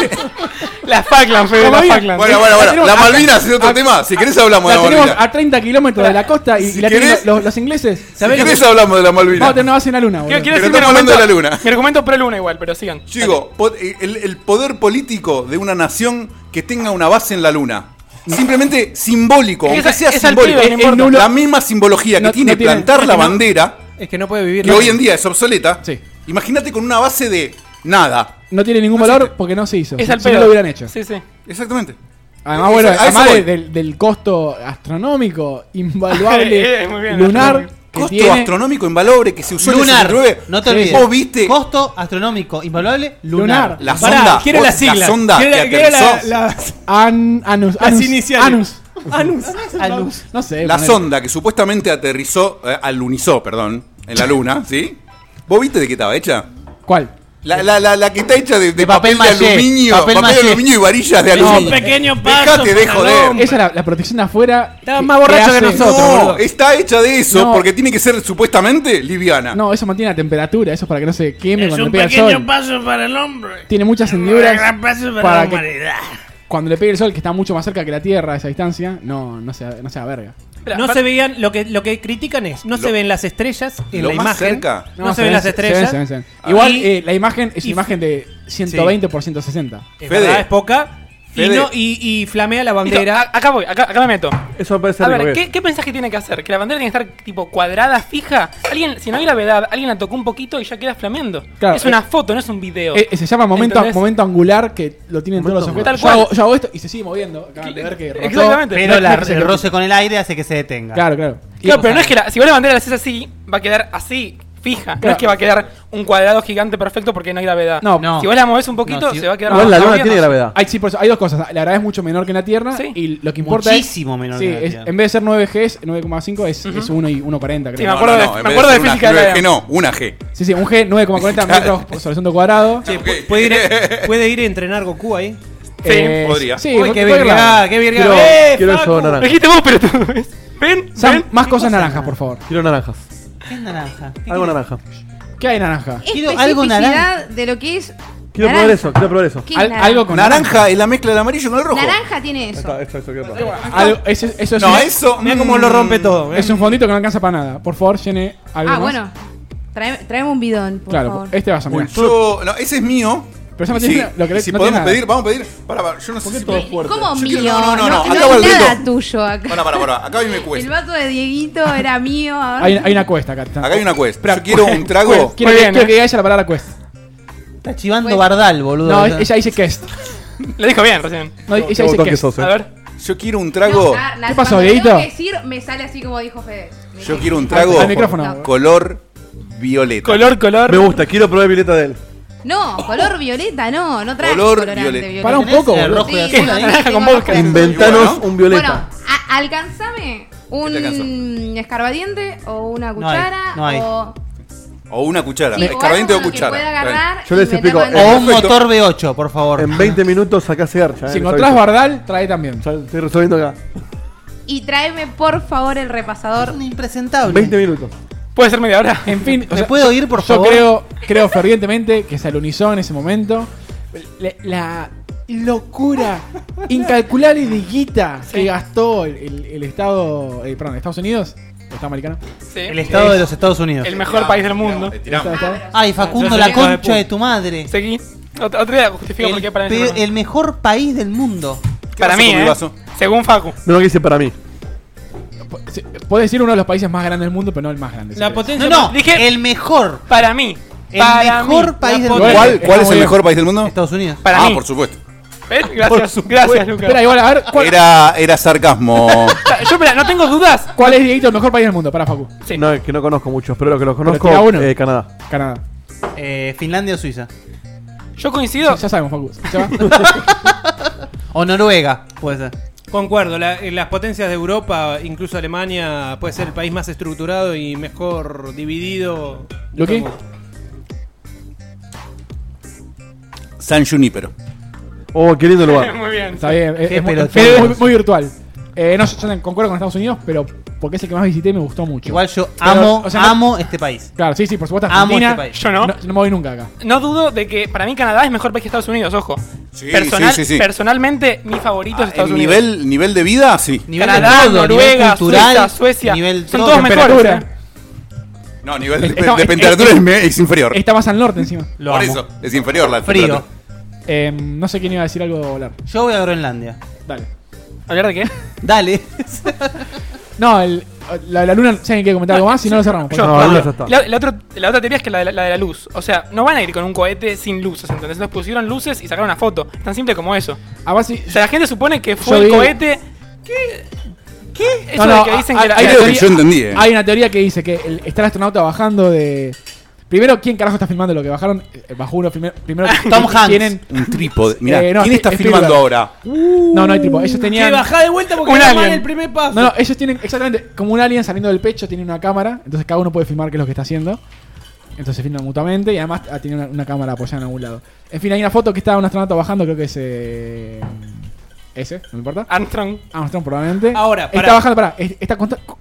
[SPEAKER 6] Las Falkland, Fede, las
[SPEAKER 3] Malvinas.
[SPEAKER 6] Falkland.
[SPEAKER 4] bueno, bueno, bueno, la Malvinas es otro tema, si querés hablamos de
[SPEAKER 3] Ah, La
[SPEAKER 4] la
[SPEAKER 3] tenemos
[SPEAKER 4] Malvinas.
[SPEAKER 3] a 30 kilómetros de la costa y,
[SPEAKER 4] Si
[SPEAKER 3] y la tienen
[SPEAKER 4] querés-
[SPEAKER 3] los, los ingleses.
[SPEAKER 4] Si
[SPEAKER 5] ¿Sabés lo
[SPEAKER 4] querés hablamos de la
[SPEAKER 3] Vamos a tener una
[SPEAKER 4] Malvinas.
[SPEAKER 3] base en la luna, boludo.
[SPEAKER 6] Quiero, quiero
[SPEAKER 4] Pero
[SPEAKER 6] decir mi
[SPEAKER 4] estamos hablando
[SPEAKER 6] argumento,
[SPEAKER 4] de la luna.
[SPEAKER 6] mi argumento pro luna igual, pero sigan.
[SPEAKER 4] Chico, po- eh, el, el poder político de una nación que tenga una base en la luna. Simplemente simbólico,
[SPEAKER 6] Es que
[SPEAKER 4] aunque
[SPEAKER 6] esa-
[SPEAKER 4] sea
[SPEAKER 6] esa al
[SPEAKER 4] simbólico.
[SPEAKER 6] pibe no
[SPEAKER 4] Es
[SPEAKER 6] importa.
[SPEAKER 4] nulo. La misma simbología que
[SPEAKER 3] No-
[SPEAKER 4] tiene
[SPEAKER 3] no tiene-
[SPEAKER 4] plantar la
[SPEAKER 3] no-
[SPEAKER 4] bandera.
[SPEAKER 5] Es que no puede vivir.
[SPEAKER 4] que hoy en día es obsoleta.
[SPEAKER 3] Sí.
[SPEAKER 4] Imagínate con una base de nada.
[SPEAKER 3] No tiene ningún
[SPEAKER 4] No
[SPEAKER 3] valor
[SPEAKER 4] existe.
[SPEAKER 3] porque no se hizo.
[SPEAKER 6] Es
[SPEAKER 3] Si
[SPEAKER 6] al
[SPEAKER 3] no
[SPEAKER 6] pedo.
[SPEAKER 3] lo hubieran hecho.
[SPEAKER 6] Sí, sí.
[SPEAKER 4] Exactamente.
[SPEAKER 3] Además, bueno,
[SPEAKER 4] Eso- a eso
[SPEAKER 3] además
[SPEAKER 4] voy.
[SPEAKER 3] de- del, del costo astronómico, invaluable,
[SPEAKER 6] Eh, muy bien,
[SPEAKER 3] lunar,
[SPEAKER 6] astronómico.
[SPEAKER 3] que
[SPEAKER 4] Costo
[SPEAKER 3] tiene
[SPEAKER 4] astronómico invaluable que se usó
[SPEAKER 1] Lunar.
[SPEAKER 4] en el 69.
[SPEAKER 1] No te olvides.
[SPEAKER 4] Vos viste
[SPEAKER 1] Costo astronómico invaluable lunar.
[SPEAKER 3] Lunar.
[SPEAKER 4] la
[SPEAKER 5] Pará,
[SPEAKER 4] sonda.
[SPEAKER 5] quiero
[SPEAKER 4] vos-
[SPEAKER 5] las siglas.
[SPEAKER 4] La sonda
[SPEAKER 5] Quiero la-
[SPEAKER 4] que
[SPEAKER 5] quiero la-
[SPEAKER 4] aterrizó. La,
[SPEAKER 5] las-
[SPEAKER 3] an- anus,
[SPEAKER 5] las
[SPEAKER 3] anus,
[SPEAKER 5] iniciales.
[SPEAKER 3] anus.
[SPEAKER 5] Anus.
[SPEAKER 1] Anus.
[SPEAKER 3] No sé. ponele.
[SPEAKER 4] sonda que supuestamente aterrizó, eh, alunizó, perdón, en la luna, ¿sí? ¿Vos viste de qué estaba hecha?
[SPEAKER 3] ¿Cuál?
[SPEAKER 4] La, la, la, la que está hecha de, de
[SPEAKER 1] De
[SPEAKER 4] papel,
[SPEAKER 1] papel
[SPEAKER 4] de
[SPEAKER 1] maché,
[SPEAKER 4] aluminio, papel,
[SPEAKER 1] papel
[SPEAKER 4] de
[SPEAKER 1] maché.
[SPEAKER 4] aluminio y varillas de
[SPEAKER 5] Es un
[SPEAKER 4] aluminio.
[SPEAKER 5] pequeño paso
[SPEAKER 4] Dejate de
[SPEAKER 5] para
[SPEAKER 4] joder.
[SPEAKER 5] Hombre.
[SPEAKER 3] Esa era la protección afuera.
[SPEAKER 5] Estaba
[SPEAKER 3] que-
[SPEAKER 5] más borracho
[SPEAKER 3] hace-
[SPEAKER 5] que nosotros. otro,
[SPEAKER 4] No,
[SPEAKER 5] boludo.
[SPEAKER 4] está hecha de eso
[SPEAKER 3] No.
[SPEAKER 4] porque tiene que ser supuestamente liviana.
[SPEAKER 3] No, eso mantiene la temperatura, eso es para que no se queme
[SPEAKER 5] Es
[SPEAKER 3] cuando le
[SPEAKER 5] un
[SPEAKER 3] pega el
[SPEAKER 5] pequeño
[SPEAKER 3] sol.
[SPEAKER 5] paso para el hombre.
[SPEAKER 3] Tiene muchas
[SPEAKER 5] Un
[SPEAKER 3] hendiduras
[SPEAKER 5] gran paso para,
[SPEAKER 3] para
[SPEAKER 5] la
[SPEAKER 3] que-
[SPEAKER 5] humanidad.
[SPEAKER 3] Cuando le pegue el sol, que está mucho más cerca que la Tierra a esa distancia, no, no sea, no sea verga.
[SPEAKER 6] Espera,
[SPEAKER 5] No
[SPEAKER 6] pa-
[SPEAKER 5] se veían, lo que, lo que critican es, no
[SPEAKER 4] Lo-
[SPEAKER 5] se ven las estrellas en
[SPEAKER 4] lo
[SPEAKER 5] la
[SPEAKER 4] más
[SPEAKER 5] imagen.
[SPEAKER 4] cerca.
[SPEAKER 5] No, se, ven las estrellas.
[SPEAKER 3] se ven, se ven. Igual
[SPEAKER 5] Y-
[SPEAKER 3] eh, la imagen es
[SPEAKER 5] y-
[SPEAKER 3] imagen de 120 por 160.
[SPEAKER 5] Es
[SPEAKER 4] Fede.
[SPEAKER 5] verdad, es poca. Y,
[SPEAKER 4] Fede.
[SPEAKER 5] no, y, y flamea la
[SPEAKER 6] Listo,
[SPEAKER 5] bandera.
[SPEAKER 6] a- acá voy, acá, acá me meto.
[SPEAKER 2] Eso me parece
[SPEAKER 6] A
[SPEAKER 2] algo
[SPEAKER 6] ver,
[SPEAKER 2] que-
[SPEAKER 6] ¿qué, ¿qué pensás que tiene que hacer? ¿Que la bandera tiene que estar tipo cuadrada, fija? Alguien, si no hay gravedad, alguien la tocó un poquito y ya queda flameando.
[SPEAKER 3] Claro,
[SPEAKER 6] es una
[SPEAKER 3] eh,
[SPEAKER 6] foto, no es un video.
[SPEAKER 3] Eh, eh, se llama momento,
[SPEAKER 6] ¿Entendés?
[SPEAKER 3] momento angular que lo tienen todos los
[SPEAKER 2] Momento
[SPEAKER 3] objetos. Yo
[SPEAKER 6] angular.
[SPEAKER 3] hago,
[SPEAKER 6] Tal
[SPEAKER 3] yo hago esto y se sigue moviendo. Acaban de ver que rozó.
[SPEAKER 6] eh, Exactamente.
[SPEAKER 3] No
[SPEAKER 1] Pero
[SPEAKER 3] es
[SPEAKER 1] la-
[SPEAKER 3] que se
[SPEAKER 1] el
[SPEAKER 3] lo-
[SPEAKER 1] roce con el aire hace que se detenga.
[SPEAKER 3] Claro, claro.
[SPEAKER 6] Claro, pero no es que la, si vos la bandera la haces así, va a quedar así, fija. No es que va a quedar un cuadrado gigante perfecto porque no hay gravedad.
[SPEAKER 3] No.
[SPEAKER 6] si vos la movés un poquito,
[SPEAKER 7] No, si-
[SPEAKER 6] se va a quedar
[SPEAKER 2] Igual la
[SPEAKER 6] más
[SPEAKER 2] luna
[SPEAKER 6] bien,
[SPEAKER 2] tiene
[SPEAKER 6] no sé.
[SPEAKER 2] gravedad.
[SPEAKER 3] Hay, sí, por eso, hay dos cosas. La gravedad es mucho menor que en la Tierra.
[SPEAKER 6] Sí.
[SPEAKER 3] Y lo que importa
[SPEAKER 7] Muchísimo
[SPEAKER 3] es,
[SPEAKER 7] menor
[SPEAKER 3] sí,
[SPEAKER 7] que la
[SPEAKER 3] es-
[SPEAKER 7] Tierra.
[SPEAKER 3] en vez de ser 9G, es 9,5 es, es 1 y 1,40,
[SPEAKER 6] Sí,
[SPEAKER 3] creo.
[SPEAKER 6] me acuerdo de-
[SPEAKER 4] en
[SPEAKER 6] me
[SPEAKER 4] vez
[SPEAKER 6] acuerdo de
[SPEAKER 4] ser una
[SPEAKER 6] física,
[SPEAKER 4] nueve
[SPEAKER 6] era-
[SPEAKER 4] G, no, una G.
[SPEAKER 3] Sí, sí, un G 9,40 metros por segundo cuadrado.
[SPEAKER 5] Che,
[SPEAKER 4] ok.
[SPEAKER 5] pu- puede, ir a, puede ir a entrenar Goku ahí.
[SPEAKER 3] Eh,
[SPEAKER 4] podría.
[SPEAKER 3] Sí,
[SPEAKER 5] Uy,
[SPEAKER 3] por-
[SPEAKER 5] qué
[SPEAKER 3] por cualquier lado.
[SPEAKER 5] virga, qué virga.
[SPEAKER 2] Quiero,
[SPEAKER 5] ¡Eh,
[SPEAKER 2] quiero
[SPEAKER 5] Facu!
[SPEAKER 2] eso
[SPEAKER 6] Lo
[SPEAKER 2] naranja.
[SPEAKER 6] dijiste vos, pero tú. ¿Ven?
[SPEAKER 3] Sam,
[SPEAKER 6] ¿Ven?
[SPEAKER 3] más cosas naranjas, por favor.
[SPEAKER 2] Quiero naranjas.
[SPEAKER 1] ¿Qué es naranja?
[SPEAKER 2] Algo naranja.
[SPEAKER 3] ¿Qué hay naranja?
[SPEAKER 1] Quiero algo
[SPEAKER 8] Especificidad
[SPEAKER 1] naranja.
[SPEAKER 8] de lo que es.
[SPEAKER 2] Quiero
[SPEAKER 8] naranja.
[SPEAKER 2] probar eso, quiero probar eso.
[SPEAKER 8] ¿Qué es
[SPEAKER 3] Al-
[SPEAKER 8] naranja?
[SPEAKER 3] algo con
[SPEAKER 4] Naranja es la mezcla del amarillo con el rojo.
[SPEAKER 8] Naranja tiene eso.
[SPEAKER 2] Está, esto, esto, quiero probar.
[SPEAKER 3] Algo- eso, eso es,
[SPEAKER 4] No,
[SPEAKER 3] un,
[SPEAKER 4] eso.
[SPEAKER 5] Mira cómo
[SPEAKER 4] Mm.
[SPEAKER 5] lo rompe todo.
[SPEAKER 3] es un fondito que no alcanza para nada. Por favor, llene algo
[SPEAKER 8] Ah,
[SPEAKER 3] más.
[SPEAKER 8] bueno. Traeme, traeme un bidón, por
[SPEAKER 3] Claro,
[SPEAKER 8] favor.
[SPEAKER 3] este vas a
[SPEAKER 4] Uy,
[SPEAKER 3] mirar.
[SPEAKER 4] yo- no, ese es mío.
[SPEAKER 3] Pero ya no
[SPEAKER 4] Y
[SPEAKER 3] tiene-
[SPEAKER 4] si,
[SPEAKER 3] lo que
[SPEAKER 4] y
[SPEAKER 3] le-
[SPEAKER 4] si
[SPEAKER 3] no tiene
[SPEAKER 4] podemos
[SPEAKER 3] nada.
[SPEAKER 4] pedir, vamos a pedir. Para, para, yo no sé si.
[SPEAKER 3] todo fuerte?
[SPEAKER 8] ¿Cómo
[SPEAKER 4] Yo
[SPEAKER 8] mío?
[SPEAKER 4] quiero- no, no, no, no,
[SPEAKER 8] no,
[SPEAKER 4] acá va el
[SPEAKER 8] hay nada
[SPEAKER 4] dedo.
[SPEAKER 8] tuyo acá.
[SPEAKER 4] Para, para, para. Acá a mí me
[SPEAKER 8] El
[SPEAKER 4] cuesta.
[SPEAKER 8] vato de Dieguito era mío. ahora-
[SPEAKER 3] Hay, hay una cuesta acá.
[SPEAKER 4] Acá hay una cuesta. Yo quiero un trago.
[SPEAKER 3] Cuesta. Quiero,
[SPEAKER 6] Muy
[SPEAKER 3] que-
[SPEAKER 6] bien,
[SPEAKER 3] quiero
[SPEAKER 6] eh.
[SPEAKER 3] que diga ella la palabra cuesta.
[SPEAKER 1] Está chivando Bardal, boludo.
[SPEAKER 3] No,
[SPEAKER 1] Está-
[SPEAKER 3] ella dice quest.
[SPEAKER 6] Lo dijo bien recién.
[SPEAKER 3] No, ella
[SPEAKER 2] Qué
[SPEAKER 3] dice
[SPEAKER 2] botón que
[SPEAKER 3] quest.
[SPEAKER 2] sos, eh.
[SPEAKER 6] A ver.
[SPEAKER 4] Yo quiero un
[SPEAKER 8] No,
[SPEAKER 4] trago.
[SPEAKER 8] na- na-
[SPEAKER 3] ¿Qué pasó,
[SPEAKER 8] cuando
[SPEAKER 3] Dieguito?
[SPEAKER 8] tengo que decir, me sale así como dijo Fede.
[SPEAKER 4] Yo quiero un
[SPEAKER 3] Al-
[SPEAKER 4] trago.
[SPEAKER 3] al micrófono.
[SPEAKER 8] No.
[SPEAKER 4] Color violeta.
[SPEAKER 6] Color, color.
[SPEAKER 2] Me gusta, quiero probar violeta de él.
[SPEAKER 8] No, color violeta, no, no trae
[SPEAKER 4] Color
[SPEAKER 8] colorante
[SPEAKER 4] violeta.
[SPEAKER 8] violeta.
[SPEAKER 3] Para un
[SPEAKER 1] ¿Tenés
[SPEAKER 3] poco,
[SPEAKER 1] el
[SPEAKER 3] boludo.
[SPEAKER 1] rojo y azul ahí?
[SPEAKER 6] naranja con vodka.
[SPEAKER 2] Inventanos
[SPEAKER 4] bueno.
[SPEAKER 2] un
[SPEAKER 8] Bueno,
[SPEAKER 2] violeta.
[SPEAKER 8] a- alcanzame
[SPEAKER 4] ¿Qué te
[SPEAKER 8] un escarbadiente o una
[SPEAKER 1] No hay,
[SPEAKER 8] cuchara
[SPEAKER 1] no hay.
[SPEAKER 8] o,
[SPEAKER 4] O una cuchara.
[SPEAKER 8] sí, o
[SPEAKER 4] Escarbadiente o
[SPEAKER 8] algo con lo que
[SPEAKER 4] cuchara.
[SPEAKER 8] pueda
[SPEAKER 4] Está bien.
[SPEAKER 8] agarrar
[SPEAKER 2] Yo les
[SPEAKER 8] y
[SPEAKER 2] explico,
[SPEAKER 8] meterlo en-
[SPEAKER 1] O un
[SPEAKER 4] Perfecto.
[SPEAKER 1] motor V8, por favor.
[SPEAKER 2] En 20 minutos sacás garcha.
[SPEAKER 1] Ah,
[SPEAKER 2] eh,
[SPEAKER 3] Si
[SPEAKER 2] les
[SPEAKER 3] encontrás
[SPEAKER 2] aviso.
[SPEAKER 3] Bardal, trae también.
[SPEAKER 2] Ya estoy resolviendo acá.
[SPEAKER 8] y tráeme por favor el repasador.
[SPEAKER 1] Es impresentable.
[SPEAKER 2] 20 minutos.
[SPEAKER 6] Puede ser media hora.
[SPEAKER 3] En fin, o
[SPEAKER 1] ¿Me
[SPEAKER 3] sea,
[SPEAKER 1] puedo ir, por
[SPEAKER 3] yo
[SPEAKER 1] favor?
[SPEAKER 3] creo, creo fervientemente que se alunizó en ese momento. La, la locura incalculable de guita que gastó el, el- el Estado, eh, perdón, Estados Unidos, el Estado americano.
[SPEAKER 6] Sí.
[SPEAKER 1] El Estado de los Estados Unidos.
[SPEAKER 6] El mejor país del mundo.
[SPEAKER 4] Le tiramos.
[SPEAKER 3] Estado- Estado-
[SPEAKER 1] Ay, Facundo,
[SPEAKER 5] Yo
[SPEAKER 1] la
[SPEAKER 5] soy hijo de
[SPEAKER 1] concha
[SPEAKER 5] puta.
[SPEAKER 1] de tu madre.
[SPEAKER 6] Seguí. Ot- Otro día justifico por qué
[SPEAKER 1] El,
[SPEAKER 6] para mí. es
[SPEAKER 1] pe-
[SPEAKER 6] el
[SPEAKER 1] el mejor país del mundo.
[SPEAKER 6] mejor. Para
[SPEAKER 4] ¿Qué pasó
[SPEAKER 6] mí,
[SPEAKER 4] con mi
[SPEAKER 6] ¿eh?
[SPEAKER 4] vaso?
[SPEAKER 6] Según Facu.
[SPEAKER 2] No lo que hice para mí.
[SPEAKER 3] Se- Puede decir uno de los países más grandes del mundo, pero no el más grande. si
[SPEAKER 5] La
[SPEAKER 3] querés.
[SPEAKER 5] potencia.
[SPEAKER 1] No, no,
[SPEAKER 6] Dije-
[SPEAKER 1] el mejor.
[SPEAKER 6] Para mí.
[SPEAKER 1] El
[SPEAKER 6] para
[SPEAKER 1] mejor
[SPEAKER 6] mí.
[SPEAKER 1] país del
[SPEAKER 6] La
[SPEAKER 1] mundo.
[SPEAKER 4] ¿Cuál,
[SPEAKER 3] Está
[SPEAKER 4] cuál es
[SPEAKER 3] muy
[SPEAKER 4] el
[SPEAKER 3] bien.
[SPEAKER 4] mejor país del mundo?
[SPEAKER 1] Estados Unidos.
[SPEAKER 6] Para
[SPEAKER 4] ah,
[SPEAKER 6] mí.
[SPEAKER 4] por supuesto.
[SPEAKER 6] ¿Ven? Gracias, gracias, Lucas.
[SPEAKER 3] Espera, igual, a ver, ¿cuál,
[SPEAKER 4] Era, era sarcasmo.
[SPEAKER 6] Ta- Yo, espera, no tengo dudas.
[SPEAKER 3] cuál es Dieguito el mejor país del mundo? Para Facu,
[SPEAKER 6] Sí.
[SPEAKER 2] No, es que no conozco muchos, pero lo que los conozco
[SPEAKER 3] tira uno.
[SPEAKER 2] eh, Canadá.
[SPEAKER 3] Canadá.
[SPEAKER 1] Eh, Finlandia o Suiza.
[SPEAKER 6] Yo coincido.
[SPEAKER 3] Ya sabemos, Facu. ¿Se va?
[SPEAKER 1] O Noruega, puede ser.
[SPEAKER 5] Concuerdo, la- eh, las potencias de Europa, incluso Alemania, puede ser el país más estructurado y mejor dividido.
[SPEAKER 3] ¿Lo qué?
[SPEAKER 4] San Junípero.
[SPEAKER 2] Oh, qué lindo lugar.
[SPEAKER 6] Muy bien.
[SPEAKER 3] Está bien, es,
[SPEAKER 1] Qué
[SPEAKER 3] es muy,
[SPEAKER 1] pelotudo.
[SPEAKER 3] es muy- muy virtual. Eh, no, yo concuerdo con Estados Unidos, pero porque es el que más visité y me gustó mucho.
[SPEAKER 1] Igual yo
[SPEAKER 3] Pero,
[SPEAKER 1] amo,
[SPEAKER 3] o sea, no-
[SPEAKER 1] amo este país.
[SPEAKER 3] Claro, sí, sí, por supuesto.
[SPEAKER 1] Amo
[SPEAKER 3] Argentina,
[SPEAKER 1] este país.
[SPEAKER 6] Yo no.
[SPEAKER 3] No, no me voy nunca acá.
[SPEAKER 6] No dudo de que para mí Canadá es mejor país que Estados Unidos, ojo.
[SPEAKER 4] Sí,
[SPEAKER 6] Personal-
[SPEAKER 4] sí, sí, sí.
[SPEAKER 6] Personalmente, mi favorito es
[SPEAKER 4] Ah,
[SPEAKER 6] Estados
[SPEAKER 4] el
[SPEAKER 6] Unidos.
[SPEAKER 4] nivel, nivel de vida, sí.
[SPEAKER 1] Nivel
[SPEAKER 6] Canadá,
[SPEAKER 1] de todo,
[SPEAKER 6] Noruega,
[SPEAKER 1] nivel cultural,
[SPEAKER 6] Suiza, Suecia.
[SPEAKER 1] Nivel
[SPEAKER 6] Son
[SPEAKER 1] todo.
[SPEAKER 6] todos mejores.
[SPEAKER 3] Temperatura.
[SPEAKER 6] ¿eh?
[SPEAKER 4] No, nivel de,
[SPEAKER 3] Eh, no,
[SPEAKER 4] de
[SPEAKER 3] eh,
[SPEAKER 4] temperatura
[SPEAKER 3] eh,
[SPEAKER 4] es me- es, inferior.
[SPEAKER 3] Está más al norte encima.
[SPEAKER 1] Lo
[SPEAKER 4] por
[SPEAKER 1] amo.
[SPEAKER 4] eso, es inferior la
[SPEAKER 1] Frío.
[SPEAKER 4] temperatura.
[SPEAKER 3] Eh, no sé quién iba a decir algo de volar.
[SPEAKER 1] Yo voy a Groenlandia.
[SPEAKER 3] Dale.
[SPEAKER 6] ¿Hablar de qué?
[SPEAKER 1] Pues Dale.
[SPEAKER 3] No, el- la, la luna, si alguien quiere comentar algo más, si no lo cerramos. por
[SPEAKER 6] Yo,
[SPEAKER 3] favor.
[SPEAKER 2] No,
[SPEAKER 6] no,
[SPEAKER 2] no, ya está.
[SPEAKER 6] la, la otra, la otra teoría es que la, de la- la de la luz. O sea, no van a ir con un cohete sin luces, ¿entendés? Nos pusieron luces y sacaron una foto. Tan simple como eso.
[SPEAKER 3] Ah, va, sí.
[SPEAKER 6] O sea, la gente supone que fue
[SPEAKER 3] Yo
[SPEAKER 6] el
[SPEAKER 3] vi-
[SPEAKER 6] cohete. ¿Qué? ¿Qué?
[SPEAKER 3] No,
[SPEAKER 6] Eso
[SPEAKER 3] no,
[SPEAKER 6] de que dicen
[SPEAKER 3] hay-
[SPEAKER 6] que la,
[SPEAKER 3] hay
[SPEAKER 6] la-
[SPEAKER 4] Creo que
[SPEAKER 3] teoría-
[SPEAKER 4] yo entendí, eh.
[SPEAKER 3] Hay una teoría que dice que el- está el astronauta bajando de. Primero, ¿quién carajo está filmando lo que bajaron? Eh, Bajó uno primero. primero
[SPEAKER 1] Tom Hanks.
[SPEAKER 3] tienen-
[SPEAKER 4] Un trípode. Mirá,
[SPEAKER 3] Eh, no,
[SPEAKER 4] ¿quién
[SPEAKER 3] es-
[SPEAKER 4] está
[SPEAKER 3] es
[SPEAKER 4] filmando
[SPEAKER 3] Spielberg.
[SPEAKER 4] ahora?
[SPEAKER 3] No, no hay tipo. Ellos tenían.
[SPEAKER 5] Mm. Que bajá de vuelta porque
[SPEAKER 6] Un
[SPEAKER 5] era
[SPEAKER 6] alien.
[SPEAKER 5] mal el primer paso.
[SPEAKER 3] No, no, ellos tienen exactamente como un alien saliendo del pecho, tienen una cámara, entonces cada uno puede filmar qué es lo que está haciendo. Entonces se filman mutuamente y además ah, tiene una, una cámara apoyada en algún lado. En fin, hay una foto que está un astronauta bajando, creo que es eh, ese, no me importa. Ah,
[SPEAKER 6] Armstrong.
[SPEAKER 3] Armstrong probablemente.
[SPEAKER 5] Ahora,
[SPEAKER 3] está
[SPEAKER 5] pará.
[SPEAKER 3] bajando, pará, es- está consta- co-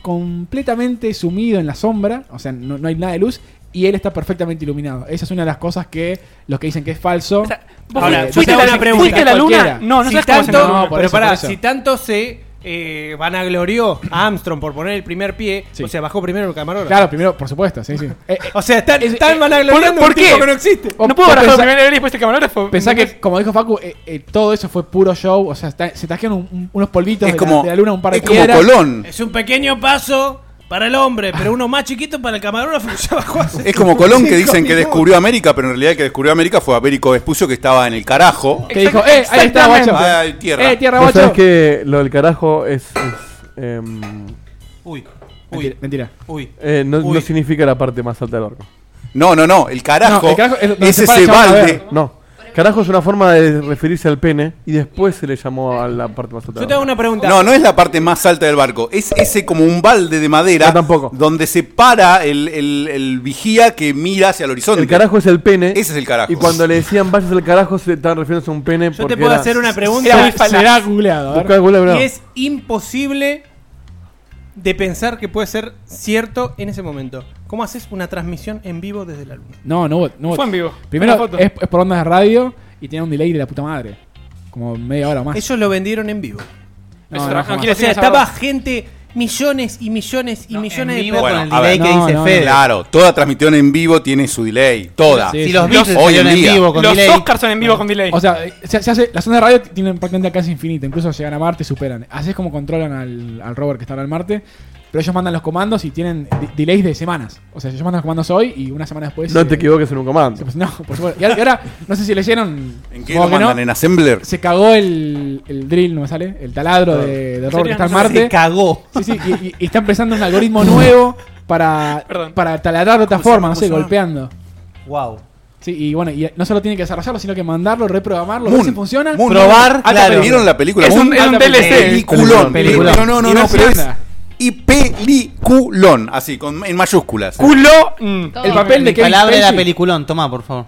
[SPEAKER 3] completamente sumido en la sombra, o sea, no, no hay nada de luz y él está perfectamente iluminado. Esa es una de las cosas que los que dicen que es falso. Eh,
[SPEAKER 6] O sea, vos
[SPEAKER 5] Ahora,
[SPEAKER 6] fuiste,
[SPEAKER 5] yo te
[SPEAKER 6] a
[SPEAKER 5] hago
[SPEAKER 6] la,
[SPEAKER 5] una pregunta.
[SPEAKER 6] fuiste a la luna.
[SPEAKER 3] Cualquiera.
[SPEAKER 6] No,
[SPEAKER 5] si
[SPEAKER 6] no sabes cómo se
[SPEAKER 5] tanto,
[SPEAKER 3] llama. No, por
[SPEAKER 5] pero
[SPEAKER 3] eso,
[SPEAKER 5] pará,
[SPEAKER 3] por eso.
[SPEAKER 5] si tanto se eh, vanaglorió a Armstrong por poner el primer pie,
[SPEAKER 3] Sí.
[SPEAKER 5] o sea, bajó primero el camarógrafo.
[SPEAKER 3] Claro, primero, por supuesto, sí, sí. Eh, eh,
[SPEAKER 5] O sea, están,
[SPEAKER 3] Es-
[SPEAKER 5] están
[SPEAKER 3] eh,
[SPEAKER 5] vanagloriando
[SPEAKER 6] ¿por-
[SPEAKER 5] un
[SPEAKER 6] por
[SPEAKER 5] tipo
[SPEAKER 6] qué?
[SPEAKER 5] que no existe.
[SPEAKER 3] vos-
[SPEAKER 6] No puedo
[SPEAKER 3] vos
[SPEAKER 6] bajar el
[SPEAKER 3] pensá-
[SPEAKER 6] primer nivel y después el camarógrafo.
[SPEAKER 3] Pensá que, como dijo Facu, eh, eh, todo eso fue puro show. O sea, está- se trajeron un- un- unos polvitos
[SPEAKER 4] Es
[SPEAKER 3] de,
[SPEAKER 4] como,
[SPEAKER 3] la, de la luna, un par de
[SPEAKER 4] es como
[SPEAKER 3] piedras.
[SPEAKER 4] Colón.
[SPEAKER 5] Es un pequeño paso para el hombre, pero uno más chiquito para el camarógrafo que ya bajó hace-
[SPEAKER 4] Es como Colón que
[SPEAKER 5] Cinco
[SPEAKER 4] dicen que
[SPEAKER 5] minutos.
[SPEAKER 4] descubrió América, pero en realidad el que descubrió América fue Américo Vespucio que estaba en el carajo.
[SPEAKER 3] Que dijo, eh, ahí está,
[SPEAKER 6] Exactamente.
[SPEAKER 3] guacho.
[SPEAKER 4] Ah, hay tierra.
[SPEAKER 3] Eh, tierra,
[SPEAKER 2] ¿Vos
[SPEAKER 3] guacho.
[SPEAKER 2] sabés que lo del carajo es. es, em,
[SPEAKER 1] Uy.
[SPEAKER 3] Mentira. mentira.
[SPEAKER 5] Uy.
[SPEAKER 2] Eh, no, no
[SPEAKER 5] Uy.
[SPEAKER 2] significa la parte más alta del barco.
[SPEAKER 4] No, no, no, el carajo.
[SPEAKER 3] No, el carajo es donde
[SPEAKER 4] ese
[SPEAKER 3] se para
[SPEAKER 4] se
[SPEAKER 3] el chabón a
[SPEAKER 4] balde.
[SPEAKER 2] No. Carajo es una forma de referirse al pene y después se le llamó a la parte más alta.
[SPEAKER 5] Yo
[SPEAKER 2] del
[SPEAKER 5] te hago
[SPEAKER 2] barco.
[SPEAKER 5] una pregunta.
[SPEAKER 4] No, no es la parte más alta del barco. Es ese como un balde de madera.
[SPEAKER 2] No, tampoco.
[SPEAKER 4] Donde se para el, el- el vigía que mira hacia el horizonte.
[SPEAKER 2] El carajo es el pene.
[SPEAKER 4] Ese es el carajo.
[SPEAKER 2] Y cuando le decían vayas al carajo se estaban refiriéndose a un pene.
[SPEAKER 5] Yo te puedo hacer una pregunta.
[SPEAKER 6] Era muy falaz.
[SPEAKER 3] Será googleado. a ver.
[SPEAKER 5] Y es imposible de pensar que puede ser cierto en ese momento. ¿Cómo haces una transmisión en vivo desde la luna?
[SPEAKER 3] No, no, hubo- no. hubo-
[SPEAKER 6] Fue en vivo. Una
[SPEAKER 3] Primero
[SPEAKER 6] foto.
[SPEAKER 3] es, es por ondas de radio y tiene un delay de la puta madre. Como media hora más.
[SPEAKER 5] Ellos lo vendieron en vivo.
[SPEAKER 3] No,
[SPEAKER 6] Eso
[SPEAKER 3] no,
[SPEAKER 6] tra- no
[SPEAKER 3] jamás.
[SPEAKER 6] quiere
[SPEAKER 5] O
[SPEAKER 6] decir
[SPEAKER 5] sea,
[SPEAKER 6] esa
[SPEAKER 5] estaba
[SPEAKER 6] verdad.
[SPEAKER 5] gente, millones y millones y
[SPEAKER 7] No,
[SPEAKER 5] millones
[SPEAKER 7] en
[SPEAKER 5] de
[SPEAKER 7] vivo
[SPEAKER 5] personas.
[SPEAKER 7] con
[SPEAKER 4] Bueno,
[SPEAKER 7] el
[SPEAKER 4] a
[SPEAKER 7] delay
[SPEAKER 3] ver.
[SPEAKER 7] que
[SPEAKER 3] No,
[SPEAKER 7] dice
[SPEAKER 3] no,
[SPEAKER 7] Fede.
[SPEAKER 4] Claro, toda transmisión en vivo tiene su delay. Toda.
[SPEAKER 3] Sí,
[SPEAKER 7] Si los
[SPEAKER 3] sí.
[SPEAKER 7] Beatles
[SPEAKER 4] Hoy
[SPEAKER 7] salieron
[SPEAKER 4] en
[SPEAKER 7] en
[SPEAKER 4] día.
[SPEAKER 7] vivo con
[SPEAKER 6] Los
[SPEAKER 7] delay.
[SPEAKER 6] Oscars son en vivo con delay.
[SPEAKER 3] O sea, eh, se, se hace, las ondas de radio tienen prácticamente alcance infinito. Incluso llegan a Marte y superan. Así es como controlan al, al rover que está ahora en Marte. Pero ellos mandan los comandos y tienen de- delays de semanas. O sea, ellos mandan los comandos hoy y una semana después.
[SPEAKER 2] No
[SPEAKER 3] eh,
[SPEAKER 2] te equivoques en un comando.
[SPEAKER 3] se- pues, no, por supuesto. Y ahora- y ahora, no sé si leyeron.
[SPEAKER 4] ¿En qué lo
[SPEAKER 3] supongo que no,
[SPEAKER 4] mandan? ¿En Assembler?
[SPEAKER 3] Se cagó el, el drill, no me sale. El taladro de, del rover que está en
[SPEAKER 7] Se
[SPEAKER 3] Marte.
[SPEAKER 7] cagó.
[SPEAKER 3] Sí, sí, y, y- y está empezando un algoritmo nuevo para,
[SPEAKER 6] Perdón.
[SPEAKER 3] para taladrar de otra
[SPEAKER 5] ¿Cómo se
[SPEAKER 3] forma,
[SPEAKER 5] llama?
[SPEAKER 3] no sé,
[SPEAKER 5] ¿Cómo se
[SPEAKER 3] golpeando.
[SPEAKER 7] Wow.
[SPEAKER 3] Sí, y bueno, y no solo tiene que desarrollarlo, sino que mandarlo, reprogramarlo,
[SPEAKER 4] Moon,
[SPEAKER 3] ver si funciona.
[SPEAKER 4] Moon,
[SPEAKER 7] Probar,
[SPEAKER 4] Alta
[SPEAKER 7] claro.
[SPEAKER 4] peli- ¿Vieron la película?
[SPEAKER 6] Es un-
[SPEAKER 4] Moon?
[SPEAKER 6] es un
[SPEAKER 4] Alta
[SPEAKER 6] DLC.
[SPEAKER 4] Peliculón.
[SPEAKER 7] Peliculón.
[SPEAKER 4] No, no, no,
[SPEAKER 3] Y
[SPEAKER 4] no,
[SPEAKER 3] no
[SPEAKER 4] pero
[SPEAKER 3] se
[SPEAKER 4] es.
[SPEAKER 3] anda.
[SPEAKER 4] Y peliculón, así, con, en mayúsculas.
[SPEAKER 6] Culo. mm.
[SPEAKER 8] Todo.
[SPEAKER 3] El papel de Kevin
[SPEAKER 7] Palabra de la
[SPEAKER 3] Spacey.
[SPEAKER 7] peliculón, toma, por favor.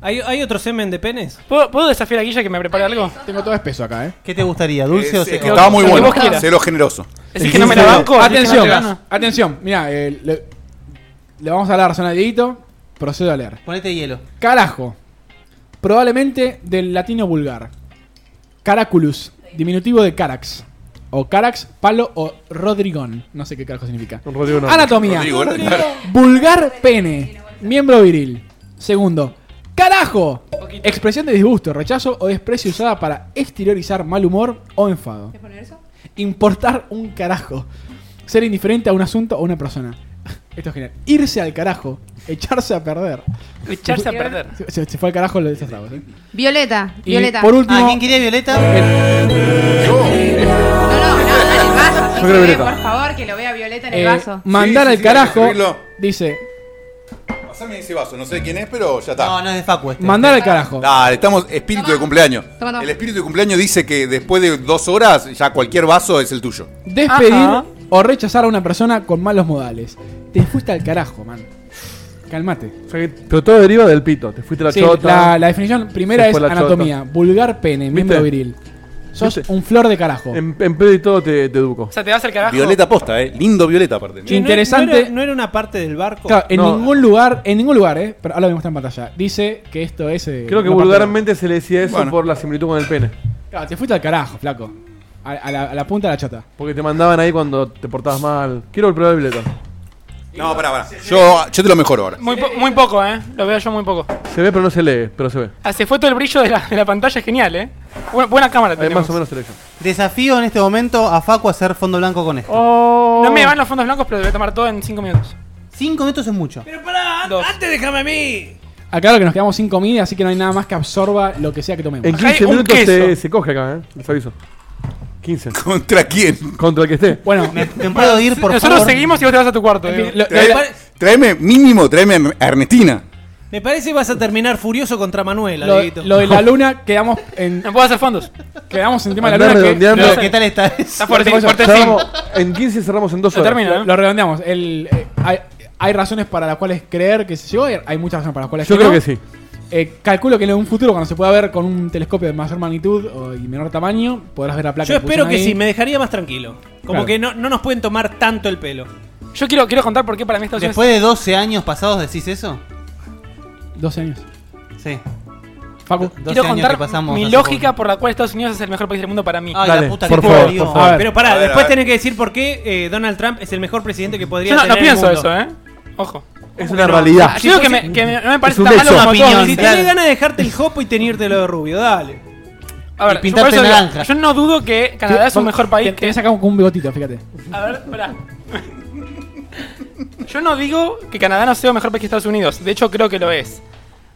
[SPEAKER 5] ¿Hay, ¿Hay otro semen de penes?
[SPEAKER 6] ¿Puedo, puedo desafiar a Guilla que me prepare algo?
[SPEAKER 3] Tengo todo espeso acá, eh.
[SPEAKER 7] ¿Qué te gustaría?
[SPEAKER 4] Es-
[SPEAKER 7] ¿Dulce o
[SPEAKER 4] es que
[SPEAKER 7] seco?
[SPEAKER 4] estaba muy
[SPEAKER 6] Lo que
[SPEAKER 4] bueno.
[SPEAKER 6] vos quieras.
[SPEAKER 4] Cero generoso.
[SPEAKER 6] Decís que no me la banco. decís que
[SPEAKER 3] Atención,
[SPEAKER 6] no te gano.
[SPEAKER 3] atención, mira, le, le vamos a dar la razón a Dieguito, procedo a leer.
[SPEAKER 7] Ponete hielo.
[SPEAKER 3] Carajo. Probablemente del latino vulgar. Caraculus, diminutivo de carax. O carax, palo o rodrigón. No sé qué carajo significa.
[SPEAKER 2] Un Rodrigo no.
[SPEAKER 5] Ah,
[SPEAKER 3] Anatomía.
[SPEAKER 4] Rodrigo, era-
[SPEAKER 3] Vulgar pene. Miembro viril. Segundo. Carajo. Expresión de disgusto, rechazo o desprecio usada para exteriorizar mal humor o enfado.
[SPEAKER 8] ¿Quieres poner eso?
[SPEAKER 3] Importar un carajo. Ser indiferente a un asunto o una persona. Esto es genial. Irse al carajo. Echarse a perder.
[SPEAKER 6] Echarse a perder.
[SPEAKER 3] Se, se- se fue al carajo lo de esos tragos, ¿eh?
[SPEAKER 8] Violeta,
[SPEAKER 3] Y
[SPEAKER 8] Violeta.
[SPEAKER 3] por
[SPEAKER 7] Ah,
[SPEAKER 3] último, eh,
[SPEAKER 7] ¿quién quería Violeta?
[SPEAKER 2] Yo
[SPEAKER 8] No, no, no, dale, vaso. sí se
[SPEAKER 2] creo
[SPEAKER 8] ve,
[SPEAKER 2] Violeta.
[SPEAKER 8] por favor, que lo vea Violeta en
[SPEAKER 3] eh,
[SPEAKER 8] el vaso.
[SPEAKER 3] mandar
[SPEAKER 4] Sí, sí,
[SPEAKER 3] al
[SPEAKER 4] sí,
[SPEAKER 3] carajo.
[SPEAKER 4] hay que servirlo.
[SPEAKER 3] dice,
[SPEAKER 4] Pasame ese vaso, no sé quién es, pero ya está.
[SPEAKER 7] No, no es de Facu este.
[SPEAKER 3] mandar al carajo.
[SPEAKER 4] Dale, estamos espíritu de cumpleaños.
[SPEAKER 8] Toma, toma.
[SPEAKER 4] El espíritu de cumpleaños dice que después de dos horas ya cualquier vaso es el tuyo.
[SPEAKER 3] Despedir
[SPEAKER 6] Ajá.
[SPEAKER 3] o rechazar a una persona con malos modales. Te fuiste al carajo, man. Calmate.
[SPEAKER 2] O sea que- Pero todo deriva del pito. Te fuiste la
[SPEAKER 3] Sí,
[SPEAKER 2] chota.
[SPEAKER 3] la, la definición primera
[SPEAKER 2] Se
[SPEAKER 3] es
[SPEAKER 2] fue la chota.
[SPEAKER 3] anatomía. Vulgar pene, miembro
[SPEAKER 2] ¿Viste?
[SPEAKER 3] viril. Sos
[SPEAKER 2] ¿Viste?
[SPEAKER 3] un flor de carajo.
[SPEAKER 2] En, en pedo y todo te, te educo.
[SPEAKER 6] O sea, te vas al carajo.
[SPEAKER 4] Violeta posta, eh. Lindo Violeta aparte.
[SPEAKER 3] Sí. Interesante.
[SPEAKER 5] ¿No era, no era una parte del barco?
[SPEAKER 3] Claro, en
[SPEAKER 2] No.
[SPEAKER 3] ningún lugar, en ningún lugar, eh. Pero ahora lo vemos está en pantalla. Dice que esto es. eh,
[SPEAKER 2] Creo que
[SPEAKER 3] una parte-
[SPEAKER 2] vulgarmente se le decía eso
[SPEAKER 4] Bueno.
[SPEAKER 2] por la similitud con el pene.
[SPEAKER 3] Claro, te fuiste al carajo, flaco. A, a la, a la punta de la chota.
[SPEAKER 2] Porque te mandaban ahí cuando te portabas mal. Quiero probar el boleto.
[SPEAKER 4] No, pará, pará. Yo, yo te lo mejoro ahora.
[SPEAKER 6] Muy, po- muy poco, ¿eh? Lo veo yo muy poco.
[SPEAKER 2] Se ve pero no se lee, pero se ve.
[SPEAKER 6] Ah, se fue todo el brillo de la, de la pantalla, es genial, ¿eh? Buena, buena cámara
[SPEAKER 2] Ahí
[SPEAKER 6] tenemos.
[SPEAKER 2] más o menos se lee. yo.
[SPEAKER 7] Desafío en este momento a Facu a hacer fondo blanco con esto.
[SPEAKER 6] No me van los fondos blancos, pero lo voy a tomar todo en 5 minutos.
[SPEAKER 7] Cinco minutos es mucho.
[SPEAKER 5] Pero
[SPEAKER 3] Ah,
[SPEAKER 5] pará,
[SPEAKER 6] Dos.
[SPEAKER 5] antes déjame a mí.
[SPEAKER 3] Aclaro que nos quedamos sin comida, así que no hay nada más que absorba lo que sea que tomemos.
[SPEAKER 2] En
[SPEAKER 6] Acá hay
[SPEAKER 2] 15
[SPEAKER 6] un
[SPEAKER 2] minutos se,
[SPEAKER 6] queso.
[SPEAKER 2] se coge acá, ¿eh? Les aviso. 15.
[SPEAKER 4] ¿Contra quién?
[SPEAKER 2] Contra el que esté.
[SPEAKER 3] Bueno,
[SPEAKER 7] ¿Me, me puedo ir, por
[SPEAKER 6] Nosotros
[SPEAKER 7] favor?
[SPEAKER 6] seguimos y vos te vas a tu cuarto. digo.
[SPEAKER 3] lo-
[SPEAKER 4] Traeme, traeme- mínimo, tráeme a Ernestina.
[SPEAKER 5] Me parece que vas a terminar furioso contra Manuela,
[SPEAKER 3] lo,
[SPEAKER 5] Dieguito.
[SPEAKER 3] lo de la luna quedamos en
[SPEAKER 6] No puedo hacer fondos.
[SPEAKER 3] quedamos en tema de la
[SPEAKER 2] Andá
[SPEAKER 3] luna que
[SPEAKER 2] redondeando.
[SPEAKER 7] Pero, ¿Qué tal está eso?
[SPEAKER 6] Está fuerte,
[SPEAKER 3] Lo-
[SPEAKER 6] fuerte.
[SPEAKER 2] Ya vamos- en 15 cerramos en 2
[SPEAKER 6] Lo
[SPEAKER 2] horas.
[SPEAKER 6] termino.
[SPEAKER 3] lo, ¿eh? lo redondeamos. El, eh, hay, hay razones para las cuales creer que se llegó, y hay muchas razones para las cuales
[SPEAKER 2] Yo creo
[SPEAKER 3] no.
[SPEAKER 2] que sí.
[SPEAKER 3] Eh, calculo que en un futuro cuando se pueda ver con un telescopio de mayor magnitud o- y menor tamaño, podrás ver la placa.
[SPEAKER 5] Yo espero
[SPEAKER 3] pusieron
[SPEAKER 5] que
[SPEAKER 3] ahí.
[SPEAKER 5] sí, me dejaría más tranquilo. Como
[SPEAKER 3] Claro.
[SPEAKER 5] que no, no nos pueden tomar tanto el pelo.
[SPEAKER 6] Yo quiero, quiero contar por qué para mí Estados Unidos
[SPEAKER 7] Después de 12 años pasados decís eso?
[SPEAKER 3] 12 años.
[SPEAKER 7] Sí.
[SPEAKER 3] Facu.
[SPEAKER 7] 12
[SPEAKER 6] Quiero
[SPEAKER 7] años
[SPEAKER 6] contar
[SPEAKER 7] que pasamos
[SPEAKER 6] mi
[SPEAKER 7] hace
[SPEAKER 6] lógica
[SPEAKER 7] poco. Ah,
[SPEAKER 6] por la cual Estados Unidos es el mejor país del mundo para mí.
[SPEAKER 7] Ay,
[SPEAKER 2] Dale,
[SPEAKER 7] la puta
[SPEAKER 2] por
[SPEAKER 7] que te
[SPEAKER 2] favor,
[SPEAKER 7] parió.
[SPEAKER 2] por favor.
[SPEAKER 5] Pero pará,
[SPEAKER 4] A ver,
[SPEAKER 5] después
[SPEAKER 4] a ver.
[SPEAKER 5] tenés que decir por qué eh, Donald Trump es el mejor presidente que podría
[SPEAKER 6] Yo no,
[SPEAKER 5] tener
[SPEAKER 6] no
[SPEAKER 5] el
[SPEAKER 6] pienso
[SPEAKER 5] mundo.
[SPEAKER 6] eso, ¿eh? Ojo.
[SPEAKER 2] Es una realidad.
[SPEAKER 6] Ah, yo digo que, me, que me- no me parece
[SPEAKER 2] un
[SPEAKER 6] tan malo
[SPEAKER 2] hecho.
[SPEAKER 6] como
[SPEAKER 7] Opinión.
[SPEAKER 6] todos.
[SPEAKER 5] Si
[SPEAKER 6] dicen.
[SPEAKER 5] tenés ganas de dejarte el jopo y tenírtelo de rubio, dale.
[SPEAKER 6] A ver, yo,
[SPEAKER 7] Y
[SPEAKER 6] por
[SPEAKER 7] pintarte
[SPEAKER 6] eso digo,
[SPEAKER 7] naranja.
[SPEAKER 6] yo no dudo que Canadá es un mejor país que...
[SPEAKER 3] Tenés acá con un bigotito, fíjate.
[SPEAKER 6] A ver, pará. Yo no digo que Canadá no sea un mejor país que Estados Unidos. De hecho, creo que lo es.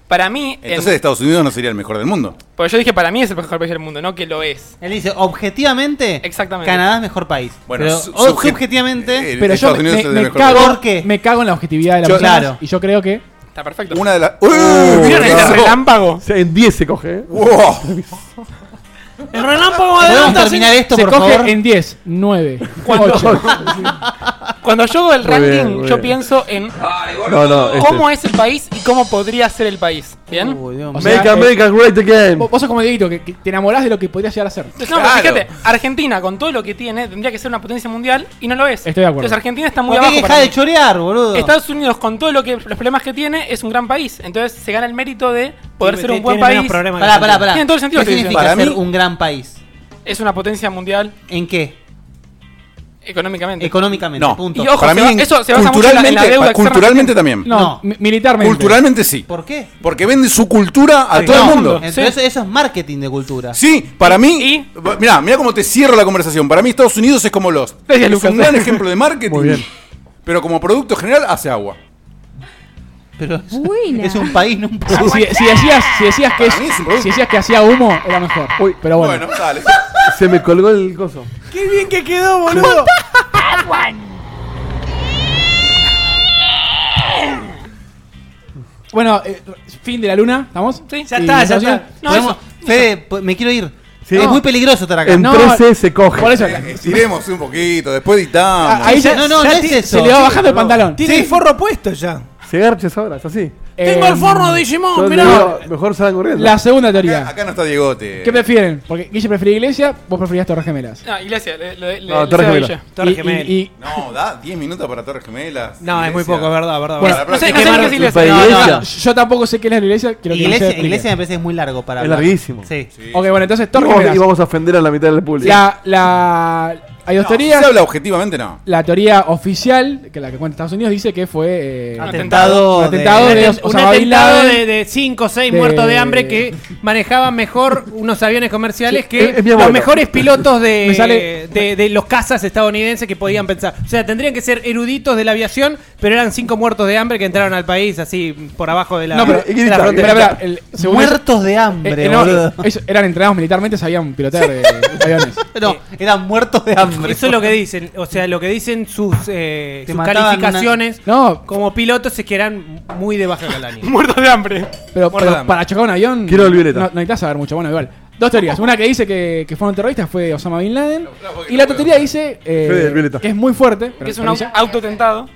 [SPEAKER 6] Para mí, en-
[SPEAKER 4] Entonces Estados Unidos no sería el mejor del mundo.
[SPEAKER 6] porque yo dije para mí es el mejor país del mundo, no que lo es.
[SPEAKER 7] Él dice, objetivamente,
[SPEAKER 6] Exactamente.
[SPEAKER 7] Canadá es mejor país.
[SPEAKER 4] Bueno,
[SPEAKER 7] Pero,
[SPEAKER 4] su-
[SPEAKER 7] o
[SPEAKER 4] subje-
[SPEAKER 7] subjetivamente,
[SPEAKER 4] eh,
[SPEAKER 3] Pero yo
[SPEAKER 4] Estados
[SPEAKER 3] me,
[SPEAKER 4] Unidos es
[SPEAKER 3] me-
[SPEAKER 4] el
[SPEAKER 3] me
[SPEAKER 4] mejor
[SPEAKER 3] cago,
[SPEAKER 4] del
[SPEAKER 7] ¿Por qué?
[SPEAKER 3] me cago en la objetividad de la
[SPEAKER 4] Yo-
[SPEAKER 3] persona.
[SPEAKER 7] Claro.
[SPEAKER 3] Y yo creo que
[SPEAKER 6] Está perfecto.
[SPEAKER 4] mundo. Una de ¡Uh! las.
[SPEAKER 6] ¿Vieron
[SPEAKER 4] ¡Uy!
[SPEAKER 6] el relámpago?
[SPEAKER 2] O sea, en 10 se coge, ¿eh?
[SPEAKER 4] ¡Wow!
[SPEAKER 5] El relámpago
[SPEAKER 7] ¿podemos
[SPEAKER 5] adelanta.
[SPEAKER 7] terminar esto,
[SPEAKER 3] se
[SPEAKER 7] por
[SPEAKER 3] coge
[SPEAKER 7] favor?
[SPEAKER 3] en 10, 9,
[SPEAKER 6] Cuando-
[SPEAKER 3] 8.
[SPEAKER 6] Cuando yo hago el
[SPEAKER 2] Muy bien,
[SPEAKER 6] ranking,
[SPEAKER 2] muy
[SPEAKER 6] yo
[SPEAKER 2] bien.
[SPEAKER 6] pienso en
[SPEAKER 2] No, no, este.
[SPEAKER 6] cómo es el país y cómo podría ser el país. ¿Bien?
[SPEAKER 7] Uy, Dios mío.
[SPEAKER 3] O sea,
[SPEAKER 2] Make
[SPEAKER 3] eh,
[SPEAKER 2] America great again.
[SPEAKER 3] vos, vos sos como Dieguito, que, que te enamorás de lo que podrías llegar a ser.
[SPEAKER 6] No,
[SPEAKER 4] Claro.
[SPEAKER 6] pero fíjate, Argentina con todo lo que tiene tendría que ser una potencia mundial y no lo es.
[SPEAKER 3] Estoy de acuerdo.
[SPEAKER 6] Entonces Argentina está muy
[SPEAKER 7] ¿Por qué
[SPEAKER 6] abajo. para
[SPEAKER 7] deja de
[SPEAKER 6] mí.
[SPEAKER 7] chorear, boludo?
[SPEAKER 6] Estados Unidos con todo lo que los problemas que tiene es un gran país. Entonces se gana el mérito de poder
[SPEAKER 5] Sí,
[SPEAKER 6] ser
[SPEAKER 5] ti-
[SPEAKER 6] un buen
[SPEAKER 5] tiene menos
[SPEAKER 6] país.
[SPEAKER 5] problemas que
[SPEAKER 7] Pará, pará,
[SPEAKER 5] Argentina.
[SPEAKER 7] pará.
[SPEAKER 6] Tiene todo el sentido
[SPEAKER 7] ¿Qué
[SPEAKER 6] lo que estoy
[SPEAKER 7] significa
[SPEAKER 4] diciendo.
[SPEAKER 7] ser
[SPEAKER 4] Para mí-
[SPEAKER 7] un gran país?
[SPEAKER 6] Es una potencia mundial
[SPEAKER 7] ¿En qué?
[SPEAKER 6] económicamente.
[SPEAKER 7] Económicamente,
[SPEAKER 4] No.
[SPEAKER 7] punto.
[SPEAKER 6] y ojo,
[SPEAKER 4] Para
[SPEAKER 6] se
[SPEAKER 4] mí,
[SPEAKER 6] va- eso se basa mucho en la,
[SPEAKER 4] culturalmente,
[SPEAKER 6] en la deuda externa.
[SPEAKER 4] culturalmente también.
[SPEAKER 3] No,
[SPEAKER 7] No.
[SPEAKER 3] mi- militarmente.
[SPEAKER 4] Culturalmente sí.
[SPEAKER 7] ¿Por qué?
[SPEAKER 4] Porque vende su cultura a todo el
[SPEAKER 7] No,
[SPEAKER 4] mundo.
[SPEAKER 7] Entonces eso es marketing de cultura.
[SPEAKER 4] Sí, para mí.
[SPEAKER 6] ¿Y?
[SPEAKER 4] Mirá, mirá cómo te cierro la conversación. Para mí, Estados Unidos es como los.
[SPEAKER 6] Gracias,
[SPEAKER 4] Es un
[SPEAKER 6] Lucas.
[SPEAKER 4] gran ejemplo de marketing.
[SPEAKER 2] Muy bien.
[SPEAKER 4] Pero como producto general, hace agua.
[SPEAKER 7] Pero es,
[SPEAKER 8] Buena.
[SPEAKER 7] es un país, no un
[SPEAKER 3] Si,
[SPEAKER 7] producto.
[SPEAKER 3] si decías, si decías que es-
[SPEAKER 4] Para mí es un producto.
[SPEAKER 3] si decías que hacía humo, era mejor.
[SPEAKER 2] Uy,
[SPEAKER 3] pero bueno.
[SPEAKER 4] Bueno, dale. eh,
[SPEAKER 2] Se me colgó el coso.
[SPEAKER 5] Qué bien que quedó, boludo.
[SPEAKER 3] Bueno, eh, fin de la luna, ¿estamos?
[SPEAKER 6] Sí.
[SPEAKER 5] Ya
[SPEAKER 3] Y
[SPEAKER 5] está, ya
[SPEAKER 3] Estados Unidos-
[SPEAKER 5] está. No,
[SPEAKER 7] Podemos-
[SPEAKER 5] eso.
[SPEAKER 7] Fede, po- me quiero ir.
[SPEAKER 2] Sí.
[SPEAKER 7] Es
[SPEAKER 2] No.
[SPEAKER 7] muy peligroso estar acá.
[SPEAKER 2] En
[SPEAKER 3] No,
[SPEAKER 2] 13 se coge.
[SPEAKER 3] Por eso,
[SPEAKER 4] Eh,
[SPEAKER 3] Ah,
[SPEAKER 4] Estiremos un poquito, después
[SPEAKER 6] Ah,
[SPEAKER 4] editamos.
[SPEAKER 3] ahí
[SPEAKER 7] Ya-
[SPEAKER 3] se,
[SPEAKER 7] no, no,
[SPEAKER 3] ya
[SPEAKER 7] no es
[SPEAKER 3] ti-
[SPEAKER 7] eso.
[SPEAKER 3] se le va bajando el pantalón.
[SPEAKER 5] Tiene el forro puesto ya.
[SPEAKER 2] Se garches ahora, es así.
[SPEAKER 5] Tengo el
[SPEAKER 3] Em,
[SPEAKER 5] forro de Digimon,
[SPEAKER 2] Yo
[SPEAKER 5] mirá.
[SPEAKER 2] digo, mejor salgan corriendo.
[SPEAKER 3] La segunda
[SPEAKER 4] Acá,
[SPEAKER 3] teoría.
[SPEAKER 4] acá no está Diegote.
[SPEAKER 3] ¿Qué prefieren? Porque Guille prefería Iglesia, vos preferías Torres Gemelas.
[SPEAKER 6] No, Ah, Iglesia, le, le, le-
[SPEAKER 2] No, Torres
[SPEAKER 6] le cedo a
[SPEAKER 2] Gemelas.
[SPEAKER 6] Villa.
[SPEAKER 5] Torre
[SPEAKER 3] Y-
[SPEAKER 5] Gemel.
[SPEAKER 3] y- y-
[SPEAKER 4] No, da 10 minutos para Torres Gemelas.
[SPEAKER 5] No, es muy
[SPEAKER 4] Iglesia.
[SPEAKER 5] poco, es verdad, verdad.
[SPEAKER 4] Bueno,
[SPEAKER 5] verdad.
[SPEAKER 6] No sé,
[SPEAKER 4] ¿Qué
[SPEAKER 6] no sé
[SPEAKER 4] mar-
[SPEAKER 6] lo que es Iglesia.
[SPEAKER 2] Para
[SPEAKER 7] No, no,
[SPEAKER 2] iglesia.
[SPEAKER 3] yo tampoco sé qué es la iglesia, quiero que
[SPEAKER 7] Iglesia,
[SPEAKER 3] Guille
[SPEAKER 7] iglesia
[SPEAKER 3] explique.
[SPEAKER 7] me parece que es muy largo para
[SPEAKER 2] Es
[SPEAKER 7] hablar.
[SPEAKER 2] larguísimo.
[SPEAKER 7] Sí.
[SPEAKER 4] Sí.
[SPEAKER 3] Ok, bueno, entonces
[SPEAKER 2] Y
[SPEAKER 3] Torres
[SPEAKER 2] vamos-
[SPEAKER 3] Gemelas.
[SPEAKER 2] y vamos a ofender a la mitad del público.
[SPEAKER 3] La, la, hay dos
[SPEAKER 4] No,
[SPEAKER 3] teorías.
[SPEAKER 4] se habla objetivamente, no.
[SPEAKER 3] La teoría oficial, que la que cuenta Estados Unidos, dice que fue eh,
[SPEAKER 7] Atentado.
[SPEAKER 3] Un atentado
[SPEAKER 7] de-
[SPEAKER 3] de-
[SPEAKER 5] Un
[SPEAKER 3] Osama Bin
[SPEAKER 5] atentado
[SPEAKER 3] Laden.
[SPEAKER 5] de 5 o 6
[SPEAKER 3] de-
[SPEAKER 5] muertos de hambre que manejaban mejor unos aviones comerciales que
[SPEAKER 2] es- es mi
[SPEAKER 5] los
[SPEAKER 2] abuelo.
[SPEAKER 5] mejores pilotos de,
[SPEAKER 3] Me sale-
[SPEAKER 5] de, de los cazas estadounidenses que podían pensar. O sea, tendrían que ser eruditos de la aviación, pero eran 5 muertos de hambre que entraron al país así por abajo de la,
[SPEAKER 3] No, pero-
[SPEAKER 5] de la
[SPEAKER 2] y grita,
[SPEAKER 5] frontera.
[SPEAKER 3] Espera, espera, el- según eso-
[SPEAKER 7] Muertos de
[SPEAKER 3] eh,
[SPEAKER 7] hambre,
[SPEAKER 3] eh, no,
[SPEAKER 7] boludo.
[SPEAKER 3] ellos eran entrenados militarmente, sabían pilotar eh, aviones.
[SPEAKER 7] No, eran muertos de hambre.
[SPEAKER 5] Eso es lo que dicen. O sea, lo que dicen sus, eh,
[SPEAKER 7] Te
[SPEAKER 5] sus
[SPEAKER 7] mataban
[SPEAKER 5] calificaciones
[SPEAKER 3] No,
[SPEAKER 5] como pilotos es que eran muy de baja calaña.
[SPEAKER 6] Muertos de hambre.
[SPEAKER 3] pero,
[SPEAKER 5] Muerto
[SPEAKER 3] pero
[SPEAKER 5] de hambre.
[SPEAKER 3] para chocar un avión
[SPEAKER 2] Quiero la libreta.
[SPEAKER 3] no, no necesitas saber mucho. Bueno, igual. Dos teorías. Una que dice que, que fueron terroristas fue Osama Bin Laden. Y la otra teoría dice eh,
[SPEAKER 2] Fede, libreta.
[SPEAKER 3] que es muy fuerte. pero
[SPEAKER 6] Que es un
[SPEAKER 3] permiso,
[SPEAKER 6] au- autotentado.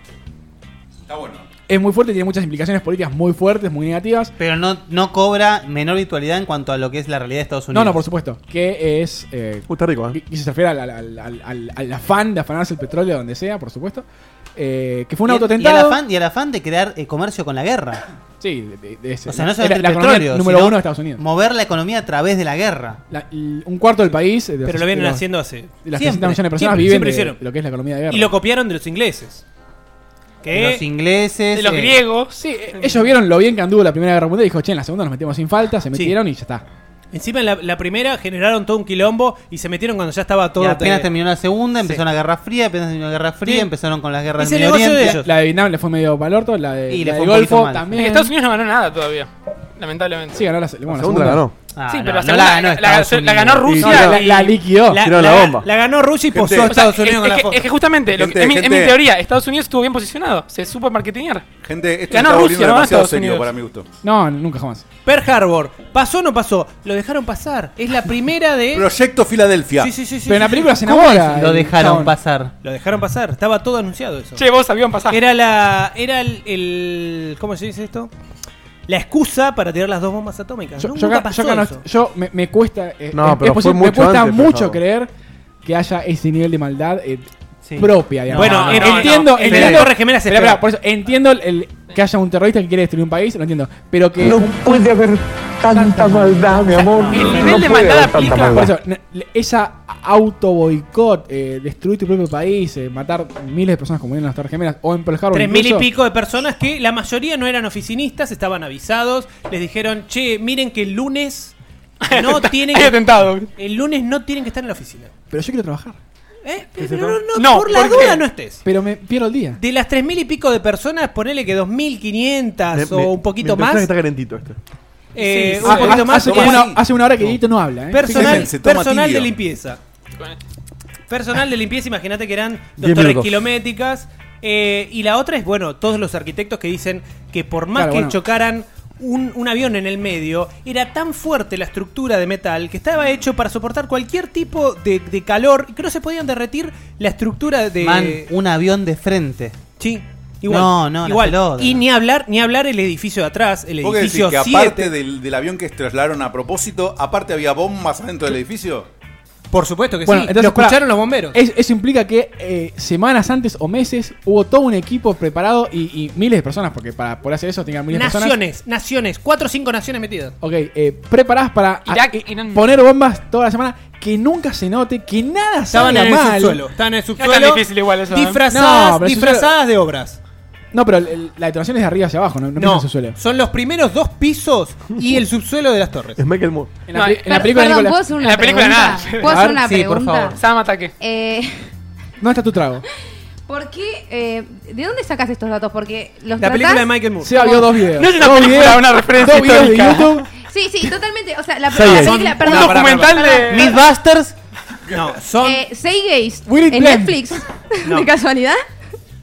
[SPEAKER 4] Está bueno.
[SPEAKER 3] es muy fuerte y tiene muchas implicaciones políticas muy fuertes, muy negativas.
[SPEAKER 7] Pero no, no cobra menor virtualidad en cuanto a lo que es la realidad de Estados
[SPEAKER 3] No,
[SPEAKER 7] Unidos.
[SPEAKER 3] no, por supuesto. Que es eh,
[SPEAKER 2] Uh, está rico, ¿eh?
[SPEAKER 3] Y, y se refiere al, al- al- al- al afán de afanarse el petróleo donde sea, por supuesto. Eh, que fue un
[SPEAKER 7] Y-
[SPEAKER 3] autotentado.
[SPEAKER 7] Y al afán, y al afán de crear eh, comercio con la guerra.
[SPEAKER 3] Sí, de- de- de ese-
[SPEAKER 7] O sea, no
[SPEAKER 3] era
[SPEAKER 7] solamente
[SPEAKER 3] la
[SPEAKER 7] el
[SPEAKER 3] economía
[SPEAKER 7] petróleo.
[SPEAKER 3] número
[SPEAKER 7] sino
[SPEAKER 3] uno de Estados Unidos.
[SPEAKER 7] Mover la economía a través de la guerra.
[SPEAKER 3] La- l- un cuarto del país. eh, de
[SPEAKER 5] Pero
[SPEAKER 3] los-
[SPEAKER 5] lo vienen
[SPEAKER 3] de los-
[SPEAKER 5] haciendo hace
[SPEAKER 3] de las
[SPEAKER 7] siempre,
[SPEAKER 3] 300 millones de personas
[SPEAKER 5] siempre,
[SPEAKER 3] viven
[SPEAKER 5] siempre
[SPEAKER 3] de-
[SPEAKER 5] hicieron.
[SPEAKER 3] de lo que es la economía de guerra.
[SPEAKER 5] Y lo copiaron de los ingleses.
[SPEAKER 7] De
[SPEAKER 5] Que
[SPEAKER 7] los ingleses.
[SPEAKER 6] Eh, De los
[SPEAKER 7] eh,
[SPEAKER 6] griegos.
[SPEAKER 3] Sí, eh, ellos vieron lo bien que anduvo la Primera Guerra Mundial y dijo, che, en la segunda nos metemos sin falta, se metieron y ya está.
[SPEAKER 5] encima en la, la primera generaron todo un quilombo y se metieron cuando ya estaba
[SPEAKER 7] y
[SPEAKER 5] todo.
[SPEAKER 7] apenas
[SPEAKER 5] eh,
[SPEAKER 7] terminó la segunda, empezó
[SPEAKER 5] Sí.
[SPEAKER 7] la Guerra Fría, apenas terminó la Guerra Fría,
[SPEAKER 5] Sí.
[SPEAKER 7] empezaron con las guerras
[SPEAKER 5] Ese
[SPEAKER 7] del Medio
[SPEAKER 5] negocio de
[SPEAKER 7] Oriente.
[SPEAKER 5] ellos.
[SPEAKER 3] La de Vietnam le fue medio palorto, la de,
[SPEAKER 7] Y
[SPEAKER 3] la del
[SPEAKER 7] le fue un poquito
[SPEAKER 3] Golfo
[SPEAKER 7] mal.
[SPEAKER 3] también.
[SPEAKER 6] Estados Unidos no ganó nada todavía. Lamentablemente.
[SPEAKER 3] Sí, ganó la, bueno,
[SPEAKER 2] La segunda la ganó.
[SPEAKER 7] Ah,
[SPEAKER 6] Sí,
[SPEAKER 7] no,
[SPEAKER 6] pero la
[SPEAKER 7] no
[SPEAKER 6] segunda- la- la-
[SPEAKER 7] Estados
[SPEAKER 6] la ganó
[SPEAKER 7] Unidos.
[SPEAKER 3] No,
[SPEAKER 6] Rusia
[SPEAKER 3] la,
[SPEAKER 6] y-
[SPEAKER 3] la liquidó.
[SPEAKER 5] la,
[SPEAKER 2] Tiraron la
[SPEAKER 5] la-
[SPEAKER 2] bomba.
[SPEAKER 5] la ganó Rusia y
[SPEAKER 4] Gente,
[SPEAKER 5] posó a
[SPEAKER 4] o sea,
[SPEAKER 6] O sea,
[SPEAKER 5] Estados
[SPEAKER 6] es,
[SPEAKER 5] Unidos con
[SPEAKER 6] es
[SPEAKER 5] la
[SPEAKER 6] que,
[SPEAKER 5] foto.
[SPEAKER 6] es que justamente lo que-
[SPEAKER 4] Gente,
[SPEAKER 6] es, mi, es mi
[SPEAKER 4] gente.
[SPEAKER 6] teoría. Estados Unidos estuvo bien posicionado. Se supo marketinear.
[SPEAKER 4] Gente, esto
[SPEAKER 6] Ganó
[SPEAKER 4] está
[SPEAKER 6] Rusia,
[SPEAKER 4] volviendo
[SPEAKER 6] ¿no?
[SPEAKER 4] demasiado
[SPEAKER 6] Estados
[SPEAKER 4] serio
[SPEAKER 6] Unidos.
[SPEAKER 4] para mi gusto.
[SPEAKER 3] No, nunca jamás.
[SPEAKER 5] Pearl Harbor, ¿pasó o no pasó? Lo dejaron pasar. Es la primera de.
[SPEAKER 4] Proyecto Filadelfia.
[SPEAKER 5] Sí, sí, sí, sí,
[SPEAKER 3] Pero en la
[SPEAKER 5] sí.
[SPEAKER 3] película se
[SPEAKER 7] ¿Cómo
[SPEAKER 3] enamora.
[SPEAKER 7] Lo
[SPEAKER 3] el
[SPEAKER 7] dejaron
[SPEAKER 3] chabón.
[SPEAKER 7] pasar.
[SPEAKER 5] Lo dejaron pasar. Estaba todo anunciado eso.
[SPEAKER 6] Che, ah. vos avión pasaje.
[SPEAKER 5] Era la. Era el, el- ¿Cómo se dice esto? La excusa para tirar las dos bombas atómicas.
[SPEAKER 3] Yo,
[SPEAKER 5] Nunca
[SPEAKER 3] yo, ca-
[SPEAKER 5] pasó
[SPEAKER 3] yo ca- no-
[SPEAKER 5] eso.
[SPEAKER 3] yo me, me cuesta. eh,
[SPEAKER 2] No,
[SPEAKER 3] es-
[SPEAKER 2] pero
[SPEAKER 3] es posible-
[SPEAKER 2] fue
[SPEAKER 3] me
[SPEAKER 2] mucho
[SPEAKER 3] cuesta
[SPEAKER 2] antes, por
[SPEAKER 3] mucho
[SPEAKER 2] favor.
[SPEAKER 3] creer que haya ese nivel de maldad eh,
[SPEAKER 7] Sí.
[SPEAKER 3] propia. digamos.
[SPEAKER 5] Bueno, eh,
[SPEAKER 6] no,
[SPEAKER 5] en-
[SPEAKER 6] no,
[SPEAKER 3] entiendo,
[SPEAKER 5] en- en
[SPEAKER 3] entiendo-
[SPEAKER 5] las Torres Gemelas se
[SPEAKER 3] Espera,
[SPEAKER 5] espera.
[SPEAKER 3] espera, por eso, entiendo el, el- que haya un terrorista que quiere destruir un país, lo entiendo. Pero que. un-
[SPEAKER 10] puede haber tanta maldad, mi amor.
[SPEAKER 6] El nivel de maldad aplica.
[SPEAKER 3] por eso, n- le- esa auto boicot, eh, destruir tu propio país, eh, matar miles de personas como en las Torres Gemelas o en Pearl Harbor.
[SPEAKER 5] Tres mil y
[SPEAKER 3] incluso,
[SPEAKER 5] pico de personas que la mayoría no eran oficinistas, estaban avisados, les dijeron, che, miren que el lunes no tienen
[SPEAKER 6] Hay
[SPEAKER 5] que,
[SPEAKER 6] atentado.
[SPEAKER 5] el lunes no tienen que estar en la oficina.
[SPEAKER 3] Pero yo quiero trabajar.
[SPEAKER 5] Eh,
[SPEAKER 3] ¿Que se
[SPEAKER 5] pero
[SPEAKER 3] fue?
[SPEAKER 5] no, no,
[SPEAKER 6] No,
[SPEAKER 5] por la
[SPEAKER 6] ¿por
[SPEAKER 5] duda
[SPEAKER 6] qué?
[SPEAKER 5] no estés.
[SPEAKER 3] Pero me pierdo el día.
[SPEAKER 5] De las 3.000 y pico de personas, ponele que 2.500 o un poquito
[SPEAKER 2] me impresiona que
[SPEAKER 5] más.
[SPEAKER 2] está calentito este.
[SPEAKER 5] eh,
[SPEAKER 4] Sí, sí,
[SPEAKER 5] un
[SPEAKER 4] sí.
[SPEAKER 5] poquito
[SPEAKER 4] Ah,
[SPEAKER 5] más.
[SPEAKER 3] Hace,
[SPEAKER 5] es
[SPEAKER 3] como una, hace una hora que Dieguito no habla, ¿eh?
[SPEAKER 5] personal
[SPEAKER 4] Se toma
[SPEAKER 5] personal
[SPEAKER 4] tibio.
[SPEAKER 5] de limpieza. Personal de limpieza, imagínate que eran dos
[SPEAKER 2] Diez
[SPEAKER 5] torres
[SPEAKER 2] minutos.
[SPEAKER 5] kilométricas. eh, y la otra es, bueno, todos los arquitectos que dicen que por más
[SPEAKER 3] Claro,
[SPEAKER 5] que
[SPEAKER 3] bueno.
[SPEAKER 5] chocaran un, un avión en el medio, era tan fuerte la estructura de metal que estaba hecho para soportar cualquier tipo de, de calor y que no se podían derretir la estructura
[SPEAKER 3] Eh,
[SPEAKER 5] de...
[SPEAKER 1] Man, un avión de frente.
[SPEAKER 5] Sí, igual.
[SPEAKER 1] No, no, la
[SPEAKER 5] igual.
[SPEAKER 1] pelota.
[SPEAKER 5] Y ni hablar, ni hablar el edificio de atrás, el
[SPEAKER 4] ¿Vos querés decir
[SPEAKER 5] edificio
[SPEAKER 4] que
[SPEAKER 5] 7.
[SPEAKER 4] aparte del, del avión que trasladaron a propósito, aparte había bombas adentro del edificio?
[SPEAKER 5] Por supuesto que
[SPEAKER 3] Bueno,
[SPEAKER 5] sí.
[SPEAKER 3] entonces,
[SPEAKER 5] lo escucharon
[SPEAKER 3] pará.
[SPEAKER 5] los bomberos.
[SPEAKER 3] Es- eso implica que eh, semanas antes o meses hubo todo un equipo preparado y, y miles de personas, porque para poder hacer eso tenían miles
[SPEAKER 5] pues,
[SPEAKER 3] de personas.
[SPEAKER 5] Naciones, naciones, cuatro o cinco naciones metidas.
[SPEAKER 3] Ok, eh, preparadas para a-
[SPEAKER 6] Irak,
[SPEAKER 3] eh,
[SPEAKER 6] Irán.
[SPEAKER 3] poner bombas toda la semana, que nunca se note, que nada
[SPEAKER 5] Estaban
[SPEAKER 3] salga
[SPEAKER 5] en el
[SPEAKER 3] mal.
[SPEAKER 5] subsuelo. Estaban en el
[SPEAKER 6] tan
[SPEAKER 5] subsuelo.
[SPEAKER 6] difícil igual eso, ¿eh?
[SPEAKER 5] Disfrazadas,
[SPEAKER 3] No, pero el
[SPEAKER 5] disfrazadas de obras.
[SPEAKER 3] No, pero el- el- la detonación es de arriba hacia abajo, no, no,
[SPEAKER 5] No,
[SPEAKER 3] se suele.
[SPEAKER 5] son los primeros dos pisos y el subsuelo de las torres.
[SPEAKER 2] Es Michael Moore.
[SPEAKER 3] En la,
[SPEAKER 6] No,
[SPEAKER 3] peli-
[SPEAKER 6] eh,
[SPEAKER 3] en la
[SPEAKER 8] Per-
[SPEAKER 3] película de
[SPEAKER 8] perdón, ¿puedo
[SPEAKER 3] Nicolas-
[SPEAKER 8] hacer
[SPEAKER 6] En
[SPEAKER 8] una
[SPEAKER 6] la película
[SPEAKER 8] pregunta?
[SPEAKER 6] nada.
[SPEAKER 8] ¿Puedo
[SPEAKER 3] A
[SPEAKER 8] hacer
[SPEAKER 3] ver,
[SPEAKER 8] una
[SPEAKER 1] sí, por
[SPEAKER 8] pregunta?
[SPEAKER 1] favor.
[SPEAKER 6] Sam ataque.
[SPEAKER 8] Eh,
[SPEAKER 3] ¿Dónde está tu trago?
[SPEAKER 8] ¿Por qué? eh, ¿De dónde sacas estos datos? Porque los
[SPEAKER 5] La
[SPEAKER 8] tratás-
[SPEAKER 5] película de Michael Moore.
[SPEAKER 3] Seba vio dos videos.
[SPEAKER 6] No es una
[SPEAKER 3] dos
[SPEAKER 6] película,
[SPEAKER 3] videos,
[SPEAKER 6] una referencia
[SPEAKER 3] dos videos de
[SPEAKER 6] histórica.
[SPEAKER 3] YouTube.
[SPEAKER 8] Sí, sí, totalmente. O sea, la,
[SPEAKER 2] Seis.
[SPEAKER 8] la
[SPEAKER 2] Son
[SPEAKER 8] película,
[SPEAKER 6] Un
[SPEAKER 8] perdón.
[SPEAKER 6] documental de.
[SPEAKER 1] Mythbusters.
[SPEAKER 5] No, son,
[SPEAKER 8] Eh, Say Gays
[SPEAKER 3] Will it
[SPEAKER 8] en
[SPEAKER 3] blend?
[SPEAKER 8] Netflix.
[SPEAKER 5] No.
[SPEAKER 8] ¿De casualidad?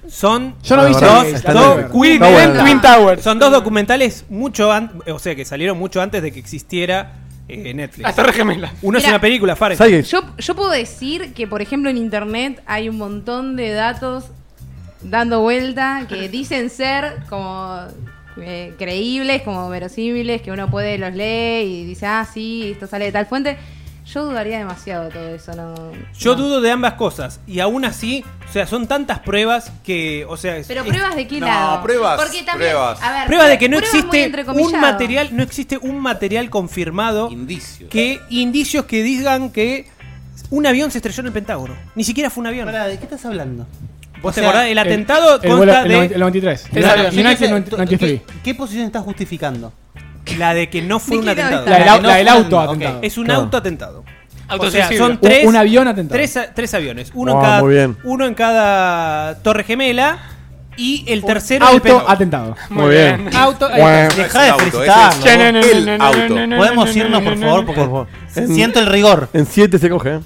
[SPEAKER 5] son,
[SPEAKER 3] Yo no vi
[SPEAKER 2] Dos-
[SPEAKER 3] series,
[SPEAKER 5] dos-
[SPEAKER 3] la
[SPEAKER 5] dos-
[SPEAKER 3] verdad.
[SPEAKER 6] Will
[SPEAKER 2] Está
[SPEAKER 6] Event
[SPEAKER 2] bueno.
[SPEAKER 6] Twin Towers.
[SPEAKER 5] son dos documentales mucho antes, o sea, que salieron mucho antes de que existiera eh, Netflix.
[SPEAKER 6] Las Torres Gemelas.
[SPEAKER 5] Uno es
[SPEAKER 8] Mira.
[SPEAKER 5] una película, Fares.
[SPEAKER 2] Stargate.
[SPEAKER 8] Yo, yo puedo decir que, por ejemplo, en internet hay un montón de datos dando vuelta que dicen ser como eh, creíbles, como verosímiles, que uno puede los leer y dice, ah, sí, esto sale de tal fuente. Yo dudaría demasiado de todo eso, ¿no?
[SPEAKER 5] Yo
[SPEAKER 8] no.
[SPEAKER 5] dudo de ambas cosas. Y aún así, o sea, son tantas pruebas que, o sea, es-
[SPEAKER 8] Pero
[SPEAKER 5] es-
[SPEAKER 8] pruebas de qué
[SPEAKER 4] No,
[SPEAKER 8] lado.
[SPEAKER 4] pruebas,
[SPEAKER 8] Porque también,
[SPEAKER 4] pruebas.
[SPEAKER 8] a ver,
[SPEAKER 5] pruebas de que no
[SPEAKER 8] pruebas muy
[SPEAKER 5] existe un
[SPEAKER 8] entrecomillado.
[SPEAKER 5] material, no existe un material confirmado
[SPEAKER 4] Indicios.
[SPEAKER 5] que indicios que digan que un avión se estrelló en el Pentágono. Ni siquiera fue un avión.
[SPEAKER 1] Pará, ¿de qué estás hablando?
[SPEAKER 5] ¿Vos
[SPEAKER 1] sea,
[SPEAKER 5] te acordás? El, atentado
[SPEAKER 3] el, vuelo-
[SPEAKER 5] consta
[SPEAKER 3] el,
[SPEAKER 5] de
[SPEAKER 3] noventa- el 93.
[SPEAKER 6] Es algo-
[SPEAKER 1] Yo qué sé,
[SPEAKER 3] 1993.
[SPEAKER 1] ¿qué- ¿Qué posición estás justificando?
[SPEAKER 5] la de que no fue un
[SPEAKER 8] Ni siquiera
[SPEAKER 5] atentado.
[SPEAKER 3] La, del au-
[SPEAKER 1] no
[SPEAKER 3] la del
[SPEAKER 1] fue
[SPEAKER 3] auto
[SPEAKER 1] un- ok,
[SPEAKER 3] atentado.
[SPEAKER 5] Es un
[SPEAKER 2] Claro.
[SPEAKER 5] auto atentado. O sea,
[SPEAKER 6] Autosuicidio.
[SPEAKER 5] son
[SPEAKER 3] Un-
[SPEAKER 5] tres,
[SPEAKER 3] un avión atentado.
[SPEAKER 5] Tres, a- tres aviones. Uno,
[SPEAKER 2] Wow,
[SPEAKER 5] en cada,
[SPEAKER 2] muy bien.
[SPEAKER 5] uno en cada torre gemela y el tercero en el
[SPEAKER 3] Auto
[SPEAKER 5] Pentágono.
[SPEAKER 3] atentado.
[SPEAKER 2] Muy bien.
[SPEAKER 5] Auto- ahí está.
[SPEAKER 2] Guau.
[SPEAKER 1] Dejá de
[SPEAKER 4] auto, ese-
[SPEAKER 1] felicitarlo.
[SPEAKER 6] Che, no, no, no,
[SPEAKER 4] El
[SPEAKER 6] no, no,
[SPEAKER 4] auto.
[SPEAKER 6] no, no,
[SPEAKER 1] Podemos
[SPEAKER 6] no, no,
[SPEAKER 1] irnos, por
[SPEAKER 6] no,
[SPEAKER 1] favor,
[SPEAKER 6] no,
[SPEAKER 1] porque
[SPEAKER 2] Por favor.
[SPEAKER 1] siento el rigor.
[SPEAKER 2] En 7 se coge, ¿eh?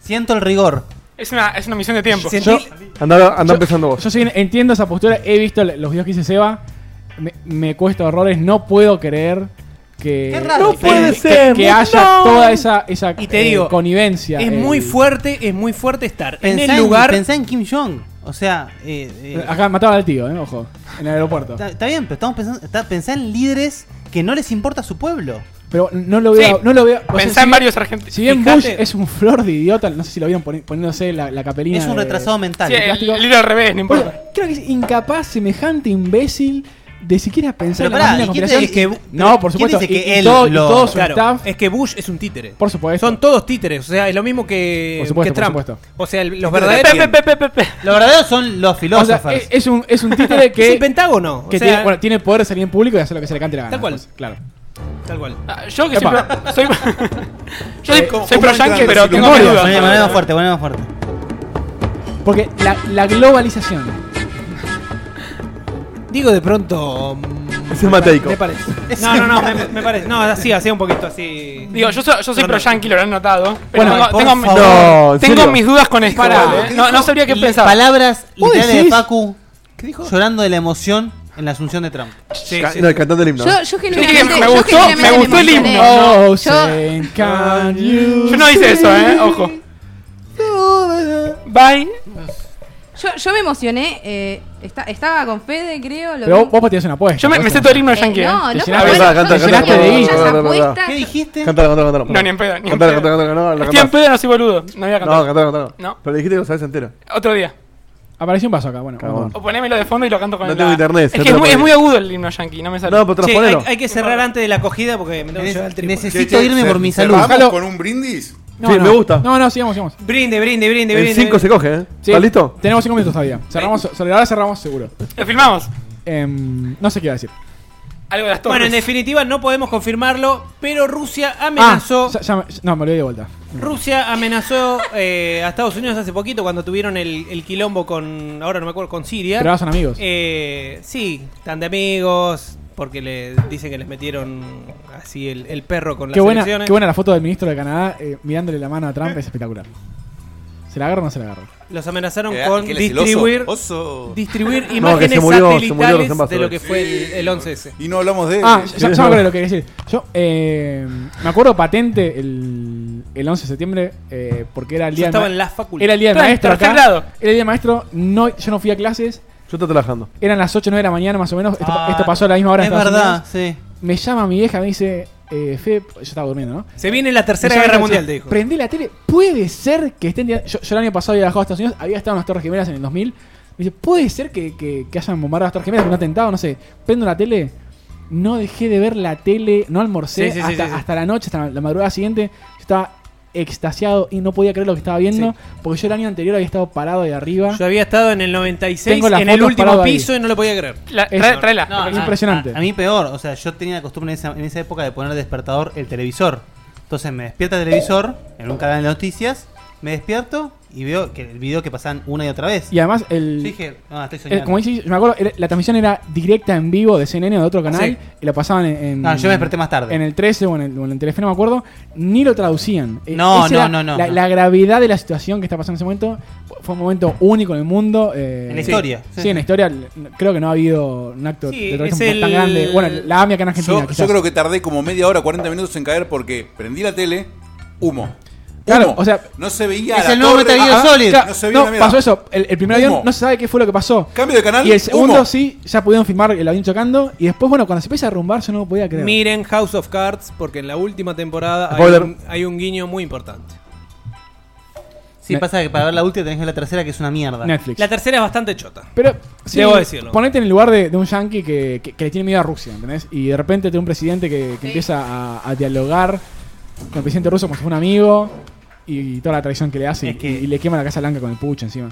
[SPEAKER 1] Siento el rigor.
[SPEAKER 6] no. Es una, es una misión de tiempo.
[SPEAKER 5] Sentí-
[SPEAKER 2] Yo, anda, anda empezando vos.
[SPEAKER 3] Yo sí entiendo esa postura, he visto l- los videos que hice Seba, me, me cuesta horrores, no puedo creer que,
[SPEAKER 1] Qué raro.
[SPEAKER 3] que-
[SPEAKER 1] No puede
[SPEAKER 3] que-
[SPEAKER 2] ser,
[SPEAKER 3] que haya toda esa, esa eh,
[SPEAKER 5] Y te digo,
[SPEAKER 3] connivencia.
[SPEAKER 5] es
[SPEAKER 3] eh,
[SPEAKER 5] muy fuerte, es muy fuerte estar en
[SPEAKER 1] Pensá
[SPEAKER 5] el lugar.
[SPEAKER 1] pensá en Kim Jong. O sea, eh, eh,
[SPEAKER 3] Acá mataban al tío, eh, ojo, en el aeropuerto.
[SPEAKER 1] está, está bien, pero estamos pensando, está, pensá en líderes que no les importa su pueblo.
[SPEAKER 3] Pero no lo veo,
[SPEAKER 6] Sí.
[SPEAKER 3] no lo veo. o sea,
[SPEAKER 6] Pensá
[SPEAKER 3] si
[SPEAKER 6] en
[SPEAKER 3] bien-
[SPEAKER 6] varios argentinos.
[SPEAKER 3] Si bien
[SPEAKER 5] Fíjate.
[SPEAKER 3] Bush es un flor de idiota, no sé si lo vieron poni- poniéndose la, la capelina.
[SPEAKER 1] es un
[SPEAKER 3] de-
[SPEAKER 1] retrasado mental.
[SPEAKER 6] Sí, el, el hilo al revés, no
[SPEAKER 3] Boludo,
[SPEAKER 6] importa.
[SPEAKER 3] creo que es incapaz, semejante imbécil de siquiera pensar
[SPEAKER 1] Pero
[SPEAKER 3] en la
[SPEAKER 1] pará,
[SPEAKER 3] mínima
[SPEAKER 1] ¿y quién
[SPEAKER 3] conspiración.
[SPEAKER 1] te- es que-
[SPEAKER 3] Y- no, por
[SPEAKER 1] ¿quién
[SPEAKER 3] supuesto.
[SPEAKER 1] dice
[SPEAKER 3] y-
[SPEAKER 1] que
[SPEAKER 3] y
[SPEAKER 1] él
[SPEAKER 3] todo, y
[SPEAKER 1] lo-
[SPEAKER 3] todo su
[SPEAKER 5] Claro,
[SPEAKER 3] staff.
[SPEAKER 5] es que Bush es un títere.
[SPEAKER 3] Por supuesto.
[SPEAKER 5] Son todos títeres, o sea, es lo mismo que,
[SPEAKER 3] Por supuesto,
[SPEAKER 5] que Trump.
[SPEAKER 3] por supuesto.
[SPEAKER 5] O sea, el- los
[SPEAKER 6] Pe,
[SPEAKER 5] verdaderos.
[SPEAKER 6] pe, pe, pe, pe, pe.
[SPEAKER 1] Lo verdadero son los
[SPEAKER 3] o sea,
[SPEAKER 1] filósofos.
[SPEAKER 3] es, Eh, es un, es un títere
[SPEAKER 5] es el
[SPEAKER 3] que,
[SPEAKER 5] Pentágono.
[SPEAKER 3] que
[SPEAKER 5] o sea,
[SPEAKER 3] tiene, bueno, tiene poder de salir en público y hacer lo que se le cante la gana.
[SPEAKER 5] Tal cual.
[SPEAKER 3] pues, claro.
[SPEAKER 5] tal cual.
[SPEAKER 6] Ah, Yo que
[SPEAKER 3] Epa.
[SPEAKER 6] siempre. Soy, yo soy, soy
[SPEAKER 4] ¿Cómo- cómo
[SPEAKER 6] pro
[SPEAKER 4] entran
[SPEAKER 6] yankee,
[SPEAKER 4] los
[SPEAKER 6] pero tengo mis
[SPEAKER 3] iluminados?
[SPEAKER 6] dudas.
[SPEAKER 1] Poneme-
[SPEAKER 3] eh,
[SPEAKER 1] poneme más fuerte, poneme más fuerte.
[SPEAKER 3] Porque la, la globalización.
[SPEAKER 5] Digo de pronto. mm,
[SPEAKER 2] Ese es Mateico.
[SPEAKER 5] Me parece. No, no, no, me, me parece. No, así, así un poquito, así.
[SPEAKER 6] Digo, yo soy, yo soy
[SPEAKER 5] No,
[SPEAKER 6] pro
[SPEAKER 5] no.
[SPEAKER 6] yankee, lo han notado. Pero
[SPEAKER 1] Bueno,
[SPEAKER 6] tengo,
[SPEAKER 1] por
[SPEAKER 6] tengo, mis-
[SPEAKER 1] favor.
[SPEAKER 2] No, ¿en
[SPEAKER 6] tengo
[SPEAKER 2] serio?
[SPEAKER 6] mis dudas con esto.
[SPEAKER 3] Pará.
[SPEAKER 6] boludo, ¿eh? No, no sabría qué
[SPEAKER 1] Li-
[SPEAKER 6] pensar.
[SPEAKER 1] Palabras
[SPEAKER 3] ¿Vos
[SPEAKER 1] literales de
[SPEAKER 3] decís?
[SPEAKER 1] Facu llorando de la emoción en la asunción de Trump.
[SPEAKER 5] Sí,
[SPEAKER 2] Ca-
[SPEAKER 5] sí.
[SPEAKER 2] no, el cantante del himno.
[SPEAKER 8] Yo, yo
[SPEAKER 6] dije,
[SPEAKER 8] genuinamente.
[SPEAKER 6] me
[SPEAKER 8] yo
[SPEAKER 6] gustó-
[SPEAKER 8] genuinamente
[SPEAKER 6] me gustó el
[SPEAKER 8] emocioné,
[SPEAKER 6] himno.
[SPEAKER 8] ¿no?
[SPEAKER 3] Oh,
[SPEAKER 8] Yo-
[SPEAKER 3] say, can you
[SPEAKER 6] Yo no hice eso, ¿eh? Ojo. Bye.
[SPEAKER 8] Yo, yo me emocioné, eh, esta- estaba con Fede, creo. Lo
[SPEAKER 3] Pero
[SPEAKER 8] vi.
[SPEAKER 3] vos, vos pateás una apuesta.
[SPEAKER 6] Yo me, me
[SPEAKER 3] vos
[SPEAKER 6] sé
[SPEAKER 3] no.
[SPEAKER 6] todo el himno
[SPEAKER 8] Eh,
[SPEAKER 6] yankee. ¿eh?
[SPEAKER 8] no,
[SPEAKER 3] Te llenaste-
[SPEAKER 8] no, pero
[SPEAKER 2] Canta,
[SPEAKER 8] bueno,
[SPEAKER 2] canta,
[SPEAKER 8] yo
[SPEAKER 2] canta,
[SPEAKER 8] llenaste de
[SPEAKER 2] canta,
[SPEAKER 8] muchas
[SPEAKER 2] canta, canta.
[SPEAKER 8] apuestas.
[SPEAKER 1] ¿Qué dijiste?
[SPEAKER 2] Cántala, cántala, cántala.
[SPEAKER 6] No, ni en pedo, ni en
[SPEAKER 2] Cántala,
[SPEAKER 6] pedo.
[SPEAKER 2] cántala, cántala, no, la
[SPEAKER 6] Estoy en
[SPEAKER 2] cantás.
[SPEAKER 6] pedo, no soy boludo. No voy a
[SPEAKER 2] No,
[SPEAKER 6] cantar.
[SPEAKER 2] cántala, cántala.
[SPEAKER 6] No.
[SPEAKER 2] Pero dijiste que lo sabes entero.
[SPEAKER 6] Otro día.
[SPEAKER 3] Apareció un vaso acá, bueno.
[SPEAKER 2] Cagón.
[SPEAKER 6] O ponémelo de fondo y lo canto con
[SPEAKER 2] No
[SPEAKER 6] el.
[SPEAKER 2] tengo internet, no
[SPEAKER 6] Es que
[SPEAKER 2] te
[SPEAKER 6] es
[SPEAKER 2] lo
[SPEAKER 6] muy,
[SPEAKER 2] puedo
[SPEAKER 6] es muy
[SPEAKER 2] decir.
[SPEAKER 6] agudo el himno yankee, no me sale.
[SPEAKER 2] No, pero
[SPEAKER 5] Che, hay,
[SPEAKER 2] transponelo.
[SPEAKER 5] hay que cerrar antes de la acogida porque me tengo que llevar el trípode.
[SPEAKER 1] Necesito irme por mi salud.
[SPEAKER 4] ¿Vamos
[SPEAKER 3] Ojalá-
[SPEAKER 4] con un brindis?
[SPEAKER 3] No,
[SPEAKER 2] Sí,
[SPEAKER 3] no.
[SPEAKER 2] me gusta.
[SPEAKER 3] No, no, sigamos, sigamos.
[SPEAKER 5] Brinde, brinde, brinde, brinde.
[SPEAKER 2] En 5 se coge, ¿eh?
[SPEAKER 3] Sí,
[SPEAKER 2] ¿Estás listo?
[SPEAKER 3] Tenemos 5 minutos todavía. Cerramos, ahora cerramos seguro.
[SPEAKER 6] Lo filmamos.
[SPEAKER 3] Em, no sé qué iba a decir.
[SPEAKER 6] algo de las torres.
[SPEAKER 5] Bueno, en definitiva no podemos confirmarlo, pero Rusia amenazó.
[SPEAKER 3] Ah, ya- ya me- no, me lo di de vuelta.
[SPEAKER 5] Rusia amenazó eh, a Estados Unidos hace poquito cuando tuvieron el, el quilombo con. Ahora no me acuerdo, con Siria.
[SPEAKER 3] Pero ahora son amigos.
[SPEAKER 5] Eh, sí, tan de amigos, porque le dicen que les metieron así el, el perro con las
[SPEAKER 3] Qué buena,
[SPEAKER 5] elecciones.
[SPEAKER 3] qué buena la foto del ministro de Canadá eh, mirándole la mano a Trump, es espectacular. ¿Se la agarra o no se la agarra?
[SPEAKER 5] Los amenazaron
[SPEAKER 4] Eh,
[SPEAKER 5] con
[SPEAKER 4] ¿que él es el oso?
[SPEAKER 5] distribuir,
[SPEAKER 4] Oso.
[SPEAKER 5] distribuir
[SPEAKER 2] que
[SPEAKER 5] imágenes
[SPEAKER 2] se murió- se murió
[SPEAKER 5] satelitales
[SPEAKER 2] recién pasó
[SPEAKER 5] de lo
[SPEAKER 2] él.
[SPEAKER 5] que fue el, el 11S.
[SPEAKER 4] Y no hablamos de él.
[SPEAKER 3] Ah, ya, ya me acuerdo lo que quería decir. Yo eh, me acuerdo patente el, el 11 de septiembre eh, porque era el
[SPEAKER 5] Yo
[SPEAKER 3] día del
[SPEAKER 5] estaba
[SPEAKER 3] ma-
[SPEAKER 5] en la facultad.
[SPEAKER 3] era el día del
[SPEAKER 6] Claro,
[SPEAKER 3] maestro
[SPEAKER 6] tercer
[SPEAKER 3] acá.
[SPEAKER 6] grado.
[SPEAKER 3] Era el día del maestro, no, yo no fui a clases,
[SPEAKER 2] Yo estoy trabajando.
[SPEAKER 3] eran las 8 o 9 de la mañana más o menos, esto,
[SPEAKER 7] Ah,
[SPEAKER 3] esto pasó a la misma hora en
[SPEAKER 7] Es
[SPEAKER 3] Estados
[SPEAKER 7] verdad,
[SPEAKER 3] Unidos.
[SPEAKER 7] sí.
[SPEAKER 3] Me llama mi vieja, me dice, eh, Fede, yo estaba durmiendo, ¿no?
[SPEAKER 5] Se viene la tercera
[SPEAKER 3] Me llama
[SPEAKER 5] guerra
[SPEAKER 3] y me
[SPEAKER 5] mundial, te
[SPEAKER 3] dice,
[SPEAKER 5] dijo.
[SPEAKER 3] Prendí la tele, puede ser que estén... dia- Yo, yo el año pasado había viajado a Estados Unidos, había estado en las Torres Gemelas en el 2000. Me dice, puede ser que, que- que hayan bombardeado las Torres Gemelas, un atentado, no sé. Prendo la tele, no dejé de ver la tele, no almorcé
[SPEAKER 5] Sí, sí, sí,
[SPEAKER 3] hasta,
[SPEAKER 5] sí, sí.
[SPEAKER 3] hasta la noche, hasta la madrugada siguiente. Yo estaba extasiado y no podía creer lo que estaba viendo,
[SPEAKER 5] Sí.
[SPEAKER 3] porque yo el año anterior había estado parado de arriba.
[SPEAKER 5] Yo había estado en el 96,
[SPEAKER 3] Tengo las
[SPEAKER 5] en el
[SPEAKER 3] fotos
[SPEAKER 5] último
[SPEAKER 3] parado ahí.
[SPEAKER 5] piso y no lo podía creer.
[SPEAKER 6] La-
[SPEAKER 3] Es-
[SPEAKER 6] trae- tráela.
[SPEAKER 7] No,
[SPEAKER 3] Es impresionante.
[SPEAKER 7] A, a mí peor, o sea, yo tenía la costumbre en esa, en esa época de poner de despertador el televisor. Entonces me despierta el televisor en un canal de noticias, me despierto y veo que el video que pasan una y otra vez.
[SPEAKER 3] Y además el...
[SPEAKER 7] Yo dije, ah, estoy
[SPEAKER 3] eh,
[SPEAKER 7] soñando.
[SPEAKER 3] como dice, yo me acuerdo, era- la transmisión era directa en vivo de CNN o de otro canal
[SPEAKER 7] Ah, Sí.
[SPEAKER 3] y la pasaban en, en-
[SPEAKER 7] No, yo me desperté más tarde.
[SPEAKER 3] En el 13 o en el, o en el Telefe, no me acuerdo, ni lo traducían. Eh,
[SPEAKER 7] No,
[SPEAKER 3] esa
[SPEAKER 7] no,
[SPEAKER 3] era
[SPEAKER 7] no, no,
[SPEAKER 3] La,
[SPEAKER 7] no.
[SPEAKER 3] la gravedad de la situación que está pasando en ese momento fue un momento único en el mundo. eh,
[SPEAKER 7] En la historia.
[SPEAKER 3] Sí, sí, en la historia l- creo que no ha habido un acto
[SPEAKER 5] Sí,
[SPEAKER 3] de terrorismo
[SPEAKER 5] es
[SPEAKER 3] tan
[SPEAKER 5] el-
[SPEAKER 3] grande. Bueno, la AMIA acá en Argentina.
[SPEAKER 4] Yo,
[SPEAKER 3] quizás.
[SPEAKER 4] yo creo que tardé como media hora, 40 minutos en caer porque prendí la tele, humo.
[SPEAKER 3] Claro,
[SPEAKER 4] Humo.
[SPEAKER 3] o sea,
[SPEAKER 4] no se veía.
[SPEAKER 7] es
[SPEAKER 4] la
[SPEAKER 7] el nuevo
[SPEAKER 4] torre.
[SPEAKER 7] Metal Gear
[SPEAKER 4] Ajá.
[SPEAKER 7] Solid.
[SPEAKER 3] Claro,
[SPEAKER 4] No se vio
[SPEAKER 3] no,
[SPEAKER 4] la mierda.
[SPEAKER 3] pasó eso. El, el primer
[SPEAKER 4] Ah, Humo.
[SPEAKER 3] avión no se sabe qué fue lo que pasó.
[SPEAKER 4] Cambio de canal.
[SPEAKER 3] Y el segundo
[SPEAKER 4] humo.
[SPEAKER 3] sí, ya pudieron filmar el avión chocando. Y después, bueno, cuando se empieza a rumbar, yo no lo podía creer.
[SPEAKER 5] Miren House of Cards, porque en la última temporada hay
[SPEAKER 2] Spoiler.
[SPEAKER 5] un, hay un guiño muy importante.
[SPEAKER 7] Sí, pasa que para ver la última tenés que ver la tercera, que es una mierda.
[SPEAKER 3] Netflix.
[SPEAKER 5] La tercera es bastante chota.
[SPEAKER 3] Pero, sí,
[SPEAKER 5] Debo decirlo.
[SPEAKER 3] ponete en el lugar de, de un yankee que, que- que le tiene miedo a Rusia, ¿entendés? Y de repente tiene un presidente que, que empieza a, a dialogar con el presidente ruso como si fuera un amigo y, toda la traición que le hace.
[SPEAKER 7] Es
[SPEAKER 3] y-
[SPEAKER 7] que-
[SPEAKER 3] y, le quema la Casa Blanca con el pucho encima.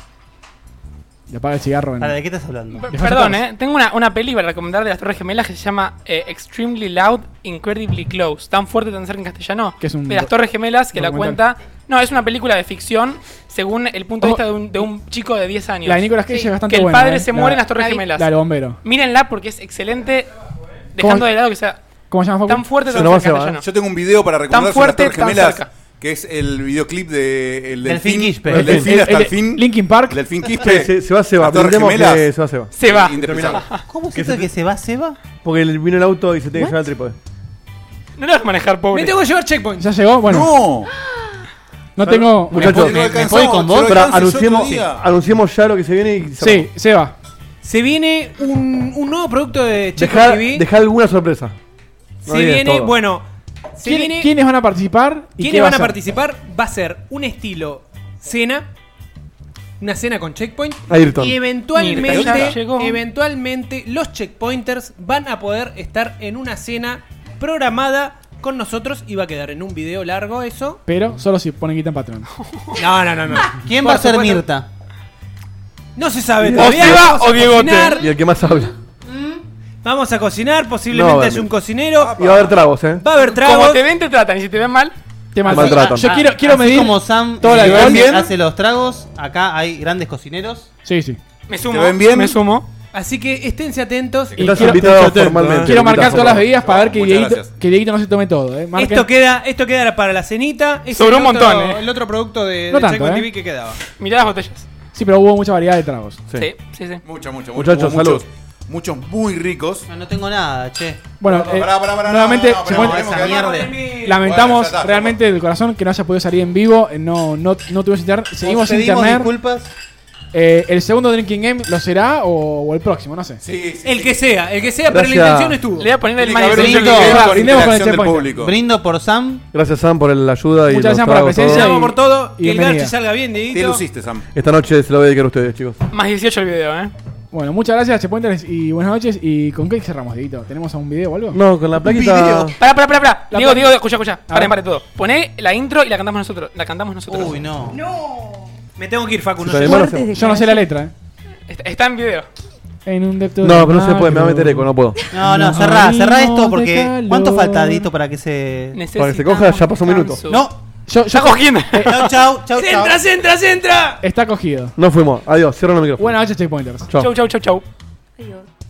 [SPEAKER 3] Le apaga el cigarro. en-
[SPEAKER 7] ¿Para de qué estás hablando?
[SPEAKER 6] P-
[SPEAKER 3] Dejá
[SPEAKER 6] Perdón,
[SPEAKER 3] atrás.
[SPEAKER 6] eh. Tengo una, una peli para recomendar de las Torres Gemelas que se llama eh, Extremely Loud, Incredibly Close. Tan fuerte, tan cerca en castellano.
[SPEAKER 3] Que es un
[SPEAKER 6] de las
[SPEAKER 3] do-
[SPEAKER 6] Torres Gemelas que la
[SPEAKER 3] documental.
[SPEAKER 6] cuenta. No, es una película de ficción según el punto de
[SPEAKER 3] Ojo.
[SPEAKER 6] vista de un, de un chico de 10 años.
[SPEAKER 3] La de Nicolas Cage
[SPEAKER 6] Sí.
[SPEAKER 3] es bastante
[SPEAKER 6] Que el
[SPEAKER 3] buena,
[SPEAKER 6] padre
[SPEAKER 3] eh.
[SPEAKER 6] se
[SPEAKER 3] La-
[SPEAKER 6] muere en las Torres
[SPEAKER 8] la vi-
[SPEAKER 6] Gemelas.
[SPEAKER 3] La del bombero.
[SPEAKER 6] Mírenla porque es excelente, dejando
[SPEAKER 3] ¿Cómo-
[SPEAKER 6] de lado que sea
[SPEAKER 3] ¿Cómo se llama? Facu?
[SPEAKER 6] tan fuerte, tan
[SPEAKER 2] no va a
[SPEAKER 6] cerca en
[SPEAKER 2] llevar.
[SPEAKER 6] castellano.
[SPEAKER 4] Yo tengo un video para recomendar sobre las
[SPEAKER 6] fuerte,
[SPEAKER 4] Torres
[SPEAKER 6] tan
[SPEAKER 4] Gemelas,
[SPEAKER 6] cerca.
[SPEAKER 4] que es el videoclip de el
[SPEAKER 7] Delfín
[SPEAKER 4] delfín,
[SPEAKER 7] Quispe.
[SPEAKER 4] el delfín
[SPEAKER 3] El-
[SPEAKER 4] hasta el,
[SPEAKER 3] el-
[SPEAKER 4] fin,
[SPEAKER 3] Linkin Park.
[SPEAKER 4] el delfín
[SPEAKER 2] Se,
[SPEAKER 4] Quispe,
[SPEAKER 2] se- se va Seba,
[SPEAKER 4] Las Torres
[SPEAKER 2] aprendemos
[SPEAKER 4] Gemelas.
[SPEAKER 2] que se va Seba.
[SPEAKER 6] Se va.
[SPEAKER 4] indispensable.
[SPEAKER 7] ¿Cómo es esto de que se va, se va?
[SPEAKER 2] Porque le vino el auto y se tiene que llevar el trípode.
[SPEAKER 6] No lo vas a manejar, pobre.
[SPEAKER 5] Me tengo que llevar checkpoint.
[SPEAKER 3] ¿Ya llegó? Bueno, no,
[SPEAKER 4] No,
[SPEAKER 3] tengo.
[SPEAKER 2] Muchachos,
[SPEAKER 4] no alcanzó,
[SPEAKER 7] voy con
[SPEAKER 4] se
[SPEAKER 7] vos,
[SPEAKER 4] lo
[SPEAKER 2] pero
[SPEAKER 4] alcanza yo otro
[SPEAKER 2] anunciemos,
[SPEAKER 4] día.
[SPEAKER 2] anunciemos ya lo que se viene y
[SPEAKER 3] Sí, Seba.
[SPEAKER 5] Se viene un, un nuevo producto de Checo
[SPEAKER 2] Dejar,
[SPEAKER 5] TV.
[SPEAKER 2] alguna sorpresa.
[SPEAKER 5] se
[SPEAKER 2] No digas
[SPEAKER 5] viene,
[SPEAKER 2] todo.
[SPEAKER 5] bueno, se
[SPEAKER 3] ¿Quién-
[SPEAKER 5] viene.
[SPEAKER 3] ¿Quiénes van a participar? y qué
[SPEAKER 5] ¿Quiénes
[SPEAKER 3] va
[SPEAKER 5] van a
[SPEAKER 3] ser?
[SPEAKER 5] participar? Va a ser un estilo cena, una cena con checkpoint.
[SPEAKER 2] Ayrton.
[SPEAKER 5] Y
[SPEAKER 6] Mirta, ya
[SPEAKER 5] eventualmente,
[SPEAKER 6] llegó.
[SPEAKER 5] eventualmente los checkpointers van a poder estar en una cena programada con nosotros y va a quedar en un video largo eso.
[SPEAKER 3] Pero solo si ponen guita en Patreon.
[SPEAKER 5] No, no, no, no.
[SPEAKER 7] ¿Quién
[SPEAKER 5] Por
[SPEAKER 7] va a ser
[SPEAKER 5] supuesto,
[SPEAKER 7] Mirta?
[SPEAKER 5] No se sabe
[SPEAKER 2] O
[SPEAKER 5] todavía.
[SPEAKER 6] Seba
[SPEAKER 5] Vamos a
[SPEAKER 6] o Diegote.
[SPEAKER 5] cocinar,
[SPEAKER 2] Y el que más habla.
[SPEAKER 5] Vamos a cocinar, posiblemente
[SPEAKER 2] No,
[SPEAKER 5] es
[SPEAKER 2] dame.
[SPEAKER 5] un cocinero.
[SPEAKER 2] Y va a haber tragos, ¿eh?
[SPEAKER 5] Va a haber tragos.
[SPEAKER 6] Como te ven, te tratan. Y si te ven mal,
[SPEAKER 3] Te
[SPEAKER 7] ah,
[SPEAKER 2] maltratan.
[SPEAKER 3] Yo quiero,
[SPEAKER 1] Ah,
[SPEAKER 3] quiero
[SPEAKER 7] Así
[SPEAKER 3] medir.
[SPEAKER 7] como Sam
[SPEAKER 3] todo el
[SPEAKER 7] eh,
[SPEAKER 3] alcohol.
[SPEAKER 7] hace- hace los tragos, acá hay grandes cocineros.
[SPEAKER 3] Sí, sí.
[SPEAKER 6] me sumo.
[SPEAKER 4] ¿Te ven bien?
[SPEAKER 6] Me sumo.
[SPEAKER 5] Así que esténse atentos.
[SPEAKER 3] Y
[SPEAKER 2] Estás
[SPEAKER 3] quiero-
[SPEAKER 2] invitado
[SPEAKER 3] quiero-
[SPEAKER 2] formalmente.
[SPEAKER 3] Quiero
[SPEAKER 2] Invitado
[SPEAKER 3] marcar todas las
[SPEAKER 2] formalmente.
[SPEAKER 3] bebidas para ver que
[SPEAKER 4] Ah, Muchas
[SPEAKER 3] Dieguito,
[SPEAKER 4] gracias.
[SPEAKER 3] que Dieguito no se tome todo, ¿eh? Marquen-
[SPEAKER 5] Esto queda, esto queda para la cenita. Es
[SPEAKER 6] Sobró
[SPEAKER 5] el
[SPEAKER 6] un
[SPEAKER 5] otro-
[SPEAKER 6] montón, eh.
[SPEAKER 5] El otro producto de,
[SPEAKER 3] No
[SPEAKER 5] de
[SPEAKER 3] tanto,
[SPEAKER 5] Checkpoint
[SPEAKER 3] eh.
[SPEAKER 5] TV que quedaba.
[SPEAKER 6] Mirá las botellas.
[SPEAKER 3] Sí, pero hubo mucha variedad de tragos.
[SPEAKER 2] Sí.
[SPEAKER 6] Sí, sí, sí.
[SPEAKER 4] Mucha, mucha,
[SPEAKER 2] Muchachos,
[SPEAKER 4] mucha,
[SPEAKER 2] salud.
[SPEAKER 4] Muchos, muchos muy ricos.
[SPEAKER 7] No, no tengo nada, che.
[SPEAKER 3] Bueno, eh,
[SPEAKER 4] Pará, pará, pará,
[SPEAKER 3] nuevamente,
[SPEAKER 4] no, no,
[SPEAKER 3] se
[SPEAKER 4] pará,
[SPEAKER 3] encuentra-
[SPEAKER 4] pará,
[SPEAKER 7] esa
[SPEAKER 4] pará.
[SPEAKER 3] lamentamos
[SPEAKER 4] Bueno, ya está,
[SPEAKER 3] realmente del corazón que no haya podido salir en vivo. eh, No, no, no tuvimos internet. Seguimos
[SPEAKER 7] Os
[SPEAKER 3] sin
[SPEAKER 7] pedimos
[SPEAKER 3] internet.
[SPEAKER 7] disculpas.
[SPEAKER 3] Eh, el segundo Drinking Game lo será o, o el próximo, no sé.
[SPEAKER 4] Sí, sí.
[SPEAKER 5] El que sea, el que sea,
[SPEAKER 2] Gracias.
[SPEAKER 5] pero la intención estuvo.
[SPEAKER 6] Le voy a poner
[SPEAKER 4] Tiene
[SPEAKER 6] el
[SPEAKER 4] que haber un
[SPEAKER 6] manicito.
[SPEAKER 7] Brindito.
[SPEAKER 4] checkpoint
[SPEAKER 3] Ahora,
[SPEAKER 4] con
[SPEAKER 3] brindemos con el
[SPEAKER 4] interacción del
[SPEAKER 3] checkpoint.
[SPEAKER 4] público.
[SPEAKER 7] Brindo por Sam.
[SPEAKER 2] Gracias, Sam, por la ayuda y
[SPEAKER 3] Muchas
[SPEAKER 2] los
[SPEAKER 3] gracias por la
[SPEAKER 2] tragos,
[SPEAKER 3] presencia.
[SPEAKER 2] todo.
[SPEAKER 5] Brindamos por todo. Que el
[SPEAKER 3] Bienvenida.
[SPEAKER 5] garcho salga bien,
[SPEAKER 4] Te
[SPEAKER 5] Dieguito.
[SPEAKER 4] luciste, Sam.
[SPEAKER 2] Esta noche se lo voy a dedicar a ustedes, chicos.
[SPEAKER 6] Más 18 el video, eh.
[SPEAKER 3] Bueno, muchas gracias, Chepointers, y buenas noches. ¿Y con qué cerramos, Dieguito? ¿Tenemos algún video o algo?
[SPEAKER 2] No, con la plaquita.
[SPEAKER 6] Pará, pará, pará, pará.
[SPEAKER 3] La
[SPEAKER 6] Diego,
[SPEAKER 3] pla-
[SPEAKER 6] Diego, escucha, escucha. Pará,
[SPEAKER 3] ver.
[SPEAKER 6] pará todo. Poné la intro y la cantamos nosotros. La cantamos nosotros.
[SPEAKER 7] Uy, no.
[SPEAKER 5] Me tengo que ir, Facu. no
[SPEAKER 2] Sí,
[SPEAKER 5] sé.
[SPEAKER 2] Hermano,
[SPEAKER 10] Fuertes
[SPEAKER 2] se-
[SPEAKER 3] Yo no sé la letra, ¿eh?
[SPEAKER 6] Está, está en video.
[SPEAKER 3] En un depto
[SPEAKER 2] No, pero no se puede, me va a meter eco, no puedo.
[SPEAKER 1] No, no, cerrá, cerrá esto porque. ¿Cuánto falta, Dito, para que se.?
[SPEAKER 2] Para que se coja, ya pasó un minuto.
[SPEAKER 1] No,
[SPEAKER 3] Yo, yo-
[SPEAKER 11] ¡Está cogiendo!
[SPEAKER 1] chau, chau, chau, chau.
[SPEAKER 6] ¡Centra, centra, centra!
[SPEAKER 3] está cogido.
[SPEAKER 2] No fuimos, adiós, cierran el micrófono.
[SPEAKER 3] Buenas noches, checkpointers.
[SPEAKER 2] Chao.
[SPEAKER 11] Chau, chau, chau, chau.
[SPEAKER 7] Ay, Dios.